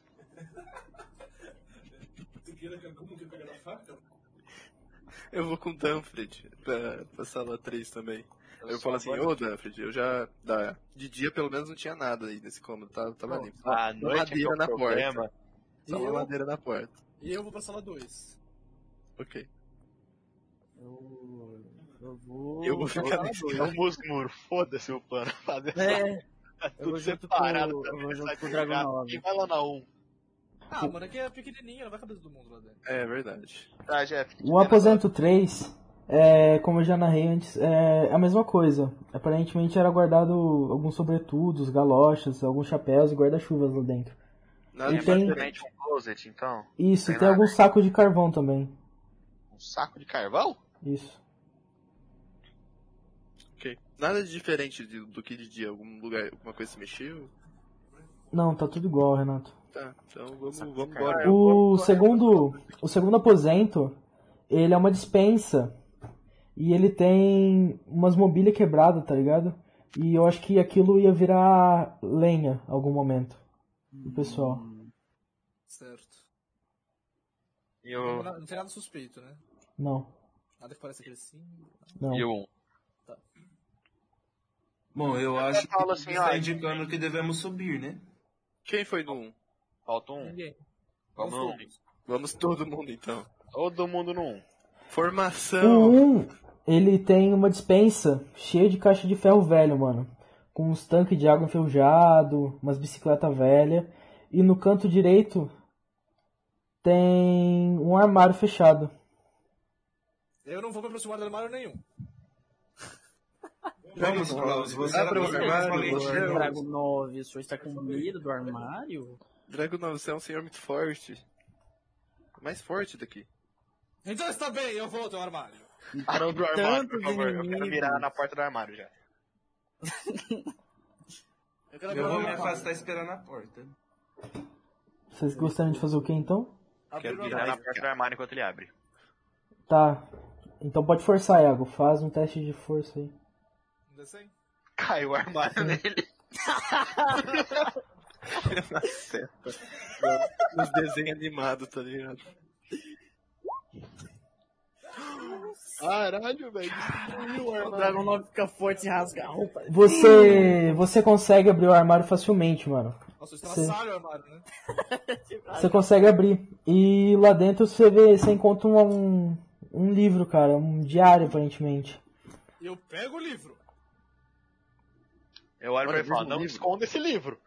Speaker 4: Eu vou com o Danfred pra, pra sala 3 também. Eu,
Speaker 5: só
Speaker 4: falo assim,
Speaker 5: vou-
Speaker 4: ô Danfred, eu já. da- de dia pelo menos não tinha nada aí nesse cômodo, tava, tava limpo. Só
Speaker 5: A
Speaker 4: uma
Speaker 5: noite é
Speaker 4: ladeira
Speaker 5: o
Speaker 4: na
Speaker 5: problema.
Speaker 4: porta. Só uma
Speaker 1: Eu-
Speaker 4: ladeira na porta.
Speaker 1: E eu vou pra sala 2.
Speaker 4: Ok.
Speaker 3: Eu, eu vou.
Speaker 4: eu vou ficar
Speaker 3: lá,
Speaker 4: nesse
Speaker 3: doido.
Speaker 4: canto.
Speaker 5: Eu músico, muro, foda-se o plano. Fazer
Speaker 3: É,
Speaker 5: tá
Speaker 3: eu vou
Speaker 5: tudo
Speaker 3: junto
Speaker 5: separado.
Speaker 3: com, eu vou junto
Speaker 5: Sai
Speaker 3: com o
Speaker 5: do
Speaker 3: Dragon
Speaker 5: gato.
Speaker 3: 9.
Speaker 5: E vai lá na 1.
Speaker 1: Ah, mano, aqui é pequenininho, não vai cabeça do mundo lá dentro.
Speaker 4: É verdade.
Speaker 5: Tá, Jeff.
Speaker 2: O Um aposento 3, é, como eu já narrei antes, é a mesma coisa. Aparentemente era guardado alguns sobretudos, galochas, alguns chapéus e guarda-chuvas lá dentro.
Speaker 4: Nada
Speaker 2: E
Speaker 5: É
Speaker 4: de
Speaker 2: tem-
Speaker 5: basicamente
Speaker 4: diferente.
Speaker 5: um closet, então.
Speaker 2: Isso,
Speaker 5: Tem
Speaker 2: tem
Speaker 5: nada.
Speaker 2: alguns sacos de carvão também.
Speaker 5: Um saco de carvão?
Speaker 2: Isso.
Speaker 4: Ok. Nada de diferente de- do que de dia. Algum lugar, alguma coisa se mexeu?
Speaker 2: Não, tá tudo igual, Renato.
Speaker 4: Tá, então vamos,
Speaker 5: Nossa,
Speaker 4: vamos
Speaker 5: cara.
Speaker 4: embora.
Speaker 2: O segundo, o segundo aposento, ele é uma dispensa. E ele tem umas mobília quebrada, tá ligado? E eu acho que aquilo ia virar lenha em algum momento. O pessoal.
Speaker 1: Certo.
Speaker 5: E
Speaker 4: Hum.
Speaker 5: o.
Speaker 1: Não, não tem nada suspeito, né?
Speaker 2: Não,
Speaker 1: Nada que é assim. pareça crescinho.
Speaker 2: não.
Speaker 5: E um? o 1.
Speaker 6: Bom, eu acho que
Speaker 5: falo
Speaker 6: ele
Speaker 5: assim, ó,
Speaker 6: está indicando que devemos subir, né?
Speaker 4: Quem foi no 1?
Speaker 5: Falta um.
Speaker 1: Ninguém.
Speaker 5: Vamos no 1.
Speaker 4: Vamos todo mundo então.
Speaker 5: Todo mundo no 1.
Speaker 4: Formação!
Speaker 2: O 1, ele tem uma dispensa cheia de caixa de ferro velho, mano. Com uns tanques de água enferrujado, umas bicicleta velha. E no canto direito tem um armário fechado.
Speaker 1: Eu não vou me aproximar do armário nenhum.
Speaker 6: Vamos, Klaus, você
Speaker 4: Abra o
Speaker 6: era
Speaker 4: armário,
Speaker 6: valente,
Speaker 4: você é
Speaker 6: né?
Speaker 3: Dragon 9, o senhor está com medo do armário?
Speaker 4: Drago não, você é um senhor muito forte. O Mais forte daqui.
Speaker 1: Então está bem, eu volto ao armário.
Speaker 5: Abre o Ah, armário, por
Speaker 3: Tantos
Speaker 5: favor. Eu quero
Speaker 3: inimigos.
Speaker 5: virar na porta do armário já.
Speaker 1: Eu quero abrir
Speaker 6: Eu
Speaker 1: o
Speaker 6: vou me
Speaker 1: armário.
Speaker 6: afastar esperando a porta.
Speaker 2: Vocês gostaram de fazer o que então?
Speaker 1: Abrir
Speaker 4: Quero
Speaker 1: o
Speaker 5: Virar
Speaker 1: armário.
Speaker 5: na porta do armário enquanto ele abre.
Speaker 2: Tá. Então pode forçar, Iago. Faz um teste de força aí.
Speaker 1: Um D100?
Speaker 5: Caiu o
Speaker 3: Uhum.
Speaker 5: armário nele.
Speaker 4: Nos desenhos animados, tá ligado? Caralho, velho. destruiu o
Speaker 3: O
Speaker 4: armário.
Speaker 3: Dragon 9 fica forte e rasga a roupa.
Speaker 2: Você, você consegue abrir o armário facilmente, mano.
Speaker 1: Nossa,
Speaker 2: Sim.
Speaker 1: estraçalho o armário, né?
Speaker 2: Você consegue abrir. E lá dentro você vê, você encontra um, um, um livro, cara. Um diário, aparentemente.
Speaker 1: E eu pego o livro.
Speaker 5: Eu olho pra
Speaker 4: Olha,
Speaker 5: ele e falo,
Speaker 4: veja o
Speaker 5: não
Speaker 3: Uhum.
Speaker 4: livro.
Speaker 5: esconda esse livro.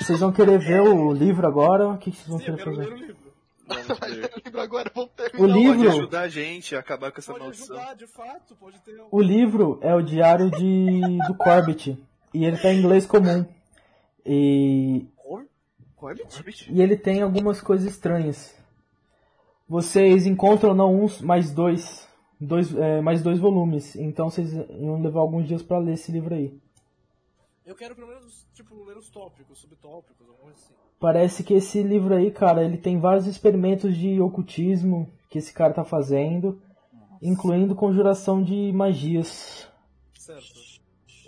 Speaker 2: Vocês vão querer ver o livro agora? O que, que vocês vão
Speaker 1: Sim, eu
Speaker 2: querer
Speaker 1: quero ler
Speaker 2: fazer?
Speaker 1: o livro.
Speaker 4: Vamos ver.
Speaker 5: livro agora, vamos
Speaker 2: O
Speaker 5: terminar.
Speaker 4: Pode
Speaker 2: livro,
Speaker 4: ajudar a gente a acabar com essa
Speaker 1: Pode
Speaker 4: maldição.
Speaker 1: ajudar, de fato, pode ter um...
Speaker 2: o livro é o diário de, do Corbett. E ele tá em inglês comum. E
Speaker 3: Cor?
Speaker 4: é
Speaker 3: Corbett?
Speaker 2: E ele tem algumas coisas estranhas. Vocês encontram não uns, mas dois. dois é, mais dois volumes. Então vocês iam levar alguns dias pra ler esse livro aí.
Speaker 1: Eu quero pelo menos, tipo, ler os tópicos, subtópicos, alguma coisa assim.
Speaker 2: Parece que esse livro aí, cara, ele tem vários experimentos de ocultismo que esse cara tá fazendo, incluindo conjuração de magias.
Speaker 1: Certo.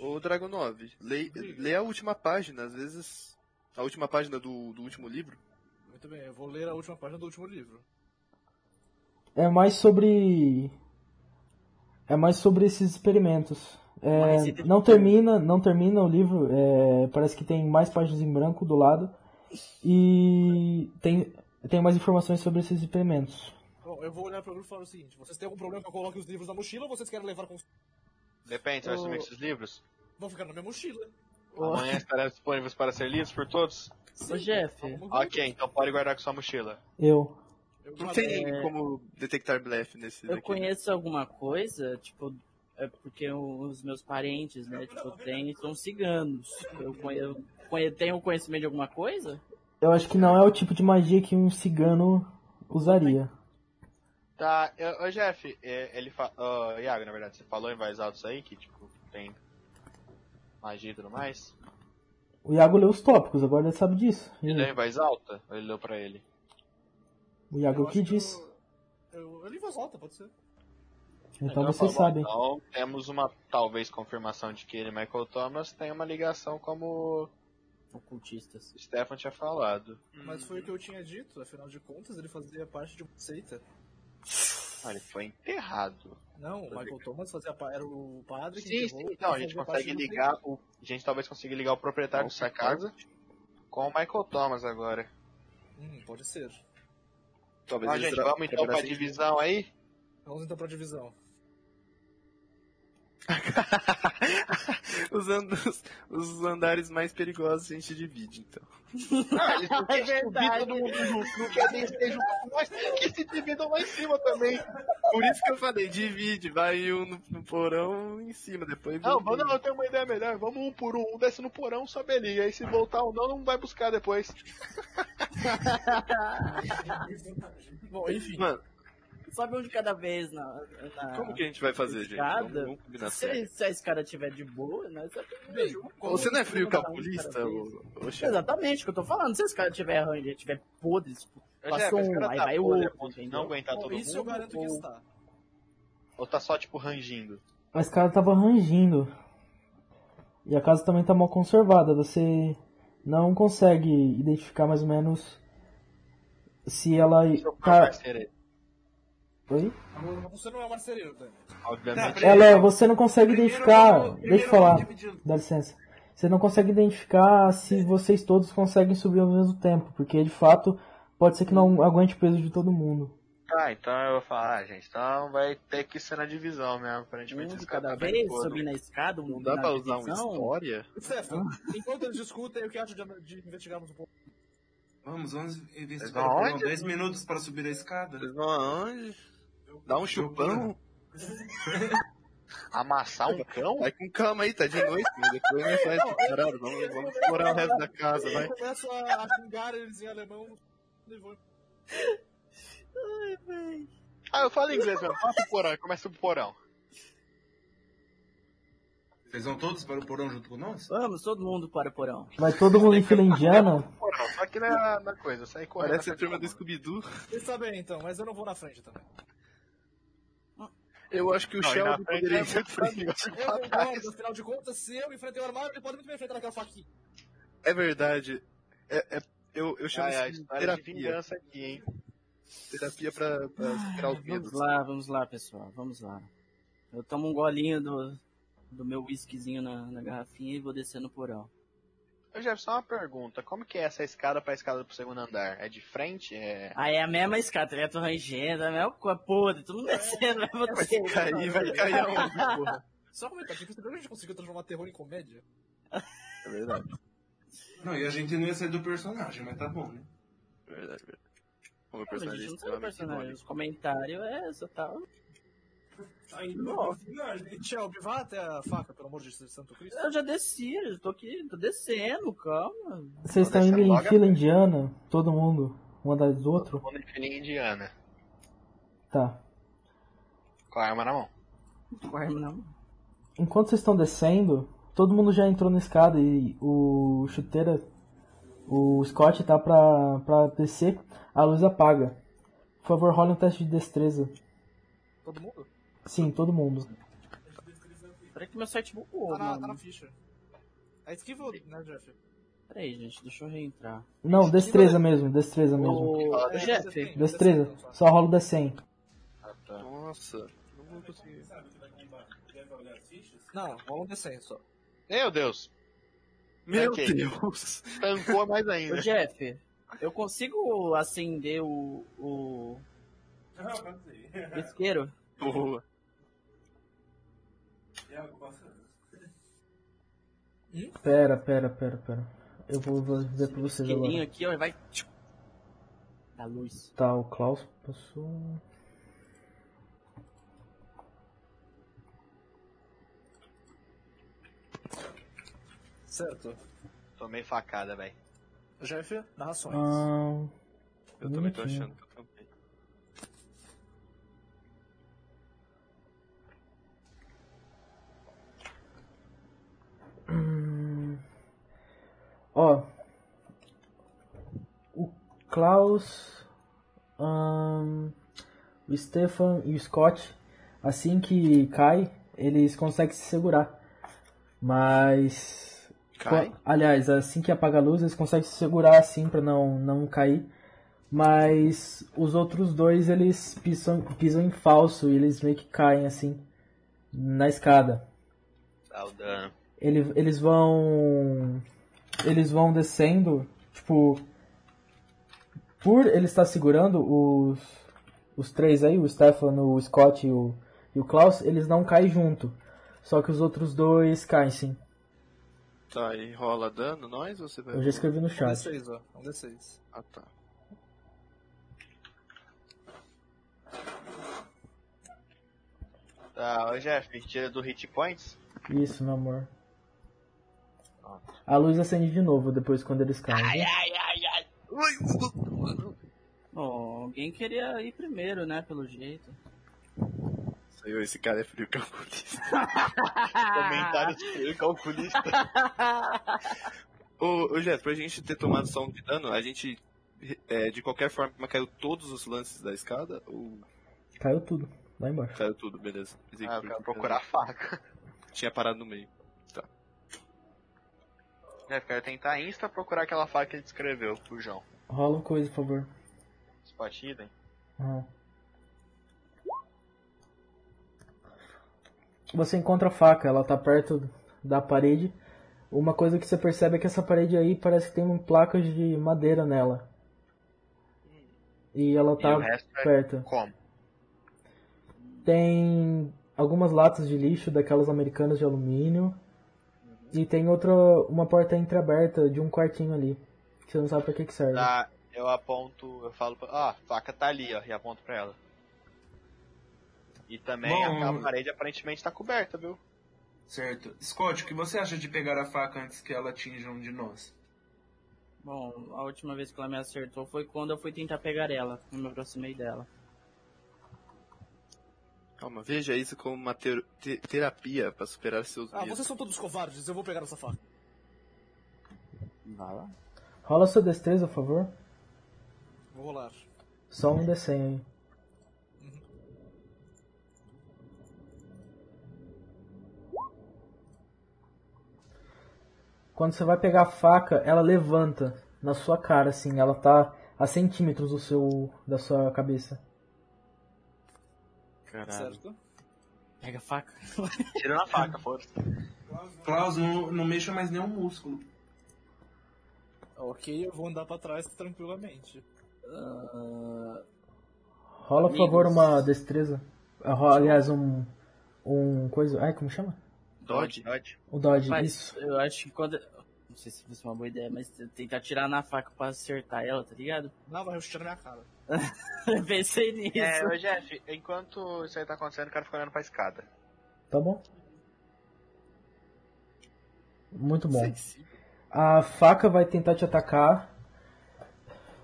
Speaker 4: Ô, Dragon 9, lê, lê a última página, às vezes. A última página do, do último livro.
Speaker 1: Muito bem, eu vou ler a última página do último livro.
Speaker 2: é mais sobre. É mais sobre esses experimentos. É,
Speaker 3: Uma receita de
Speaker 2: não
Speaker 3: bolo.
Speaker 2: termina, não termina o livro. é, parece que tem mais páginas em branco do lado. E tem, tem mais informações sobre esses experimentos.
Speaker 1: Bom, eu vou olhar pro grupo e falar o seguinte: vocês têm algum problema que eu coloque os livros na mochila ou vocês querem levar com.
Speaker 5: Depende, você vai
Speaker 3: Ô.
Speaker 5: sumir com esses livros?
Speaker 1: Vão ficar na minha mochila.
Speaker 3: Uhum.
Speaker 5: Amanhã estarão disponíveis para ser lidos por todos?
Speaker 3: Ô, Jeff,
Speaker 1: Alguma coisa.
Speaker 5: Ok, então pode guardar com sua mochila.
Speaker 2: Eu.
Speaker 1: Eu
Speaker 4: Não
Speaker 1: guardo-
Speaker 4: tem como detectar blefe nesse
Speaker 3: eu
Speaker 4: daqui.
Speaker 3: conheço alguma coisa, tipo, é porque os meus parentes, né, tipo, tem, são ciganos. Eu conheço, conhe- tenho conhecimento de alguma coisa?
Speaker 2: Eu acho que não é o tipo de magia que um cigano usaria.
Speaker 5: Tá, ô ô, Jeff, é, ele fala. Ô, Iago, na verdade, você falou em voz alta isso aí, que tipo, tem magia e tudo mais.
Speaker 2: O Iago leu os tópicos, agora ele sabe disso. E
Speaker 5: Ele leu
Speaker 2: aí?
Speaker 5: em voz alta? Ou ele leu pra ele?
Speaker 2: O Iago é o
Speaker 1: acho
Speaker 2: que
Speaker 1: eu-
Speaker 2: disse.
Speaker 1: Eu, eu li em voz alta, pode ser.
Speaker 2: Então
Speaker 5: Tá
Speaker 2: vocês
Speaker 5: bom,
Speaker 2: sabem.
Speaker 5: Então temos uma talvez confirmação de que ele e Michael Thomas tem uma ligação como
Speaker 3: Ocultistas.
Speaker 5: o Stefan tinha falado.
Speaker 1: Mas foi o que eu tinha dito, afinal de contas, ele fazia parte de uma seita.
Speaker 5: Ah, ele foi enterrado.
Speaker 1: Não, o Michael Thomas fazia pa- era o padre que
Speaker 5: Sim,
Speaker 1: enterrou,
Speaker 5: sim, então a
Speaker 1: ele
Speaker 5: gente
Speaker 1: fazia parte
Speaker 5: consegue
Speaker 1: de um uma
Speaker 5: ligar o. A gente talvez consiga ligar o proprietário dessa casa com o Michael Thomas agora.
Speaker 1: seita. Hum, pode ser.
Speaker 4: Talvez
Speaker 5: Ah,
Speaker 4: eles
Speaker 5: gente,
Speaker 4: tra-
Speaker 5: vamos então pra
Speaker 4: trabalhassem-
Speaker 5: divisão aí?
Speaker 1: Vamos então pra divisão.
Speaker 4: os, and- os andares mais perigosos a gente divide, então.
Speaker 5: Ah, eles não
Speaker 3: É verdade.
Speaker 5: mundo junto, não querem ser junto, mas um que se dividam lá em cima também.
Speaker 4: Por isso que eu falei, divide, vai um no, no porão em cima, depois...
Speaker 5: Não,
Speaker 4: vem-
Speaker 5: vamos- não, eu tenho uma ideia melhor. Vamos um por um, um desce no porão, sobe ali. Aí se voltar ou não, não vai buscar depois.
Speaker 1: Bom, enfim,
Speaker 4: Mano,
Speaker 3: Sobe um de cada vez na. na...
Speaker 4: como que a gente vai fazer, gente? Vamos,
Speaker 3: Ah, Escada?
Speaker 4: vamos combinar sério.
Speaker 3: Se, se esse cara tiver de boa, né? Você
Speaker 1: bem, como-
Speaker 4: Você não é frio
Speaker 3: Cada um,
Speaker 4: calculista,
Speaker 3: cada
Speaker 4: ô, ô chefe?
Speaker 3: Exatamente o que eu tô falando. Se esse cara tiver arranjo, tiver podre, tipo, passou
Speaker 5: esse
Speaker 3: um,
Speaker 5: cara
Speaker 3: aí
Speaker 5: tá
Speaker 3: vai
Speaker 5: podre,
Speaker 3: outro,
Speaker 5: ponto de
Speaker 3: entendeu?
Speaker 5: Não aguentar
Speaker 1: bom,
Speaker 5: Tá todo
Speaker 1: isso eu
Speaker 5: mundo.
Speaker 1: garanto que
Speaker 5: ou-
Speaker 1: está.
Speaker 5: Ou tá só, tipo, rangindo?
Speaker 2: Mas cara tava rangindo. E a casa também tá mal conservada. Você não consegue identificar mais ou menos se ela tá.
Speaker 5: Parceiro,
Speaker 2: Oi?
Speaker 1: Você não é um marceneiro, Dani.
Speaker 5: Obviamente.
Speaker 2: Ela, você não consegue identificar.
Speaker 6: vamos-
Speaker 2: Deixa
Speaker 6: primeiro
Speaker 2: eu falar.
Speaker 6: vamos dividindo.
Speaker 2: Dá licença. Você não consegue identificar
Speaker 6: É.
Speaker 2: se vocês todos conseguem subir ao mesmo tempo, porque de fato pode ser que não aguente o peso de todo mundo.
Speaker 5: Tá, então eu vou falar, ah, gente. Então vai ter que ser na divisão mesmo. Aparentemente,
Speaker 3: um de
Speaker 5: esse
Speaker 3: cada
Speaker 5: cara tá bem
Speaker 3: vez,
Speaker 5: gordo.
Speaker 3: subir na escada, um
Speaker 4: Não dá
Speaker 3: na
Speaker 4: pra usar uma
Speaker 3: divisão.
Speaker 4: história?
Speaker 1: Stefan,
Speaker 2: Ah.
Speaker 1: enquanto eles discutem, eu que acho de, de investigarmos um pouco.
Speaker 6: Vamos, vamos investigar.
Speaker 5: Da
Speaker 6: Não,
Speaker 5: onde?
Speaker 6: 10 minutos para subir a escada.
Speaker 4: Vocês vão aonde? Dá um chupão?
Speaker 5: Amassar um cão?
Speaker 4: Vai com calma aí, tá de noite, né? depois não faz parado, vamos, vamos explorar o resto da casa, vai.
Speaker 1: Eu começo a, a xingar eles em alemão e vou.
Speaker 5: Ah, eu falo inglês mesmo. Passa o porão, começa o porão.
Speaker 6: Vocês vão todos para o porão junto com nós?
Speaker 3: Vamos, todo mundo para o porão.
Speaker 2: Vai todo mundo em fila indiana?
Speaker 5: Porão, só que na, na é coisa, sai correndo.
Speaker 4: Parece a
Speaker 5: atrás
Speaker 4: turma do
Speaker 5: do
Speaker 4: Scooby-Doo.
Speaker 1: Está bem então, mas eu não vou na frente também.
Speaker 4: Eu acho que o
Speaker 5: Não, e na
Speaker 4: Sheldon
Speaker 5: frente
Speaker 4: poderia
Speaker 5: é
Speaker 4: ir à frente.
Speaker 1: Eu concordo, afinal de contas, se eu enfrentei o armário, ele pode muito bem enfrentar aquela faquinha.
Speaker 4: É verdade. É, é- eu, eu chamo
Speaker 5: Ah, é a
Speaker 4: isso de
Speaker 5: história de
Speaker 4: terapia.
Speaker 5: vingança aqui, hein?
Speaker 4: Terapia pra, pra superar os
Speaker 3: Vamos
Speaker 4: medos.
Speaker 3: lá, vamos lá, pessoal, vamos lá. Eu tomo um golinho do, do meu whiskyzinho na, na garrafinha e vou descer no porão.
Speaker 5: Ô, Jeff, só uma pergunta. Como que é essa escada pra escada pro segundo andar? É de frente? É...
Speaker 3: Aí é a mesma escada, tá ligado? rangendo, a mesma coisa, podre, todo mundo descendo, é vai você.
Speaker 4: Cair, vai cair aonde, porra?
Speaker 1: Só um comentar, que a gente conseguiu transformar terror em comédia?
Speaker 4: É verdade,
Speaker 6: Não, e a gente não ia sair do personagem, mas tá bom, né?
Speaker 4: é verdade, é verdade. O meu
Speaker 3: A
Speaker 4: personagem é
Speaker 3: gente não sabe o
Speaker 4: extremamente
Speaker 3: personagem,
Speaker 4: simbólico.
Speaker 3: os comentários é só tal.
Speaker 1: Aí, não, Shelby, vá até a faca, pelo amor de Santo Cristo.
Speaker 3: Eu já desci, eu tô aqui, tô descendo, calma.
Speaker 2: Vocês estão indo em
Speaker 6: né?
Speaker 2: fila indiana? Todo mundo? Um atrás do outro?
Speaker 5: Quando ele filha indiana.
Speaker 2: Tá.
Speaker 5: Com a arma na mão.
Speaker 3: Com a arma na mão.
Speaker 2: Enquanto vocês estão descendo, todo mundo já entrou na escada e o chuteira, o Scott tá pra, pra descer, a luz apaga. Por favor, rola um teste de destreza.
Speaker 1: Todo mundo?
Speaker 2: Sim, todo mundo.
Speaker 3: Peraí que meu site bugou,
Speaker 1: Tá na, tá na
Speaker 3: mano.
Speaker 1: ficha. É esquivo, né, Jeff?
Speaker 3: Peraí, gente, deixa eu reentrar.
Speaker 2: Não, destreza mesmo, destreza mesmo.
Speaker 3: Ô,
Speaker 1: É,
Speaker 3: Jeff,
Speaker 1: destreza.
Speaker 2: Destreza, só rola o D100.
Speaker 5: Tá.
Speaker 4: Nossa, não vou conseguir.
Speaker 1: Não, rola um D100 só.
Speaker 5: Meu Deus!
Speaker 4: Meu
Speaker 5: Ok.
Speaker 4: Deus!
Speaker 5: Tancou mais
Speaker 3: Ô,
Speaker 5: ainda.
Speaker 3: Jeff, eu consigo acender o. o. o isqueiro?
Speaker 4: Boa.
Speaker 2: Pera, pera, pera, pera. Eu vou vou dizer pra vocês
Speaker 3: Isqueirinho
Speaker 2: agora.
Speaker 3: aqui, ó, e vai. tchum, Da luz.
Speaker 2: Tá, o Klaus passou.
Speaker 1: Certo.
Speaker 5: Tomei facada, velho.
Speaker 1: Jeff, narrações.
Speaker 2: Ah,
Speaker 4: Eu também tô
Speaker 2: Bonitinho.
Speaker 4: achando que eu também.
Speaker 2: Ó. O Klaus, ahn, o Stefan e o Scott, assim que cai, eles conseguem se segurar. Mas.
Speaker 4: Cai?
Speaker 2: Qua- Aliás, assim que apaga a luz, eles conseguem se segurar assim pra não, não cair. Mas os outros dois eles pisam, pisam em falso e eles meio que caem assim na escada.
Speaker 5: Dá Tá, o dano.
Speaker 2: Ele- eles vão. Eles vão descendo, tipo. Por ele estar segurando os. Os três aí, o Stefan, o Scott e o, e o Klaus, eles não caem junto. Só que os outros dois caem sim.
Speaker 4: Tá, e rola dano nós ou você vai.
Speaker 2: Eu já escrevi no
Speaker 1: Um
Speaker 2: chat.
Speaker 1: D6, ó. Um D6.
Speaker 4: Ah, tá.
Speaker 5: Tá, ô Jeff, me tira do hit points.
Speaker 2: Isso, meu amor. A luz acende de novo depois quando eles caem. né?
Speaker 3: Bom, alguém queria ir primeiro, né? Pelo jeito.
Speaker 4: Saiu, esse cara é frio calculista.
Speaker 5: Comentário de calculista.
Speaker 4: Ô, ô Jeff, pra gente ter tomado só um de dano, a gente é, de qualquer forma caiu todos os lances da escada ou
Speaker 2: Caiu tudo, lá embaixo.
Speaker 4: caiu tudo, beleza? Pensei que
Speaker 5: Ah, eu
Speaker 4: por-
Speaker 5: quero procurar a faca.
Speaker 4: Tinha parado no meio.
Speaker 5: Jeff, quero tentar insta procurar aquela faca que ele descreveu pro João.
Speaker 2: Rola coisa, por favor.
Speaker 5: Spot hidden.
Speaker 2: Aham. Você encontra a faca, ela tá perto da parede. Uma coisa que você percebe é que essa parede aí parece que tem um- placas de madeira nela. E ela
Speaker 5: E o
Speaker 2: tá
Speaker 5: resto é
Speaker 2: perto.
Speaker 5: como?
Speaker 2: Tem algumas latas de lixo daquelas americanas de alumínio. E tem outra, uma porta entreaberta de um quartinho ali. Que você não sabe pra que que serve.
Speaker 5: Tá, eu aponto, eu falo pra. Ah, a faca tá ali, ó, e aponto pra ela. E também a,
Speaker 6: Bom.
Speaker 5: a parede aparentemente tá coberta, viu?
Speaker 6: Certo. Scott, o que você acha de pegar a faca antes que ela atinja um de nós?
Speaker 3: Bom, a última vez que ela me acertou foi quando eu fui tentar pegar ela. Quando eu me aproximei dela.
Speaker 4: Calma, veja isso como uma ter- te- terapia pra superar seus
Speaker 1: Ah,
Speaker 4: medos.
Speaker 1: vocês são todos covardes, eu vou pegar essa faca.
Speaker 2: Rola sua destreza, por favor.
Speaker 1: Vou rolar.
Speaker 2: Só um desenho aí. Quando você vai pegar a faca, ela levanta na sua cara, assim, ela tá a centímetros do seu, da sua cabeça.
Speaker 1: Certo?
Speaker 3: Pega a faca.
Speaker 5: Tirando a faca, foda-se.
Speaker 6: Klaus, não, não mexa mais nenhum músculo.
Speaker 1: Ok, eu vou andar pra trás tranquilamente.
Speaker 2: Rola, por
Speaker 3: Amigos.
Speaker 2: favor, uma destreza. Ah, ro- Aliás, um. Um coisa. Ai, como chama?
Speaker 4: Dodge?
Speaker 5: Dodge.
Speaker 2: O Dodge,
Speaker 3: Mas
Speaker 2: isso.
Speaker 3: eu acho que quando. Não sei se fosse uma boa ideia, mas tentar tirar na faca pra acertar ela, tá ligado?
Speaker 1: Não, vai rechar na minha cara.
Speaker 3: Eu pensei nisso.
Speaker 5: É, ô Jeff, enquanto isso aí tá acontecendo, o cara fica olhando pra escada.
Speaker 2: Tá bom? Muito bom.
Speaker 4: Sensível.
Speaker 2: A faca vai tentar te atacar,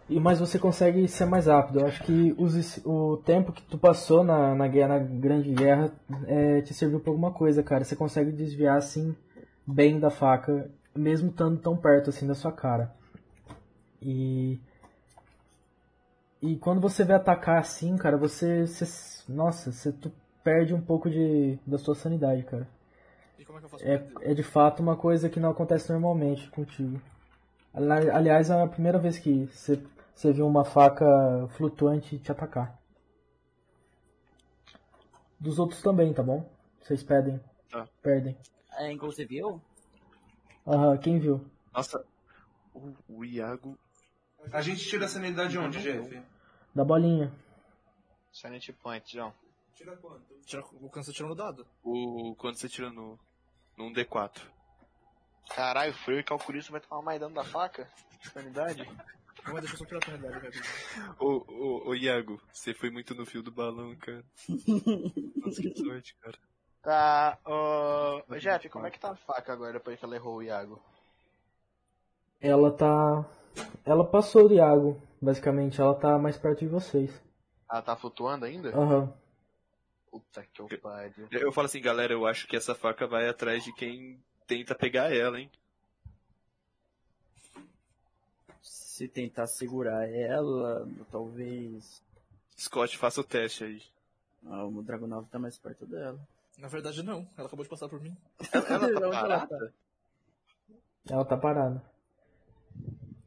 Speaker 2: e mas você consegue ser mais rápido. Eu acho que os es- o tempo que tu passou na, na, guerra, na Grande Guerra é, te serviu pra alguma coisa, cara. Você consegue desviar, assim, bem da faca, mesmo estando tão perto, assim, da sua cara. E... E quando você vê atacar assim, cara, você... você nossa, você tu perde um pouco de, da sua sanidade, cara.
Speaker 1: E como é que eu faço pra perder?
Speaker 2: É, é de fato uma coisa que não acontece normalmente contigo. Ali- Aliás, é a primeira vez que você você viu uma faca flutuante te atacar. dos outros também, tá bom? Vocês pedem.
Speaker 4: Tá.
Speaker 2: Perdem.
Speaker 3: É, inclusive eu?
Speaker 2: Aham, quem viu?
Speaker 4: Nossa, o, o Iago.
Speaker 6: A gente tira a sanidade onde, Jeff?
Speaker 2: Da bolinha.
Speaker 5: Sanity Point, João.
Speaker 6: Tira quanto?
Speaker 1: Tira, o câncer tirando o dado.
Speaker 4: O, quando você tira no. Num D4.
Speaker 5: Caralho, frio e calculista vai tomar mais dano da faca? Sanidade?
Speaker 1: Mas deixa eu só tirar a sanidade, rapidinho.
Speaker 4: Ô, ô, ô, Iago, você foi muito no fio do balão, cara. Nossa, que sorte, cara.
Speaker 5: Tá, ô. ô, Jeff, como é que tá a faca agora depois que ela errou o Iago?
Speaker 2: Ela tá. Ela passou o Iago, basicamente. Ela tá mais perto de vocês.
Speaker 5: Ela tá flutuando ainda?
Speaker 2: Aham.
Speaker 5: Puta que eu pariu.
Speaker 4: Eu falo assim, galera, eu acho que essa faca vai atrás de quem tenta pegar ela, hein?
Speaker 3: Se tentar segurar ela, talvez.
Speaker 4: Scott, faça o teste aí.
Speaker 3: Ah, o Dragunov tá mais perto dela.
Speaker 1: Na verdade, não. Ela acabou de passar por mim.
Speaker 4: Ela
Speaker 3: Onde
Speaker 4: tá
Speaker 3: ela
Speaker 4: parada?
Speaker 3: tá?
Speaker 2: Ela tá parada.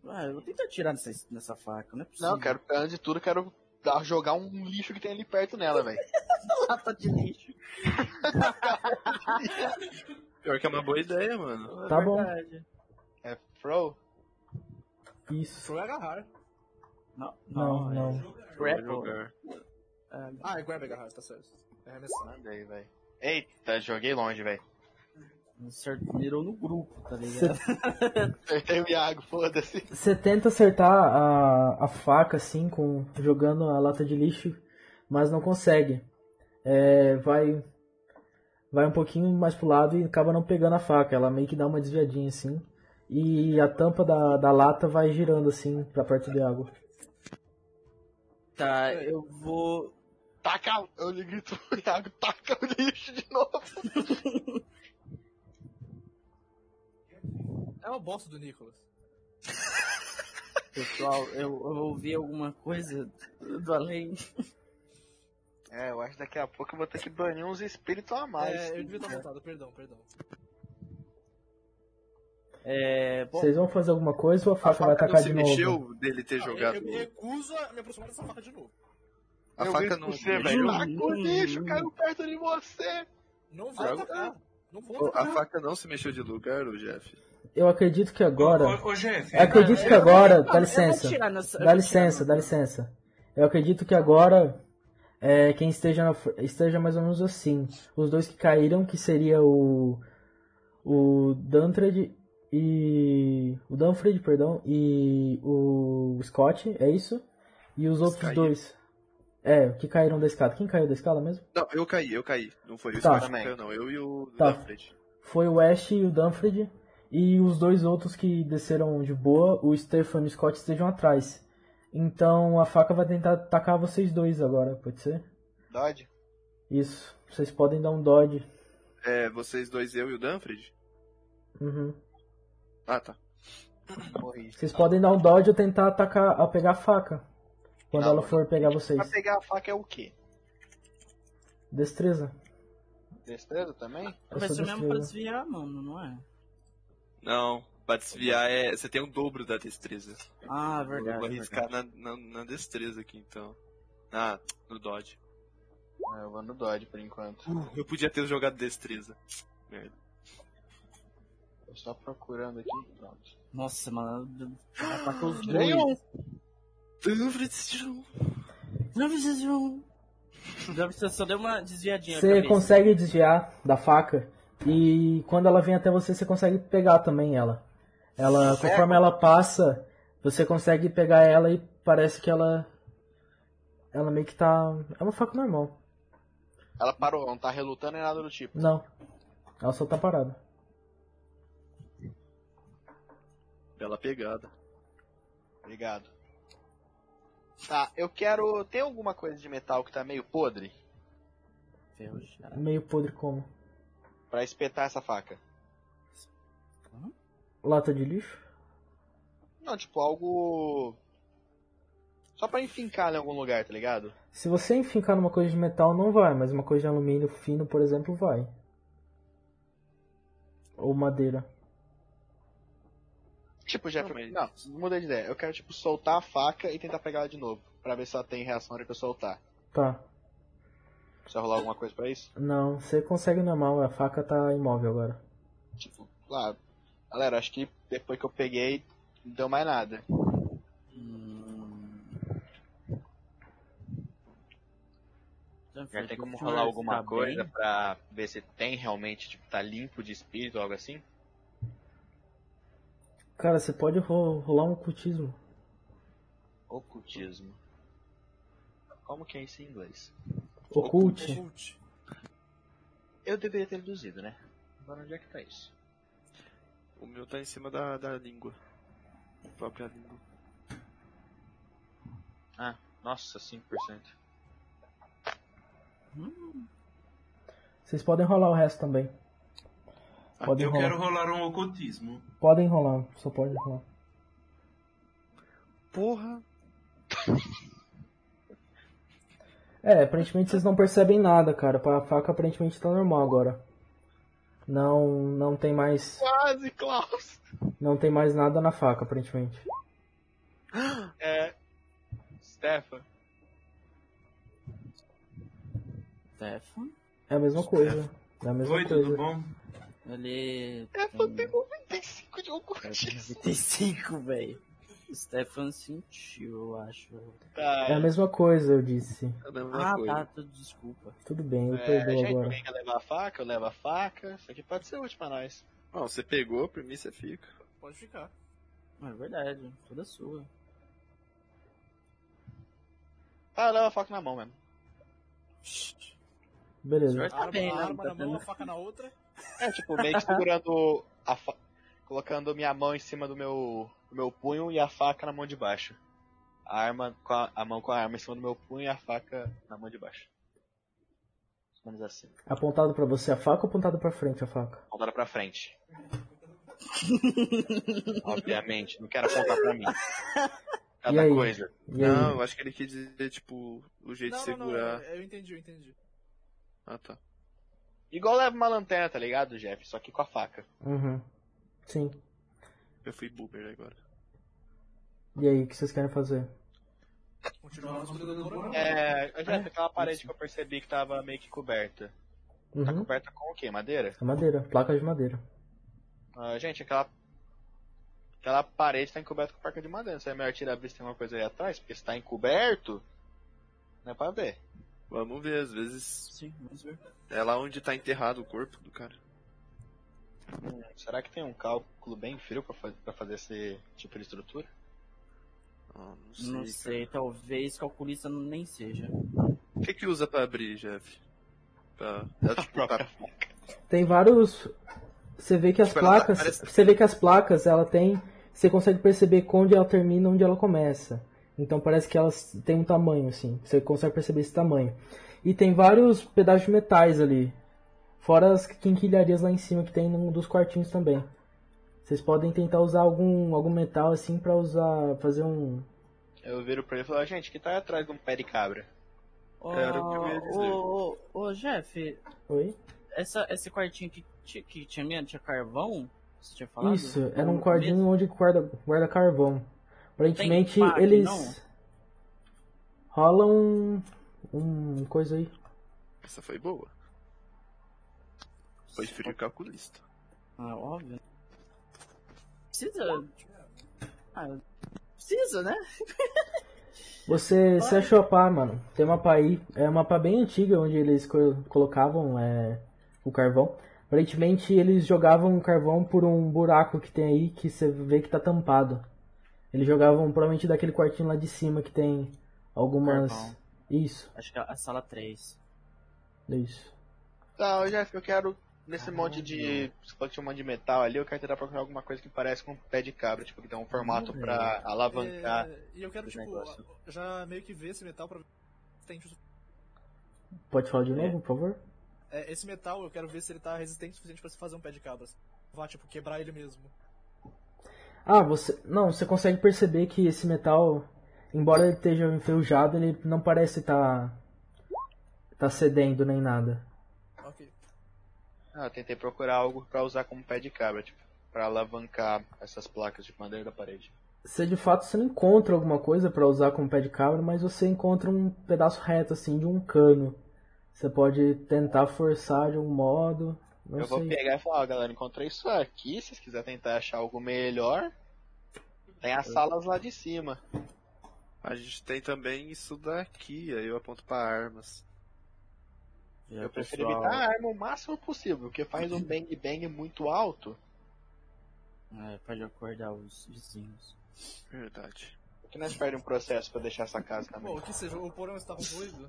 Speaker 3: Ah, eu vou tentar tirar nessa, nessa faca, não é possível.
Speaker 5: Não, quero, antes de tudo, quero dar, jogar um lixo que tem ali perto nela, velho.
Speaker 3: lata de lixo.
Speaker 4: Pior que é uma boa ideia, mano.
Speaker 2: Tá bom.
Speaker 3: Verdade.
Speaker 5: É pro?
Speaker 2: Isso.
Speaker 1: Foi agarrar.
Speaker 3: Não,
Speaker 2: Não,
Speaker 3: não. é
Speaker 2: não.
Speaker 4: Vai
Speaker 3: grapple.
Speaker 4: jogar.
Speaker 1: Ah, é grab e agarrar, tá certo. É arremessar.
Speaker 5: Mandei, velho. Eita, joguei longe, velho.
Speaker 3: Acertou- Mirou no grupo, tá
Speaker 2: Você
Speaker 3: ligado?
Speaker 5: Acertei o Iago, foda-se.
Speaker 2: Você tenta acertar a, a faca assim, com, jogando a lata de lixo, mas não consegue. É, vai vai um pouquinho mais pro lado e acaba não pegando a faca. Ela meio que dá uma desviadinha assim. E a tampa da, da lata vai girando assim pra perto de água.
Speaker 3: Tá, eu vou.
Speaker 5: Taca! o- Eu lhe grito pro Iago, taca o lixo de novo.
Speaker 1: É uma bosta do Nicholas.
Speaker 3: Pessoal, eu, eu ouvi alguma coisa do além.
Speaker 5: É, eu acho que daqui a pouco eu vou ter que banir uns espíritos a mais.
Speaker 1: É, eu devia estar montado, perdão, perdão.
Speaker 3: É. Bom,
Speaker 2: Vocês vão fazer alguma coisa ou a
Speaker 4: A
Speaker 2: faca vai
Speaker 4: faca não
Speaker 2: atacar
Speaker 4: se
Speaker 2: de novo?
Speaker 4: mexeu dele ter
Speaker 1: Não, eu-
Speaker 4: jogado.
Speaker 1: Eu me recuso a me aproximar dessa faca de novo.
Speaker 4: A
Speaker 5: eu
Speaker 4: faca Hum,
Speaker 5: grito
Speaker 4: não.
Speaker 5: pra Você,
Speaker 4: mexeu.
Speaker 5: velho. Taca o lixo, caiu perto de você.
Speaker 1: Não vou
Speaker 4: Joga-
Speaker 1: atacar. Não vou
Speaker 4: Pô, A
Speaker 1: atacar.
Speaker 4: faca não se mexeu de lugar, ô Jeff.
Speaker 2: Eu acredito que agora. É.
Speaker 6: Ô, ô, Jeff,
Speaker 2: Eu acredito que agora. Dá
Speaker 3: Eu vou
Speaker 2: licença.
Speaker 3: tirar nessa,
Speaker 2: Dá
Speaker 3: eu vou tirar
Speaker 2: licença, dá licença. Eu acredito que agora é, quem esteja na fr- esteja mais ou menos assim. Os dois que caíram, que seria o o Dantred e o Danfred, perdão, e o Scott, é isso? E os outros
Speaker 4: Caíram.
Speaker 2: dois. É, que caíram da escada. Quem caiu da escada mesmo?
Speaker 4: Não, eu caí, eu caí. Não foi o
Speaker 2: Tá.
Speaker 4: Scott que caiu, não. Eu e o
Speaker 2: Tá.
Speaker 4: da frente.
Speaker 2: Foi o Ash e o Danfred e os dois outros que desceram de boa, o Stefan e o Scott estejam atrás. Então a faca vai tentar atacar vocês dois agora, pode ser?
Speaker 5: Dodge.
Speaker 2: Isso. Vocês podem dar um dodge.
Speaker 4: É, vocês dois, eu e o Danfred?
Speaker 2: Uhum.
Speaker 4: Ah, tá.
Speaker 5: Morri.
Speaker 2: Vocês podem dar um dodge ou tentar atacar, a pegar a faca. Quando
Speaker 5: Tá
Speaker 2: ela
Speaker 5: bom.
Speaker 2: for pegar
Speaker 5: Pra
Speaker 2: vocês.
Speaker 5: pegar a faca é o quê?
Speaker 2: Destreza.
Speaker 5: Destreza também?
Speaker 2: Eu
Speaker 3: Vai
Speaker 2: sou
Speaker 3: ser mesmo pra
Speaker 2: destreza.
Speaker 3: desviar, mano, não é?
Speaker 4: Não, pra desviar é. Você tem o dobro da destreza.
Speaker 3: Ah,
Speaker 4: eu
Speaker 3: verdade.
Speaker 4: vou arriscar
Speaker 3: verdade.
Speaker 4: na, na, na destreza aqui, então. Ah, no Dodge.
Speaker 5: Não, eu vou no Dodge por enquanto.
Speaker 4: Uh, eu podia ter jogado destreza. Merda.
Speaker 5: Tô só procurando aqui. Pronto.
Speaker 3: Nossa, mano. Vai atacar os
Speaker 5: Tirei
Speaker 3: dois.
Speaker 5: um.
Speaker 4: Danfred tirou.
Speaker 3: Não precisa de um. Não precisa, só deu uma desviadinha.
Speaker 2: Você consegue desviar da faca. E quando ela vem até você, você consegue pegar também ela. Ela, conforme ela passa, você consegue pegar ela e parece que ela. Ela meio que tá. É uma faca normal.
Speaker 5: Ela parou, não tá relutando nem nada do tipo.
Speaker 2: Não. Ela só tá parada.
Speaker 4: Bela pegada.
Speaker 5: Obrigado. Tá, eu quero. Tem alguma coisa de metal que tá meio podre?
Speaker 3: Ferrujado.
Speaker 2: Meio podre como.
Speaker 5: Pra espetar essa faca?
Speaker 2: Lata de lixo?
Speaker 5: Não, tipo, algo. Só pra enfincar em algum lugar, tá ligado?
Speaker 2: Se você enfincar numa coisa de metal, não vai, mas uma coisa de alumínio fino, por exemplo, vai. Ou madeira.
Speaker 5: Tipo, já.
Speaker 4: Não,
Speaker 5: Não,
Speaker 4: mas-
Speaker 5: mudei de ideia. Eu quero, tipo, soltar a faca e tentar pegar ela de novo. Pra ver se ela tem reação na hora que eu soltar.
Speaker 2: Tá.
Speaker 5: Precisa rolar alguma coisa pra isso?
Speaker 2: Não, você consegue normal, a faca tá imóvel agora.
Speaker 5: Tipo, lá. Galera, acho que depois que eu peguei, não deu mais nada. Já tem como rolar
Speaker 4: tá
Speaker 3: tá
Speaker 5: alguma coisa pra ver se tem realmente, tipo, tá limpo de espírito ou algo assim?
Speaker 2: Cara, você pode ro- rolar um ocultismo.
Speaker 5: Ocultismo. Como que é isso em inglês?
Speaker 2: Oculte.
Speaker 1: Cult.
Speaker 5: Eu deveria ter reduzido, né? Agora onde é que tá isso?
Speaker 4: O meu tá em cima da, da língua. A própria língua.
Speaker 5: Nossa, 5%.
Speaker 2: Vocês podem rolar o resto também. Pode
Speaker 6: eu
Speaker 2: rolar.
Speaker 6: quero rolar um ocultismo.
Speaker 2: Podem rolar, só pode rolar.
Speaker 4: Porra!
Speaker 2: É, aparentemente vocês não percebem nada, cara. A faca aparentemente tá normal agora. Não, não tem mais,
Speaker 5: Quase, Klaus!
Speaker 2: não tem mais nada na faca aparentemente.
Speaker 5: É. Stefan,
Speaker 3: Stefan.
Speaker 2: É a mesma coisa. É a mesma
Speaker 6: Oi,
Speaker 2: coisa.
Speaker 6: tudo bom?
Speaker 3: Ele.
Speaker 5: Stefan pegou 25 de ocultismo.
Speaker 3: 95, velho. Stefan sentiu, eu acho.
Speaker 5: Tá.
Speaker 2: É a mesma coisa, eu disse.
Speaker 4: É a mesma
Speaker 3: Ah,
Speaker 4: coisa.
Speaker 3: tá, tu- desculpa.
Speaker 2: Tudo bem, eu
Speaker 5: É,
Speaker 2: perdoo
Speaker 5: gente,
Speaker 2: agora.
Speaker 5: alguém quer levar a faca? Eu levo a faca. Isso aqui pode ser útil pra nós.
Speaker 4: Não, você pegou, pra mim você fica.
Speaker 1: Pode ficar.
Speaker 3: É verdade, toda sua.
Speaker 5: Ah, leva a faca na mão mesmo.
Speaker 2: Beleza.
Speaker 3: Certo. Tá
Speaker 1: Arma,
Speaker 3: bem, não,
Speaker 1: arma
Speaker 3: tá
Speaker 1: na mão,
Speaker 3: tendo-
Speaker 1: a faca na outra.
Speaker 5: É, tipo, meio que segurando a fa... Colocando minha mão em cima do meu, do meu punho e a faca na mão de baixo. A, arma com a, a mão com a arma em cima do meu punho e a faca na mão de baixo. Mais ou menos assim.
Speaker 2: Apontado pra você a faca ou apontado pra frente a faca?
Speaker 5: Apontada pra frente. Obviamente, não quero apontar pra mim.
Speaker 2: E
Speaker 5: Cada
Speaker 2: aí?
Speaker 5: coisa.
Speaker 2: E aí?
Speaker 4: Não, eu acho que ele quis dizer, tipo, o jeito de
Speaker 1: Não, não, não,
Speaker 4: segurar.
Speaker 1: eu entendi, eu entendi.
Speaker 4: Ah, tá.
Speaker 5: Igual leva uma lanterna, tá ligado, Jeff? Só que com a faca.
Speaker 2: Uhum. Sim.
Speaker 4: Eu fui boomer agora.
Speaker 2: E aí, o que vocês querem fazer?
Speaker 1: Continuar respondendo por
Speaker 5: É, Jeff, aquela parede que eu percebi que tava meio que coberta. Tá
Speaker 2: Uhum.
Speaker 5: coberta com o quê? Madeira?
Speaker 2: É madeira, placa de madeira.
Speaker 5: Ah, gente, aquela. Aquela parede tá encoberta com placa de madeira. Se é melhor tirar a vista tem uma coisa aí atrás, porque se tá encoberto, não é pra ver.
Speaker 4: Vamos ver, às vezes
Speaker 3: Sim, vamos ver.
Speaker 4: é lá onde tá enterrado o corpo do cara.
Speaker 5: Hum, será que tem um cálculo bem frio pra, fa- pra fazer esse tipo de estrutura?
Speaker 4: Ah, não sei.
Speaker 3: Não
Speaker 4: cara.
Speaker 3: sei, talvez calculista nem seja.
Speaker 4: O que que usa pra abrir, Jeff? Pra... É, tipo, tá-
Speaker 2: Tem vários. Você vê que as
Speaker 4: Tipo, ela
Speaker 2: placas.
Speaker 4: parece-
Speaker 2: Você vê que as placas, ela tem. Você consegue perceber onde ela termina e onde ela começa. Então parece que elas têm um tamanho, assim. Você consegue perceber esse tamanho. E tem vários pedaços de metais ali. Fora as quinquilharias lá em cima que tem num dos quartinhos também. Vocês podem tentar usar algum, algum metal assim pra usar. fazer um.
Speaker 5: Eu viro pra ele e falo, gente, que tá atrás de um pé de cabra?
Speaker 3: Ô,
Speaker 4: Era o que eu ia dizer.
Speaker 3: ô, ô, ô, Jeff,
Speaker 2: Oi?
Speaker 3: essa, esse quartinho que, ti- que tinha minha, tinha carvão? Você tinha falado?
Speaker 2: Isso, era
Speaker 3: No
Speaker 2: um
Speaker 3: começo?
Speaker 2: quartinho onde guarda, guarda carvão. Aparentemente
Speaker 3: Tem pá aqui,
Speaker 2: eles.
Speaker 3: não?
Speaker 2: Rola um. Um coisa aí.
Speaker 4: Essa foi boa. Foi frio calculista.
Speaker 3: Ah, óbvio. Precisa. Ah, precisa, né?
Speaker 2: Você, você achou a pá, mano. Tem uma pá aí. É uma pá bem antiga onde eles co- colocavam é, o carvão. Aparentemente eles jogavam o carvão por um buraco que tem aí que você vê que tá tampado. Eles jogavam provavelmente daquele quartinho lá de cima que tem algumas.
Speaker 3: Carvão.
Speaker 2: Isso, é
Speaker 3: Acho que é a sala 3.
Speaker 2: isso.
Speaker 5: Tá, ô, Jeff, eu quero. Nesse monte de. Você falou que tinha um monte de metal ali, eu quero tentar procurar alguma coisa que parece com um pé de cabra, tipo, que tem um formato
Speaker 3: Caramba,
Speaker 5: pra alavancar.
Speaker 1: É, e eu quero,
Speaker 3: esse
Speaker 1: tipo,
Speaker 3: negócio.
Speaker 1: já meio que ver esse metal pra ver se tem justo-
Speaker 2: Pode falar de novo, por favor?
Speaker 1: é, Esse metal eu quero ver se ele tá resistente o suficiente pra se fazer um pé de cabra. assim. Vá, tipo, quebrar ele mesmo.
Speaker 2: Ah, você. Não, você consegue perceber que esse metal, embora ele esteja enferrujado, ele não parece estar. Tá, tá cedendo nem nada.
Speaker 1: Ok.
Speaker 5: Ah, eu tentei procurar algo pra usar como pé de cabra, tipo, pra alavancar essas placas de madeira da parede.
Speaker 2: Você de fato você não encontra alguma coisa pra usar como pé de cabra, mas você encontra um pedaço reto assim de um cano. Você pode tentar forçar de um modo. Não
Speaker 5: eu
Speaker 2: sei.
Speaker 5: vou pegar e falar, ó, galera, encontrei isso aqui, se vocês quiserem tentar achar algo melhor, tem as salas lá de cima.
Speaker 4: A gente tem também isso daqui, aí eu aponto pra armas.
Speaker 5: eu prefiro evitar a arma o máximo possível, porque faz um bang bang muito alto.
Speaker 3: É, pode acordar os vizinhos.
Speaker 4: Verdade.
Speaker 5: Porque nós perdemos um processo pra deixar essa casa também.
Speaker 1: Bom, que seja, o porão está ruído.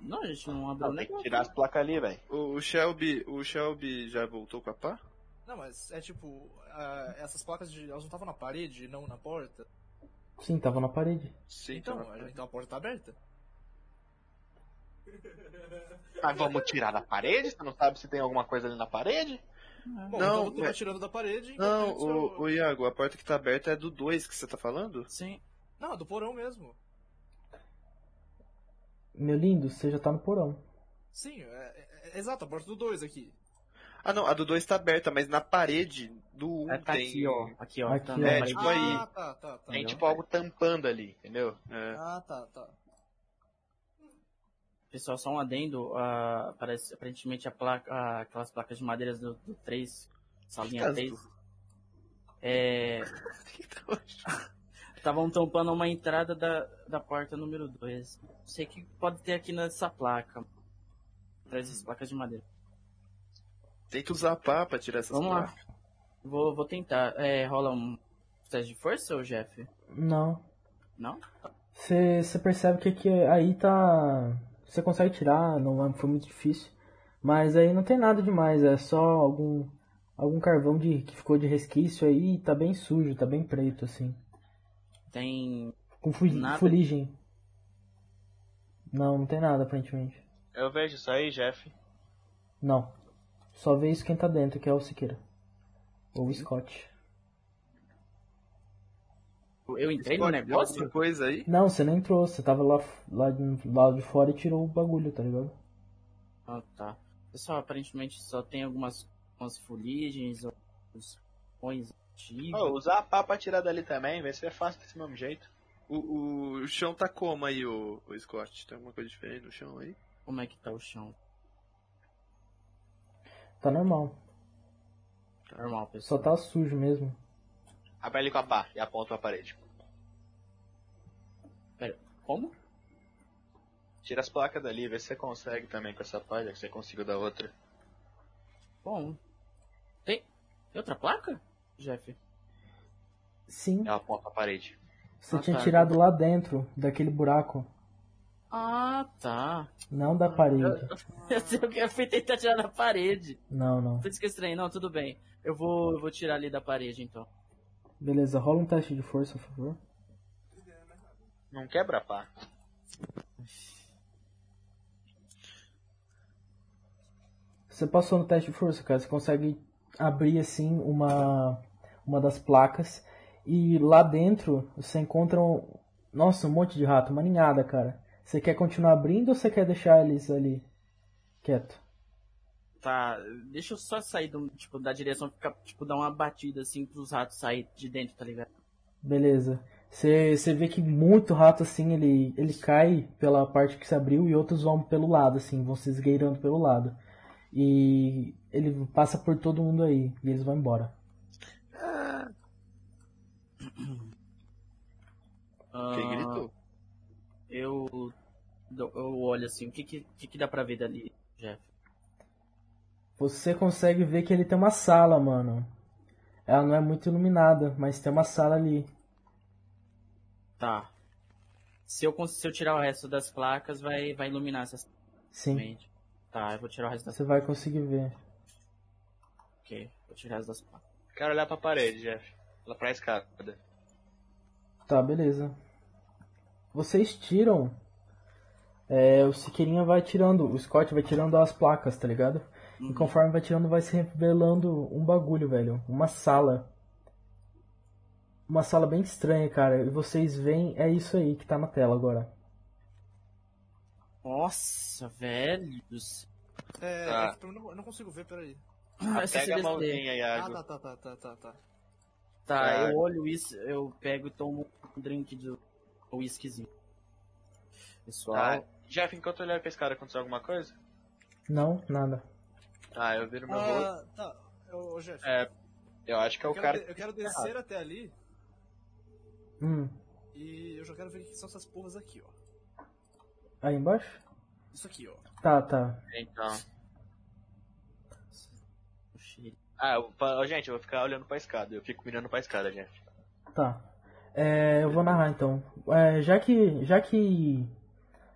Speaker 3: Não, a gente não abre
Speaker 4: Ah,
Speaker 3: o
Speaker 5: Não, tem que
Speaker 3: negócio.
Speaker 5: tirar as placas ali, velho.
Speaker 4: O, o Shelby, o Shelby já voltou com a pá?
Speaker 1: Não, mas é tipo, ah, essas placas de. Elas não estavam na parede, não na porta.
Speaker 2: Sim, tava na parede.
Speaker 4: Sim,
Speaker 1: então,
Speaker 4: tá na pá.
Speaker 1: então a porta tá aberta.
Speaker 5: Mas vamos tirar da parede? Você não sabe se tem alguma coisa ali na parede?
Speaker 1: Bom,
Speaker 4: Ah. Não,
Speaker 1: então tu vai
Speaker 4: mas-
Speaker 1: tirando da parede enquanto
Speaker 4: Não,
Speaker 1: isso
Speaker 4: o,
Speaker 1: eu-
Speaker 4: o Iago, a porta que tá aberta é do 2 que você tá falando?
Speaker 3: Sim.
Speaker 1: Não, do porão mesmo.
Speaker 2: Meu lindo, você já tá no porão.
Speaker 1: Sim, é- é- é- exato, a porta do 2 aqui.
Speaker 4: Ah não, a do 2 tá aberta, mas na parede do 1 um
Speaker 3: É, tá
Speaker 4: tem.
Speaker 3: aqui, ó. Aqui, ó.
Speaker 2: Aqui,
Speaker 3: tá
Speaker 2: ó.
Speaker 3: na
Speaker 4: É,
Speaker 3: parede.
Speaker 4: tipo
Speaker 1: ah,
Speaker 4: aí.
Speaker 1: tá, tá, tá.
Speaker 5: Tem tipo algo tampando ali, entendeu?
Speaker 4: É.
Speaker 1: Ah, tá, tá.
Speaker 3: Pessoal, só um adendo. ah, parece, aparentemente a placa, ah, aquelas placas de madeiras do, do 3, salinha
Speaker 4: Caso.
Speaker 3: 3. É. Estavam tampando uma entrada da, da porta número 2. Sei que pode ter aqui nessa placa. Atrás dessas placas de madeira.
Speaker 4: Tem que usar a pá pra tirar essas
Speaker 3: Vamos lá.
Speaker 4: placas.
Speaker 3: Vou, vou tentar. É, rola um teste de força, ô Jeff?
Speaker 2: Não.
Speaker 3: Não?
Speaker 2: Você você percebe que aqui, aí tá. Você consegue tirar, não é- foi muito difícil. Mas aí não tem nada demais, é só algum algum carvão de, que ficou de resquício aí e tá bem sujo, tá bem preto assim.
Speaker 3: Tem.
Speaker 2: Com fu-
Speaker 3: Nada.
Speaker 2: fuligem. Não, não tem nada aparentemente.
Speaker 5: Eu vejo isso aí, Jeff.
Speaker 2: Não. Só vê isso quem tá dentro, que é o Siqueira. Ou o Scott.
Speaker 3: Eu entrei no
Speaker 4: Pode ter
Speaker 3: negócio?
Speaker 4: alguma coisa aí?
Speaker 2: Não, você não entrou, você tava lá, f- lá, de- lá de fora e tirou o bagulho, tá ligado?
Speaker 3: Ah, tá. Pessoal, aparentemente só tem algumas umas fuligens, alguns pões antigos.
Speaker 5: Ô, usar a pá pra tirar dali também, vê se é fácil desse mesmo jeito.
Speaker 4: O, o, o chão tá como aí, o, o Scott? Tem alguma coisa diferente no chão aí?
Speaker 3: Como é que tá o chão?
Speaker 2: Tá normal.
Speaker 3: Normal,
Speaker 2: Só
Speaker 3: pessoal.
Speaker 2: tá sujo mesmo.
Speaker 5: Abre ele com a pá e aponta pra parede.
Speaker 3: Como?
Speaker 5: Tira as placas dali, vê se você consegue também com essa pá, já que você conseguiu da outra.
Speaker 3: Bom. Tem. Tem outra placa? Jeff.
Speaker 2: Sim,
Speaker 5: Ela aponta pra parede.
Speaker 2: Você
Speaker 3: Ah,
Speaker 2: tinha
Speaker 3: tá.
Speaker 2: tirado lá dentro, daquele buraco.
Speaker 3: Ah, tá.
Speaker 2: Não da parede.
Speaker 3: Eu sei o que eu fui tentar tirar da parede.
Speaker 2: Não, não.
Speaker 3: Por isso que eu estranhei. Não, tudo bem. Eu vou, eu vou tirar ali da parede, então.
Speaker 2: Beleza, rola um teste de força, por favor.
Speaker 5: Não quebra a pá.
Speaker 2: Você passou no teste de força, cara. Você consegue abrir assim uma uma das placas e lá dentro você encontra um, nossa, um monte de rato, uma ninhada, cara. Você quer continuar abrindo ou você quer deixar eles ali quieto?
Speaker 3: Tá, deixa eu só sair do, tipo, da direção, ficar, tipo, dar uma batida assim pros ratos sair de dentro, tá ligado?
Speaker 2: Beleza. Você você vê que muito rato assim, ele, ele cai pela parte que se abriu e outros vão pelo lado, assim, vão se esgueirando pelo lado. E ele passa por todo mundo aí e eles vão embora.
Speaker 4: Quem
Speaker 3: Ah,
Speaker 4: gritou?
Speaker 3: Eu, dou- eu olho assim, o que que, que que dá pra ver dali, Jeff?
Speaker 2: Você consegue ver que ele tem uma sala, mano. Ela não é muito iluminada, mas tem uma sala ali.
Speaker 3: Tá. Se eu, cons- se eu tirar o resto das placas, vai, vai iluminar essa
Speaker 2: Sim,
Speaker 3: frente. Tá, eu vou tirar o resto das
Speaker 2: você vai conseguir ver.
Speaker 3: Ok, vou tirar o resto das placas.
Speaker 5: Quero olhar pra parede, Jeff. Lá pra escada.
Speaker 2: Tá, beleza. Vocês tiram. É, o Siqueirinha vai tirando, o Scott vai tirando as placas, tá ligado? E conforme vai tirando, vai se revelando um bagulho, velho. Uma sala. Uma sala bem estranha, cara. E vocês veem, é isso aí que tá na tela agora.
Speaker 3: Nossa, velhos.
Speaker 1: É,
Speaker 5: Tá.
Speaker 1: é que pra mim não- eu não consigo ver, peraí.
Speaker 3: Essa
Speaker 5: Pega a
Speaker 3: CDC.
Speaker 5: mãozinha,
Speaker 1: Ah,
Speaker 5: Iago.
Speaker 1: tá, tá, tá, tá, tá, tá.
Speaker 3: Tá,
Speaker 5: Ah.
Speaker 3: eu olho isso, eu pego e tomo um drink do whiskyzinho. pessoal.
Speaker 5: Ah, Jeff, enquanto eu olhar pra esse cara, aconteceu alguma coisa?
Speaker 2: Não, nada.
Speaker 5: Ah, eu viro meu rosto.
Speaker 1: Ah, tá. Ô, ô, Jeff,
Speaker 5: É, eu acho que é
Speaker 1: eu,
Speaker 5: o
Speaker 1: quero
Speaker 5: cara
Speaker 1: de- eu quero descer até ali
Speaker 2: Hum.
Speaker 1: e eu já quero ver o que são essas porras aqui, ó.
Speaker 2: Aí embaixo?
Speaker 1: Isso aqui, ó.
Speaker 2: Tá, tá.
Speaker 5: Então.
Speaker 3: Puxa,
Speaker 5: Ah, eu, fa- ó, gente, eu vou ficar olhando pra escada. Eu fico mirando pra escada, gente.
Speaker 2: Tá. É, eu vou narrar então. É, já que, já que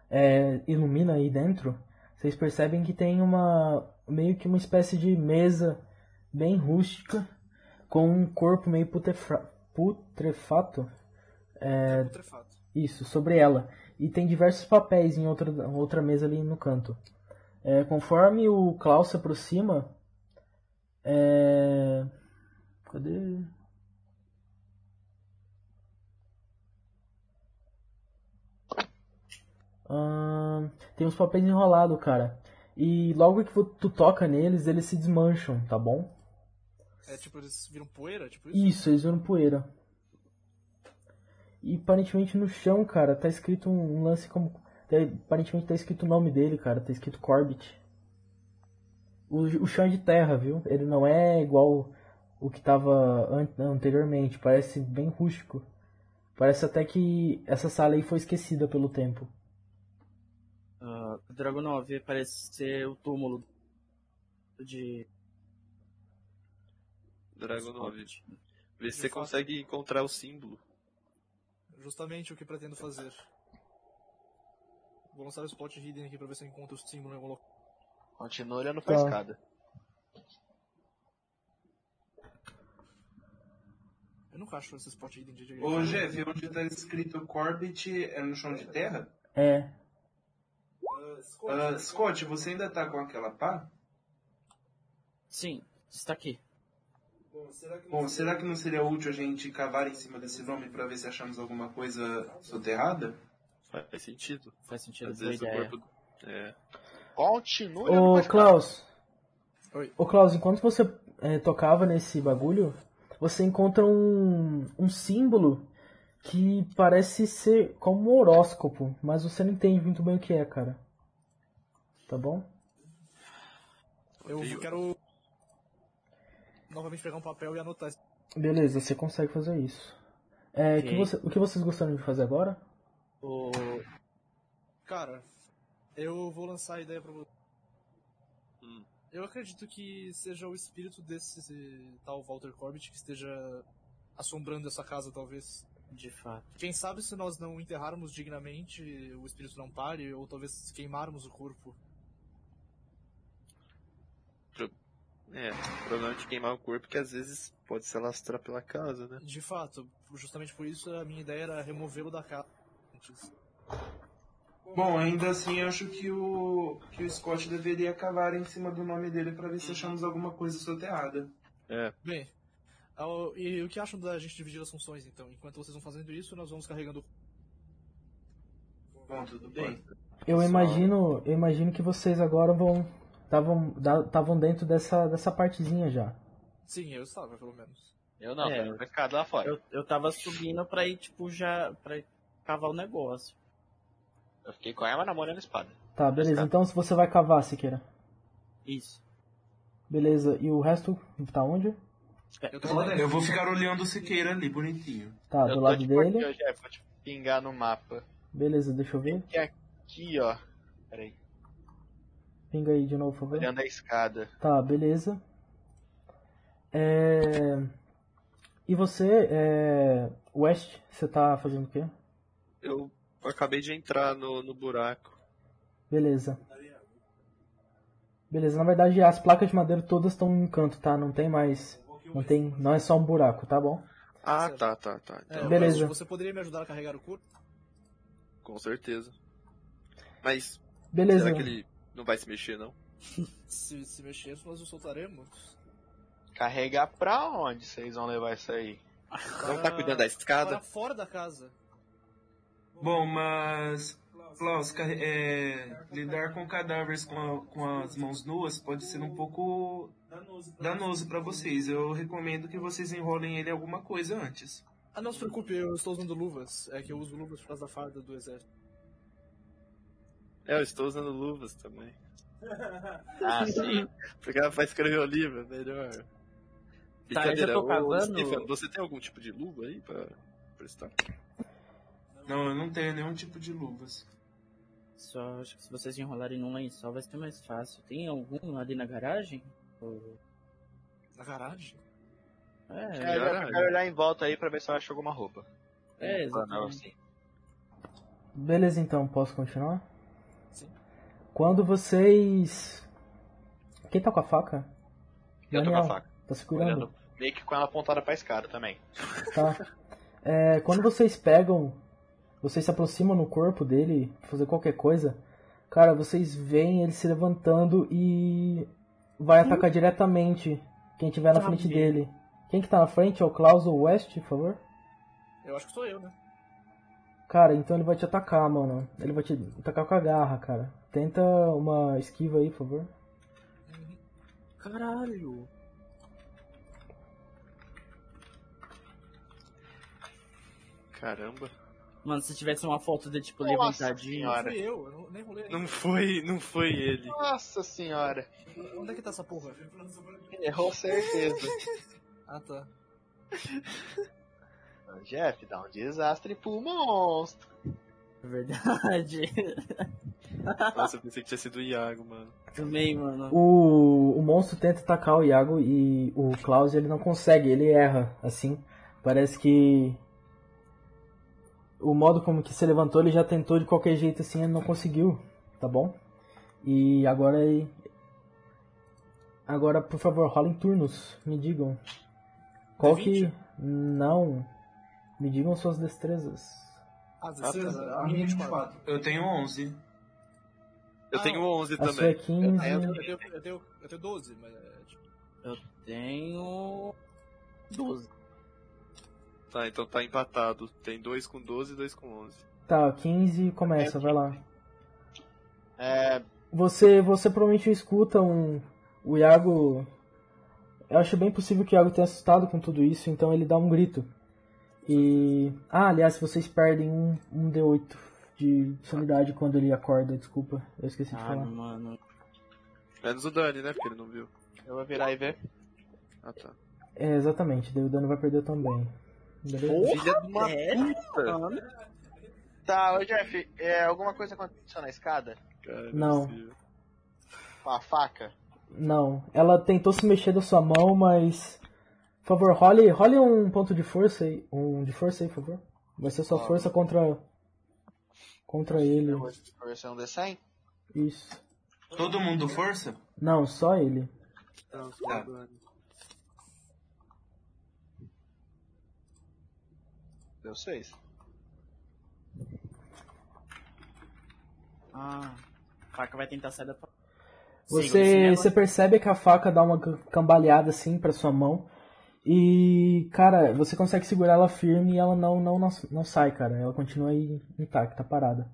Speaker 2: é, ilumina aí dentro, vocês percebem que tem uma meio que uma espécie de mesa bem rústica com um corpo meio putefra- putrefato.
Speaker 1: É. Putrefato.
Speaker 2: Isso, sobre ela. E tem diversos papéis em outra, outra mesa ali no canto. É, conforme o Klaus se aproxima. É... Cadê? Ahn, tem uns papéis enrolados, cara. E logo que tu toca neles, eles se desmancham, tá bom?
Speaker 1: É tipo, eles viram poeira, tipo isso?
Speaker 2: Isso, eles viram poeira. E aparentemente no chão, cara, tá escrito um um lance como. tá- Aparentemente tá escrito o nome dele, cara. Tá escrito Corbett. O, o chão é de terra, viu? Ele não é igual o que tava an- anteriormente. Parece bem rústico. Parece até que essa sala aí foi esquecida pelo tempo.
Speaker 3: ah, Dragonov parece ser o túmulo de
Speaker 4: Dragon 9.
Speaker 3: Scott.
Speaker 4: Vê se
Speaker 1: De
Speaker 4: você
Speaker 1: fato.
Speaker 4: consegue encontrar o símbolo.
Speaker 1: Justamente o que pretendo fazer. Vou lançar o spot hidden aqui pra ver se eu encontro o símbolo em algum local.
Speaker 5: Continua olhando pra
Speaker 2: Tá.
Speaker 5: escada.
Speaker 1: Eu nunca acho esse spot hidden de direito.
Speaker 6: Ô, Jeff, onde tá escrito Corbett é no chão de terra?
Speaker 2: É,
Speaker 6: Ah, Scott, você ainda tá com aquela pá?
Speaker 3: Sim, está aqui.
Speaker 1: Bom, será que
Speaker 6: Bom, será que não seria útil a gente cavar em cima desse nome pra ver se achamos alguma coisa soterrada?
Speaker 4: Faz sentido.
Speaker 3: Faz sentido
Speaker 4: Às
Speaker 3: essa
Speaker 4: vezes o
Speaker 3: ideia.
Speaker 4: corpo. É.
Speaker 5: Continua olhando
Speaker 2: Ô,
Speaker 5: pra escada.
Speaker 2: Klaus.
Speaker 1: Oi.
Speaker 2: Ô, Klaus, enquanto você eh, tocava nesse bagulho, você encontra um, um símbolo que parece ser como um horóscopo, mas você não entende muito bem o que é, cara. Tá bom?
Speaker 1: Eu
Speaker 4: Odeio.
Speaker 1: quero novamente pegar um papel e anotar. isso.
Speaker 2: Beleza, você consegue fazer isso. Eh,
Speaker 3: Ok.
Speaker 2: que você- o que vocês gostaram de fazer agora?
Speaker 3: O...
Speaker 1: Cara, eu vou lançar a ideia pra você.
Speaker 4: Hum.
Speaker 1: Eu acredito que seja o espírito desse tal Walter Corbett que esteja assombrando essa casa, talvez.
Speaker 3: De fato.
Speaker 1: Quem sabe se nós não enterrarmos dignamente, o espírito não pare, ou talvez se queimarmos o corpo.
Speaker 4: É. O problema de queimar o corpo é que às vezes pode se alastrar pela casa, né?
Speaker 1: De fato, justamente por isso a minha ideia era removê-lo da casa. antes.
Speaker 6: Bom, ainda assim, eu acho que o, que o Scott deveria cavar em cima do nome dele pra ver se achamos alguma coisa soterrada.
Speaker 1: Bem, ao- e o que acham da gente dividir as funções, então? Enquanto vocês vão fazendo isso, nós vamos carregando
Speaker 6: Bom, tudo bem.
Speaker 2: Eu
Speaker 4: Só-
Speaker 2: imagino, eu imagino que vocês agora vão estavam estavam dentro dessa dessa partezinha já.
Speaker 1: Sim, eu estava, pelo menos.
Speaker 5: Eu não,
Speaker 3: É.
Speaker 5: tô olhando pra escada lá fora. Eu,
Speaker 3: Eu, eu tava subindo pra ir, tipo, já. pra cavar o negócio.
Speaker 5: fiquei com a arma na mão olhando a espada.
Speaker 2: Tá, beleza.
Speaker 5: Tá.
Speaker 2: Então se você vai cavar, Siqueira.
Speaker 3: Isso.
Speaker 2: Beleza. E o resto tá onde?
Speaker 1: Eu tô
Speaker 6: Olha, eu vou ficar olhando o Siqueira ali, bonitinho.
Speaker 2: Tá,
Speaker 5: eu
Speaker 2: do
Speaker 5: tô
Speaker 2: lado
Speaker 5: de
Speaker 2: dele.
Speaker 5: porquinho, Jeff, vou te pingar no mapa.
Speaker 2: Beleza, deixa eu ver.
Speaker 5: Aqui, ó. Peraí.
Speaker 2: Pinga aí de novo, por
Speaker 4: É.
Speaker 2: favor.
Speaker 5: Olhando a escada.
Speaker 2: Tá, beleza. É... E você, é... West, você tá fazendo o quê?
Speaker 4: Eu acabei de entrar no, no buraco.
Speaker 2: Beleza. Beleza, na verdade as placas de madeira todas estão no canto, tá? Não tem mais. Não tem. Não é só um buraco, tá bom?
Speaker 4: Ah,
Speaker 1: Certo.
Speaker 4: tá, tá, tá.
Speaker 1: É,
Speaker 4: Então,
Speaker 2: Beleza.
Speaker 1: mas Você poderia me ajudar a carregar o corpo?
Speaker 4: Com certeza. Mas
Speaker 2: Beleza.
Speaker 4: será que ele não vai se mexer, não?
Speaker 1: Se, se mexer, nós o soltaremos.
Speaker 5: Carregar pra onde vocês vão levar isso aí? Ah,
Speaker 4: Não tá cuidando da
Speaker 1: Para
Speaker 4: escada?
Speaker 1: fora Ah, da casa.
Speaker 6: Bom, mas. Klaus, ca- é, lidar com cadáveres com, a- com as mãos nuas pode ser um pouco danoso pra vocês. Eu recomendo que vocês enrolem ele em alguma coisa antes.
Speaker 1: Ah, não se preocupe, eu estou usando luvas. É que eu uso luvas por causa da farda do exército.
Speaker 4: É, eu estou usando luvas também.
Speaker 7: Ah, sim.
Speaker 4: Porque ela vai escrever o livro, é melhor.
Speaker 3: Tá, eu já tô
Speaker 4: Ô,
Speaker 3: cavando.
Speaker 4: Stefano, você tem algum tipo de luva aí pra prestar?
Speaker 6: Não, eu não tenho nenhum tipo de luvas.
Speaker 3: Só acho que se vocês enrolarem num lençol vai ser mais fácil. Tem algum ali na garagem? Ou-
Speaker 1: Na garagem?
Speaker 3: É,
Speaker 5: É, eu já quero olhar em volta aí pra ver se eu acho alguma roupa.
Speaker 3: é,
Speaker 5: Um panel,
Speaker 3: exatamente.
Speaker 5: assim.
Speaker 2: Beleza, então, posso continuar?
Speaker 1: Sim.
Speaker 2: Quando vocês. Quem tá com a faca?
Speaker 5: Eu tô com a
Speaker 2: Daniel,
Speaker 5: faca.
Speaker 2: Tá segurando?
Speaker 5: Olhando. Meio que com ela apontada pra escada também.
Speaker 2: Tá. É, quando vocês pegam, vocês se aproximam no corpo dele, pra fazer qualquer coisa, cara, vocês veem ele se levantando e vai atacar diretamente quem tiver na
Speaker 3: Tá
Speaker 2: frente
Speaker 3: bem.
Speaker 2: dele. Quem que tá na frente é o Klaus ou o West, por favor?
Speaker 1: Eu acho que sou eu, né?
Speaker 2: Cara, então ele vai te atacar, mano. Ele vai te atacar com a garra, cara. Tenta uma esquiva aí, por favor.
Speaker 3: Caralho.
Speaker 4: Caramba.
Speaker 3: Mano, se tivesse uma foto dele, tipo,
Speaker 5: Nossa
Speaker 3: levantadinho.
Speaker 5: senhora. Cara.
Speaker 1: Fui eu, eu não- nem rolei.
Speaker 4: Não foi, não foi ele.
Speaker 5: Nossa senhora.
Speaker 1: Onde é que tá essa porra?
Speaker 5: Errou certeza.
Speaker 1: Ah, tá.
Speaker 5: Jeff, dá um desastre pro monstro.
Speaker 3: É verdade.
Speaker 4: Nossa, eu pensei que tinha sido o Iago, mano.
Speaker 3: Também, mano.
Speaker 2: O, o monstro tenta atacar o Iago e o Klaus ele não consegue, ele erra, assim. Parece que o modo como que se levantou, ele já tentou de qualquer jeito assim, ele não conseguiu, tá bom? E agora ele- agora, por favor, rola em turnos, me digam. Qual que não me digam suas destrezas.
Speaker 1: Ah, 16,
Speaker 6: A
Speaker 1: a minha
Speaker 6: minha é
Speaker 1: de 4.
Speaker 6: 24. Eu tenho 11.
Speaker 4: Eu
Speaker 1: Ah,
Speaker 4: tenho 11
Speaker 2: A sua é
Speaker 4: também.
Speaker 2: 15.
Speaker 1: Eu, tenho- eu, tenho- eu, tenho, eu tenho 12, mas é tipo.
Speaker 3: Tenho. 12.
Speaker 4: Tá, então tá empatado. Tem 2 com 12 e 2 com 11.
Speaker 2: Tá, 15 começa, vai lá.
Speaker 5: É,
Speaker 2: Você, você provavelmente escuta um. O Iago. Eu acho bem possível que o Iago tenha assustado com tudo isso, então ele dá um grito. E. Ah, aliás, vocês perdem um, um D8 de sanidade quando ele acorda, desculpa, eu esqueci de
Speaker 3: Ah,
Speaker 2: falar.
Speaker 3: mano.
Speaker 4: Menos o Dani, né? Porque ele não viu.
Speaker 5: eu vou virar e ver.
Speaker 4: Ah, tá.
Speaker 2: É, exatamente, daí o dano vai perder também. Beleza?
Speaker 4: Filha de uma
Speaker 3: é?
Speaker 4: puta!
Speaker 3: Mano,
Speaker 5: Tá, ô Jeff, é, alguma coisa aconteceu na escada?
Speaker 4: Cara,
Speaker 2: Não.
Speaker 4: é possível.
Speaker 5: Com a faca?
Speaker 2: Não, ela tentou se mexer da sua mão, mas. Por favor, role, role um ponto de força aí. Um de força aí, por favor. Vai ser sua
Speaker 5: Ah.
Speaker 2: força contra. Contra ele.
Speaker 5: Eu vou conversar um D100?
Speaker 2: Isso.
Speaker 6: Todo mundo força?
Speaker 2: Não, só ele.
Speaker 1: Tá,
Speaker 4: Não, só o Dani.
Speaker 5: Deu 6.
Speaker 3: Ah, a faca vai tentar sair da. fa- Sigo nesse
Speaker 2: Você,
Speaker 3: negócio.
Speaker 2: você percebe que a faca dá uma cam- cambaleada assim pra sua mão. E, cara, você consegue segurar ela firme e ela não, não, não, não sai, cara. Ela continua aí intacta, parada.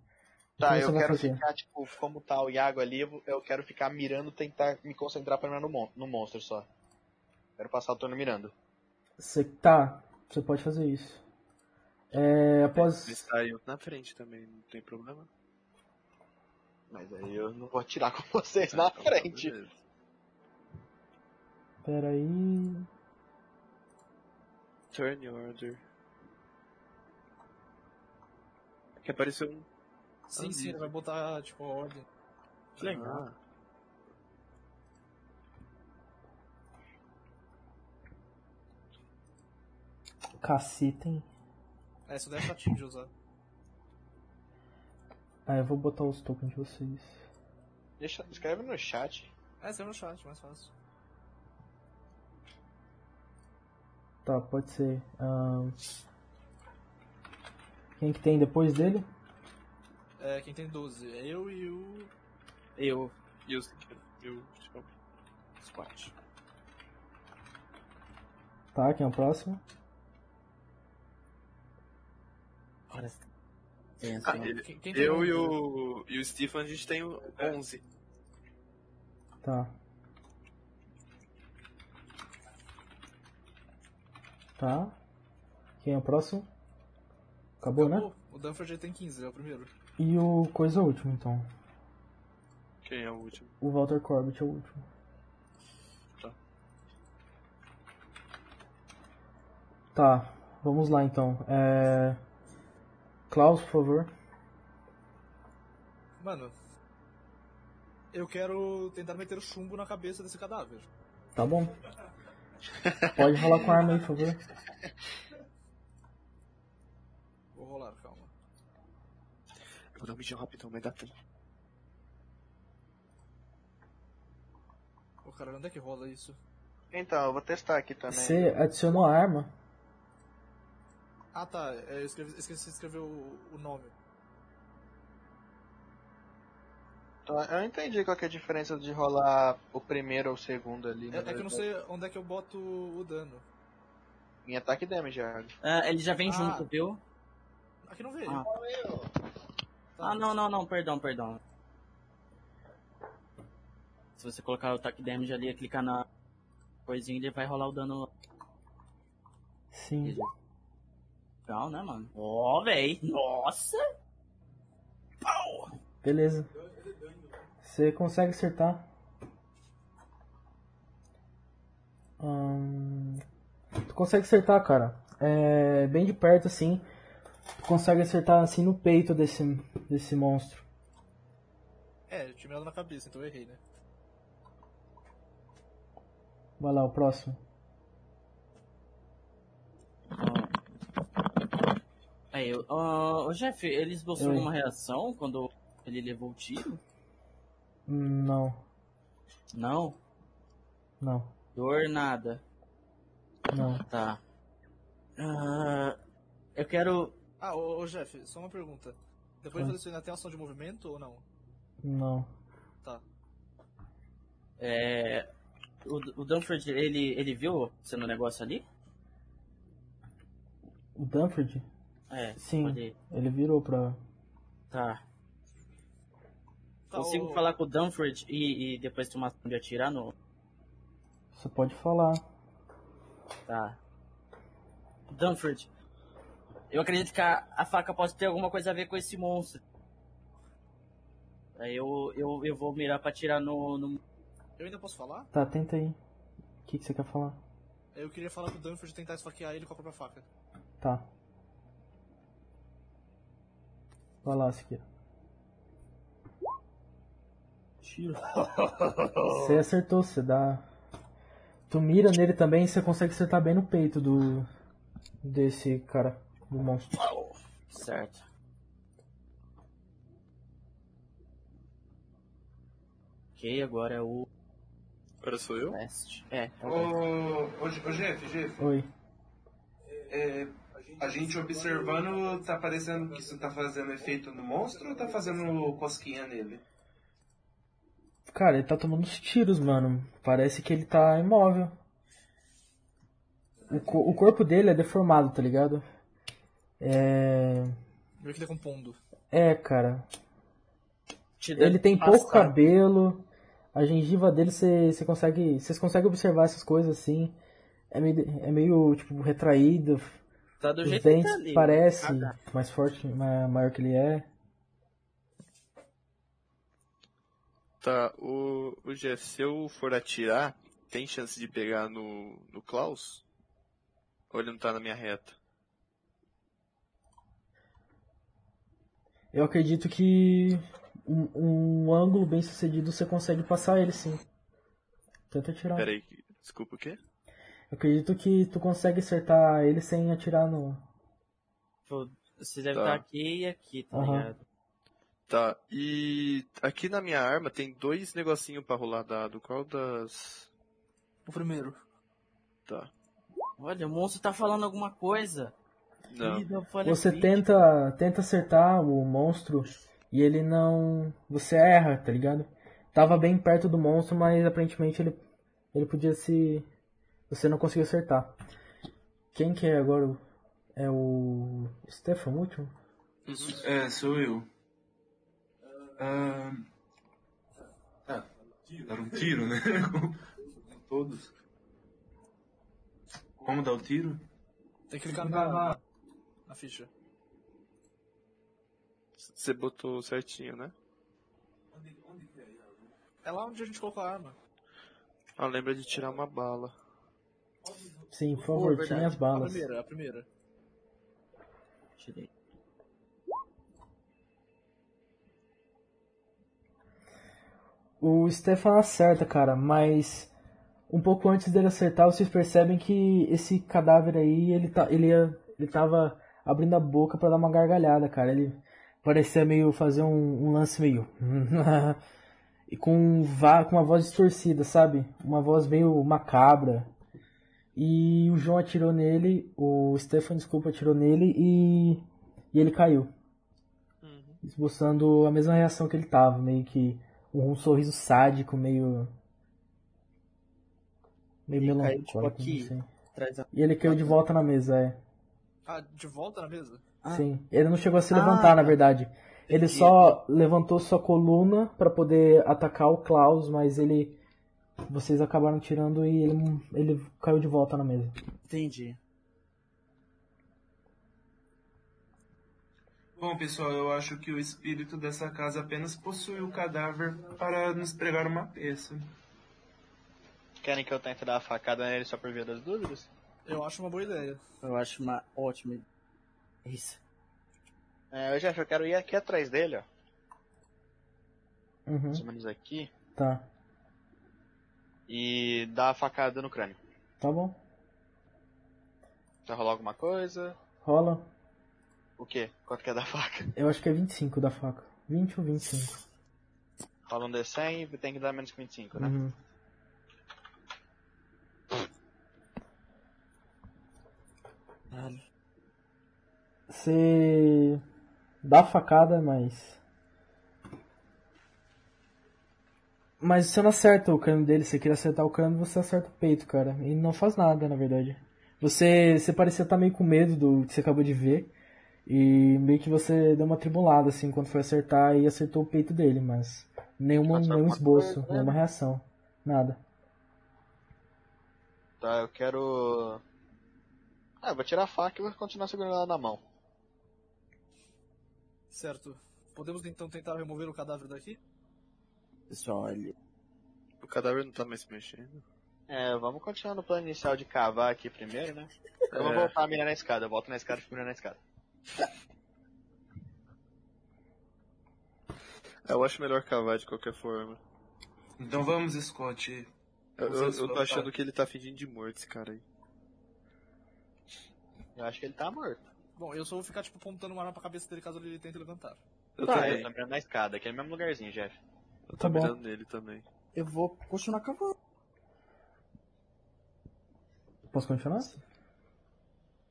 Speaker 5: Tá,
Speaker 2: Então você
Speaker 5: eu
Speaker 2: vai
Speaker 5: quero
Speaker 2: fazer.
Speaker 5: ficar, tipo, como tá o Iago ali, eu eu quero ficar mirando, tentar me concentrar pra mirar no, mon no monstro só. Quero passar o turno mirando.
Speaker 2: Você tá, você pode fazer isso. É,
Speaker 4: Eles
Speaker 2: após.
Speaker 4: saíram na frente também, não tem problema.
Speaker 5: Mas aí eu não vou atirar com vocês
Speaker 1: Ah,
Speaker 5: na
Speaker 4: Então, tá,
Speaker 5: frente.
Speaker 4: beleza.
Speaker 2: Peraí.
Speaker 4: Turn order. Que apareceu um.
Speaker 1: Sim,
Speaker 4: Ah,
Speaker 1: sim, ele vai botar, tipo, a ordem.
Speaker 3: Que legal.
Speaker 4: Ah.
Speaker 2: Caceta, hein?
Speaker 1: É, isso daí é chatinho de usar.
Speaker 2: Ah, eu vou botar os tokens de vocês.
Speaker 5: Deixa, escreve no chat.
Speaker 1: É, escreve no chat, mais fácil.
Speaker 2: Tá, pode ser. ahn. Quem que tem depois dele?
Speaker 1: É, quem tem 12? É eu e o
Speaker 3: Eu.
Speaker 4: E os. E o. tipo,
Speaker 1: Squat.
Speaker 2: Tá, quem é o próximo?
Speaker 3: Olha. Tenso,
Speaker 4: Ah,
Speaker 3: mano.
Speaker 4: ele-
Speaker 1: Quem, quem tem
Speaker 4: eu
Speaker 1: 11?
Speaker 4: e o. E o Stefan a gente tem o 11.
Speaker 2: Tá. Tá. Quem é o próximo? Acabou, né?
Speaker 1: Acabou. O Dunford ele tem 15, é o primeiro.
Speaker 2: E o coisa último, então.
Speaker 4: Quem é o último?
Speaker 2: O Walter Corbett é o último.
Speaker 4: Tá.
Speaker 2: Tá, vamos lá então. É... Klaus, por favor.
Speaker 1: Mano, eu quero tentar meter chumbo na cabeça desse cadáver.
Speaker 2: Tá bom. Pode rolar com a arma aí, por favor.
Speaker 1: Vou rolar, calma.
Speaker 4: Eu vou dar um mijão rapidão, mas dá tempo.
Speaker 1: Ô cara, onde é que rola isso?
Speaker 5: Então, eu vou testar aqui também.
Speaker 2: Você adicionou a arma?
Speaker 1: Ah tá, é, eu escrevi- esqueci de escrever o, o nome.
Speaker 5: Então, eu entendi qual que é a diferença de rolar o primeiro ou o segundo ali.
Speaker 1: É,
Speaker 5: né?
Speaker 1: é que eu não sei onde é que eu boto o dano.
Speaker 5: Em ataque e damage, já.
Speaker 3: Ah, ele já vem
Speaker 1: Ah.
Speaker 3: junto, viu?
Speaker 1: Aqui não veio.
Speaker 3: Ah.
Speaker 1: Tá.
Speaker 3: Ah, não, não, não, perdão, perdão. Se você colocar o attack damage ali e clicar na coisinha, ele vai rolar o dano
Speaker 2: Sim.
Speaker 3: legal, né, mano? Ó, véi, nossa!
Speaker 2: Beleza. Você consegue acertar. Hum, tu consegue acertar, cara. É, bem de perto, assim. Tu consegue acertar, assim, no peito desse, desse monstro.
Speaker 1: É, eu tinha mirado na cabeça, então eu errei, né?
Speaker 2: Vai lá, o próximo.
Speaker 3: Aí, eu- ah, ô Jeff, ele esboçou
Speaker 2: Oi.
Speaker 3: alguma reação quando ele levou o tiro?
Speaker 2: Hum, Não,
Speaker 3: Não,
Speaker 2: não,
Speaker 3: dor, nada.
Speaker 2: não.
Speaker 3: Tá. Ah, eu quero.
Speaker 1: Ah, ô, ô Jeff, só uma pergunta. Depois
Speaker 2: Ah.
Speaker 1: de fazer isso ainda tem ação de movimento ou não?
Speaker 2: Não.
Speaker 1: Tá.
Speaker 3: É, o, o Dunford, ele, ele viu você no negócio ali?
Speaker 2: O Dunford,
Speaker 3: É,
Speaker 2: Sim.
Speaker 3: pode-
Speaker 2: ele virou pra.
Speaker 3: Tá.
Speaker 1: Tá,
Speaker 3: Consigo
Speaker 1: ô-
Speaker 3: falar com o Dunford e, e depois tomar ação de atirar no.
Speaker 2: Você pode falar.
Speaker 3: Tá. Dunford, eu acredito que a, a faca pode ter alguma coisa a ver com esse monstro. Aí eu, eu, eu vou mirar pra atirar no, no.
Speaker 1: Eu ainda posso falar?
Speaker 2: Tá, tenta aí. O que, que você quer falar?
Speaker 1: Eu queria falar com o Dunford e tentar esfaquear ele com a própria faca.
Speaker 2: Tá. Vai lá, Siqueira.
Speaker 3: Tiro.
Speaker 2: Você acertou, você dá. Tu mira nele também e você consegue acertar bem no peito do. desse cara, do monstro.
Speaker 3: Certo. Ok, agora é o
Speaker 4: Agora sou eu?
Speaker 3: leste. É,
Speaker 6: Ô,
Speaker 3: agora.
Speaker 6: ô, G- ô, Jeff, Jeff,
Speaker 2: Oi.
Speaker 6: é, a gente observando, tá parecendo que isso tá fazendo efeito no monstro ou tá fazendo cosquinha nele?
Speaker 2: Cara, ele tá tomando uns tiros, mano. Parece que ele tá imóvel. O, co- o corpo dele é deformado, tá ligado? É.
Speaker 1: Meio que decompondo.
Speaker 2: É, cara.
Speaker 3: Te dando
Speaker 2: Ele tem
Speaker 3: passar.
Speaker 2: pouco cabelo. A gengiva dele, você você consegue. Vocês conseguem observar essas coisas assim. É meio, é meio tipo, retraído.
Speaker 3: Tá do
Speaker 2: Os
Speaker 3: jeito que
Speaker 2: dentes
Speaker 3: tá ali.
Speaker 2: parece
Speaker 3: Ah, tá.
Speaker 2: mais forte, ma- maior que ele é.
Speaker 4: Tá, o, o Jeff, se eu for atirar, tem chance de pegar no, no Klaus? Ou ele não tá na minha reta?
Speaker 2: Eu acredito que um, um ângulo bem sucedido você consegue passar ele sim. Tenta atirar.
Speaker 4: Pera aí, que- desculpa o quê?
Speaker 2: Eu acredito que tu consegue acertar ele sem atirar no.
Speaker 3: Tipo, Você deve
Speaker 4: Tá.
Speaker 3: estar aqui e aqui, tá
Speaker 2: Aham.
Speaker 3: ligado?
Speaker 4: Tá, e aqui na minha arma tem dois negocinhos pra rolar dado. Qual das.
Speaker 1: O primeiro.
Speaker 4: Tá.
Speaker 3: Olha, o monstro tá falando alguma coisa.
Speaker 4: Não.
Speaker 3: Ih, não foi
Speaker 2: Você
Speaker 3: aqui.
Speaker 2: tenta, tenta acertar o monstro e ele não. Você erra, tá ligado? Tava bem perto do monstro, mas aparentemente ele, ele podia se. Você não conseguiu acertar. Quem que é agora? o- É o. Stefan, o último?
Speaker 6: É, sou eu. Ah, ah, dar um tiro, né? Como Todos. Como dar o tiro?
Speaker 1: Tem que clicar na, na ficha.
Speaker 4: Você botou certinho, né?
Speaker 1: É lá onde a gente colocou a arma.
Speaker 4: Ah, lembra de tirar uma bala.
Speaker 2: Sim, por favor,
Speaker 1: Pô,
Speaker 2: tirem
Speaker 1: verdade.
Speaker 2: as balas.
Speaker 1: A primeira, a primeira.
Speaker 3: Tirei.
Speaker 2: O Stefan acerta, cara, mas um pouco antes dele acertar, vocês percebem que esse cadáver aí, ele, tá, ele, ia- ele tava abrindo a boca pra dar uma gargalhada, cara. Ele parecia meio fazer um, um lance meio. e com, um va- com uma voz distorcida, sabe? Uma voz meio macabra. E o João atirou nele, o Stefan, desculpa, atirou nele e, e ele caiu.
Speaker 3: Uhum.
Speaker 2: Esboçando a mesma reação que ele tava, meio que um sorriso sádico, meio. meio
Speaker 3: Ele caiu, tipo,
Speaker 2: melancólico.
Speaker 3: aqui.
Speaker 2: não sei.
Speaker 3: Traz a...
Speaker 2: E ele caiu de volta na mesa, é.
Speaker 1: Ah, de volta na mesa?
Speaker 3: Ah.
Speaker 2: Sim. Ele não chegou a se
Speaker 3: Ah,
Speaker 2: levantar, na verdade. Ele
Speaker 3: Entendi.
Speaker 2: só levantou sua coluna pra poder atacar o Klaus, mas ele. Vocês acabaram tirando e ele, ele caiu de volta na mesa.
Speaker 3: Entendi.
Speaker 6: Bom, pessoal, eu acho que o espírito dessa casa apenas possui o cadáver para nos pregar uma peça.
Speaker 5: Querem que eu tente dar a facada nele só por via das dúvidas?
Speaker 1: Eu acho uma boa ideia.
Speaker 3: Eu acho uma ótima. Isso.
Speaker 5: É, eu já eu quero ir aqui atrás dele, ó.
Speaker 2: Uhum,
Speaker 5: Mais ou menos aqui.
Speaker 2: tá.
Speaker 5: E dar a facada no crânio.
Speaker 2: Tá bom.
Speaker 5: Vai rolar alguma coisa?
Speaker 2: Rola.
Speaker 5: O quê? Quanto que é da faca?
Speaker 2: Eu acho que é 25 da faca. 20 ou 25.
Speaker 5: Rola um D100 e tem que dar menos que 25, né?
Speaker 2: Uhum.
Speaker 3: Caralho.
Speaker 2: Você dá facada, mas. Mas você não acerta o cano dele, você queria acertar o cano, você acerta o peito, cara. E não faz nada, na verdade. Você, você parecia estar meio com medo do que você acabou de ver. E meio que você deu uma tribulada, assim, quando foi acertar e acertou o peito dele, mas. Nenhuma,
Speaker 5: Mas
Speaker 2: nenhum
Speaker 5: alguma
Speaker 2: esboço,
Speaker 5: coisa, né?
Speaker 2: nenhuma reação. Nada.
Speaker 5: Tá, eu quero. Ah, eu vou tirar a faca e vou continuar segurando ela na mão.
Speaker 1: Certo. Podemos então tentar remover o cadáver daqui?
Speaker 3: Pessoal, ele...
Speaker 4: O cadáver não tá mais se mexendo.
Speaker 5: É, vamos continuar no plano inicial de cavar aqui primeiro, né? Eu vou
Speaker 4: É.
Speaker 5: voltar a mirar na escada, eu volto na escada e fico mirando na escada.
Speaker 4: É, eu acho melhor cavar de qualquer forma.
Speaker 6: Então vamos, Scott.
Speaker 4: Eu,
Speaker 6: Você
Speaker 4: eu- eu tô
Speaker 6: soltar.
Speaker 4: achando que ele tá fingindo de morto, esse cara aí.
Speaker 2: Tá
Speaker 5: Eu acho que ele tá morto.
Speaker 1: Bom, eu só vou ficar, tipo, apontando uma arma pra cabeça dele caso ele tente levantar.
Speaker 4: Eu
Speaker 3: Tá,
Speaker 5: Eu
Speaker 4: também.
Speaker 5: tô mirando na escada, aquele mesmo lugarzinho, Jeff.
Speaker 4: Eu
Speaker 2: Tá
Speaker 4: tô
Speaker 2: bom.
Speaker 4: mirando nele também.
Speaker 3: Eu vou continuar cavando.
Speaker 2: Posso continuar?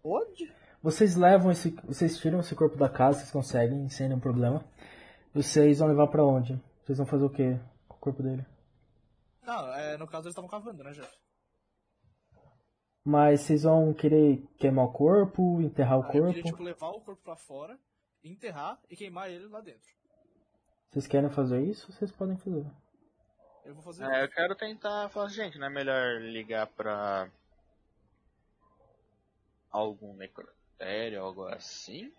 Speaker 3: Pode?
Speaker 2: Vocês levam esse. Vocês tiram esse corpo da casa, vocês conseguem, sem nenhum problema. Vocês vão levar pra onde? Vocês vão fazer o quê com o corpo dele?
Speaker 1: Não, é, no caso eles estavam cavando, né, Jeff?
Speaker 2: Mas vocês vão querer queimar o corpo, enterrar o
Speaker 1: Ah, eu queria,
Speaker 2: corpo?
Speaker 1: tipo, levar o corpo pra fora, enterrar e queimar ele lá dentro.
Speaker 2: Vocês querem fazer isso? Vocês podem
Speaker 4: Tá,
Speaker 2: fazer.
Speaker 1: Eu vou fazer
Speaker 5: É, eu quero tentar falar, gente, não é melhor ligar pra algum necrotério, algo assim?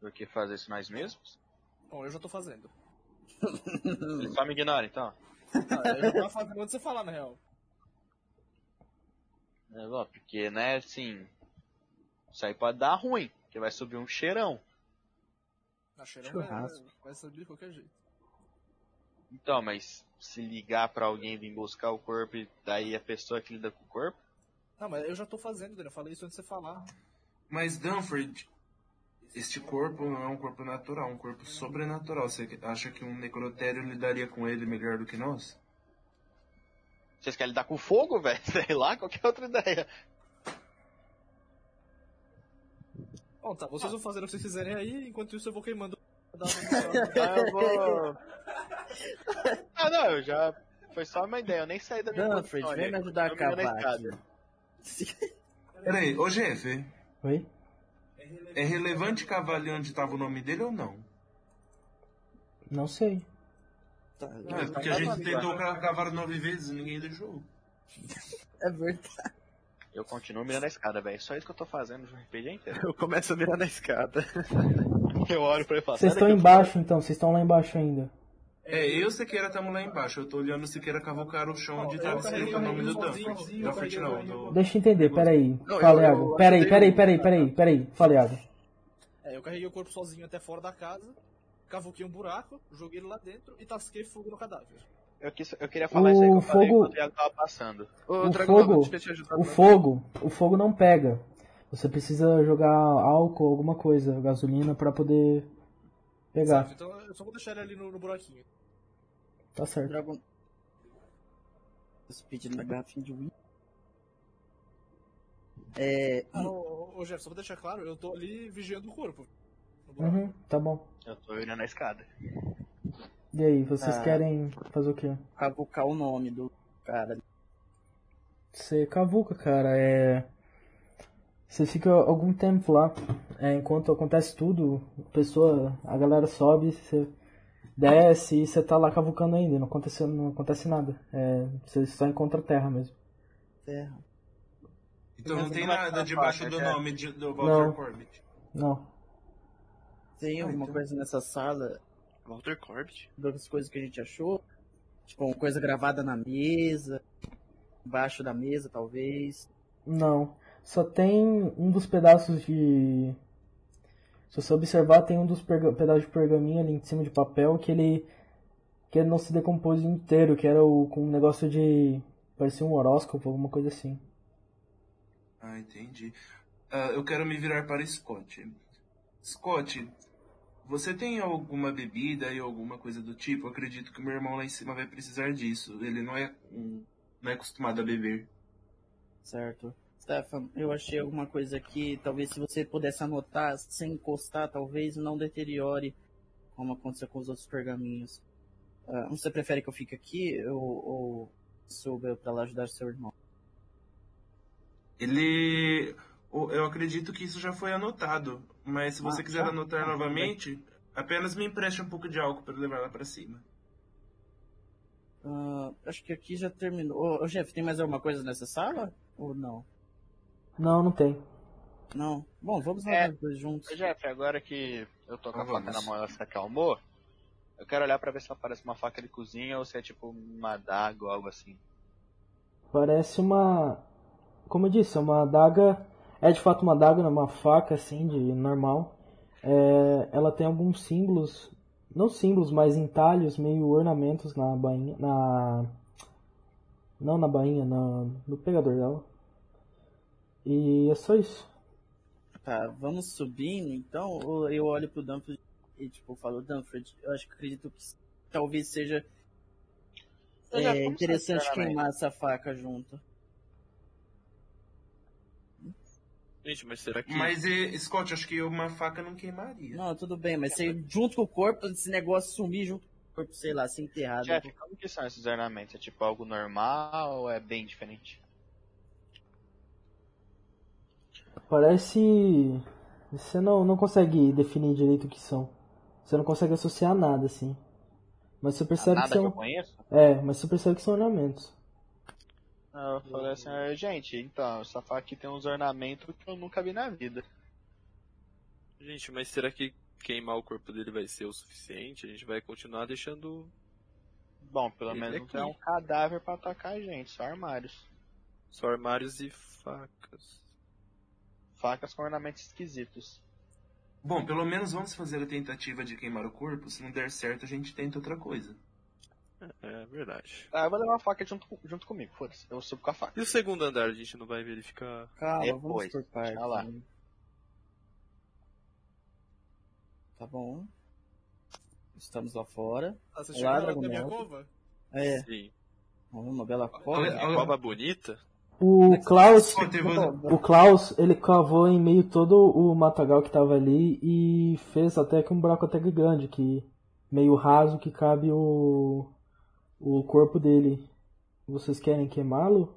Speaker 5: Do que fazer isso nós mesmos?
Speaker 1: Bom, eu já tô fazendo.
Speaker 5: Ele só me ignora então.
Speaker 1: Ah, eu já tava fazendo antes de você falar, na real.
Speaker 5: É, bom, porque, né, assim. Isso aí pode dar ruim, que vai subir um cheirão.
Speaker 1: Na cheirão
Speaker 3: Churrasco.
Speaker 1: vai, vai subir de qualquer jeito.
Speaker 5: Então, mas se ligar pra alguém vir buscar o corpo e daí a pessoa que lida com o corpo.
Speaker 1: Não, Tá, mas eu já tô fazendo, Daniel. Eu falei isso antes de você falar.
Speaker 6: Mas, Dunford, este corpo não é um corpo natural, é um corpo sobrenatural. Você acha que um necrotério lidaria com ele melhor do que nós?
Speaker 5: Vocês querem lidar com fogo, velho? Sei lá, qualquer outra ideia.
Speaker 1: Bom, tá, vocês vão fazer o que vocês quiserem aí, enquanto isso eu vou queimando. o cadáver.
Speaker 5: Ah, eu vou. ah, não, eu já. Foi só uma ideia, eu nem saí da minha
Speaker 3: Danfred,
Speaker 5: posição
Speaker 3: vem
Speaker 5: ali.
Speaker 3: me ajudar
Speaker 5: Eu
Speaker 3: a
Speaker 5: me na
Speaker 3: cavar
Speaker 5: escada.
Speaker 3: aqui.
Speaker 6: Peraí, ô Jeff,
Speaker 2: Oi?
Speaker 6: é relevante cavar ali onde estava o nome dele ou não?
Speaker 2: Não sei.
Speaker 3: Tá,
Speaker 6: É porque a gente tentou ca- cavar nove vezes e ninguém deixou.
Speaker 3: É verdade.
Speaker 5: Eu continuo mirando a escada, velho. Só isso que eu tô fazendo o RPG inteiro.
Speaker 4: Eu começo a mirar na escada.
Speaker 5: Eu olho pra ele e falo,
Speaker 2: Vocês
Speaker 5: "Sai
Speaker 2: estão
Speaker 5: daqui,
Speaker 2: embaixo então, vocês estão lá embaixo ainda.
Speaker 6: É, eu e o Siqueira estamos lá embaixo. Eu tô olhando o Siqueira cavucar o chão onde tava escrito o
Speaker 3: um
Speaker 6: nome do Danford. Danford não, do...
Speaker 2: Deixa eu entender, peraí.
Speaker 4: Não,
Speaker 2: Fala,
Speaker 4: eu-
Speaker 2: Iago. Peraí,
Speaker 4: um-
Speaker 2: peraí, peraí, peraí, peraí. Fala, Iago.
Speaker 1: É, eu carreguei o corpo sozinho até fora da casa, cavuquei um buraco, joguei ele lá dentro e tasquei fogo no cadáver.
Speaker 5: Eu, quis- eu queria falar isso aí que eu falei
Speaker 2: fogo-
Speaker 5: quando o Iago tava passando.
Speaker 4: Ô,
Speaker 2: O
Speaker 4: Dragão, eu
Speaker 2: fogo,
Speaker 4: não tinha te ajudado,
Speaker 2: o
Speaker 4: não.
Speaker 2: fogo, o fogo não pega. Você precisa jogar álcool, alguma coisa, gasolina pra poder pegar.
Speaker 1: Certo, então eu só vou deixar ele ali no, no buraquinho.
Speaker 2: Tá certo.
Speaker 3: Dragon. Speed no garfinho de Wii. É.
Speaker 1: Ah, ô, ô, ô, Jeff, só vou deixar claro, eu tô ali vigiando o corpo. No buraco.
Speaker 2: Uhum, tá bom.
Speaker 5: Eu tô olhando a escada.
Speaker 2: E aí, vocês
Speaker 3: Ah.
Speaker 2: querem fazer o quê?
Speaker 3: Cavucar o nome do cara.
Speaker 2: Você cavuca, cara, é. Você fica algum tempo lá. É, enquanto acontece tudo, a pessoa, a galera sobe, você desce e você tá lá cavucando ainda, não acontece, não acontece nada. É, você só encontra terra mesmo.
Speaker 3: Terra.
Speaker 6: Então não tem nada debaixo
Speaker 3: né,
Speaker 6: do nome de, do
Speaker 2: Não.
Speaker 6: Walter Corbett.
Speaker 2: Não. Ah,
Speaker 3: Tem alguma
Speaker 2: então.
Speaker 3: coisa nessa sala,
Speaker 4: Walter Corbett?
Speaker 3: das coisas que a gente achou? Tipo, uma coisa gravada na mesa, embaixo da mesa, talvez.
Speaker 2: Não. Só tem um dos pedaços de. Se você observar, tem um dos perga- pedaços de pergaminho ali em cima de papel que ele. que ele não se decompôs inteiro, que era o... com um negócio de. parecia um horóscopo, alguma coisa assim.
Speaker 6: Ah, entendi. Ah, eu quero me virar para Scott. Scott, você tem alguma bebida e alguma coisa do tipo? Eu acredito que meu irmão lá em cima vai precisar disso. Ele não é, um- não é acostumado a beber.
Speaker 3: Certo. Stefan, eu achei alguma coisa aqui, talvez se você pudesse anotar sem encostar, talvez não deteriore, como aconteceu com os outros pergaminhos. Ah, você prefere que eu fique aqui ou, ou suba eu pra lá ajudar seu irmão?
Speaker 6: Ele. o- Eu acredito que isso já foi anotado, mas se você
Speaker 3: Ah,
Speaker 6: quiser
Speaker 3: já?
Speaker 6: anotar
Speaker 3: Ah,
Speaker 6: novamente, apenas me empreste um pouco de álcool para levar lá para cima.
Speaker 3: Ah, acho que aqui já terminou. Ô, ô, Jeff, tem mais alguma coisa nessa sala? Ou não?
Speaker 2: Não, não tem.
Speaker 3: Não. Bom, vamos lá
Speaker 5: É.
Speaker 3: nós dois juntos.
Speaker 5: Ô, Jeff, agora que eu tô com a
Speaker 6: Vamos.
Speaker 5: faca na mão e ela se acalmou, eu quero olhar pra ver se ela parece uma faca de cozinha ou se é tipo uma adaga ou algo assim.
Speaker 2: Parece uma. Como eu disse, é uma adaga. É de fato uma adaga, não é uma faca assim, de normal. É, ela tem alguns símbolos, não símbolos, mas entalhos, meio ornamentos na bainha. Na. Não na bainha, na, no pegador dela. E é só isso.
Speaker 3: Tá, vamos subindo então. Ou eu olho pro Dunford e tipo, falo, Dunford, eu acho que acredito que talvez seja
Speaker 5: Eu já-
Speaker 3: é,
Speaker 5: como
Speaker 3: interessante
Speaker 5: sabe, sinceramente?
Speaker 3: queimar essa faca junto.
Speaker 4: Gente, mas será que.
Speaker 6: Mas, eh, Scott, acho que uma faca não queimaria.
Speaker 3: Não, tudo bem,
Speaker 5: É,
Speaker 3: mas você, junto com o corpo, esse negócio sumir junto com o corpo, sei lá, ser enterrado.
Speaker 5: Jeff, como que são esses ornamentos? É tipo algo normal ou é bem diferente?
Speaker 2: Parece. Você não, não consegue definir direito o que são. Você não consegue associar nada assim. Mas você
Speaker 5: Ah,
Speaker 2: percebe que
Speaker 5: Nada que eu
Speaker 2: são.
Speaker 5: conheço?
Speaker 2: É, mas você percebe que são ornamentos.
Speaker 5: Aí Eu falei assim, "Ah, gente, então, essa faca aqui tem uns ornamentos que eu nunca vi na vida.
Speaker 4: Gente, mas será que queimar o corpo dele vai ser o suficiente? A gente vai continuar deixando.
Speaker 5: Bom, pelo
Speaker 4: Ele
Speaker 5: menos
Speaker 4: é
Speaker 5: não tem
Speaker 4: aqui.
Speaker 5: um cadáver pra atacar a gente, só armários.
Speaker 4: Só armários e facas.
Speaker 5: Facas com ornamentos esquisitos.
Speaker 6: Bom, pelo menos vamos fazer a tentativa de queimar o corpo. Se não der certo, a gente tenta outra coisa.
Speaker 4: É verdade.
Speaker 5: Ah, eu vou levar a faca junto, com- junto comigo, foda-se. Eu subo com a faca.
Speaker 4: E o segundo andar, a gente não vai verificar.
Speaker 3: Calma, vamos
Speaker 5: Depois,
Speaker 3: por partes.
Speaker 5: deixa lá.
Speaker 3: né? Tá bom. Estamos lá fora.
Speaker 1: Tá, vocês
Speaker 3: Lá,
Speaker 1: chegaram até a minha
Speaker 3: Dragonel.
Speaker 1: cova?
Speaker 3: É,
Speaker 4: Sim.
Speaker 3: uma bela
Speaker 6: Olha,
Speaker 3: cova.
Speaker 4: Uma
Speaker 6: olha-
Speaker 4: cova bonita?
Speaker 2: O Klaus.
Speaker 6: Scott, eu vou-
Speaker 2: O Klaus, ele cavou em meio todo o matagal que tava ali e fez até que um buraco até que grande, que meio raso que cabe o o corpo dele. Vocês querem queimá-lo?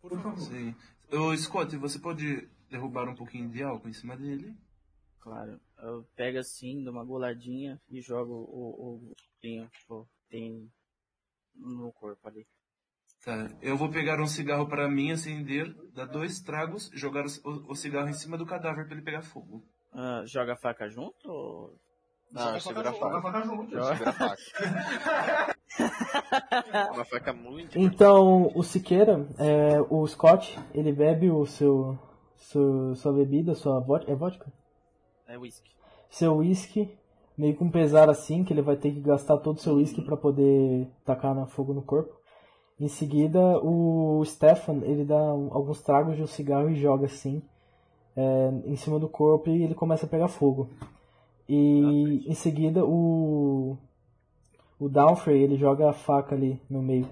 Speaker 1: Por favor.
Speaker 6: Sim. Ô, Scott, você pode derrubar um pouquinho de álcool em cima dele?
Speaker 3: Ah, Claro, eu pego assim, dou uma goladinha e jogo o, o, o vinho que tem no corpo ali.
Speaker 6: Tá. Eu vou pegar um cigarro para mim, acender, dar dois tragos, jogar o, o cigarro em cima do cadáver para ele pegar fogo.
Speaker 3: Ah, joga a faca junto? ou-
Speaker 5: Não,
Speaker 1: Joga
Speaker 5: você
Speaker 1: a
Speaker 5: vira
Speaker 1: faca
Speaker 5: faca. Você vira faca. Uma faca muito.
Speaker 2: Então, o Siqueira, é, o Scott, ele bebe o seu, seu- sua bebida, sua vodka, é vodka?
Speaker 3: É whisky.
Speaker 2: Seu whisky, meio com pesar assim, que ele vai ter que gastar todo o seu whisky pra poder tacar na fogo no corpo. Em seguida, o Stefan, ele dá um- alguns tragos de um cigarro e joga assim, é, em cima do corpo e ele começa a pegar fogo. E em seguida, o, o Downfrey, ele joga a faca ali no meio.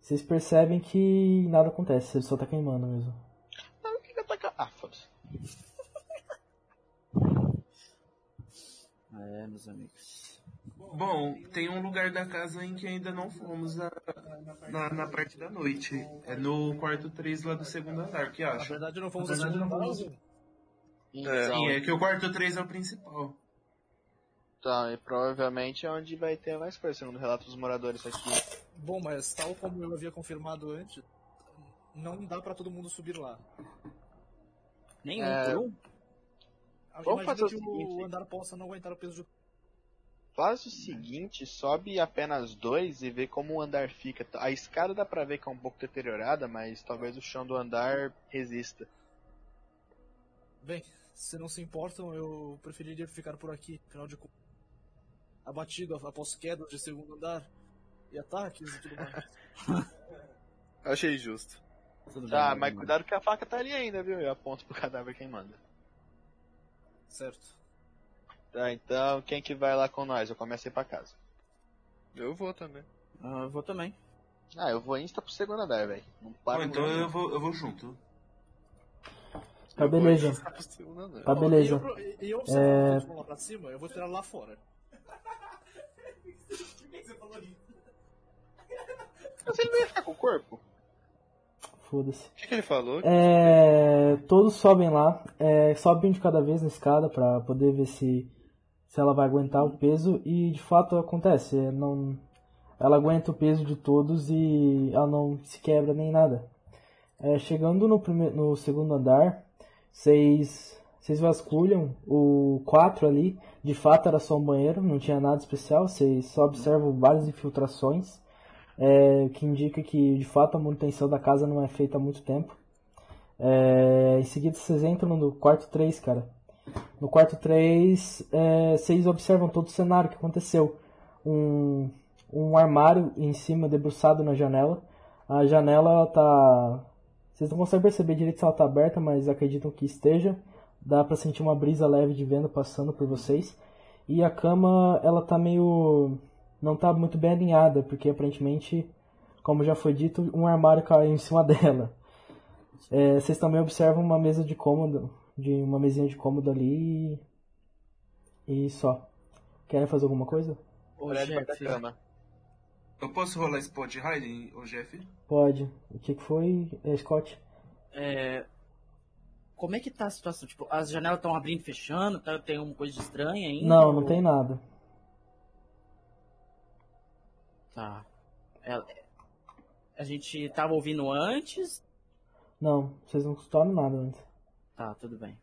Speaker 2: Vocês percebem que nada acontece, ele só tá queimando mesmo.
Speaker 5: Não, que ataca. Ah, foda-se.
Speaker 3: É, meus amigos.
Speaker 6: Bom, tem um lugar da casa em que ainda não fomos na, na, na parte da noite. É no quarto 3 lá do segundo andar, que
Speaker 1: Na
Speaker 6: acha?
Speaker 1: verdade, não fomos
Speaker 6: Na
Speaker 1: ao
Speaker 6: verdade,
Speaker 1: segundo
Speaker 6: não
Speaker 1: andar,
Speaker 6: fomos.
Speaker 1: Zinho.
Speaker 6: Sim,
Speaker 5: Então,
Speaker 6: é que o quarto 3 é o principal.
Speaker 5: então, e provavelmente é onde vai ter mais coisa, segundo o relato dos moradores aqui.
Speaker 1: Bom, mas tal como eu havia confirmado antes, não dá pra todo mundo subir lá.
Speaker 3: Nenhum
Speaker 5: É.
Speaker 3: por um?
Speaker 1: Imagina
Speaker 5: fazer o
Speaker 1: que
Speaker 5: seguinte.
Speaker 1: o andar possa não aguentar o peso de...
Speaker 5: Faz o seguinte, sobe apenas dois e vê como o andar fica. A escada dá pra ver que é um pouco deteriorada, mas talvez o chão do andar resista.
Speaker 1: Bem, se não se importam, eu preferiria ficar por aqui, afinal de contas. Abatido após quedas de segundo andar e ataques e tudo mais.
Speaker 4: Achei justo.
Speaker 3: Tudo
Speaker 5: Tá,
Speaker 3: bem,
Speaker 5: mas
Speaker 3: mano.
Speaker 5: cuidado que a faca tá ali ainda, viu? Eu aponto pro cadáver quem manda.
Speaker 1: certo.
Speaker 5: Tá, então quem que vai lá com nós? Eu começo a ir pra casa.
Speaker 4: Eu vou também.
Speaker 3: Ah, eu vou também.
Speaker 5: Ah, eu vou insta pro segundo andar, velho. Não
Speaker 6: Bom,
Speaker 5: para em
Speaker 6: então
Speaker 5: lugar nenhum.
Speaker 6: eu vou, eu vou junto.
Speaker 2: Tá beleza, tá beleza. É.
Speaker 1: Ó, E eu, e eu observando todo mundo lá pra cima, eu vou tirar lá fora.
Speaker 5: Mas ele não ia ficar com o corpo?
Speaker 2: Foda-se.
Speaker 4: O que, que ele falou?
Speaker 2: É, todos sobem lá, é, sobe um de cada vez na escada pra poder ver se, se ela vai aguentar o peso e de fato acontece. é, não- ela aguenta o peso de todos e ela não se quebra nem nada. É, chegando no, prime- no segundo andar, vocês vocês vasculham o 4 ali. De fato era só um banheiro, não tinha nada especial. Vocês só observam várias infiltrações, é, que indica que de fato a manutenção da casa não é feita há muito tempo. É, em seguida vocês entram no quarto 3, cara. No quarto 3, vocês observam todo o cenário que aconteceu. Um, um armário em cima, debruçado na janela. A janela ela tá. Vocês não conseguem perceber direito se ela tá aberta, mas acreditam que esteja. Dá pra sentir uma brisa leve de vento passando por vocês. E a cama, ela tá meio. Não tá muito bem alinhada, porque aparentemente, como já foi dito, um armário caiu em cima dela. É, vocês também observam uma mesa de cômodo, de uma mesinha de cômodo ali e, e só. Querem fazer alguma coisa?
Speaker 3: Ô,
Speaker 5: Olhar debaixo da
Speaker 3: Jeff,
Speaker 5: cama.
Speaker 6: Eu posso rolar spot hiding, ô Jeff?
Speaker 2: Pode. O que que foi, é, Scott?
Speaker 3: é, como é que tá a situação? Tipo, as janelas estão abrindo e fechando? Tá, tem alguma coisa estranha ainda?
Speaker 2: Não, não
Speaker 3: Ou-
Speaker 2: tem nada.
Speaker 3: Tá. Ela- A gente tava ouvindo antes?
Speaker 2: Não, vocês não escutaram nada antes.
Speaker 3: Tá, tudo bem.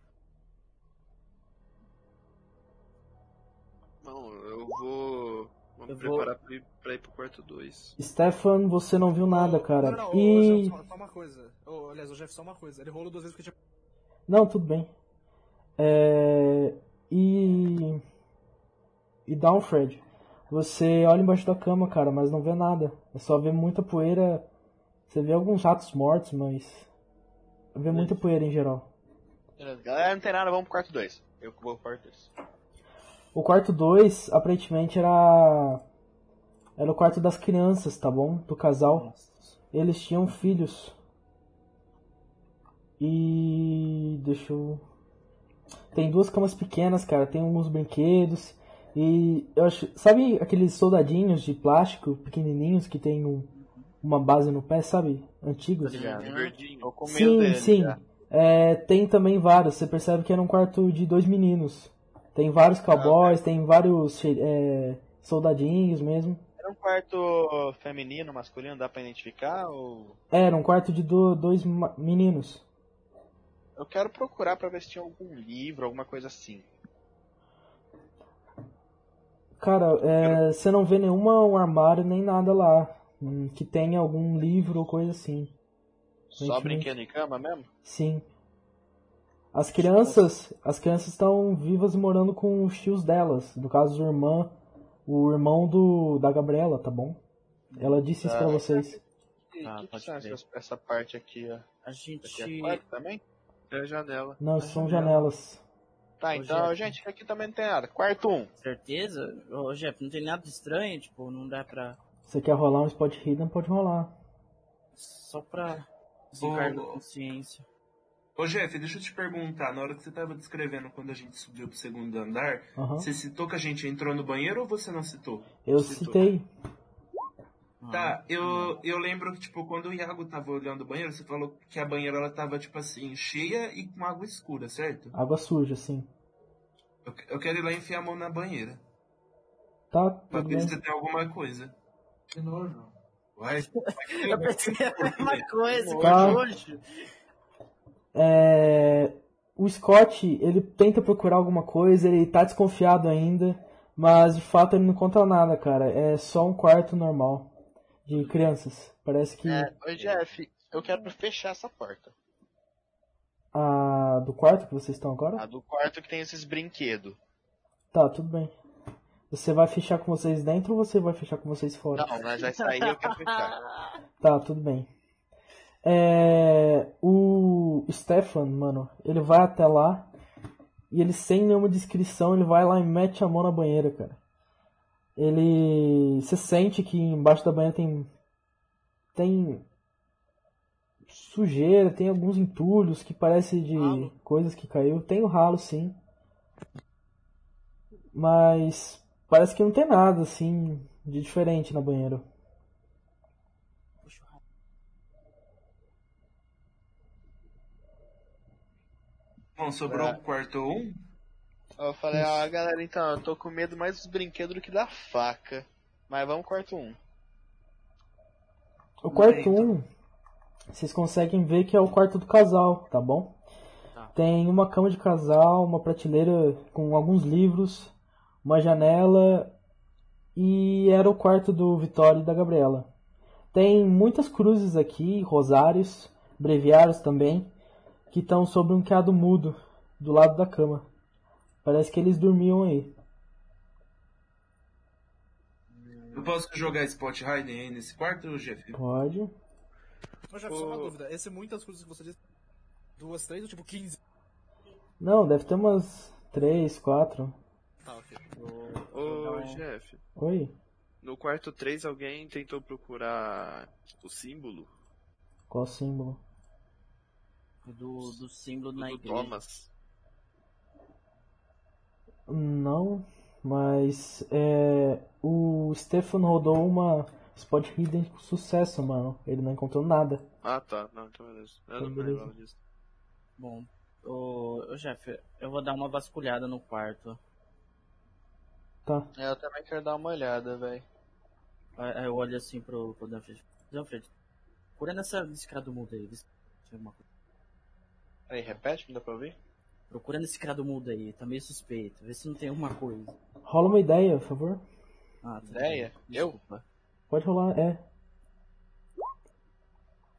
Speaker 4: Não, eu vou. Vou me
Speaker 3: Eu vou-
Speaker 4: preparar pra, ir, pra ir pro quarto 2.
Speaker 2: Stefan, você não viu nada, cara.
Speaker 1: Não, não, ô,
Speaker 2: e.
Speaker 1: Jeff, só, só uma coisa. Ô, aliás, o Jeff, só uma coisa. Ele rolou duas vezes porque tinha...
Speaker 2: Não, tudo bem. É... E. E Downfred. Você olha embaixo da cama, cara, mas não vê nada. É só ver muita poeira. Você vê alguns ratos mortos, mas. Vê muita poeira em geral.
Speaker 5: Beleza, galera, não tem nada, vamos pro quarto 2. Eu vou pro quarto 2.
Speaker 2: O quarto 2, aparentemente, era. Era o quarto das crianças, tá bom? Do casal. Eles tinham filhos. E. Deixa eu. Tem duas camas pequenas, cara. Tem alguns brinquedos. E eu acho. Sabe aqueles soldadinhos de plástico pequenininhos que tem um- uma base no pé, sabe? Antigos?
Speaker 5: ligado.
Speaker 4: Um verdinho.
Speaker 5: Tô com medo
Speaker 2: Sim,
Speaker 5: dele.
Speaker 2: sim.
Speaker 5: já.
Speaker 2: É, tem também vários. Você percebe que era um quarto de dois meninos. Tem vários
Speaker 5: Ah,
Speaker 2: cowboys, tem vários che- é, soldadinhos mesmo.
Speaker 5: Era um quarto feminino, masculino, dá pra identificar? Ou...
Speaker 2: Era um quarto de do- dois ma- meninos.
Speaker 5: Eu quero procurar pra ver se tinha algum livro, alguma coisa assim.
Speaker 2: Cara, é, você não vê nenhuma um armário nem nada lá hum, que tenha algum livro ou coisa assim.
Speaker 5: Só brinquedo em cama mesmo?
Speaker 2: Sim. As crianças, as crianças estão vivas e morando com os tios delas. No caso, o irmão, o irmão do da Gabriela, tá bom? Ela disse isso
Speaker 5: Ah.
Speaker 2: pra vocês.
Speaker 5: Ah,
Speaker 3: que
Speaker 5: pode
Speaker 3: que
Speaker 5: ser essa, essa parte aqui, ó.
Speaker 3: A
Speaker 5: Aqui
Speaker 3: gente.
Speaker 5: é quarto também?
Speaker 4: É a janela.
Speaker 2: Não, isso são janelas.
Speaker 5: Tá,
Speaker 3: Ô,
Speaker 5: então,
Speaker 2: é.
Speaker 3: Jeff.
Speaker 5: gente, aqui também não tem nada. Quarto um.
Speaker 3: Certeza? Ô, Jeff, não tem nada de estranho, tipo, não dá pra.
Speaker 2: Você quer rolar um spot hidden, pode rolar.
Speaker 3: Só pra
Speaker 6: Ô,
Speaker 3: desencargo da consciência.
Speaker 6: Ô Jeff, deixa eu te perguntar, na hora que você tava descrevendo quando a gente subiu pro segundo andar,
Speaker 2: Aham.
Speaker 6: você citou que a gente entrou no banheiro ou você não citou?
Speaker 2: Eu
Speaker 6: Citou.
Speaker 2: citei.
Speaker 6: Tá, eu, eu lembro que, tipo, quando o Iago tava olhando o banheiro, você falou que a banheira ela tava, tipo assim, cheia e com água escura, certo?
Speaker 2: Água suja, assim. sim.
Speaker 6: Eu, eu quero ir lá enfiar a mão na banheira.
Speaker 2: Tá,
Speaker 6: Pra
Speaker 2: tudo
Speaker 6: ver
Speaker 2: bem.
Speaker 6: se você tem alguma coisa.
Speaker 1: Que nojo.
Speaker 6: Vai.
Speaker 3: Eu pensei a mesma coisa, que
Speaker 2: Tá.
Speaker 3: nojo.
Speaker 2: É, O Scott, ele tenta procurar alguma coisa, ele tá desconfiado ainda, mas de fato ele não conta nada, cara. É só um quarto normal de crianças. Parece que
Speaker 5: É, ô, Jeff, eu quero fechar essa porta.
Speaker 2: a do quarto que vocês estão agora?
Speaker 5: A do quarto que tem esses brinquedos.
Speaker 2: Tá, tudo bem. Você vai fechar com vocês dentro ou você vai fechar com vocês fora?
Speaker 5: Não, nós vai sair eu quero fechar.
Speaker 2: Tá, tudo bem. É, o Stefan, mano, ele vai até lá e ele sem nenhuma descrição, ele vai lá e mete a mão na banheira, cara. Ele você sente que embaixo da banheira tem tem sujeira, tem alguns entulhos que parece de
Speaker 4: Ralo?
Speaker 2: coisas que caiu. Tem o ralo, sim. Mas parece que não tem nada assim de diferente na banheira.
Speaker 6: Bom, sobrou o quarto um.
Speaker 5: Eu falei, ah, galera, então, eu tô com medo mais dos brinquedos do que da faca. Mas vamos quarto um.
Speaker 2: O quarto
Speaker 6: Então.
Speaker 2: um, vocês conseguem ver que é o quarto do casal, tá bom? Tem uma cama de casal, uma prateleira com alguns livros, uma janela e era o quarto do Vitório e da Gabriela. Tem muitas cruzes aqui, rosários, breviários também, que estão sobre um quadro mudo do lado da cama. Parece que eles dormiam aí.
Speaker 6: Eu posso jogar Spot Hidden aí nesse quarto, Jeff?
Speaker 2: Pode.
Speaker 1: Mas já só uma dúvida, esse é muitas coisas que você disse, duas, três ou tipo 15?
Speaker 2: Não, deve ter umas três, quatro.
Speaker 1: Tá, ok.
Speaker 4: Ô, Jeff,
Speaker 2: Oi.
Speaker 4: no quarto 3 alguém tentou procurar o símbolo
Speaker 2: Qual símbolo?
Speaker 3: Do, do símbolo na
Speaker 4: do
Speaker 3: igreja.
Speaker 4: Tipo, Thomas.
Speaker 2: Não, mas é, o Stefan rodou uma spot hidden com sucesso, mano. Ele não encontrou nada.
Speaker 4: Ah, tá. Não, então beleza. Eu não me
Speaker 2: Beleza.
Speaker 4: lembrava disso.
Speaker 3: Bom, ô, ô, Jeff, eu vou dar uma vasculhada no quarto.
Speaker 2: Tá.
Speaker 5: É, Eu também quero dar uma olhada, velho.
Speaker 3: Aí aí eu olho assim pro, pro Danfred. Danfred, procura nessa nesse cara do mudo aí. vê se tem alguma coisa.
Speaker 5: Peraí, repete, não dá pra ouvir?
Speaker 3: Procura nesse cara do mudo aí, tá meio suspeito. Vê se não tem alguma coisa.
Speaker 2: Rola uma ideia, por favor.
Speaker 3: Ah, tá
Speaker 5: Ideia?
Speaker 3: bem.
Speaker 5: Eu?
Speaker 3: Desculpa.
Speaker 2: Pode rolar, é.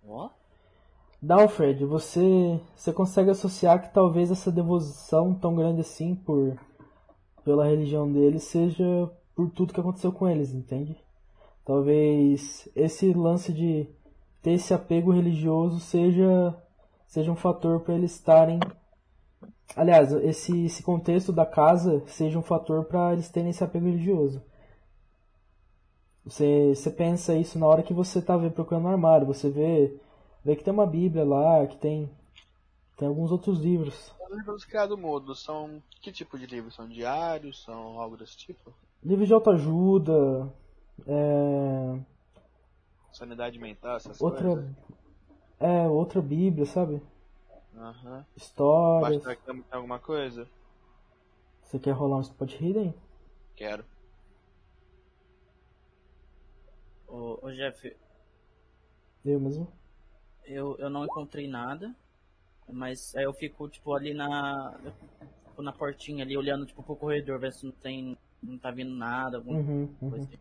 Speaker 3: Ó,
Speaker 2: Dalfred, você, você consegue associar que talvez essa devoção tão grande assim por pela religião deles seja por tudo que aconteceu com eles, entende? Talvez esse lance de ter esse apego religioso seja seja um fator para eles estarem Aliás, esse, esse contexto da casa seja um fator para eles terem esse apego religioso. Você, você pensa isso na hora que você tá vê- procurando no armário, você vê Vê que tem uma Bíblia lá, que tem tem alguns outros livros.
Speaker 5: Os livros criado mudo são. Que tipo de livro? São diários? São algo desse tipo?
Speaker 2: Livros de autoajuda, é,
Speaker 5: Sanidade mental, essas coisas?
Speaker 2: outra é outra Bíblia, sabe?
Speaker 5: Aham. Embaixo
Speaker 2: Histórias.
Speaker 5: da cama tem alguma coisa?
Speaker 2: Você quer rolar um spot hidden?
Speaker 5: Quero.
Speaker 3: ô, ô, Jeff,
Speaker 2: Eu mesmo.
Speaker 3: eu, eu não encontrei nada. Mas tipo, aí eu fico, tipo, ali na. Na portinha ali, olhando, tipo, pro corredor, ver se não tem não tá vindo nada, alguma
Speaker 5: Hum.
Speaker 2: Uhum,
Speaker 3: coisa. assim.
Speaker 2: uhum.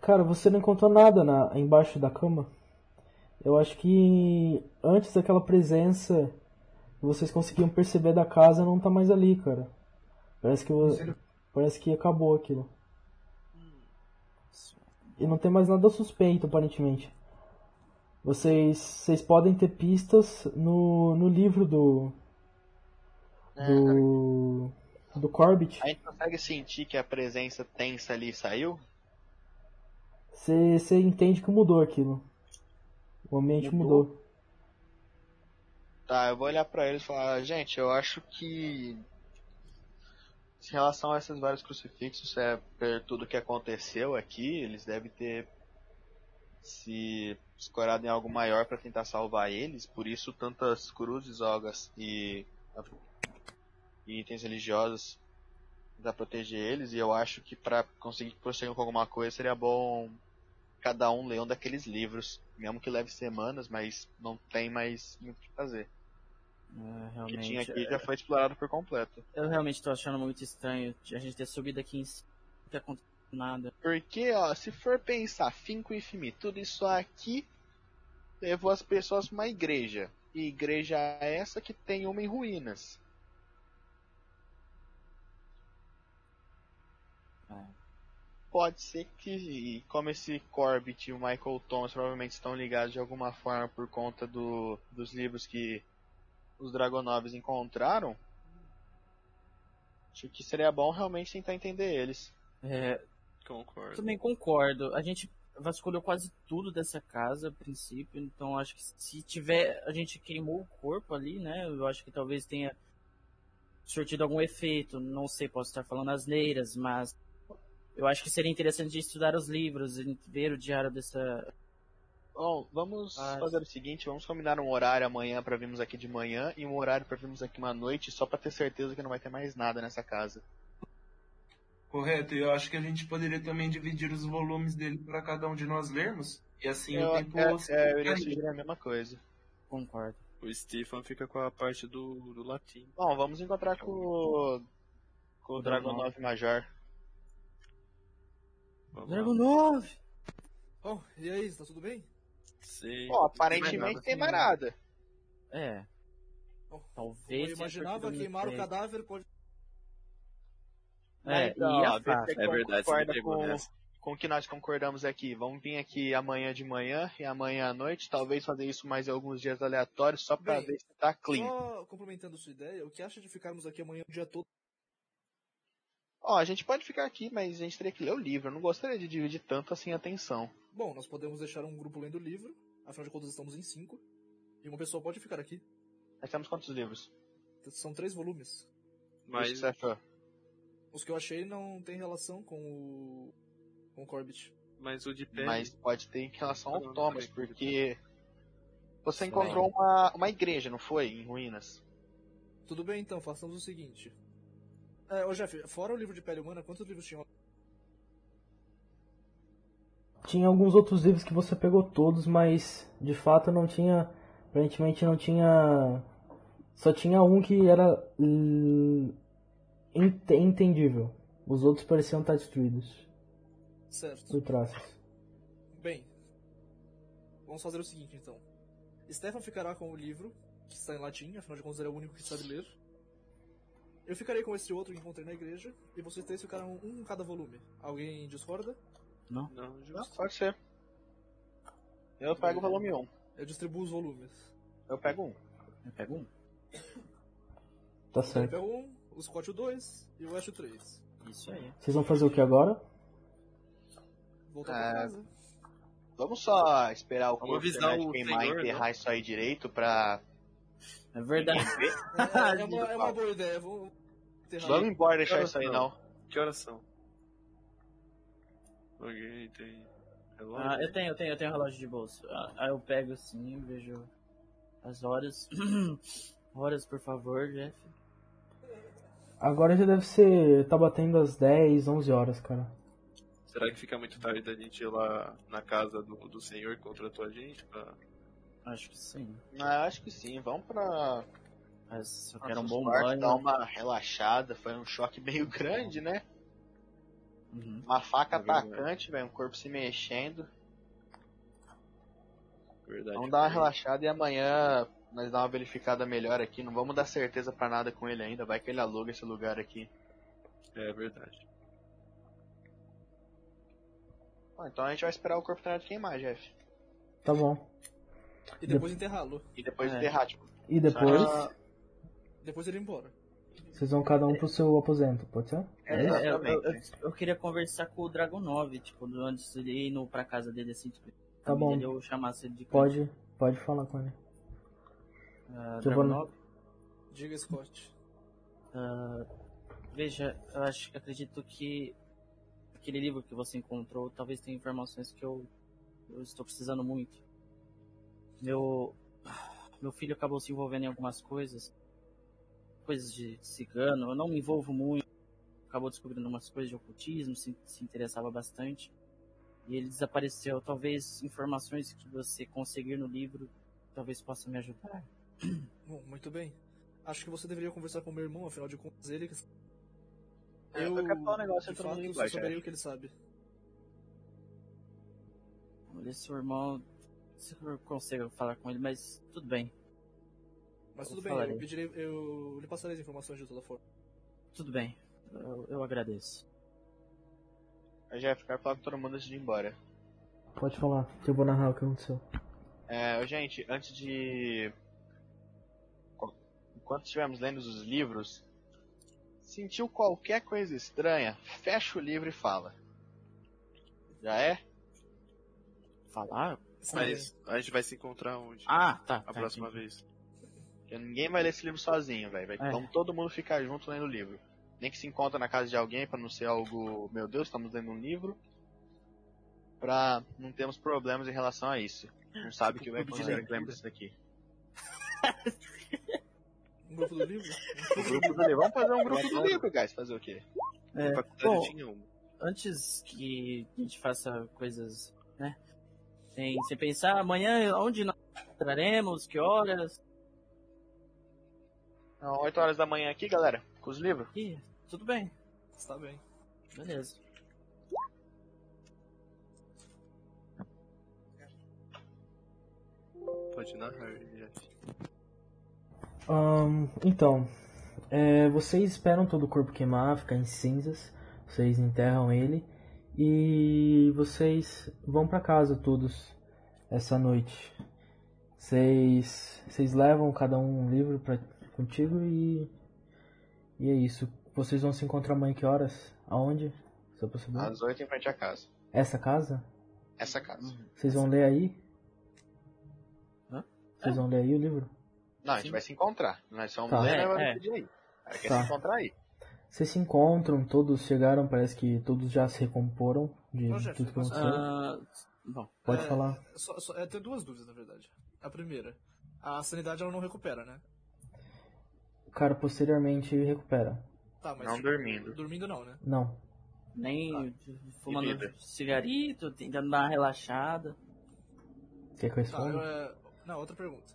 Speaker 2: Cara, você não encontrou nada na, embaixo da cama? Eu acho que antes daquela presença que vocês conseguiam perceber da casa não tá mais ali, cara. Parece que vo- parece que acabou aquilo. E não tem mais nada suspeito, aparentemente. Vocês, vocês podem ter pistas no, no livro do
Speaker 3: É,
Speaker 2: do do Corbett.
Speaker 5: A gente consegue sentir que a presença tensa ali saiu?
Speaker 2: Você você entende que mudou aquilo. O ambiente mudou.
Speaker 5: Tá, eu vou olhar pra eles e falar, gente, eu acho que em relação a esses vários crucifixos, é por tudo que aconteceu aqui, eles devem ter se escorado em algo maior pra tentar salvar eles, por isso tantas cruzes, algas e, e itens religiosos pra proteger eles, e eu acho que pra conseguir que prossigam com alguma coisa seria bom cada um ler um daqueles livros, mesmo que leve semanas, mas não tem mais muito o que
Speaker 3: É,
Speaker 5: fazer. O que
Speaker 3: realmente.
Speaker 5: tinha aqui
Speaker 3: é.
Speaker 5: já foi explorado por completo.
Speaker 3: Eu realmente tô achando muito estranho a gente ter subido aqui em cima, não ter acontecido nada.
Speaker 5: Porque, ó, se for pensar, finco e finitude, isso aqui levou as pessoas pra uma igreja. E igreja é essa que tem uma em ruínas. Pode ser que, como esse Corbett e o Michael Thomas provavelmente estão ligados de alguma forma por conta do, dos livros que os Dragonovs encontraram, acho que seria bom realmente tentar entender eles.
Speaker 3: É,
Speaker 4: Concordo.
Speaker 3: também concordo. A gente vasculhou quase tudo dessa casa, a princípio, então acho que se tiver. A gente queimou o corpo ali, né? Eu acho que talvez tenha surtido algum efeito. Não sei, posso estar falando asneiras, mas eu acho que seria interessante estudar os livros, e ver o diário dessa.
Speaker 5: Bom, vamos
Speaker 3: Ah,
Speaker 5: fazer o seguinte, vamos combinar um horário amanhã pra virmos aqui de manhã e um horário pra virmos aqui uma noite, só pra ter certeza que não vai ter mais nada nessa casa.
Speaker 6: Correto, e eu acho que a gente poderia também dividir os volumes dele para cada um de nós lermos. E assim
Speaker 5: eu,
Speaker 6: o tempo.
Speaker 5: é, é, eu iria
Speaker 6: ficaria.
Speaker 5: sugerir a mesma coisa.
Speaker 3: Concordo.
Speaker 4: O Stefan fica com a parte do, do latim.
Speaker 5: Bom, vamos encontrar com, o- com o Dragon 9 Major.
Speaker 4: Vamos lá.
Speaker 3: Dragon 9!
Speaker 1: Bom, e aí, tá tudo bem?
Speaker 4: Sim.
Speaker 5: Bom,
Speaker 4: Não
Speaker 5: aparentemente tem mais nada.
Speaker 3: É.
Speaker 1: Bom,
Speaker 3: Talvez.
Speaker 1: eu
Speaker 3: tenha
Speaker 1: imaginava,
Speaker 3: surtido um
Speaker 1: queimar o
Speaker 3: efeito.
Speaker 1: cadáver pode...
Speaker 3: É,
Speaker 5: Então,
Speaker 3: e
Speaker 5: ó,
Speaker 1: tá,
Speaker 3: a faca.
Speaker 5: vê se você
Speaker 4: É verdade, você
Speaker 5: concorda
Speaker 4: me pegou
Speaker 5: com,
Speaker 4: nessa.
Speaker 5: com o que nós concordamos aqui. Vamos vir aqui amanhã de manhã e amanhã à noite, talvez fazer isso mais alguns dias aleatórios, só pra
Speaker 1: Bem,
Speaker 5: ver se tá clean.
Speaker 1: Só complementando sua ideia, o que acha de ficarmos aqui amanhã o dia todo?
Speaker 5: Ó, a gente pode ficar aqui, mas a gente teria que ler o livro. Eu não gostaria de dividir tanto assim a atenção.
Speaker 1: Bom, nós podemos deixar um grupo lendo o livro, afinal de contas estamos em cinco, e uma pessoa pode ficar aqui.
Speaker 5: Nós temos quantos livros?
Speaker 1: São três volumes.
Speaker 4: Mas
Speaker 5: Isso, é Sefra.
Speaker 1: Os que eu achei não tem relação com o... com o Corbett.
Speaker 4: Mas o de pé.
Speaker 5: Mas pode ter em relação
Speaker 4: Ah, não,
Speaker 5: ao Thomas,
Speaker 4: também.
Speaker 5: porque você
Speaker 3: Sim.
Speaker 5: encontrou uma, uma igreja, não foi? Em ruínas.
Speaker 1: Tudo bem então, façamos o seguinte. É, ô Jeff, fora o livro de pele humana, quantos livros tinham?
Speaker 2: Tinha alguns outros livros que você pegou todos, mas de fato não tinha. Aparentemente não tinha. Só tinha um que era hum, ente- entendível. Os outros pareciam estar destruídos
Speaker 1: Certo.
Speaker 2: por traços.
Speaker 1: Bem, vamos fazer o seguinte então. Stefan ficará com o livro, que está em latim, afinal de contas ele é o único que sabe ler. Eu ficarei com esse outro que encontrei na igreja, e vocês três ficarão um em cada volume. Alguém discorda?
Speaker 4: Não,
Speaker 5: Não,
Speaker 4: justo.
Speaker 5: pode ser. Eu pego o volume 1.
Speaker 1: Eu distribuo os volumes.
Speaker 5: Eu pego um.
Speaker 3: Pega um.
Speaker 2: Tá
Speaker 1: Eu
Speaker 2: certo.
Speaker 1: pego um, o Scott o 2 e o Ash o 3.
Speaker 3: Isso aí.
Speaker 2: Vocês vão fazer o que agora?
Speaker 1: Voltar pra
Speaker 5: Ah,
Speaker 1: casa.
Speaker 5: Vamos só esperar o corpo
Speaker 4: avisar
Speaker 5: terminar de
Speaker 4: o
Speaker 5: queimar
Speaker 4: senhor,
Speaker 5: e enterrar isso aí direito pra.
Speaker 3: É verdade.
Speaker 1: É, é uma, é uma boa ideia, vamos enterrar.
Speaker 5: Vamos embora deixar
Speaker 4: Não,
Speaker 5: isso aí
Speaker 4: não.
Speaker 5: não.
Speaker 4: Que horas são? Alguém tem. Relógio?
Speaker 3: Ah, eu tenho, eu tenho, eu tenho relógio de bolso. Ah, Aí eu pego assim, vejo as horas. horas, por favor, Jeff.
Speaker 2: Agora já deve ser. tá batendo às 10, 11 horas, cara.
Speaker 3: é.
Speaker 4: Será que fica muito tarde da gente ir lá na casa do, do senhor que Ah, contratou a gente? pra-
Speaker 3: Acho que sim.
Speaker 5: Ah, acho que sim. Vamos pra.
Speaker 3: Mas eu
Speaker 5: Nossa,
Speaker 3: quero um
Speaker 5: os
Speaker 3: bom
Speaker 5: quartos
Speaker 3: banho.
Speaker 5: Dá uma relaxada, foi um choque meio grande, né?
Speaker 3: Uhum.
Speaker 5: Uma faca
Speaker 4: É verdade.
Speaker 5: atacante, velho, um corpo se mexendo.
Speaker 4: Verdade.
Speaker 5: Vamos dar uma relaxada e amanhã nós dá uma verificada melhor aqui. Não vamos dar certeza pra nada com ele ainda, vai que ele aluga esse lugar aqui.
Speaker 4: É verdade.
Speaker 5: Bom, então a gente vai esperar o corpo treinado queimar, Jeff.
Speaker 2: Tá bom.
Speaker 1: E depois enterrá-lo.
Speaker 5: E depois
Speaker 3: É.
Speaker 5: enterrar, tipo.
Speaker 2: E depois,
Speaker 5: Ah,
Speaker 1: Depois ele ir embora.
Speaker 2: vocês vão cada um pro seu aposento, pode ser?
Speaker 3: É,
Speaker 5: É,
Speaker 3: é, eu, eu,
Speaker 5: exatamente.
Speaker 3: eu- eu queria conversar com o Dragonov, tipo, antes de ir no, pra casa dele, assim, tipo,
Speaker 2: Tá
Speaker 3: família
Speaker 2: bom.
Speaker 3: dele, eu chamasse ele de
Speaker 2: Pode, Tipo, pode falar com ele.
Speaker 3: Ah,
Speaker 2: que eu vou no-
Speaker 3: Dragonov.
Speaker 1: Diga, Scott.
Speaker 3: Veja, eu acho, eu acredito que aquele livro que você encontrou talvez tenha informações que eu, eu estou precisando muito. Meu meu filho acabou se envolvendo em algumas coisas, coisas de cigano. Eu não me envolvo muito. Acabou descobrindo umas coisas de ocultismo, se, se interessava bastante. E ele desapareceu. Talvez informações que você conseguir no livro talvez possa me ajudar.
Speaker 1: Bom, muito bem. Acho que você deveria conversar com o meu irmão, afinal de contas, ele que.
Speaker 5: É, eu quero falar um negócio,
Speaker 1: de
Speaker 5: todo mundo
Speaker 1: fato,
Speaker 5: igual,
Speaker 1: só saberia
Speaker 5: Jeff.
Speaker 1: o que ele sabe.
Speaker 3: Olha, seu irmão, se eu consigo falar com ele, mas tudo bem.
Speaker 1: Mas
Speaker 3: Eu
Speaker 1: tudo bem,
Speaker 3: falarei.
Speaker 1: eu, pedirei, eu lhe passarei as informações de toda forma.
Speaker 3: Tudo bem, eu, eu agradeço.
Speaker 5: Jeff, quero falar com todo mundo antes de ir embora.
Speaker 2: Pode falar, que eu vou narrar o que aconteceu.
Speaker 5: É, gente, antes de. Enquanto estivermos lendo os livros, sentiu qualquer coisa estranha, fecha o livro e fala. Já é?
Speaker 3: Falar?
Speaker 1: Sabe,
Speaker 4: Mas a gente vai se encontrar onde?
Speaker 3: Ah, tá.
Speaker 4: a
Speaker 3: tá,
Speaker 4: próxima
Speaker 3: entendi.
Speaker 4: vez.
Speaker 5: Porque ninguém vai ler esse livro sozinho, velho. Vai-
Speaker 3: É.
Speaker 5: Vamos todo mundo ficar junto lendo o livro. Nem que se encontra na casa de alguém pra não ser algo, meu Deus, estamos lendo um livro. Pra não termos problemas em relação a isso. Não sabe o que vai
Speaker 4: Clube de
Speaker 5: acontecer,
Speaker 4: leitura.
Speaker 5: lembra disso daqui.
Speaker 1: um grupo do livro?
Speaker 5: O grupo do livro. Vamos fazer um grupo do livro, guys. Fazer o quê? um.
Speaker 3: É,
Speaker 4: Na faculdade
Speaker 3: bom,
Speaker 4: tinha uma.
Speaker 3: antes que a gente faça coisas, né? Sem, sem pensar, amanhã onde nós entraremos, que horas,
Speaker 5: Então, 8 horas da manhã aqui, galera. Com os livros.
Speaker 3: e tudo bem,
Speaker 1: Está bem.
Speaker 3: beleza.
Speaker 4: Pode narrar, Jeff.
Speaker 2: Ahn, então, é, vocês esperam todo o corpo queimar, ficar em cinzas, vocês enterram ele e vocês vão pra casa todos essa noite. Vocês, vocês levam cada um um livro pra, contigo e e é isso. Vocês vão se encontrar amanhã que horas? Aonde? Só pra saber.
Speaker 5: Às 8 em frente à casa.
Speaker 2: Essa casa?
Speaker 5: Essa casa.
Speaker 2: Vocês vão ler aí?
Speaker 3: Hã?
Speaker 2: Vocês vão ler aí o livro?
Speaker 5: Não, a gente
Speaker 3: Sim.
Speaker 5: vai se encontrar. Nós somos
Speaker 2: Tá.
Speaker 5: lendo,
Speaker 3: É, é.
Speaker 5: mas vamos pedir aí. Aí quer
Speaker 2: Tá.
Speaker 5: se encontrar aí.
Speaker 2: Vocês se encontram, todos chegaram, parece que todos já se recomporam de
Speaker 1: Ô, Jeff,
Speaker 2: tudo que
Speaker 1: posso-
Speaker 2: aconteceu.
Speaker 3: Ah, bom,
Speaker 2: Pode
Speaker 1: é,
Speaker 2: falar.
Speaker 1: Só, só, eu tenho duas dúvidas, na verdade. A primeira, a sanidade ela não recupera, né?
Speaker 2: O cara posteriormente recupera.
Speaker 1: Tá, mas.
Speaker 5: Não dormindo.
Speaker 1: Dormindo não, né?
Speaker 2: Não.
Speaker 3: nem fumando
Speaker 5: Tá. vida?
Speaker 3: cigarrito, tentando dar uma relaxada.
Speaker 2: Quer que eu
Speaker 1: Tá, eu,
Speaker 2: responda?
Speaker 1: é... Não, outra pergunta.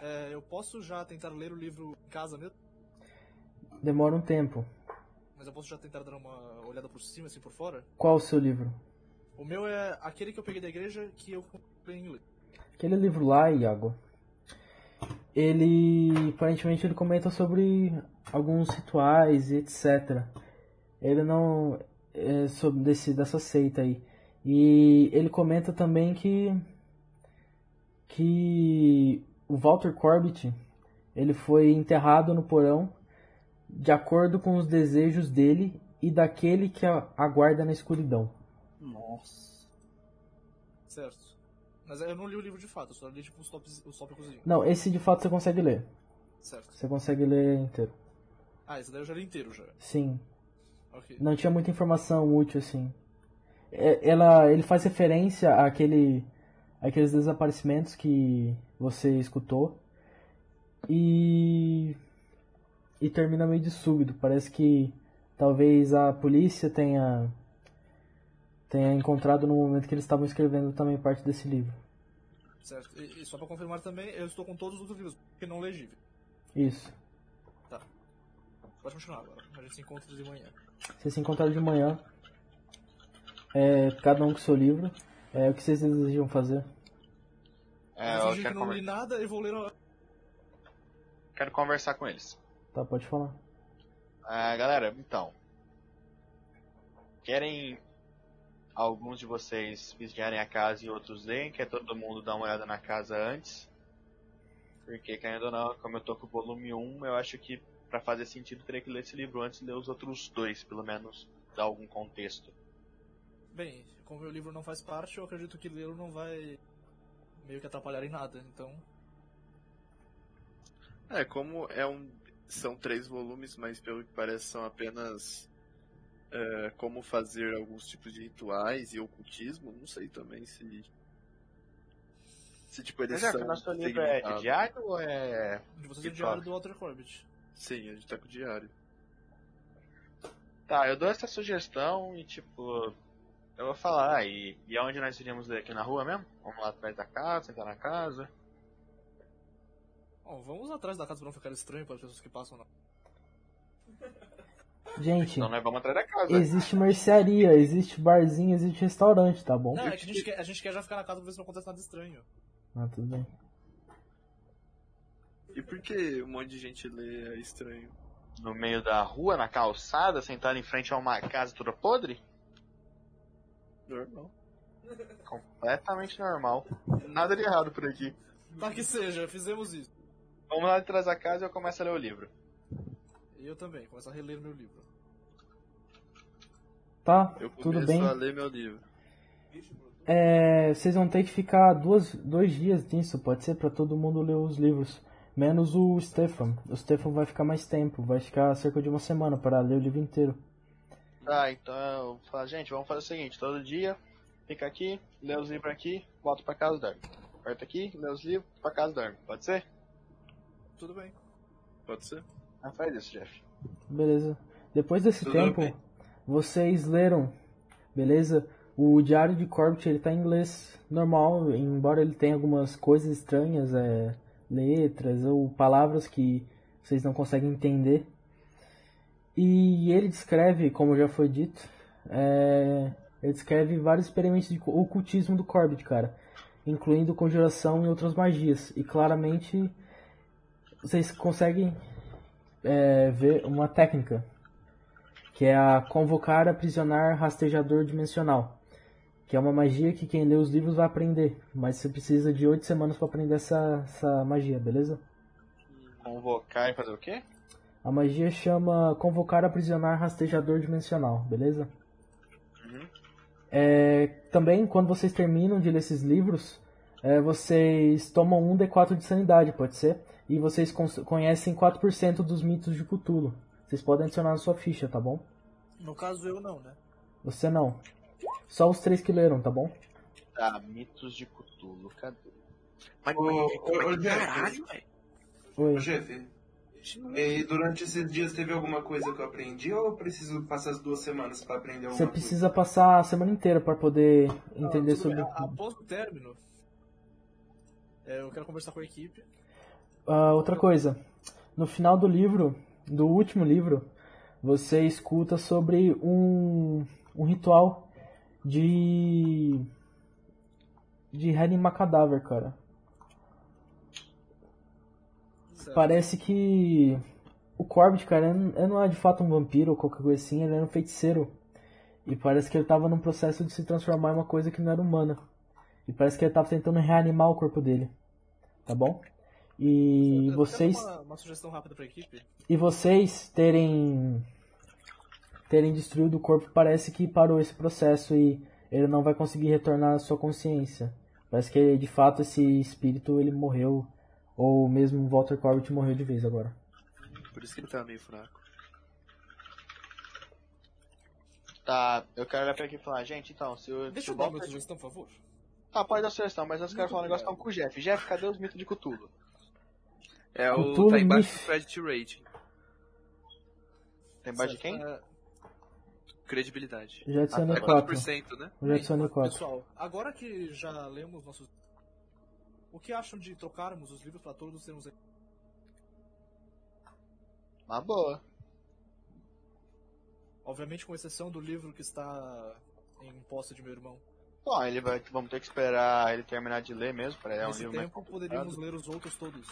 Speaker 1: É, eu posso já tentar ler o livro em casa mesmo?
Speaker 2: Demora um tempo.
Speaker 1: Mas eu posso já tentar dar uma olhada por cima, assim, por fora?
Speaker 2: Qual o seu livro?
Speaker 1: O meu é aquele que eu peguei da igreja que eu comprei em inglês.
Speaker 2: Aquele livro lá, Iago. Ele. Aparentemente ele comenta sobre alguns rituais e etc. Ele não. É, sobre desse, dessa seita aí. E ele comenta também que. Que. O Walter Corbett. Ele foi enterrado no porão. De acordo com os desejos dele e daquele que a- aguarda na escuridão.
Speaker 3: Nossa.
Speaker 1: Certo. Mas eu não li o livro de fato, eu só li tipo os, tops, os tópicozinhos.
Speaker 2: Não, esse de fato você consegue ler.
Speaker 1: Certo.
Speaker 2: Você consegue ler inteiro.
Speaker 1: Ah, esse daí eu já li inteiro já.
Speaker 2: Sim,
Speaker 1: Ok.
Speaker 2: não tinha muita informação útil assim. É- Ela, ele faz referência àquele, àqueles desaparecimentos que você escutou e e termina meio de súbito. Parece que talvez a polícia tenha tenha encontrado no momento que eles estavam escrevendo também parte desse livro.
Speaker 1: Certo. E, e só pra confirmar também, eu estou com todos os outros livros, que não legível.
Speaker 2: Isso.
Speaker 1: Tá. Pode continuar agora. A gente se encontra de manhã.
Speaker 2: Vocês se encontraram de manhã. É, cada um com seu livro. É, o que vocês desejam fazer?
Speaker 5: É,
Speaker 1: eu
Speaker 5: eu é
Speaker 1: fingi que
Speaker 5: quero,
Speaker 1: não li
Speaker 5: conver-
Speaker 1: nada e vou ler a...
Speaker 5: quero conversar com eles.
Speaker 2: Tá, pode falar.
Speaker 5: Ah, galera, então. Querem alguns de vocês vigiarem a casa e outros deem? Quer todo mundo dar uma olhada na casa antes? Porque, querendo ou não, como eu tô com o volume 1, eu acho que pra fazer sentido teria que ler esse livro antes e ler os outros dois, pelo menos dar algum contexto.
Speaker 1: Bem, como meu livro não faz parte, eu acredito que lê-lo não vai meio que atrapalhar em nada, então...
Speaker 4: É, como é um. São três volumes, mas pelo que parece são apenas é, como fazer alguns tipos de rituais e ocultismo, não sei também se. Se tipo eles
Speaker 5: Mas é,
Speaker 4: são.
Speaker 5: o nosso livro é de
Speaker 4: segmentados.
Speaker 5: diário ou é.
Speaker 1: De vocês
Speaker 5: Que
Speaker 1: o diário
Speaker 5: toque.
Speaker 1: do Walter Corbett.
Speaker 4: Sim, a gente tá com o diário.
Speaker 5: Tá, eu dou essa sugestão e tipo. Eu vou falar, ah, e, e aonde nós iríamos ler aqui na rua mesmo? Vamos lá atrás da casa, entrar na casa.
Speaker 1: Bom, vamos atrás da casa pra não ficar estranho para as pessoas que passam na...
Speaker 2: Gente,
Speaker 5: Então nós vamos atrás da casa.
Speaker 2: existe mercearia, existe barzinho, existe restaurante, tá bom?
Speaker 1: Não, é que a gente quer, a gente quer já ficar na casa pra ver se não acontece nada estranho.
Speaker 2: Ah, tudo bem.
Speaker 4: E por que um monte de gente lê é estranho?
Speaker 5: no meio da rua, na calçada, sentado em frente a uma casa toda podre?
Speaker 4: Normal.
Speaker 5: Completamente normal. Nada de errado por aqui.
Speaker 1: Tá que seja, fizemos isso.
Speaker 5: Vamos lá atrás da casa e eu começo a ler o livro.
Speaker 1: E eu também, começo a reler meu livro.
Speaker 2: Tá,
Speaker 4: Eu
Speaker 2: tudo
Speaker 4: começo
Speaker 2: bem.
Speaker 4: a ler meu livro.
Speaker 2: É, vocês vão ter que ficar duas, dois dias nisso, pode ser, pra todo mundo ler os livros. Menos o Stefan. O Stefan vai ficar mais tempo, vai ficar cerca de uma semana para ler o livro inteiro.
Speaker 5: Tá, então eu falo, gente, vamos fazer o seguinte, todo dia, fica aqui, lê os livros aqui, volta pra casa e dorme. Aperta aqui, lê os livros, pra casa e dorme. Pode ser?
Speaker 1: Tudo bem.
Speaker 4: Pode ser?
Speaker 5: Ah, faz isso, Jeff.
Speaker 2: Beleza. Depois desse
Speaker 4: Tudo
Speaker 2: tempo,
Speaker 4: bem.
Speaker 2: vocês leram, beleza? O Diário de Corbett ele tá em inglês normal, embora ele tenha algumas coisas estranhas, é, letras ou palavras que vocês não conseguem entender. E ele descreve, como já foi dito, é, ele descreve vários experimentos de ocultismo do Corbett, cara, incluindo conjuração e outras magias. E claramente vocês conseguem é, ver uma técnica, que é a convocar, aprisionar, rastejador dimensional, que é uma magia que quem lê os livros vai aprender, mas você precisa de oito semanas para aprender essa, essa magia, beleza?
Speaker 5: Convocar e fazer o quê?
Speaker 2: A magia chama convocar, aprisionar, rastejador dimensional, beleza?
Speaker 5: Uhum.
Speaker 2: É, também, quando vocês terminam de ler esses livros, é, vocês tomam um D4 de sanidade, pode ser? E vocês cons- conhecem 4% dos mitos de Cthulhu. Vocês podem adicionar na sua ficha, tá bom?
Speaker 1: No caso, eu não, né?
Speaker 2: Você não. Só os três que leram, tá bom?
Speaker 5: Tá, mitos de Cthulhu, cadê?
Speaker 4: Mas,
Speaker 6: Ô, ô, ô, Jeff,
Speaker 4: caralho, velho.
Speaker 2: Oi.
Speaker 6: ô, Jeff, é, e durante esses dias teve alguma coisa que eu aprendi ou eu preciso passar as duas semanas pra aprender
Speaker 2: Você
Speaker 6: alguma coisa?
Speaker 2: precisa passar a semana inteira para poder entender
Speaker 1: Tudo
Speaker 2: sobre.
Speaker 1: bem, a- Após o término, é, eu quero conversar com a equipe.
Speaker 2: Ah, outra coisa. No final do livro, do último livro, você escuta sobre um, um ritual de. de reanimar cadáver, cara.
Speaker 1: Certo.
Speaker 2: Parece que o Corbett, cara, ele ele não é de fato um vampiro ou qualquer coisa assim, ele era um feiticeiro. E parece que ele tava num processo de se transformar em uma coisa que não era humana. E parece que ele tava tentando reanimar o corpo dele. Tá bom? E
Speaker 1: Eu quero
Speaker 2: vocês
Speaker 1: Uma, uma sugestão rápida pra equipe.
Speaker 2: e vocês terem terem destruído o corpo parece que parou esse processo e ele não vai conseguir retornar à sua consciência. Parece que de fato esse espírito ele morreu ou mesmo o Walter Corbett morreu de vez agora.
Speaker 4: Por isso que ele tá meio fraco.
Speaker 5: Tá, eu quero olhar pra aqui e falar, gente, então, se o. se
Speaker 1: Deixa
Speaker 5: o
Speaker 1: eu dar
Speaker 5: Walter-
Speaker 1: uma sugestão, por favor.
Speaker 5: Tá, pode dar sugestão, mas eu quero falar um negócio então, com o Jeff. Jeff, cadê os mitos de Cthulhu?
Speaker 4: É o.
Speaker 2: Cthulhu
Speaker 4: tá embaixo
Speaker 2: Myth.
Speaker 4: do credit rating.
Speaker 5: Tem embaixo de quem?
Speaker 1: Certo, é,
Speaker 4: Credibilidade.
Speaker 2: Já adicionei
Speaker 4: é
Speaker 2: 4.
Speaker 4: 4%, né?
Speaker 2: Já adicionei 4.
Speaker 1: Pessoal, agora que já lemos nossos. O que acham de trocarmos os livros pra todos termos.
Speaker 5: Uma boa.
Speaker 1: Obviamente com exceção do livro que está em posse de meu irmão.
Speaker 5: Bom, ele vai, vamos ter que esperar ele terminar de ler mesmo, para ele é um
Speaker 1: Nesse
Speaker 5: livro mais
Speaker 1: tempo poderíamos
Speaker 5: complicado.
Speaker 1: ler os outros todos.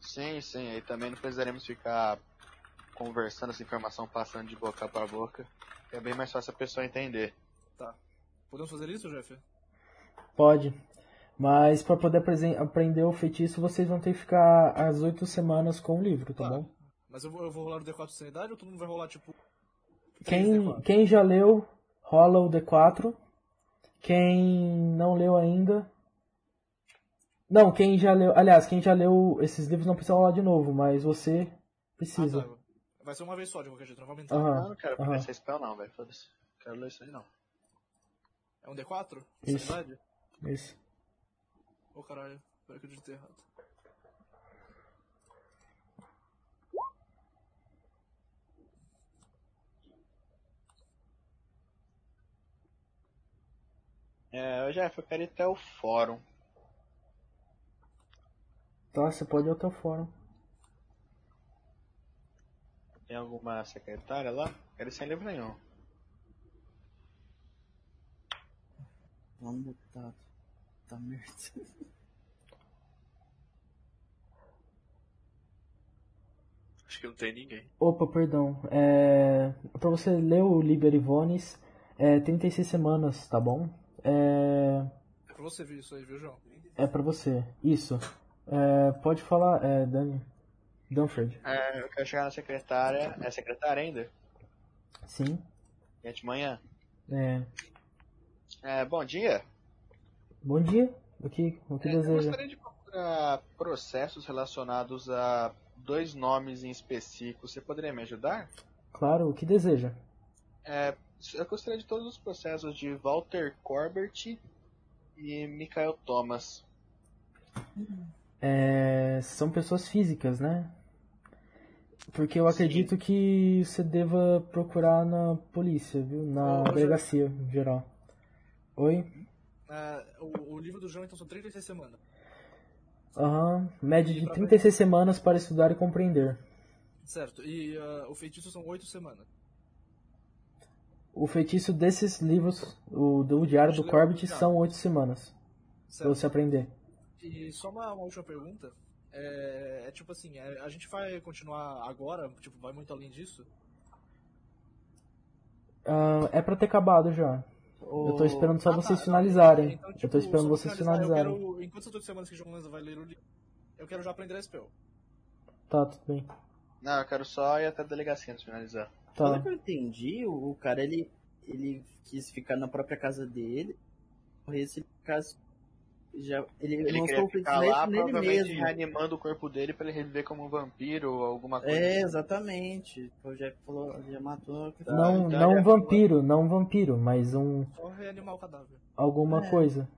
Speaker 5: Sim, sim, aí também não precisaremos ficar conversando essa informação passando de boca pra boca. É bem mais fácil a pessoa entender.
Speaker 1: Tá. Podemos fazer isso, Jeff?
Speaker 2: Pode. Mas pra poder apresen- aprender o feitiço, vocês vão ter que ficar as oito semanas com o livro, tá bom?
Speaker 1: Mas eu vou, eu vou rolar o D4 de sanidade ou todo mundo vai rolar tipo.
Speaker 2: Quem,
Speaker 1: Ah,
Speaker 2: quem já leu, rola o D4. Quem não leu ainda. Não, quem já leu. Aliás, quem já leu esses livros não precisa rolar de novo, mas você precisa.
Speaker 1: Ah, tá. Vai ser uma vez só de qualquer jeito, não vai aumentar.
Speaker 2: Aham.
Speaker 5: Não, não quero
Speaker 2: aham.
Speaker 5: aprender esse spell não, velho. Foda-se. Não Quero ler isso aí não.
Speaker 1: É um D4?
Speaker 2: Isso.
Speaker 1: Sanidade?
Speaker 2: Isso.
Speaker 1: Ô caralho, peraí que eu digitei errado.
Speaker 5: É, eu já eu quero ir até o fórum.
Speaker 2: Tá, você pode ir até o fórum.
Speaker 5: Tem alguma secretária lá? Quero ir sem livro nenhum.
Speaker 3: Vamos botar. Tá merda.
Speaker 4: Acho que não tem ninguém.
Speaker 2: Opa, perdão. É... Pra você ler o Liber Ivones, é 36 semanas, tá bom? É.
Speaker 1: É pra você ver isso aí, viu, João?
Speaker 2: É pra você. Isso. É, pode falar, é, Dani. Dunford.
Speaker 5: É, eu quero chegar na secretária. É secretária ainda?
Speaker 2: Sim.
Speaker 5: É de manhã.
Speaker 2: É,
Speaker 5: É, bom dia.
Speaker 2: bom dia. O que, o que
Speaker 5: É, eu
Speaker 2: deseja?
Speaker 5: gostaria de procurar processos relacionados a dois nomes em específico. Você poderia me ajudar?
Speaker 2: Claro, o que deseja.
Speaker 5: É, eu gostaria de todos os processos de Walter Corbett e Michael Thomas.
Speaker 2: É, são pessoas físicas, né? Porque eu acredito que você deva procurar na polícia, viu? Na
Speaker 5: Ah,
Speaker 1: Ô, Jorge.
Speaker 2: delegacia em geral. Oi?
Speaker 1: É, o, o livro do João então são 36 semanas.
Speaker 2: Aham. Média de
Speaker 1: pra
Speaker 2: 36 semanas para estudar e compreender.
Speaker 1: Certo, e ah, o feitiço são 8 semanas.
Speaker 2: O feitiço desses livros, o do Diário
Speaker 1: Acho
Speaker 2: do
Speaker 1: que é
Speaker 2: Corbett,
Speaker 1: obrigado.
Speaker 2: são 8 semanas. Pra
Speaker 1: Certo.
Speaker 2: Então você aprender.
Speaker 1: E só uma, uma última pergunta. É, é tipo assim, é, a gente vai continuar agora, tipo, vai muito além disso.
Speaker 2: Ah, é pra ter acabado já. Eu tô esperando só
Speaker 1: Ah, tá,
Speaker 2: vocês
Speaker 1: tá.
Speaker 2: finalizarem.
Speaker 1: Então,
Speaker 2: eu tô
Speaker 1: tipo,
Speaker 2: esperando
Speaker 1: só
Speaker 2: vocês
Speaker 1: finalizar, eu
Speaker 2: finalizarem.
Speaker 1: quero- enquanto essas duas semanas que o João Lanza vai ler o livro, eu quero já aprender a spell.
Speaker 2: Tá, tudo bem.
Speaker 5: Não, eu quero só ir até a delegacia antes de finalizar.
Speaker 3: Pelo
Speaker 2: Tá.
Speaker 3: que eu entendi, o, o cara ele, ele quis ficar na própria casa dele. Morrer se ele ficasse. Já, ele
Speaker 5: Ele
Speaker 3: lançou
Speaker 5: queria
Speaker 3: o feitiço
Speaker 5: ficar lá,
Speaker 3: nele
Speaker 5: provavelmente
Speaker 3: mesmo.
Speaker 5: reanimando o corpo dele pra ele reviver como um vampiro ou alguma coisa.
Speaker 3: É, exatamente. O Jeff falou, já matou. que foi.
Speaker 2: Não,
Speaker 5: então
Speaker 2: não
Speaker 5: é-
Speaker 2: um vampiro, não um vampiro, mas um
Speaker 1: Só reanimar o cadáver.
Speaker 2: alguma
Speaker 3: É.
Speaker 2: coisa.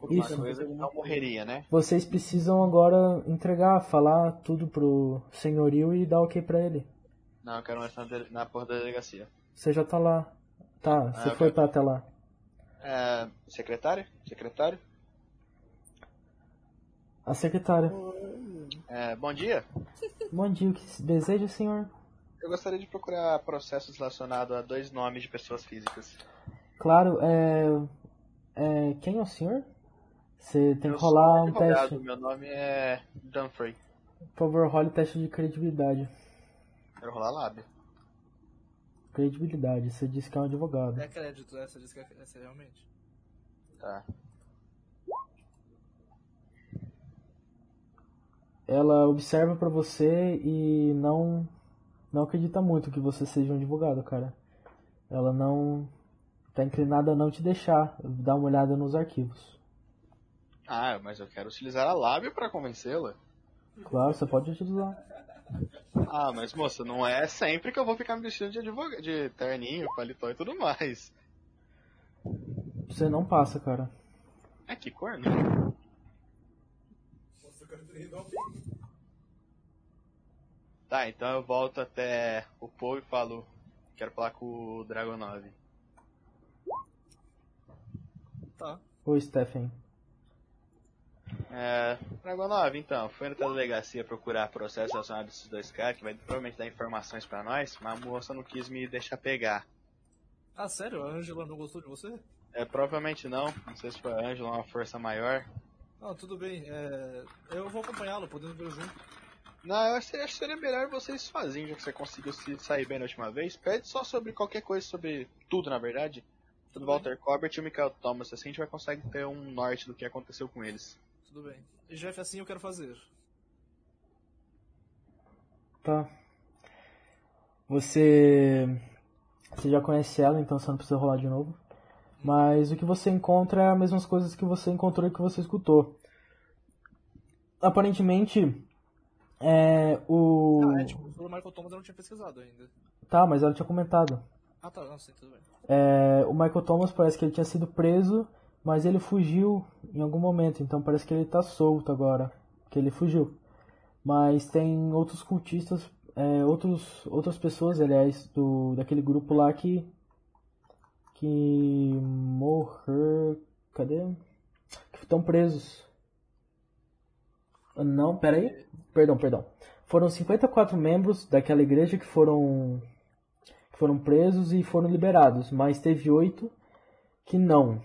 Speaker 5: alguma
Speaker 2: isso.
Speaker 5: coisa que não morreria, né?
Speaker 2: Vocês precisam agora entregar, falar tudo pro senhorio e dar ok pra ele.
Speaker 5: Não, eu quero mais na, dele- na porra da delegacia.
Speaker 2: Você já tá lá. Tá, você
Speaker 5: Ah,
Speaker 2: foi
Speaker 5: tá.
Speaker 2: pra até lá.
Speaker 5: É, secretário? Secretário?
Speaker 2: A secretária.
Speaker 5: É, bom dia.
Speaker 2: Bom dia, o que se deseja, senhor?
Speaker 5: Eu gostaria de procurar processos relacionados a dois nomes de pessoas físicas.
Speaker 2: Claro, é. é quem é o senhor? Você tem
Speaker 5: Eu
Speaker 2: que
Speaker 5: sou
Speaker 2: rolar um
Speaker 5: advogado,
Speaker 2: teste.
Speaker 5: Meu nome é Dunfrey.
Speaker 2: Por favor, role o teste de credibilidade.
Speaker 5: Quero rolar lábio.
Speaker 2: Credibilidade, você disse que é um advogado.
Speaker 1: É crédito, essa diz que é, essa é realmente.
Speaker 5: Tá.
Speaker 2: Ela observa pra você e não não acredita muito que você seja um advogado, cara. Ela não tá inclinada a não te deixar dar uma olhada nos arquivos.
Speaker 5: Ah, mas eu quero utilizar a lábio pra convencê-la.
Speaker 2: Claro, você pode utilizar.
Speaker 5: Ah, mas moça, não é sempre que eu vou ficar me vestindo de advogado, de terninho, paletó e tudo mais.
Speaker 2: Você não passa, cara.
Speaker 5: É que corno. Tá, então eu volto até o Paul e falo. Quero falar com o Dragon 9.
Speaker 1: Tá.
Speaker 2: Ô, Stephen.
Speaker 5: É, Dragon 9, então, foi na delegacia procurar processo relacionado a esses dois caras, que vai provavelmente dar informações pra nós, mas a moça não quis me deixar pegar.
Speaker 1: Ah, sério? A Angela não gostou de você?
Speaker 5: É, provavelmente não, não sei se foi a Angela ou uma força maior.
Speaker 1: Não, Ah, tudo bem. É... Eu vou acompanhá-lo, podemos ver junto.
Speaker 5: Não, eu acho que acho que seria melhor vocês sozinhos, já que você conseguiu se sair bem na última vez. Pede só sobre qualquer coisa, sobre tudo, na verdade. Do Walter Corbett e o Michael Thomas, assim a gente vai conseguir ter um norte do que aconteceu com eles.
Speaker 1: Tudo bem. E Jeff, assim eu quero fazer.
Speaker 2: Tá. Você. Você já conhece ela, então você não precisa rolar de novo. Mas o que você encontra é as mesmas coisas que você encontrou e que você escutou. Aparentemente, é, o.
Speaker 1: Ah, é, tipo, pelo Michael Thomas eu não tinha pesquisado ainda.
Speaker 2: Tá, mas ela tinha comentado.
Speaker 1: Ah, tá, não sei, tudo bem.
Speaker 2: É, o Michael Thomas parece que ele tinha sido preso, mas ele fugiu em algum momento, então parece que ele tá solto agora, que ele fugiu. Mas tem outros cultistas, é, outros, outras pessoas, aliás, do, daquele grupo lá que. que. morrer. cadê? que estão presos. Não, peraí. Perdão, perdão. Foram 54 membros daquela igreja que foram que foram presos e foram liberados, mas teve oito que não.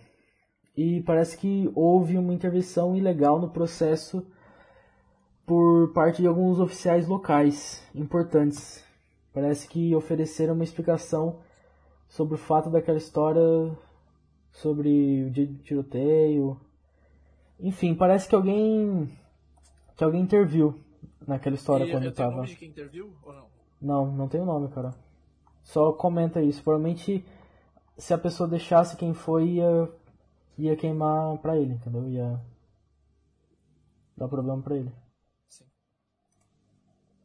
Speaker 2: E parece que houve uma intervenção ilegal no processo por parte de alguns oficiais locais importantes. Parece que ofereceram uma explicação sobre o fato daquela história sobre o dia do tiroteio. Enfim, parece que alguém que alguém interviu naquela história
Speaker 1: e
Speaker 2: quando
Speaker 1: eu tenho
Speaker 2: tava.
Speaker 1: nome de quem interviu ou não?
Speaker 2: Não, não tem o nome, cara. Só comenta isso. Provavelmente se a pessoa deixasse quem foi ia, ia queimar pra ele, entendeu? Ia dar problema pra ele.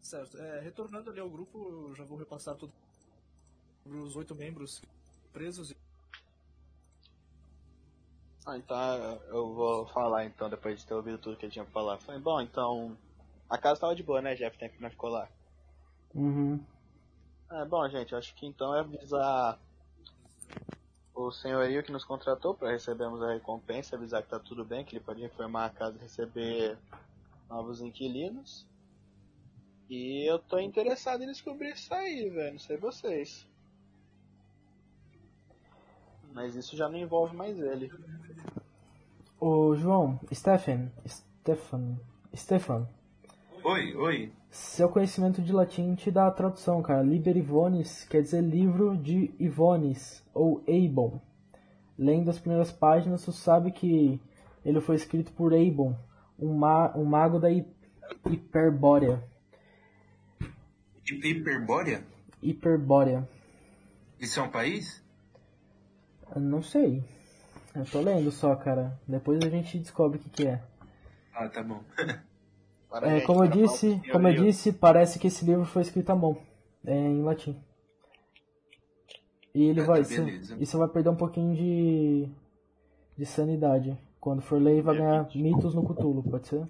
Speaker 1: Certo. É, retornando ali ao grupo, eu já vou repassar tudo sobre os oito membros presos. e-
Speaker 5: Ah, então eu vou falar então, depois de ter ouvido tudo que ele tinha pra falar. Foi bom, então. A casa tava de boa, né, Jeff? Tempo que não ficou lá.
Speaker 2: Uhum.
Speaker 5: É bom, gente, acho que então é avisar o senhorio que nos contratou para recebermos a recompensa, avisar que tá tudo bem, que ele pode reformar a casa e receber novos inquilinos. E eu tô interessado em descobrir isso aí, velho, não sei vocês. Mas isso já não envolve mais ele.
Speaker 2: Ô João, Stefan, Stefan, Stefan,
Speaker 6: Oi, oi.
Speaker 2: seu conhecimento de latim te dá a tradução, cara. Liber Ivonis quer dizer livro de Ivonis, ou Eibon. Lendo as primeiras páginas, tu sabe que ele foi escrito por Eibon, um, ma um mago da Hi- Hiperbórea.
Speaker 6: Hi- Hiperbórea?
Speaker 2: Hiperbórea.
Speaker 6: Isso é um país?
Speaker 2: Eu não sei. Eu tô lendo só, cara. Depois a gente descobre o que, que é.
Speaker 6: Ah, tá bom.
Speaker 5: Para
Speaker 2: É,
Speaker 5: gente,
Speaker 2: como eu
Speaker 5: para Paulo,
Speaker 2: disse,
Speaker 5: senhorio.
Speaker 2: como eu disse, parece que esse livro foi escrito à mão, é, em latim. E ele
Speaker 6: Ah,
Speaker 2: vai,
Speaker 6: tá,
Speaker 2: cê-
Speaker 6: beleza.
Speaker 2: e você vai perder um pouquinho de de sanidade. Quando for ler, vai ganhar mitos no Cthulhu, pode ser?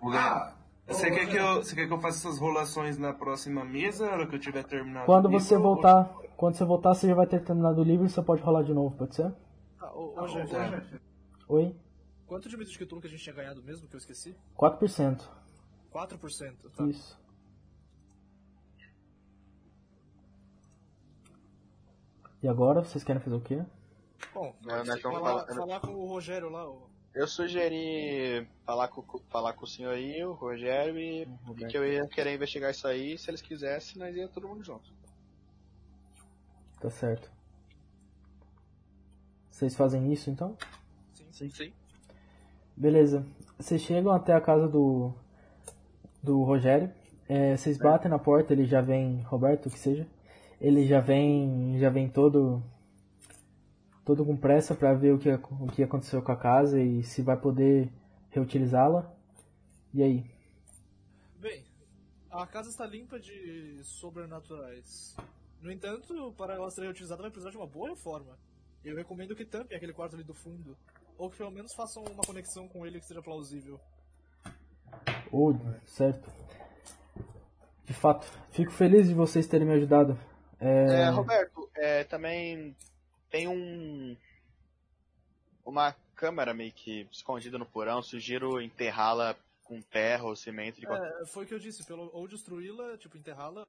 Speaker 6: Vou ganhar. Você quer, que eu, você quer que eu faça essas rolações na próxima mesa, na hora que eu tiver terminado?
Speaker 2: Quando
Speaker 6: o livro,
Speaker 2: você
Speaker 6: ou-
Speaker 2: voltar, quando você voltar, você já vai ter terminado o livro e você pode rolar de novo, pode ser?
Speaker 1: Ah, ô, ô, Jeff,
Speaker 2: Oi?
Speaker 1: quanto de mitos de Cthulhu que a gente tinha ganhado mesmo, que eu esqueci?
Speaker 2: 4%.
Speaker 1: 4%, tá.
Speaker 2: Isso. E agora, vocês querem fazer o quê?
Speaker 1: Bom,
Speaker 5: Não, nós vamos
Speaker 1: falar,
Speaker 5: falar-
Speaker 1: falar com o Rogério lá, o
Speaker 5: Eu sugeri falar com, com- falar com o senhorio, o Rogério, e que eu ia querer investigar isso aí. Se eles quisessem, nós ia todo mundo junto.
Speaker 2: Tá certo. Vocês fazem isso então?
Speaker 4: Sim, sim.
Speaker 2: Beleza. Vocês chegam até a casa do do Rogério. É, vocês batem na porta, ele já vem, Roberto, que seja. Ele já vem, já vem todo todo com pressa pra ver o que ac- o que aconteceu com a casa e se vai poder reutilizá-la. E aí?
Speaker 1: Bem, a casa está limpa de sobrenaturais. No entanto, para ela ser reutilizada vai precisar de uma boa reforma. Eu recomendo que tampem aquele quarto ali do fundo. Ou que pelo menos façam uma conexão com ele que seja plausível.
Speaker 2: Ou, certo. De fato, fico feliz de vocês terem me ajudado.
Speaker 5: É,
Speaker 2: É,
Speaker 5: Roberto, é, também tem um. Uma câmara meio que escondida no porão, sugiro enterrá-la com terra ou cimento de qualquer...
Speaker 1: É, foi o que eu disse, pelo, ou destruí-la, tipo, enterrá-la.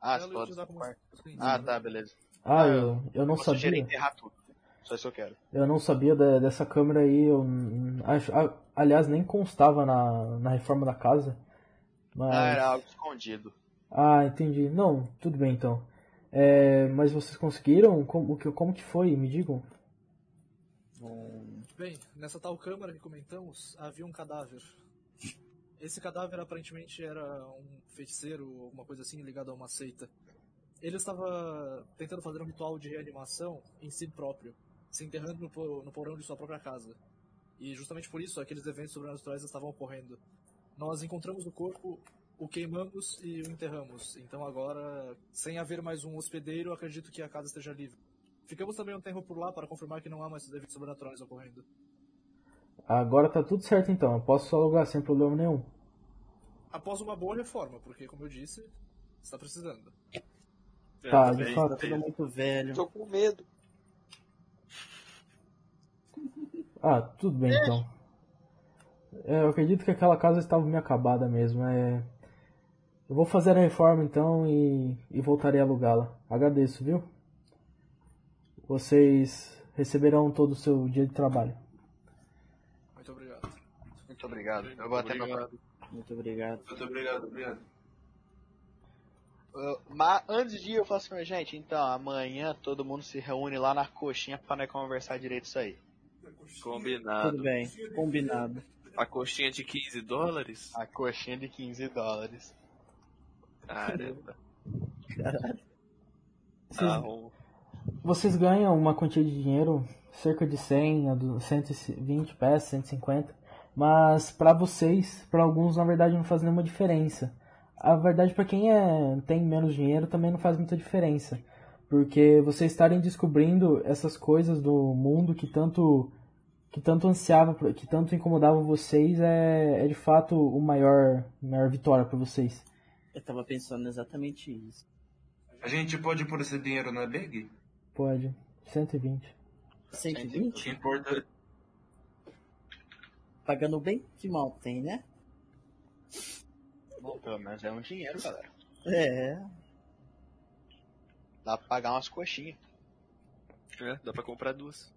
Speaker 5: Ah,
Speaker 1: ela
Speaker 5: você
Speaker 1: ia
Speaker 5: falou
Speaker 1: utilizar
Speaker 5: do
Speaker 1: como
Speaker 5: quarto.
Speaker 1: suicídio,
Speaker 5: Ah,
Speaker 1: né?
Speaker 5: tá, beleza.
Speaker 2: Ah,
Speaker 5: Ah,
Speaker 2: eu, eu não
Speaker 5: vou
Speaker 2: sabia.
Speaker 5: sugerir enterrar tudo. Só isso eu quero.
Speaker 2: Eu não sabia da- dessa câmera aí. Eu, n- acho, a- aliás, nem constava na, na reforma da casa. Mas...
Speaker 5: Ah, era algo escondido.
Speaker 2: Ah, entendi. Não, tudo bem então. É, mas vocês conseguiram? Como, o que, como que foi? Me digam.
Speaker 1: Bem, nessa tal câmara que comentamos, havia um cadáver. Esse cadáver aparentemente era um feiticeiro ou alguma coisa assim ligado a uma seita. Ele estava tentando fazer um ritual de reanimação em si próprio, se enterrando no, po- no porão de sua própria casa. E justamente por isso aqueles eventos sobrenaturais estavam ocorrendo. Nós encontramos o corpo, o queimamos e o enterramos. Então agora, sem haver mais um hospedeiro, acredito que a casa esteja livre. Ficamos também um tempo por lá para confirmar que não há mais eventos sobrenaturais ocorrendo.
Speaker 2: Agora tá tudo certo então. Eu posso só alugar sem problema nenhum.
Speaker 1: Após uma boa reforma, porque, como eu disse, está precisando.
Speaker 4: É,
Speaker 2: Tá,
Speaker 4: também.
Speaker 2: de fato.
Speaker 3: Tá tudo muito velho.
Speaker 8: Tô com medo.
Speaker 2: Ah, tudo bem então. É, eu acredito que aquela casa estava meio acabada mesmo. É... Eu vou fazer a reforma então e, e voltarei a alugá-la. Agradeço, viu? Vocês receberão todo o seu dia de trabalho.
Speaker 1: Muito obrigado.
Speaker 5: Muito obrigado. Eu vou até meu...
Speaker 4: Obrigado.
Speaker 3: Muito obrigado.
Speaker 6: Muito obrigado, obrigado.
Speaker 5: Uh, mas antes de ir, eu falo assim, gente, então, amanhã todo mundo se reúne lá na coxinha pra nós conversar direito isso aí.
Speaker 4: Combinado.
Speaker 3: Tudo bem, combinado.
Speaker 4: A coxinha de 15 dólares?
Speaker 5: A coxinha de 15 dólares.
Speaker 4: Caramba.
Speaker 2: Vocês-
Speaker 4: Ah, um-
Speaker 2: Vocês ganham uma quantia de dinheiro, cerca de 100 a du- 120 peças, 150, mas pra vocês, pra alguns na verdade não faz nenhuma diferença. A verdade pra quem é, tem menos dinheiro também não faz muita diferença, porque vocês estarem descobrindo essas coisas do mundo que tanto que tanto ansiava, por- que tanto incomodava vocês é, é de fato o maior maior vitória pra vocês.
Speaker 3: Eu tava pensando exatamente isso.
Speaker 6: A gente pode pôr esse dinheiro na bag?
Speaker 2: Pode, 120.
Speaker 3: 120?
Speaker 6: Que importa.
Speaker 3: Pagando bem que mal tem, né?
Speaker 5: Bom, pelo menos é um dinheiro, galera.
Speaker 3: É.
Speaker 5: Dá pra pagar umas coxinhas.
Speaker 4: é, dá pra comprar duas.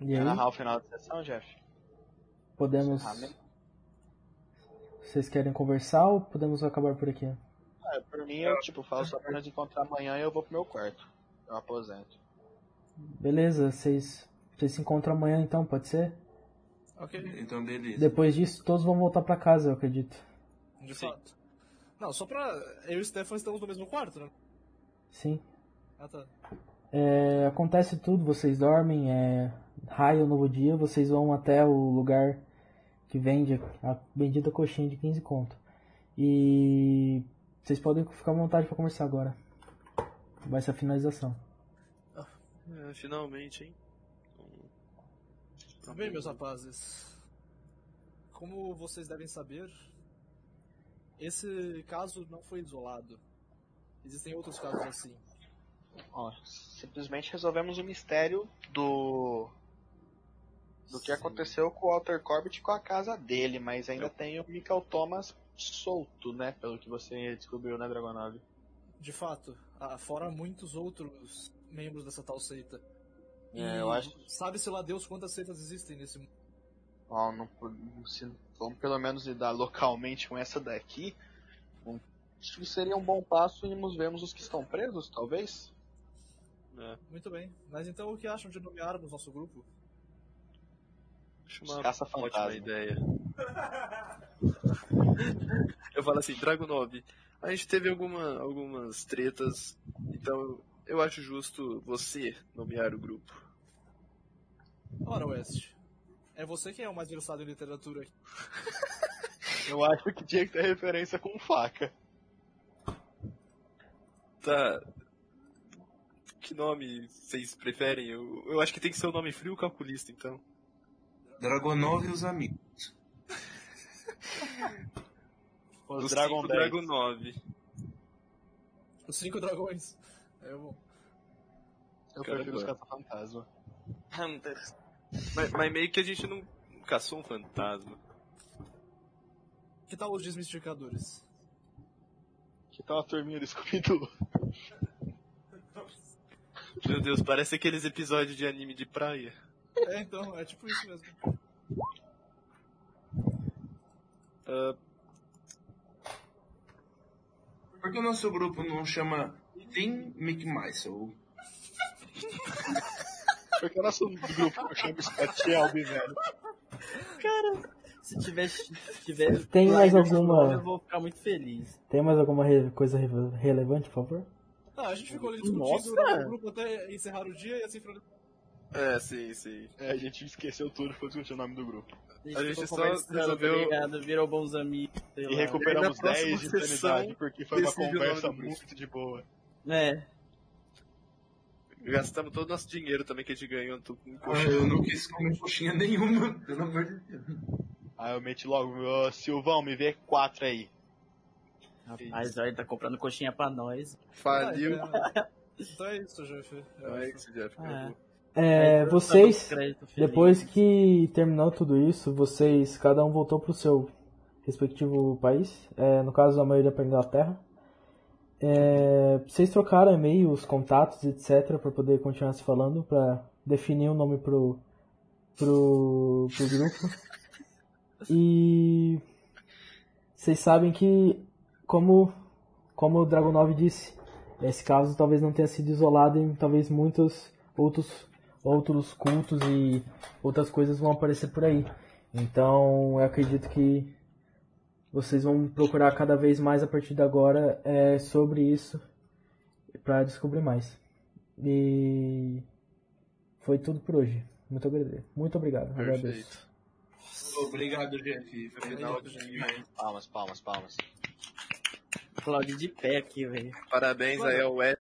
Speaker 2: E
Speaker 5: Quer
Speaker 2: aí,
Speaker 5: narrar o final da sessão, Jeff?
Speaker 2: podemos
Speaker 5: Encerramento?
Speaker 2: Vocês querem conversar ou podemos acabar por aqui?
Speaker 5: Ah, por mim, eu tipo, falo só pra nós encontrar amanhã e eu vou pro meu quarto. Eu aposento.
Speaker 2: Beleza, vocês, vocês se encontram amanhã então, pode ser?
Speaker 1: Ok,
Speaker 6: Então, beleza.
Speaker 2: Depois disso, todos vão voltar pra casa, eu acredito.
Speaker 1: de
Speaker 4: Sim.
Speaker 1: fato. Não, só pra. Eu e o Stefan estamos no mesmo quarto, né?
Speaker 2: Sim.
Speaker 1: Ah, tá.
Speaker 2: É, acontece tudo, vocês dormem, é, raio novo dia, vocês vão até o lugar que vende a bendita coxinha de 15 conto. E vocês podem ficar à vontade pra conversar agora. Vai ser a finalização.
Speaker 4: É, finalmente, hein?
Speaker 1: Tudo bem, meus rapazes. Como vocês devem saber, esse caso não foi isolado. Existem outros casos assim.
Speaker 5: Ó, simplesmente resolvemos o mistério do. do que aconteceu com o Walter Corbett e com a casa dele, mas ainda tem o Michael Thomas solto, né? Pelo que você descobriu, né, Dragonov?
Speaker 1: De fato, ah, fora muitos outros membros dessa tal seita.
Speaker 5: É, eu acho.
Speaker 1: Sabe-se lá Deus quantas seitas existem nesse mundo.
Speaker 5: Ó, não, po- se, vamos pelo menos lidar localmente com essa daqui. Um- acho que seria um bom passo irmos vermos os que estão presos, talvez?
Speaker 4: É,
Speaker 1: Muito bem. Mas então o que acham de nomearmos nosso grupo?
Speaker 4: acho
Speaker 5: Os
Speaker 4: uma
Speaker 5: caça-fantasma.
Speaker 4: ótima ideia. eu falo assim, Dragon 9, a gente teve alguma, algumas tretas, então eu acho justo você nomear o grupo.
Speaker 1: Ora, West. É você quem é o mais versado em literatura aqui.
Speaker 5: Eu acho que tinha que ter referência com faca.
Speaker 4: Tá. que nome vocês preferem? Eu, eu acho que tem que ser o nome frio ou calculista, então.
Speaker 6: Dragonov e os amigos.
Speaker 4: Os
Speaker 5: Os Dragon
Speaker 4: cinco
Speaker 5: 10.
Speaker 4: Dragon 9.
Speaker 1: Os cinco dragões. É bom.
Speaker 5: Eu
Speaker 4: Cara,
Speaker 5: prefiro os
Speaker 4: agora.
Speaker 5: caça-fantasma.
Speaker 4: Mas, mas meio que a gente não caçou um fantasma.
Speaker 1: Que tal os desmistificadores?
Speaker 5: Que tal a turminha do Scooby-Doo?
Speaker 4: Meu Deus, parece aqueles episódios de anime de praia.
Speaker 1: É, então, é tipo isso mesmo.
Speaker 4: Ah,
Speaker 6: Por que o nosso grupo não chama Tim McMichael?
Speaker 5: Porque o nosso grupo chama Scott Shelby, é velho.
Speaker 3: Se tiver, se tiver
Speaker 2: Tem
Speaker 3: lá
Speaker 2: mais
Speaker 3: no Discord,
Speaker 2: alguma-
Speaker 3: Eu vou ficar muito feliz.
Speaker 2: Tem mais alguma re- coisa re- relevante, por favor?
Speaker 1: Ah, a gente ficou ali discutindo
Speaker 3: Nossa!
Speaker 1: no grupo até encerrar o dia e assim foi.
Speaker 4: É, sim, sim.
Speaker 5: É, a gente esqueceu tudo e foi discutir o nome do grupo.
Speaker 4: A gente
Speaker 3: ficou
Speaker 4: só
Speaker 3: conversando,
Speaker 4: resolveu-
Speaker 3: tá ligado? virou bons amigos. sei
Speaker 5: E
Speaker 3: lá.
Speaker 5: recuperamos
Speaker 4: Aí na
Speaker 5: 10 de
Speaker 4: próxima sessão,
Speaker 5: sanidade, porque foi uma
Speaker 4: decide o nome
Speaker 5: conversa
Speaker 4: do grupo.
Speaker 5: muito de boa.
Speaker 3: É,
Speaker 4: Gastamos todo o nosso dinheiro também que a gente ganhou tudo em
Speaker 6: Poxa,
Speaker 4: coxinha.
Speaker 6: eu não quis comer coxinha nenhuma, pelo amor de Deus.
Speaker 5: Aí eu meti logo, ô Silvão, me vê 4 aí.
Speaker 3: rapaz, olha, ele tá comprando coxinha pra nós.
Speaker 4: Faliu.
Speaker 1: Ah, é. Então é isso, Jeff. Eu
Speaker 4: Ai,
Speaker 1: acho.
Speaker 4: que Jeff,
Speaker 3: É.
Speaker 4: acabou.
Speaker 2: É,
Speaker 3: Aí,
Speaker 2: vocês,
Speaker 3: tá no crédito, feliz.
Speaker 2: depois que terminou tudo isso, vocês, cada um voltou pro seu respectivo país. É, no caso, a maioria pra Inglaterra. É, vocês trocaram e-mails, contatos, etc, pra poder continuar se falando, pra definir o nome pro, pro, pro grupo. E vocês sabem que, como, como o Dragonov disse, esse caso talvez não tenha sido isolado em talvez muitos outros outros cultos e outras coisas vão aparecer por aí. Então, eu acredito que vocês vão procurar cada vez mais a partir de agora é, sobre isso para descobrir mais. E foi tudo por hoje. Muito obrigado. Muito obrigado.
Speaker 4: Perfeito.
Speaker 2: Agradeço.
Speaker 6: Obrigado, Jeff. Foi final demais.
Speaker 5: Palmas, palmas, palmas.
Speaker 3: Aplaude de pé aqui, velho.
Speaker 4: Parabéns aí ao Wes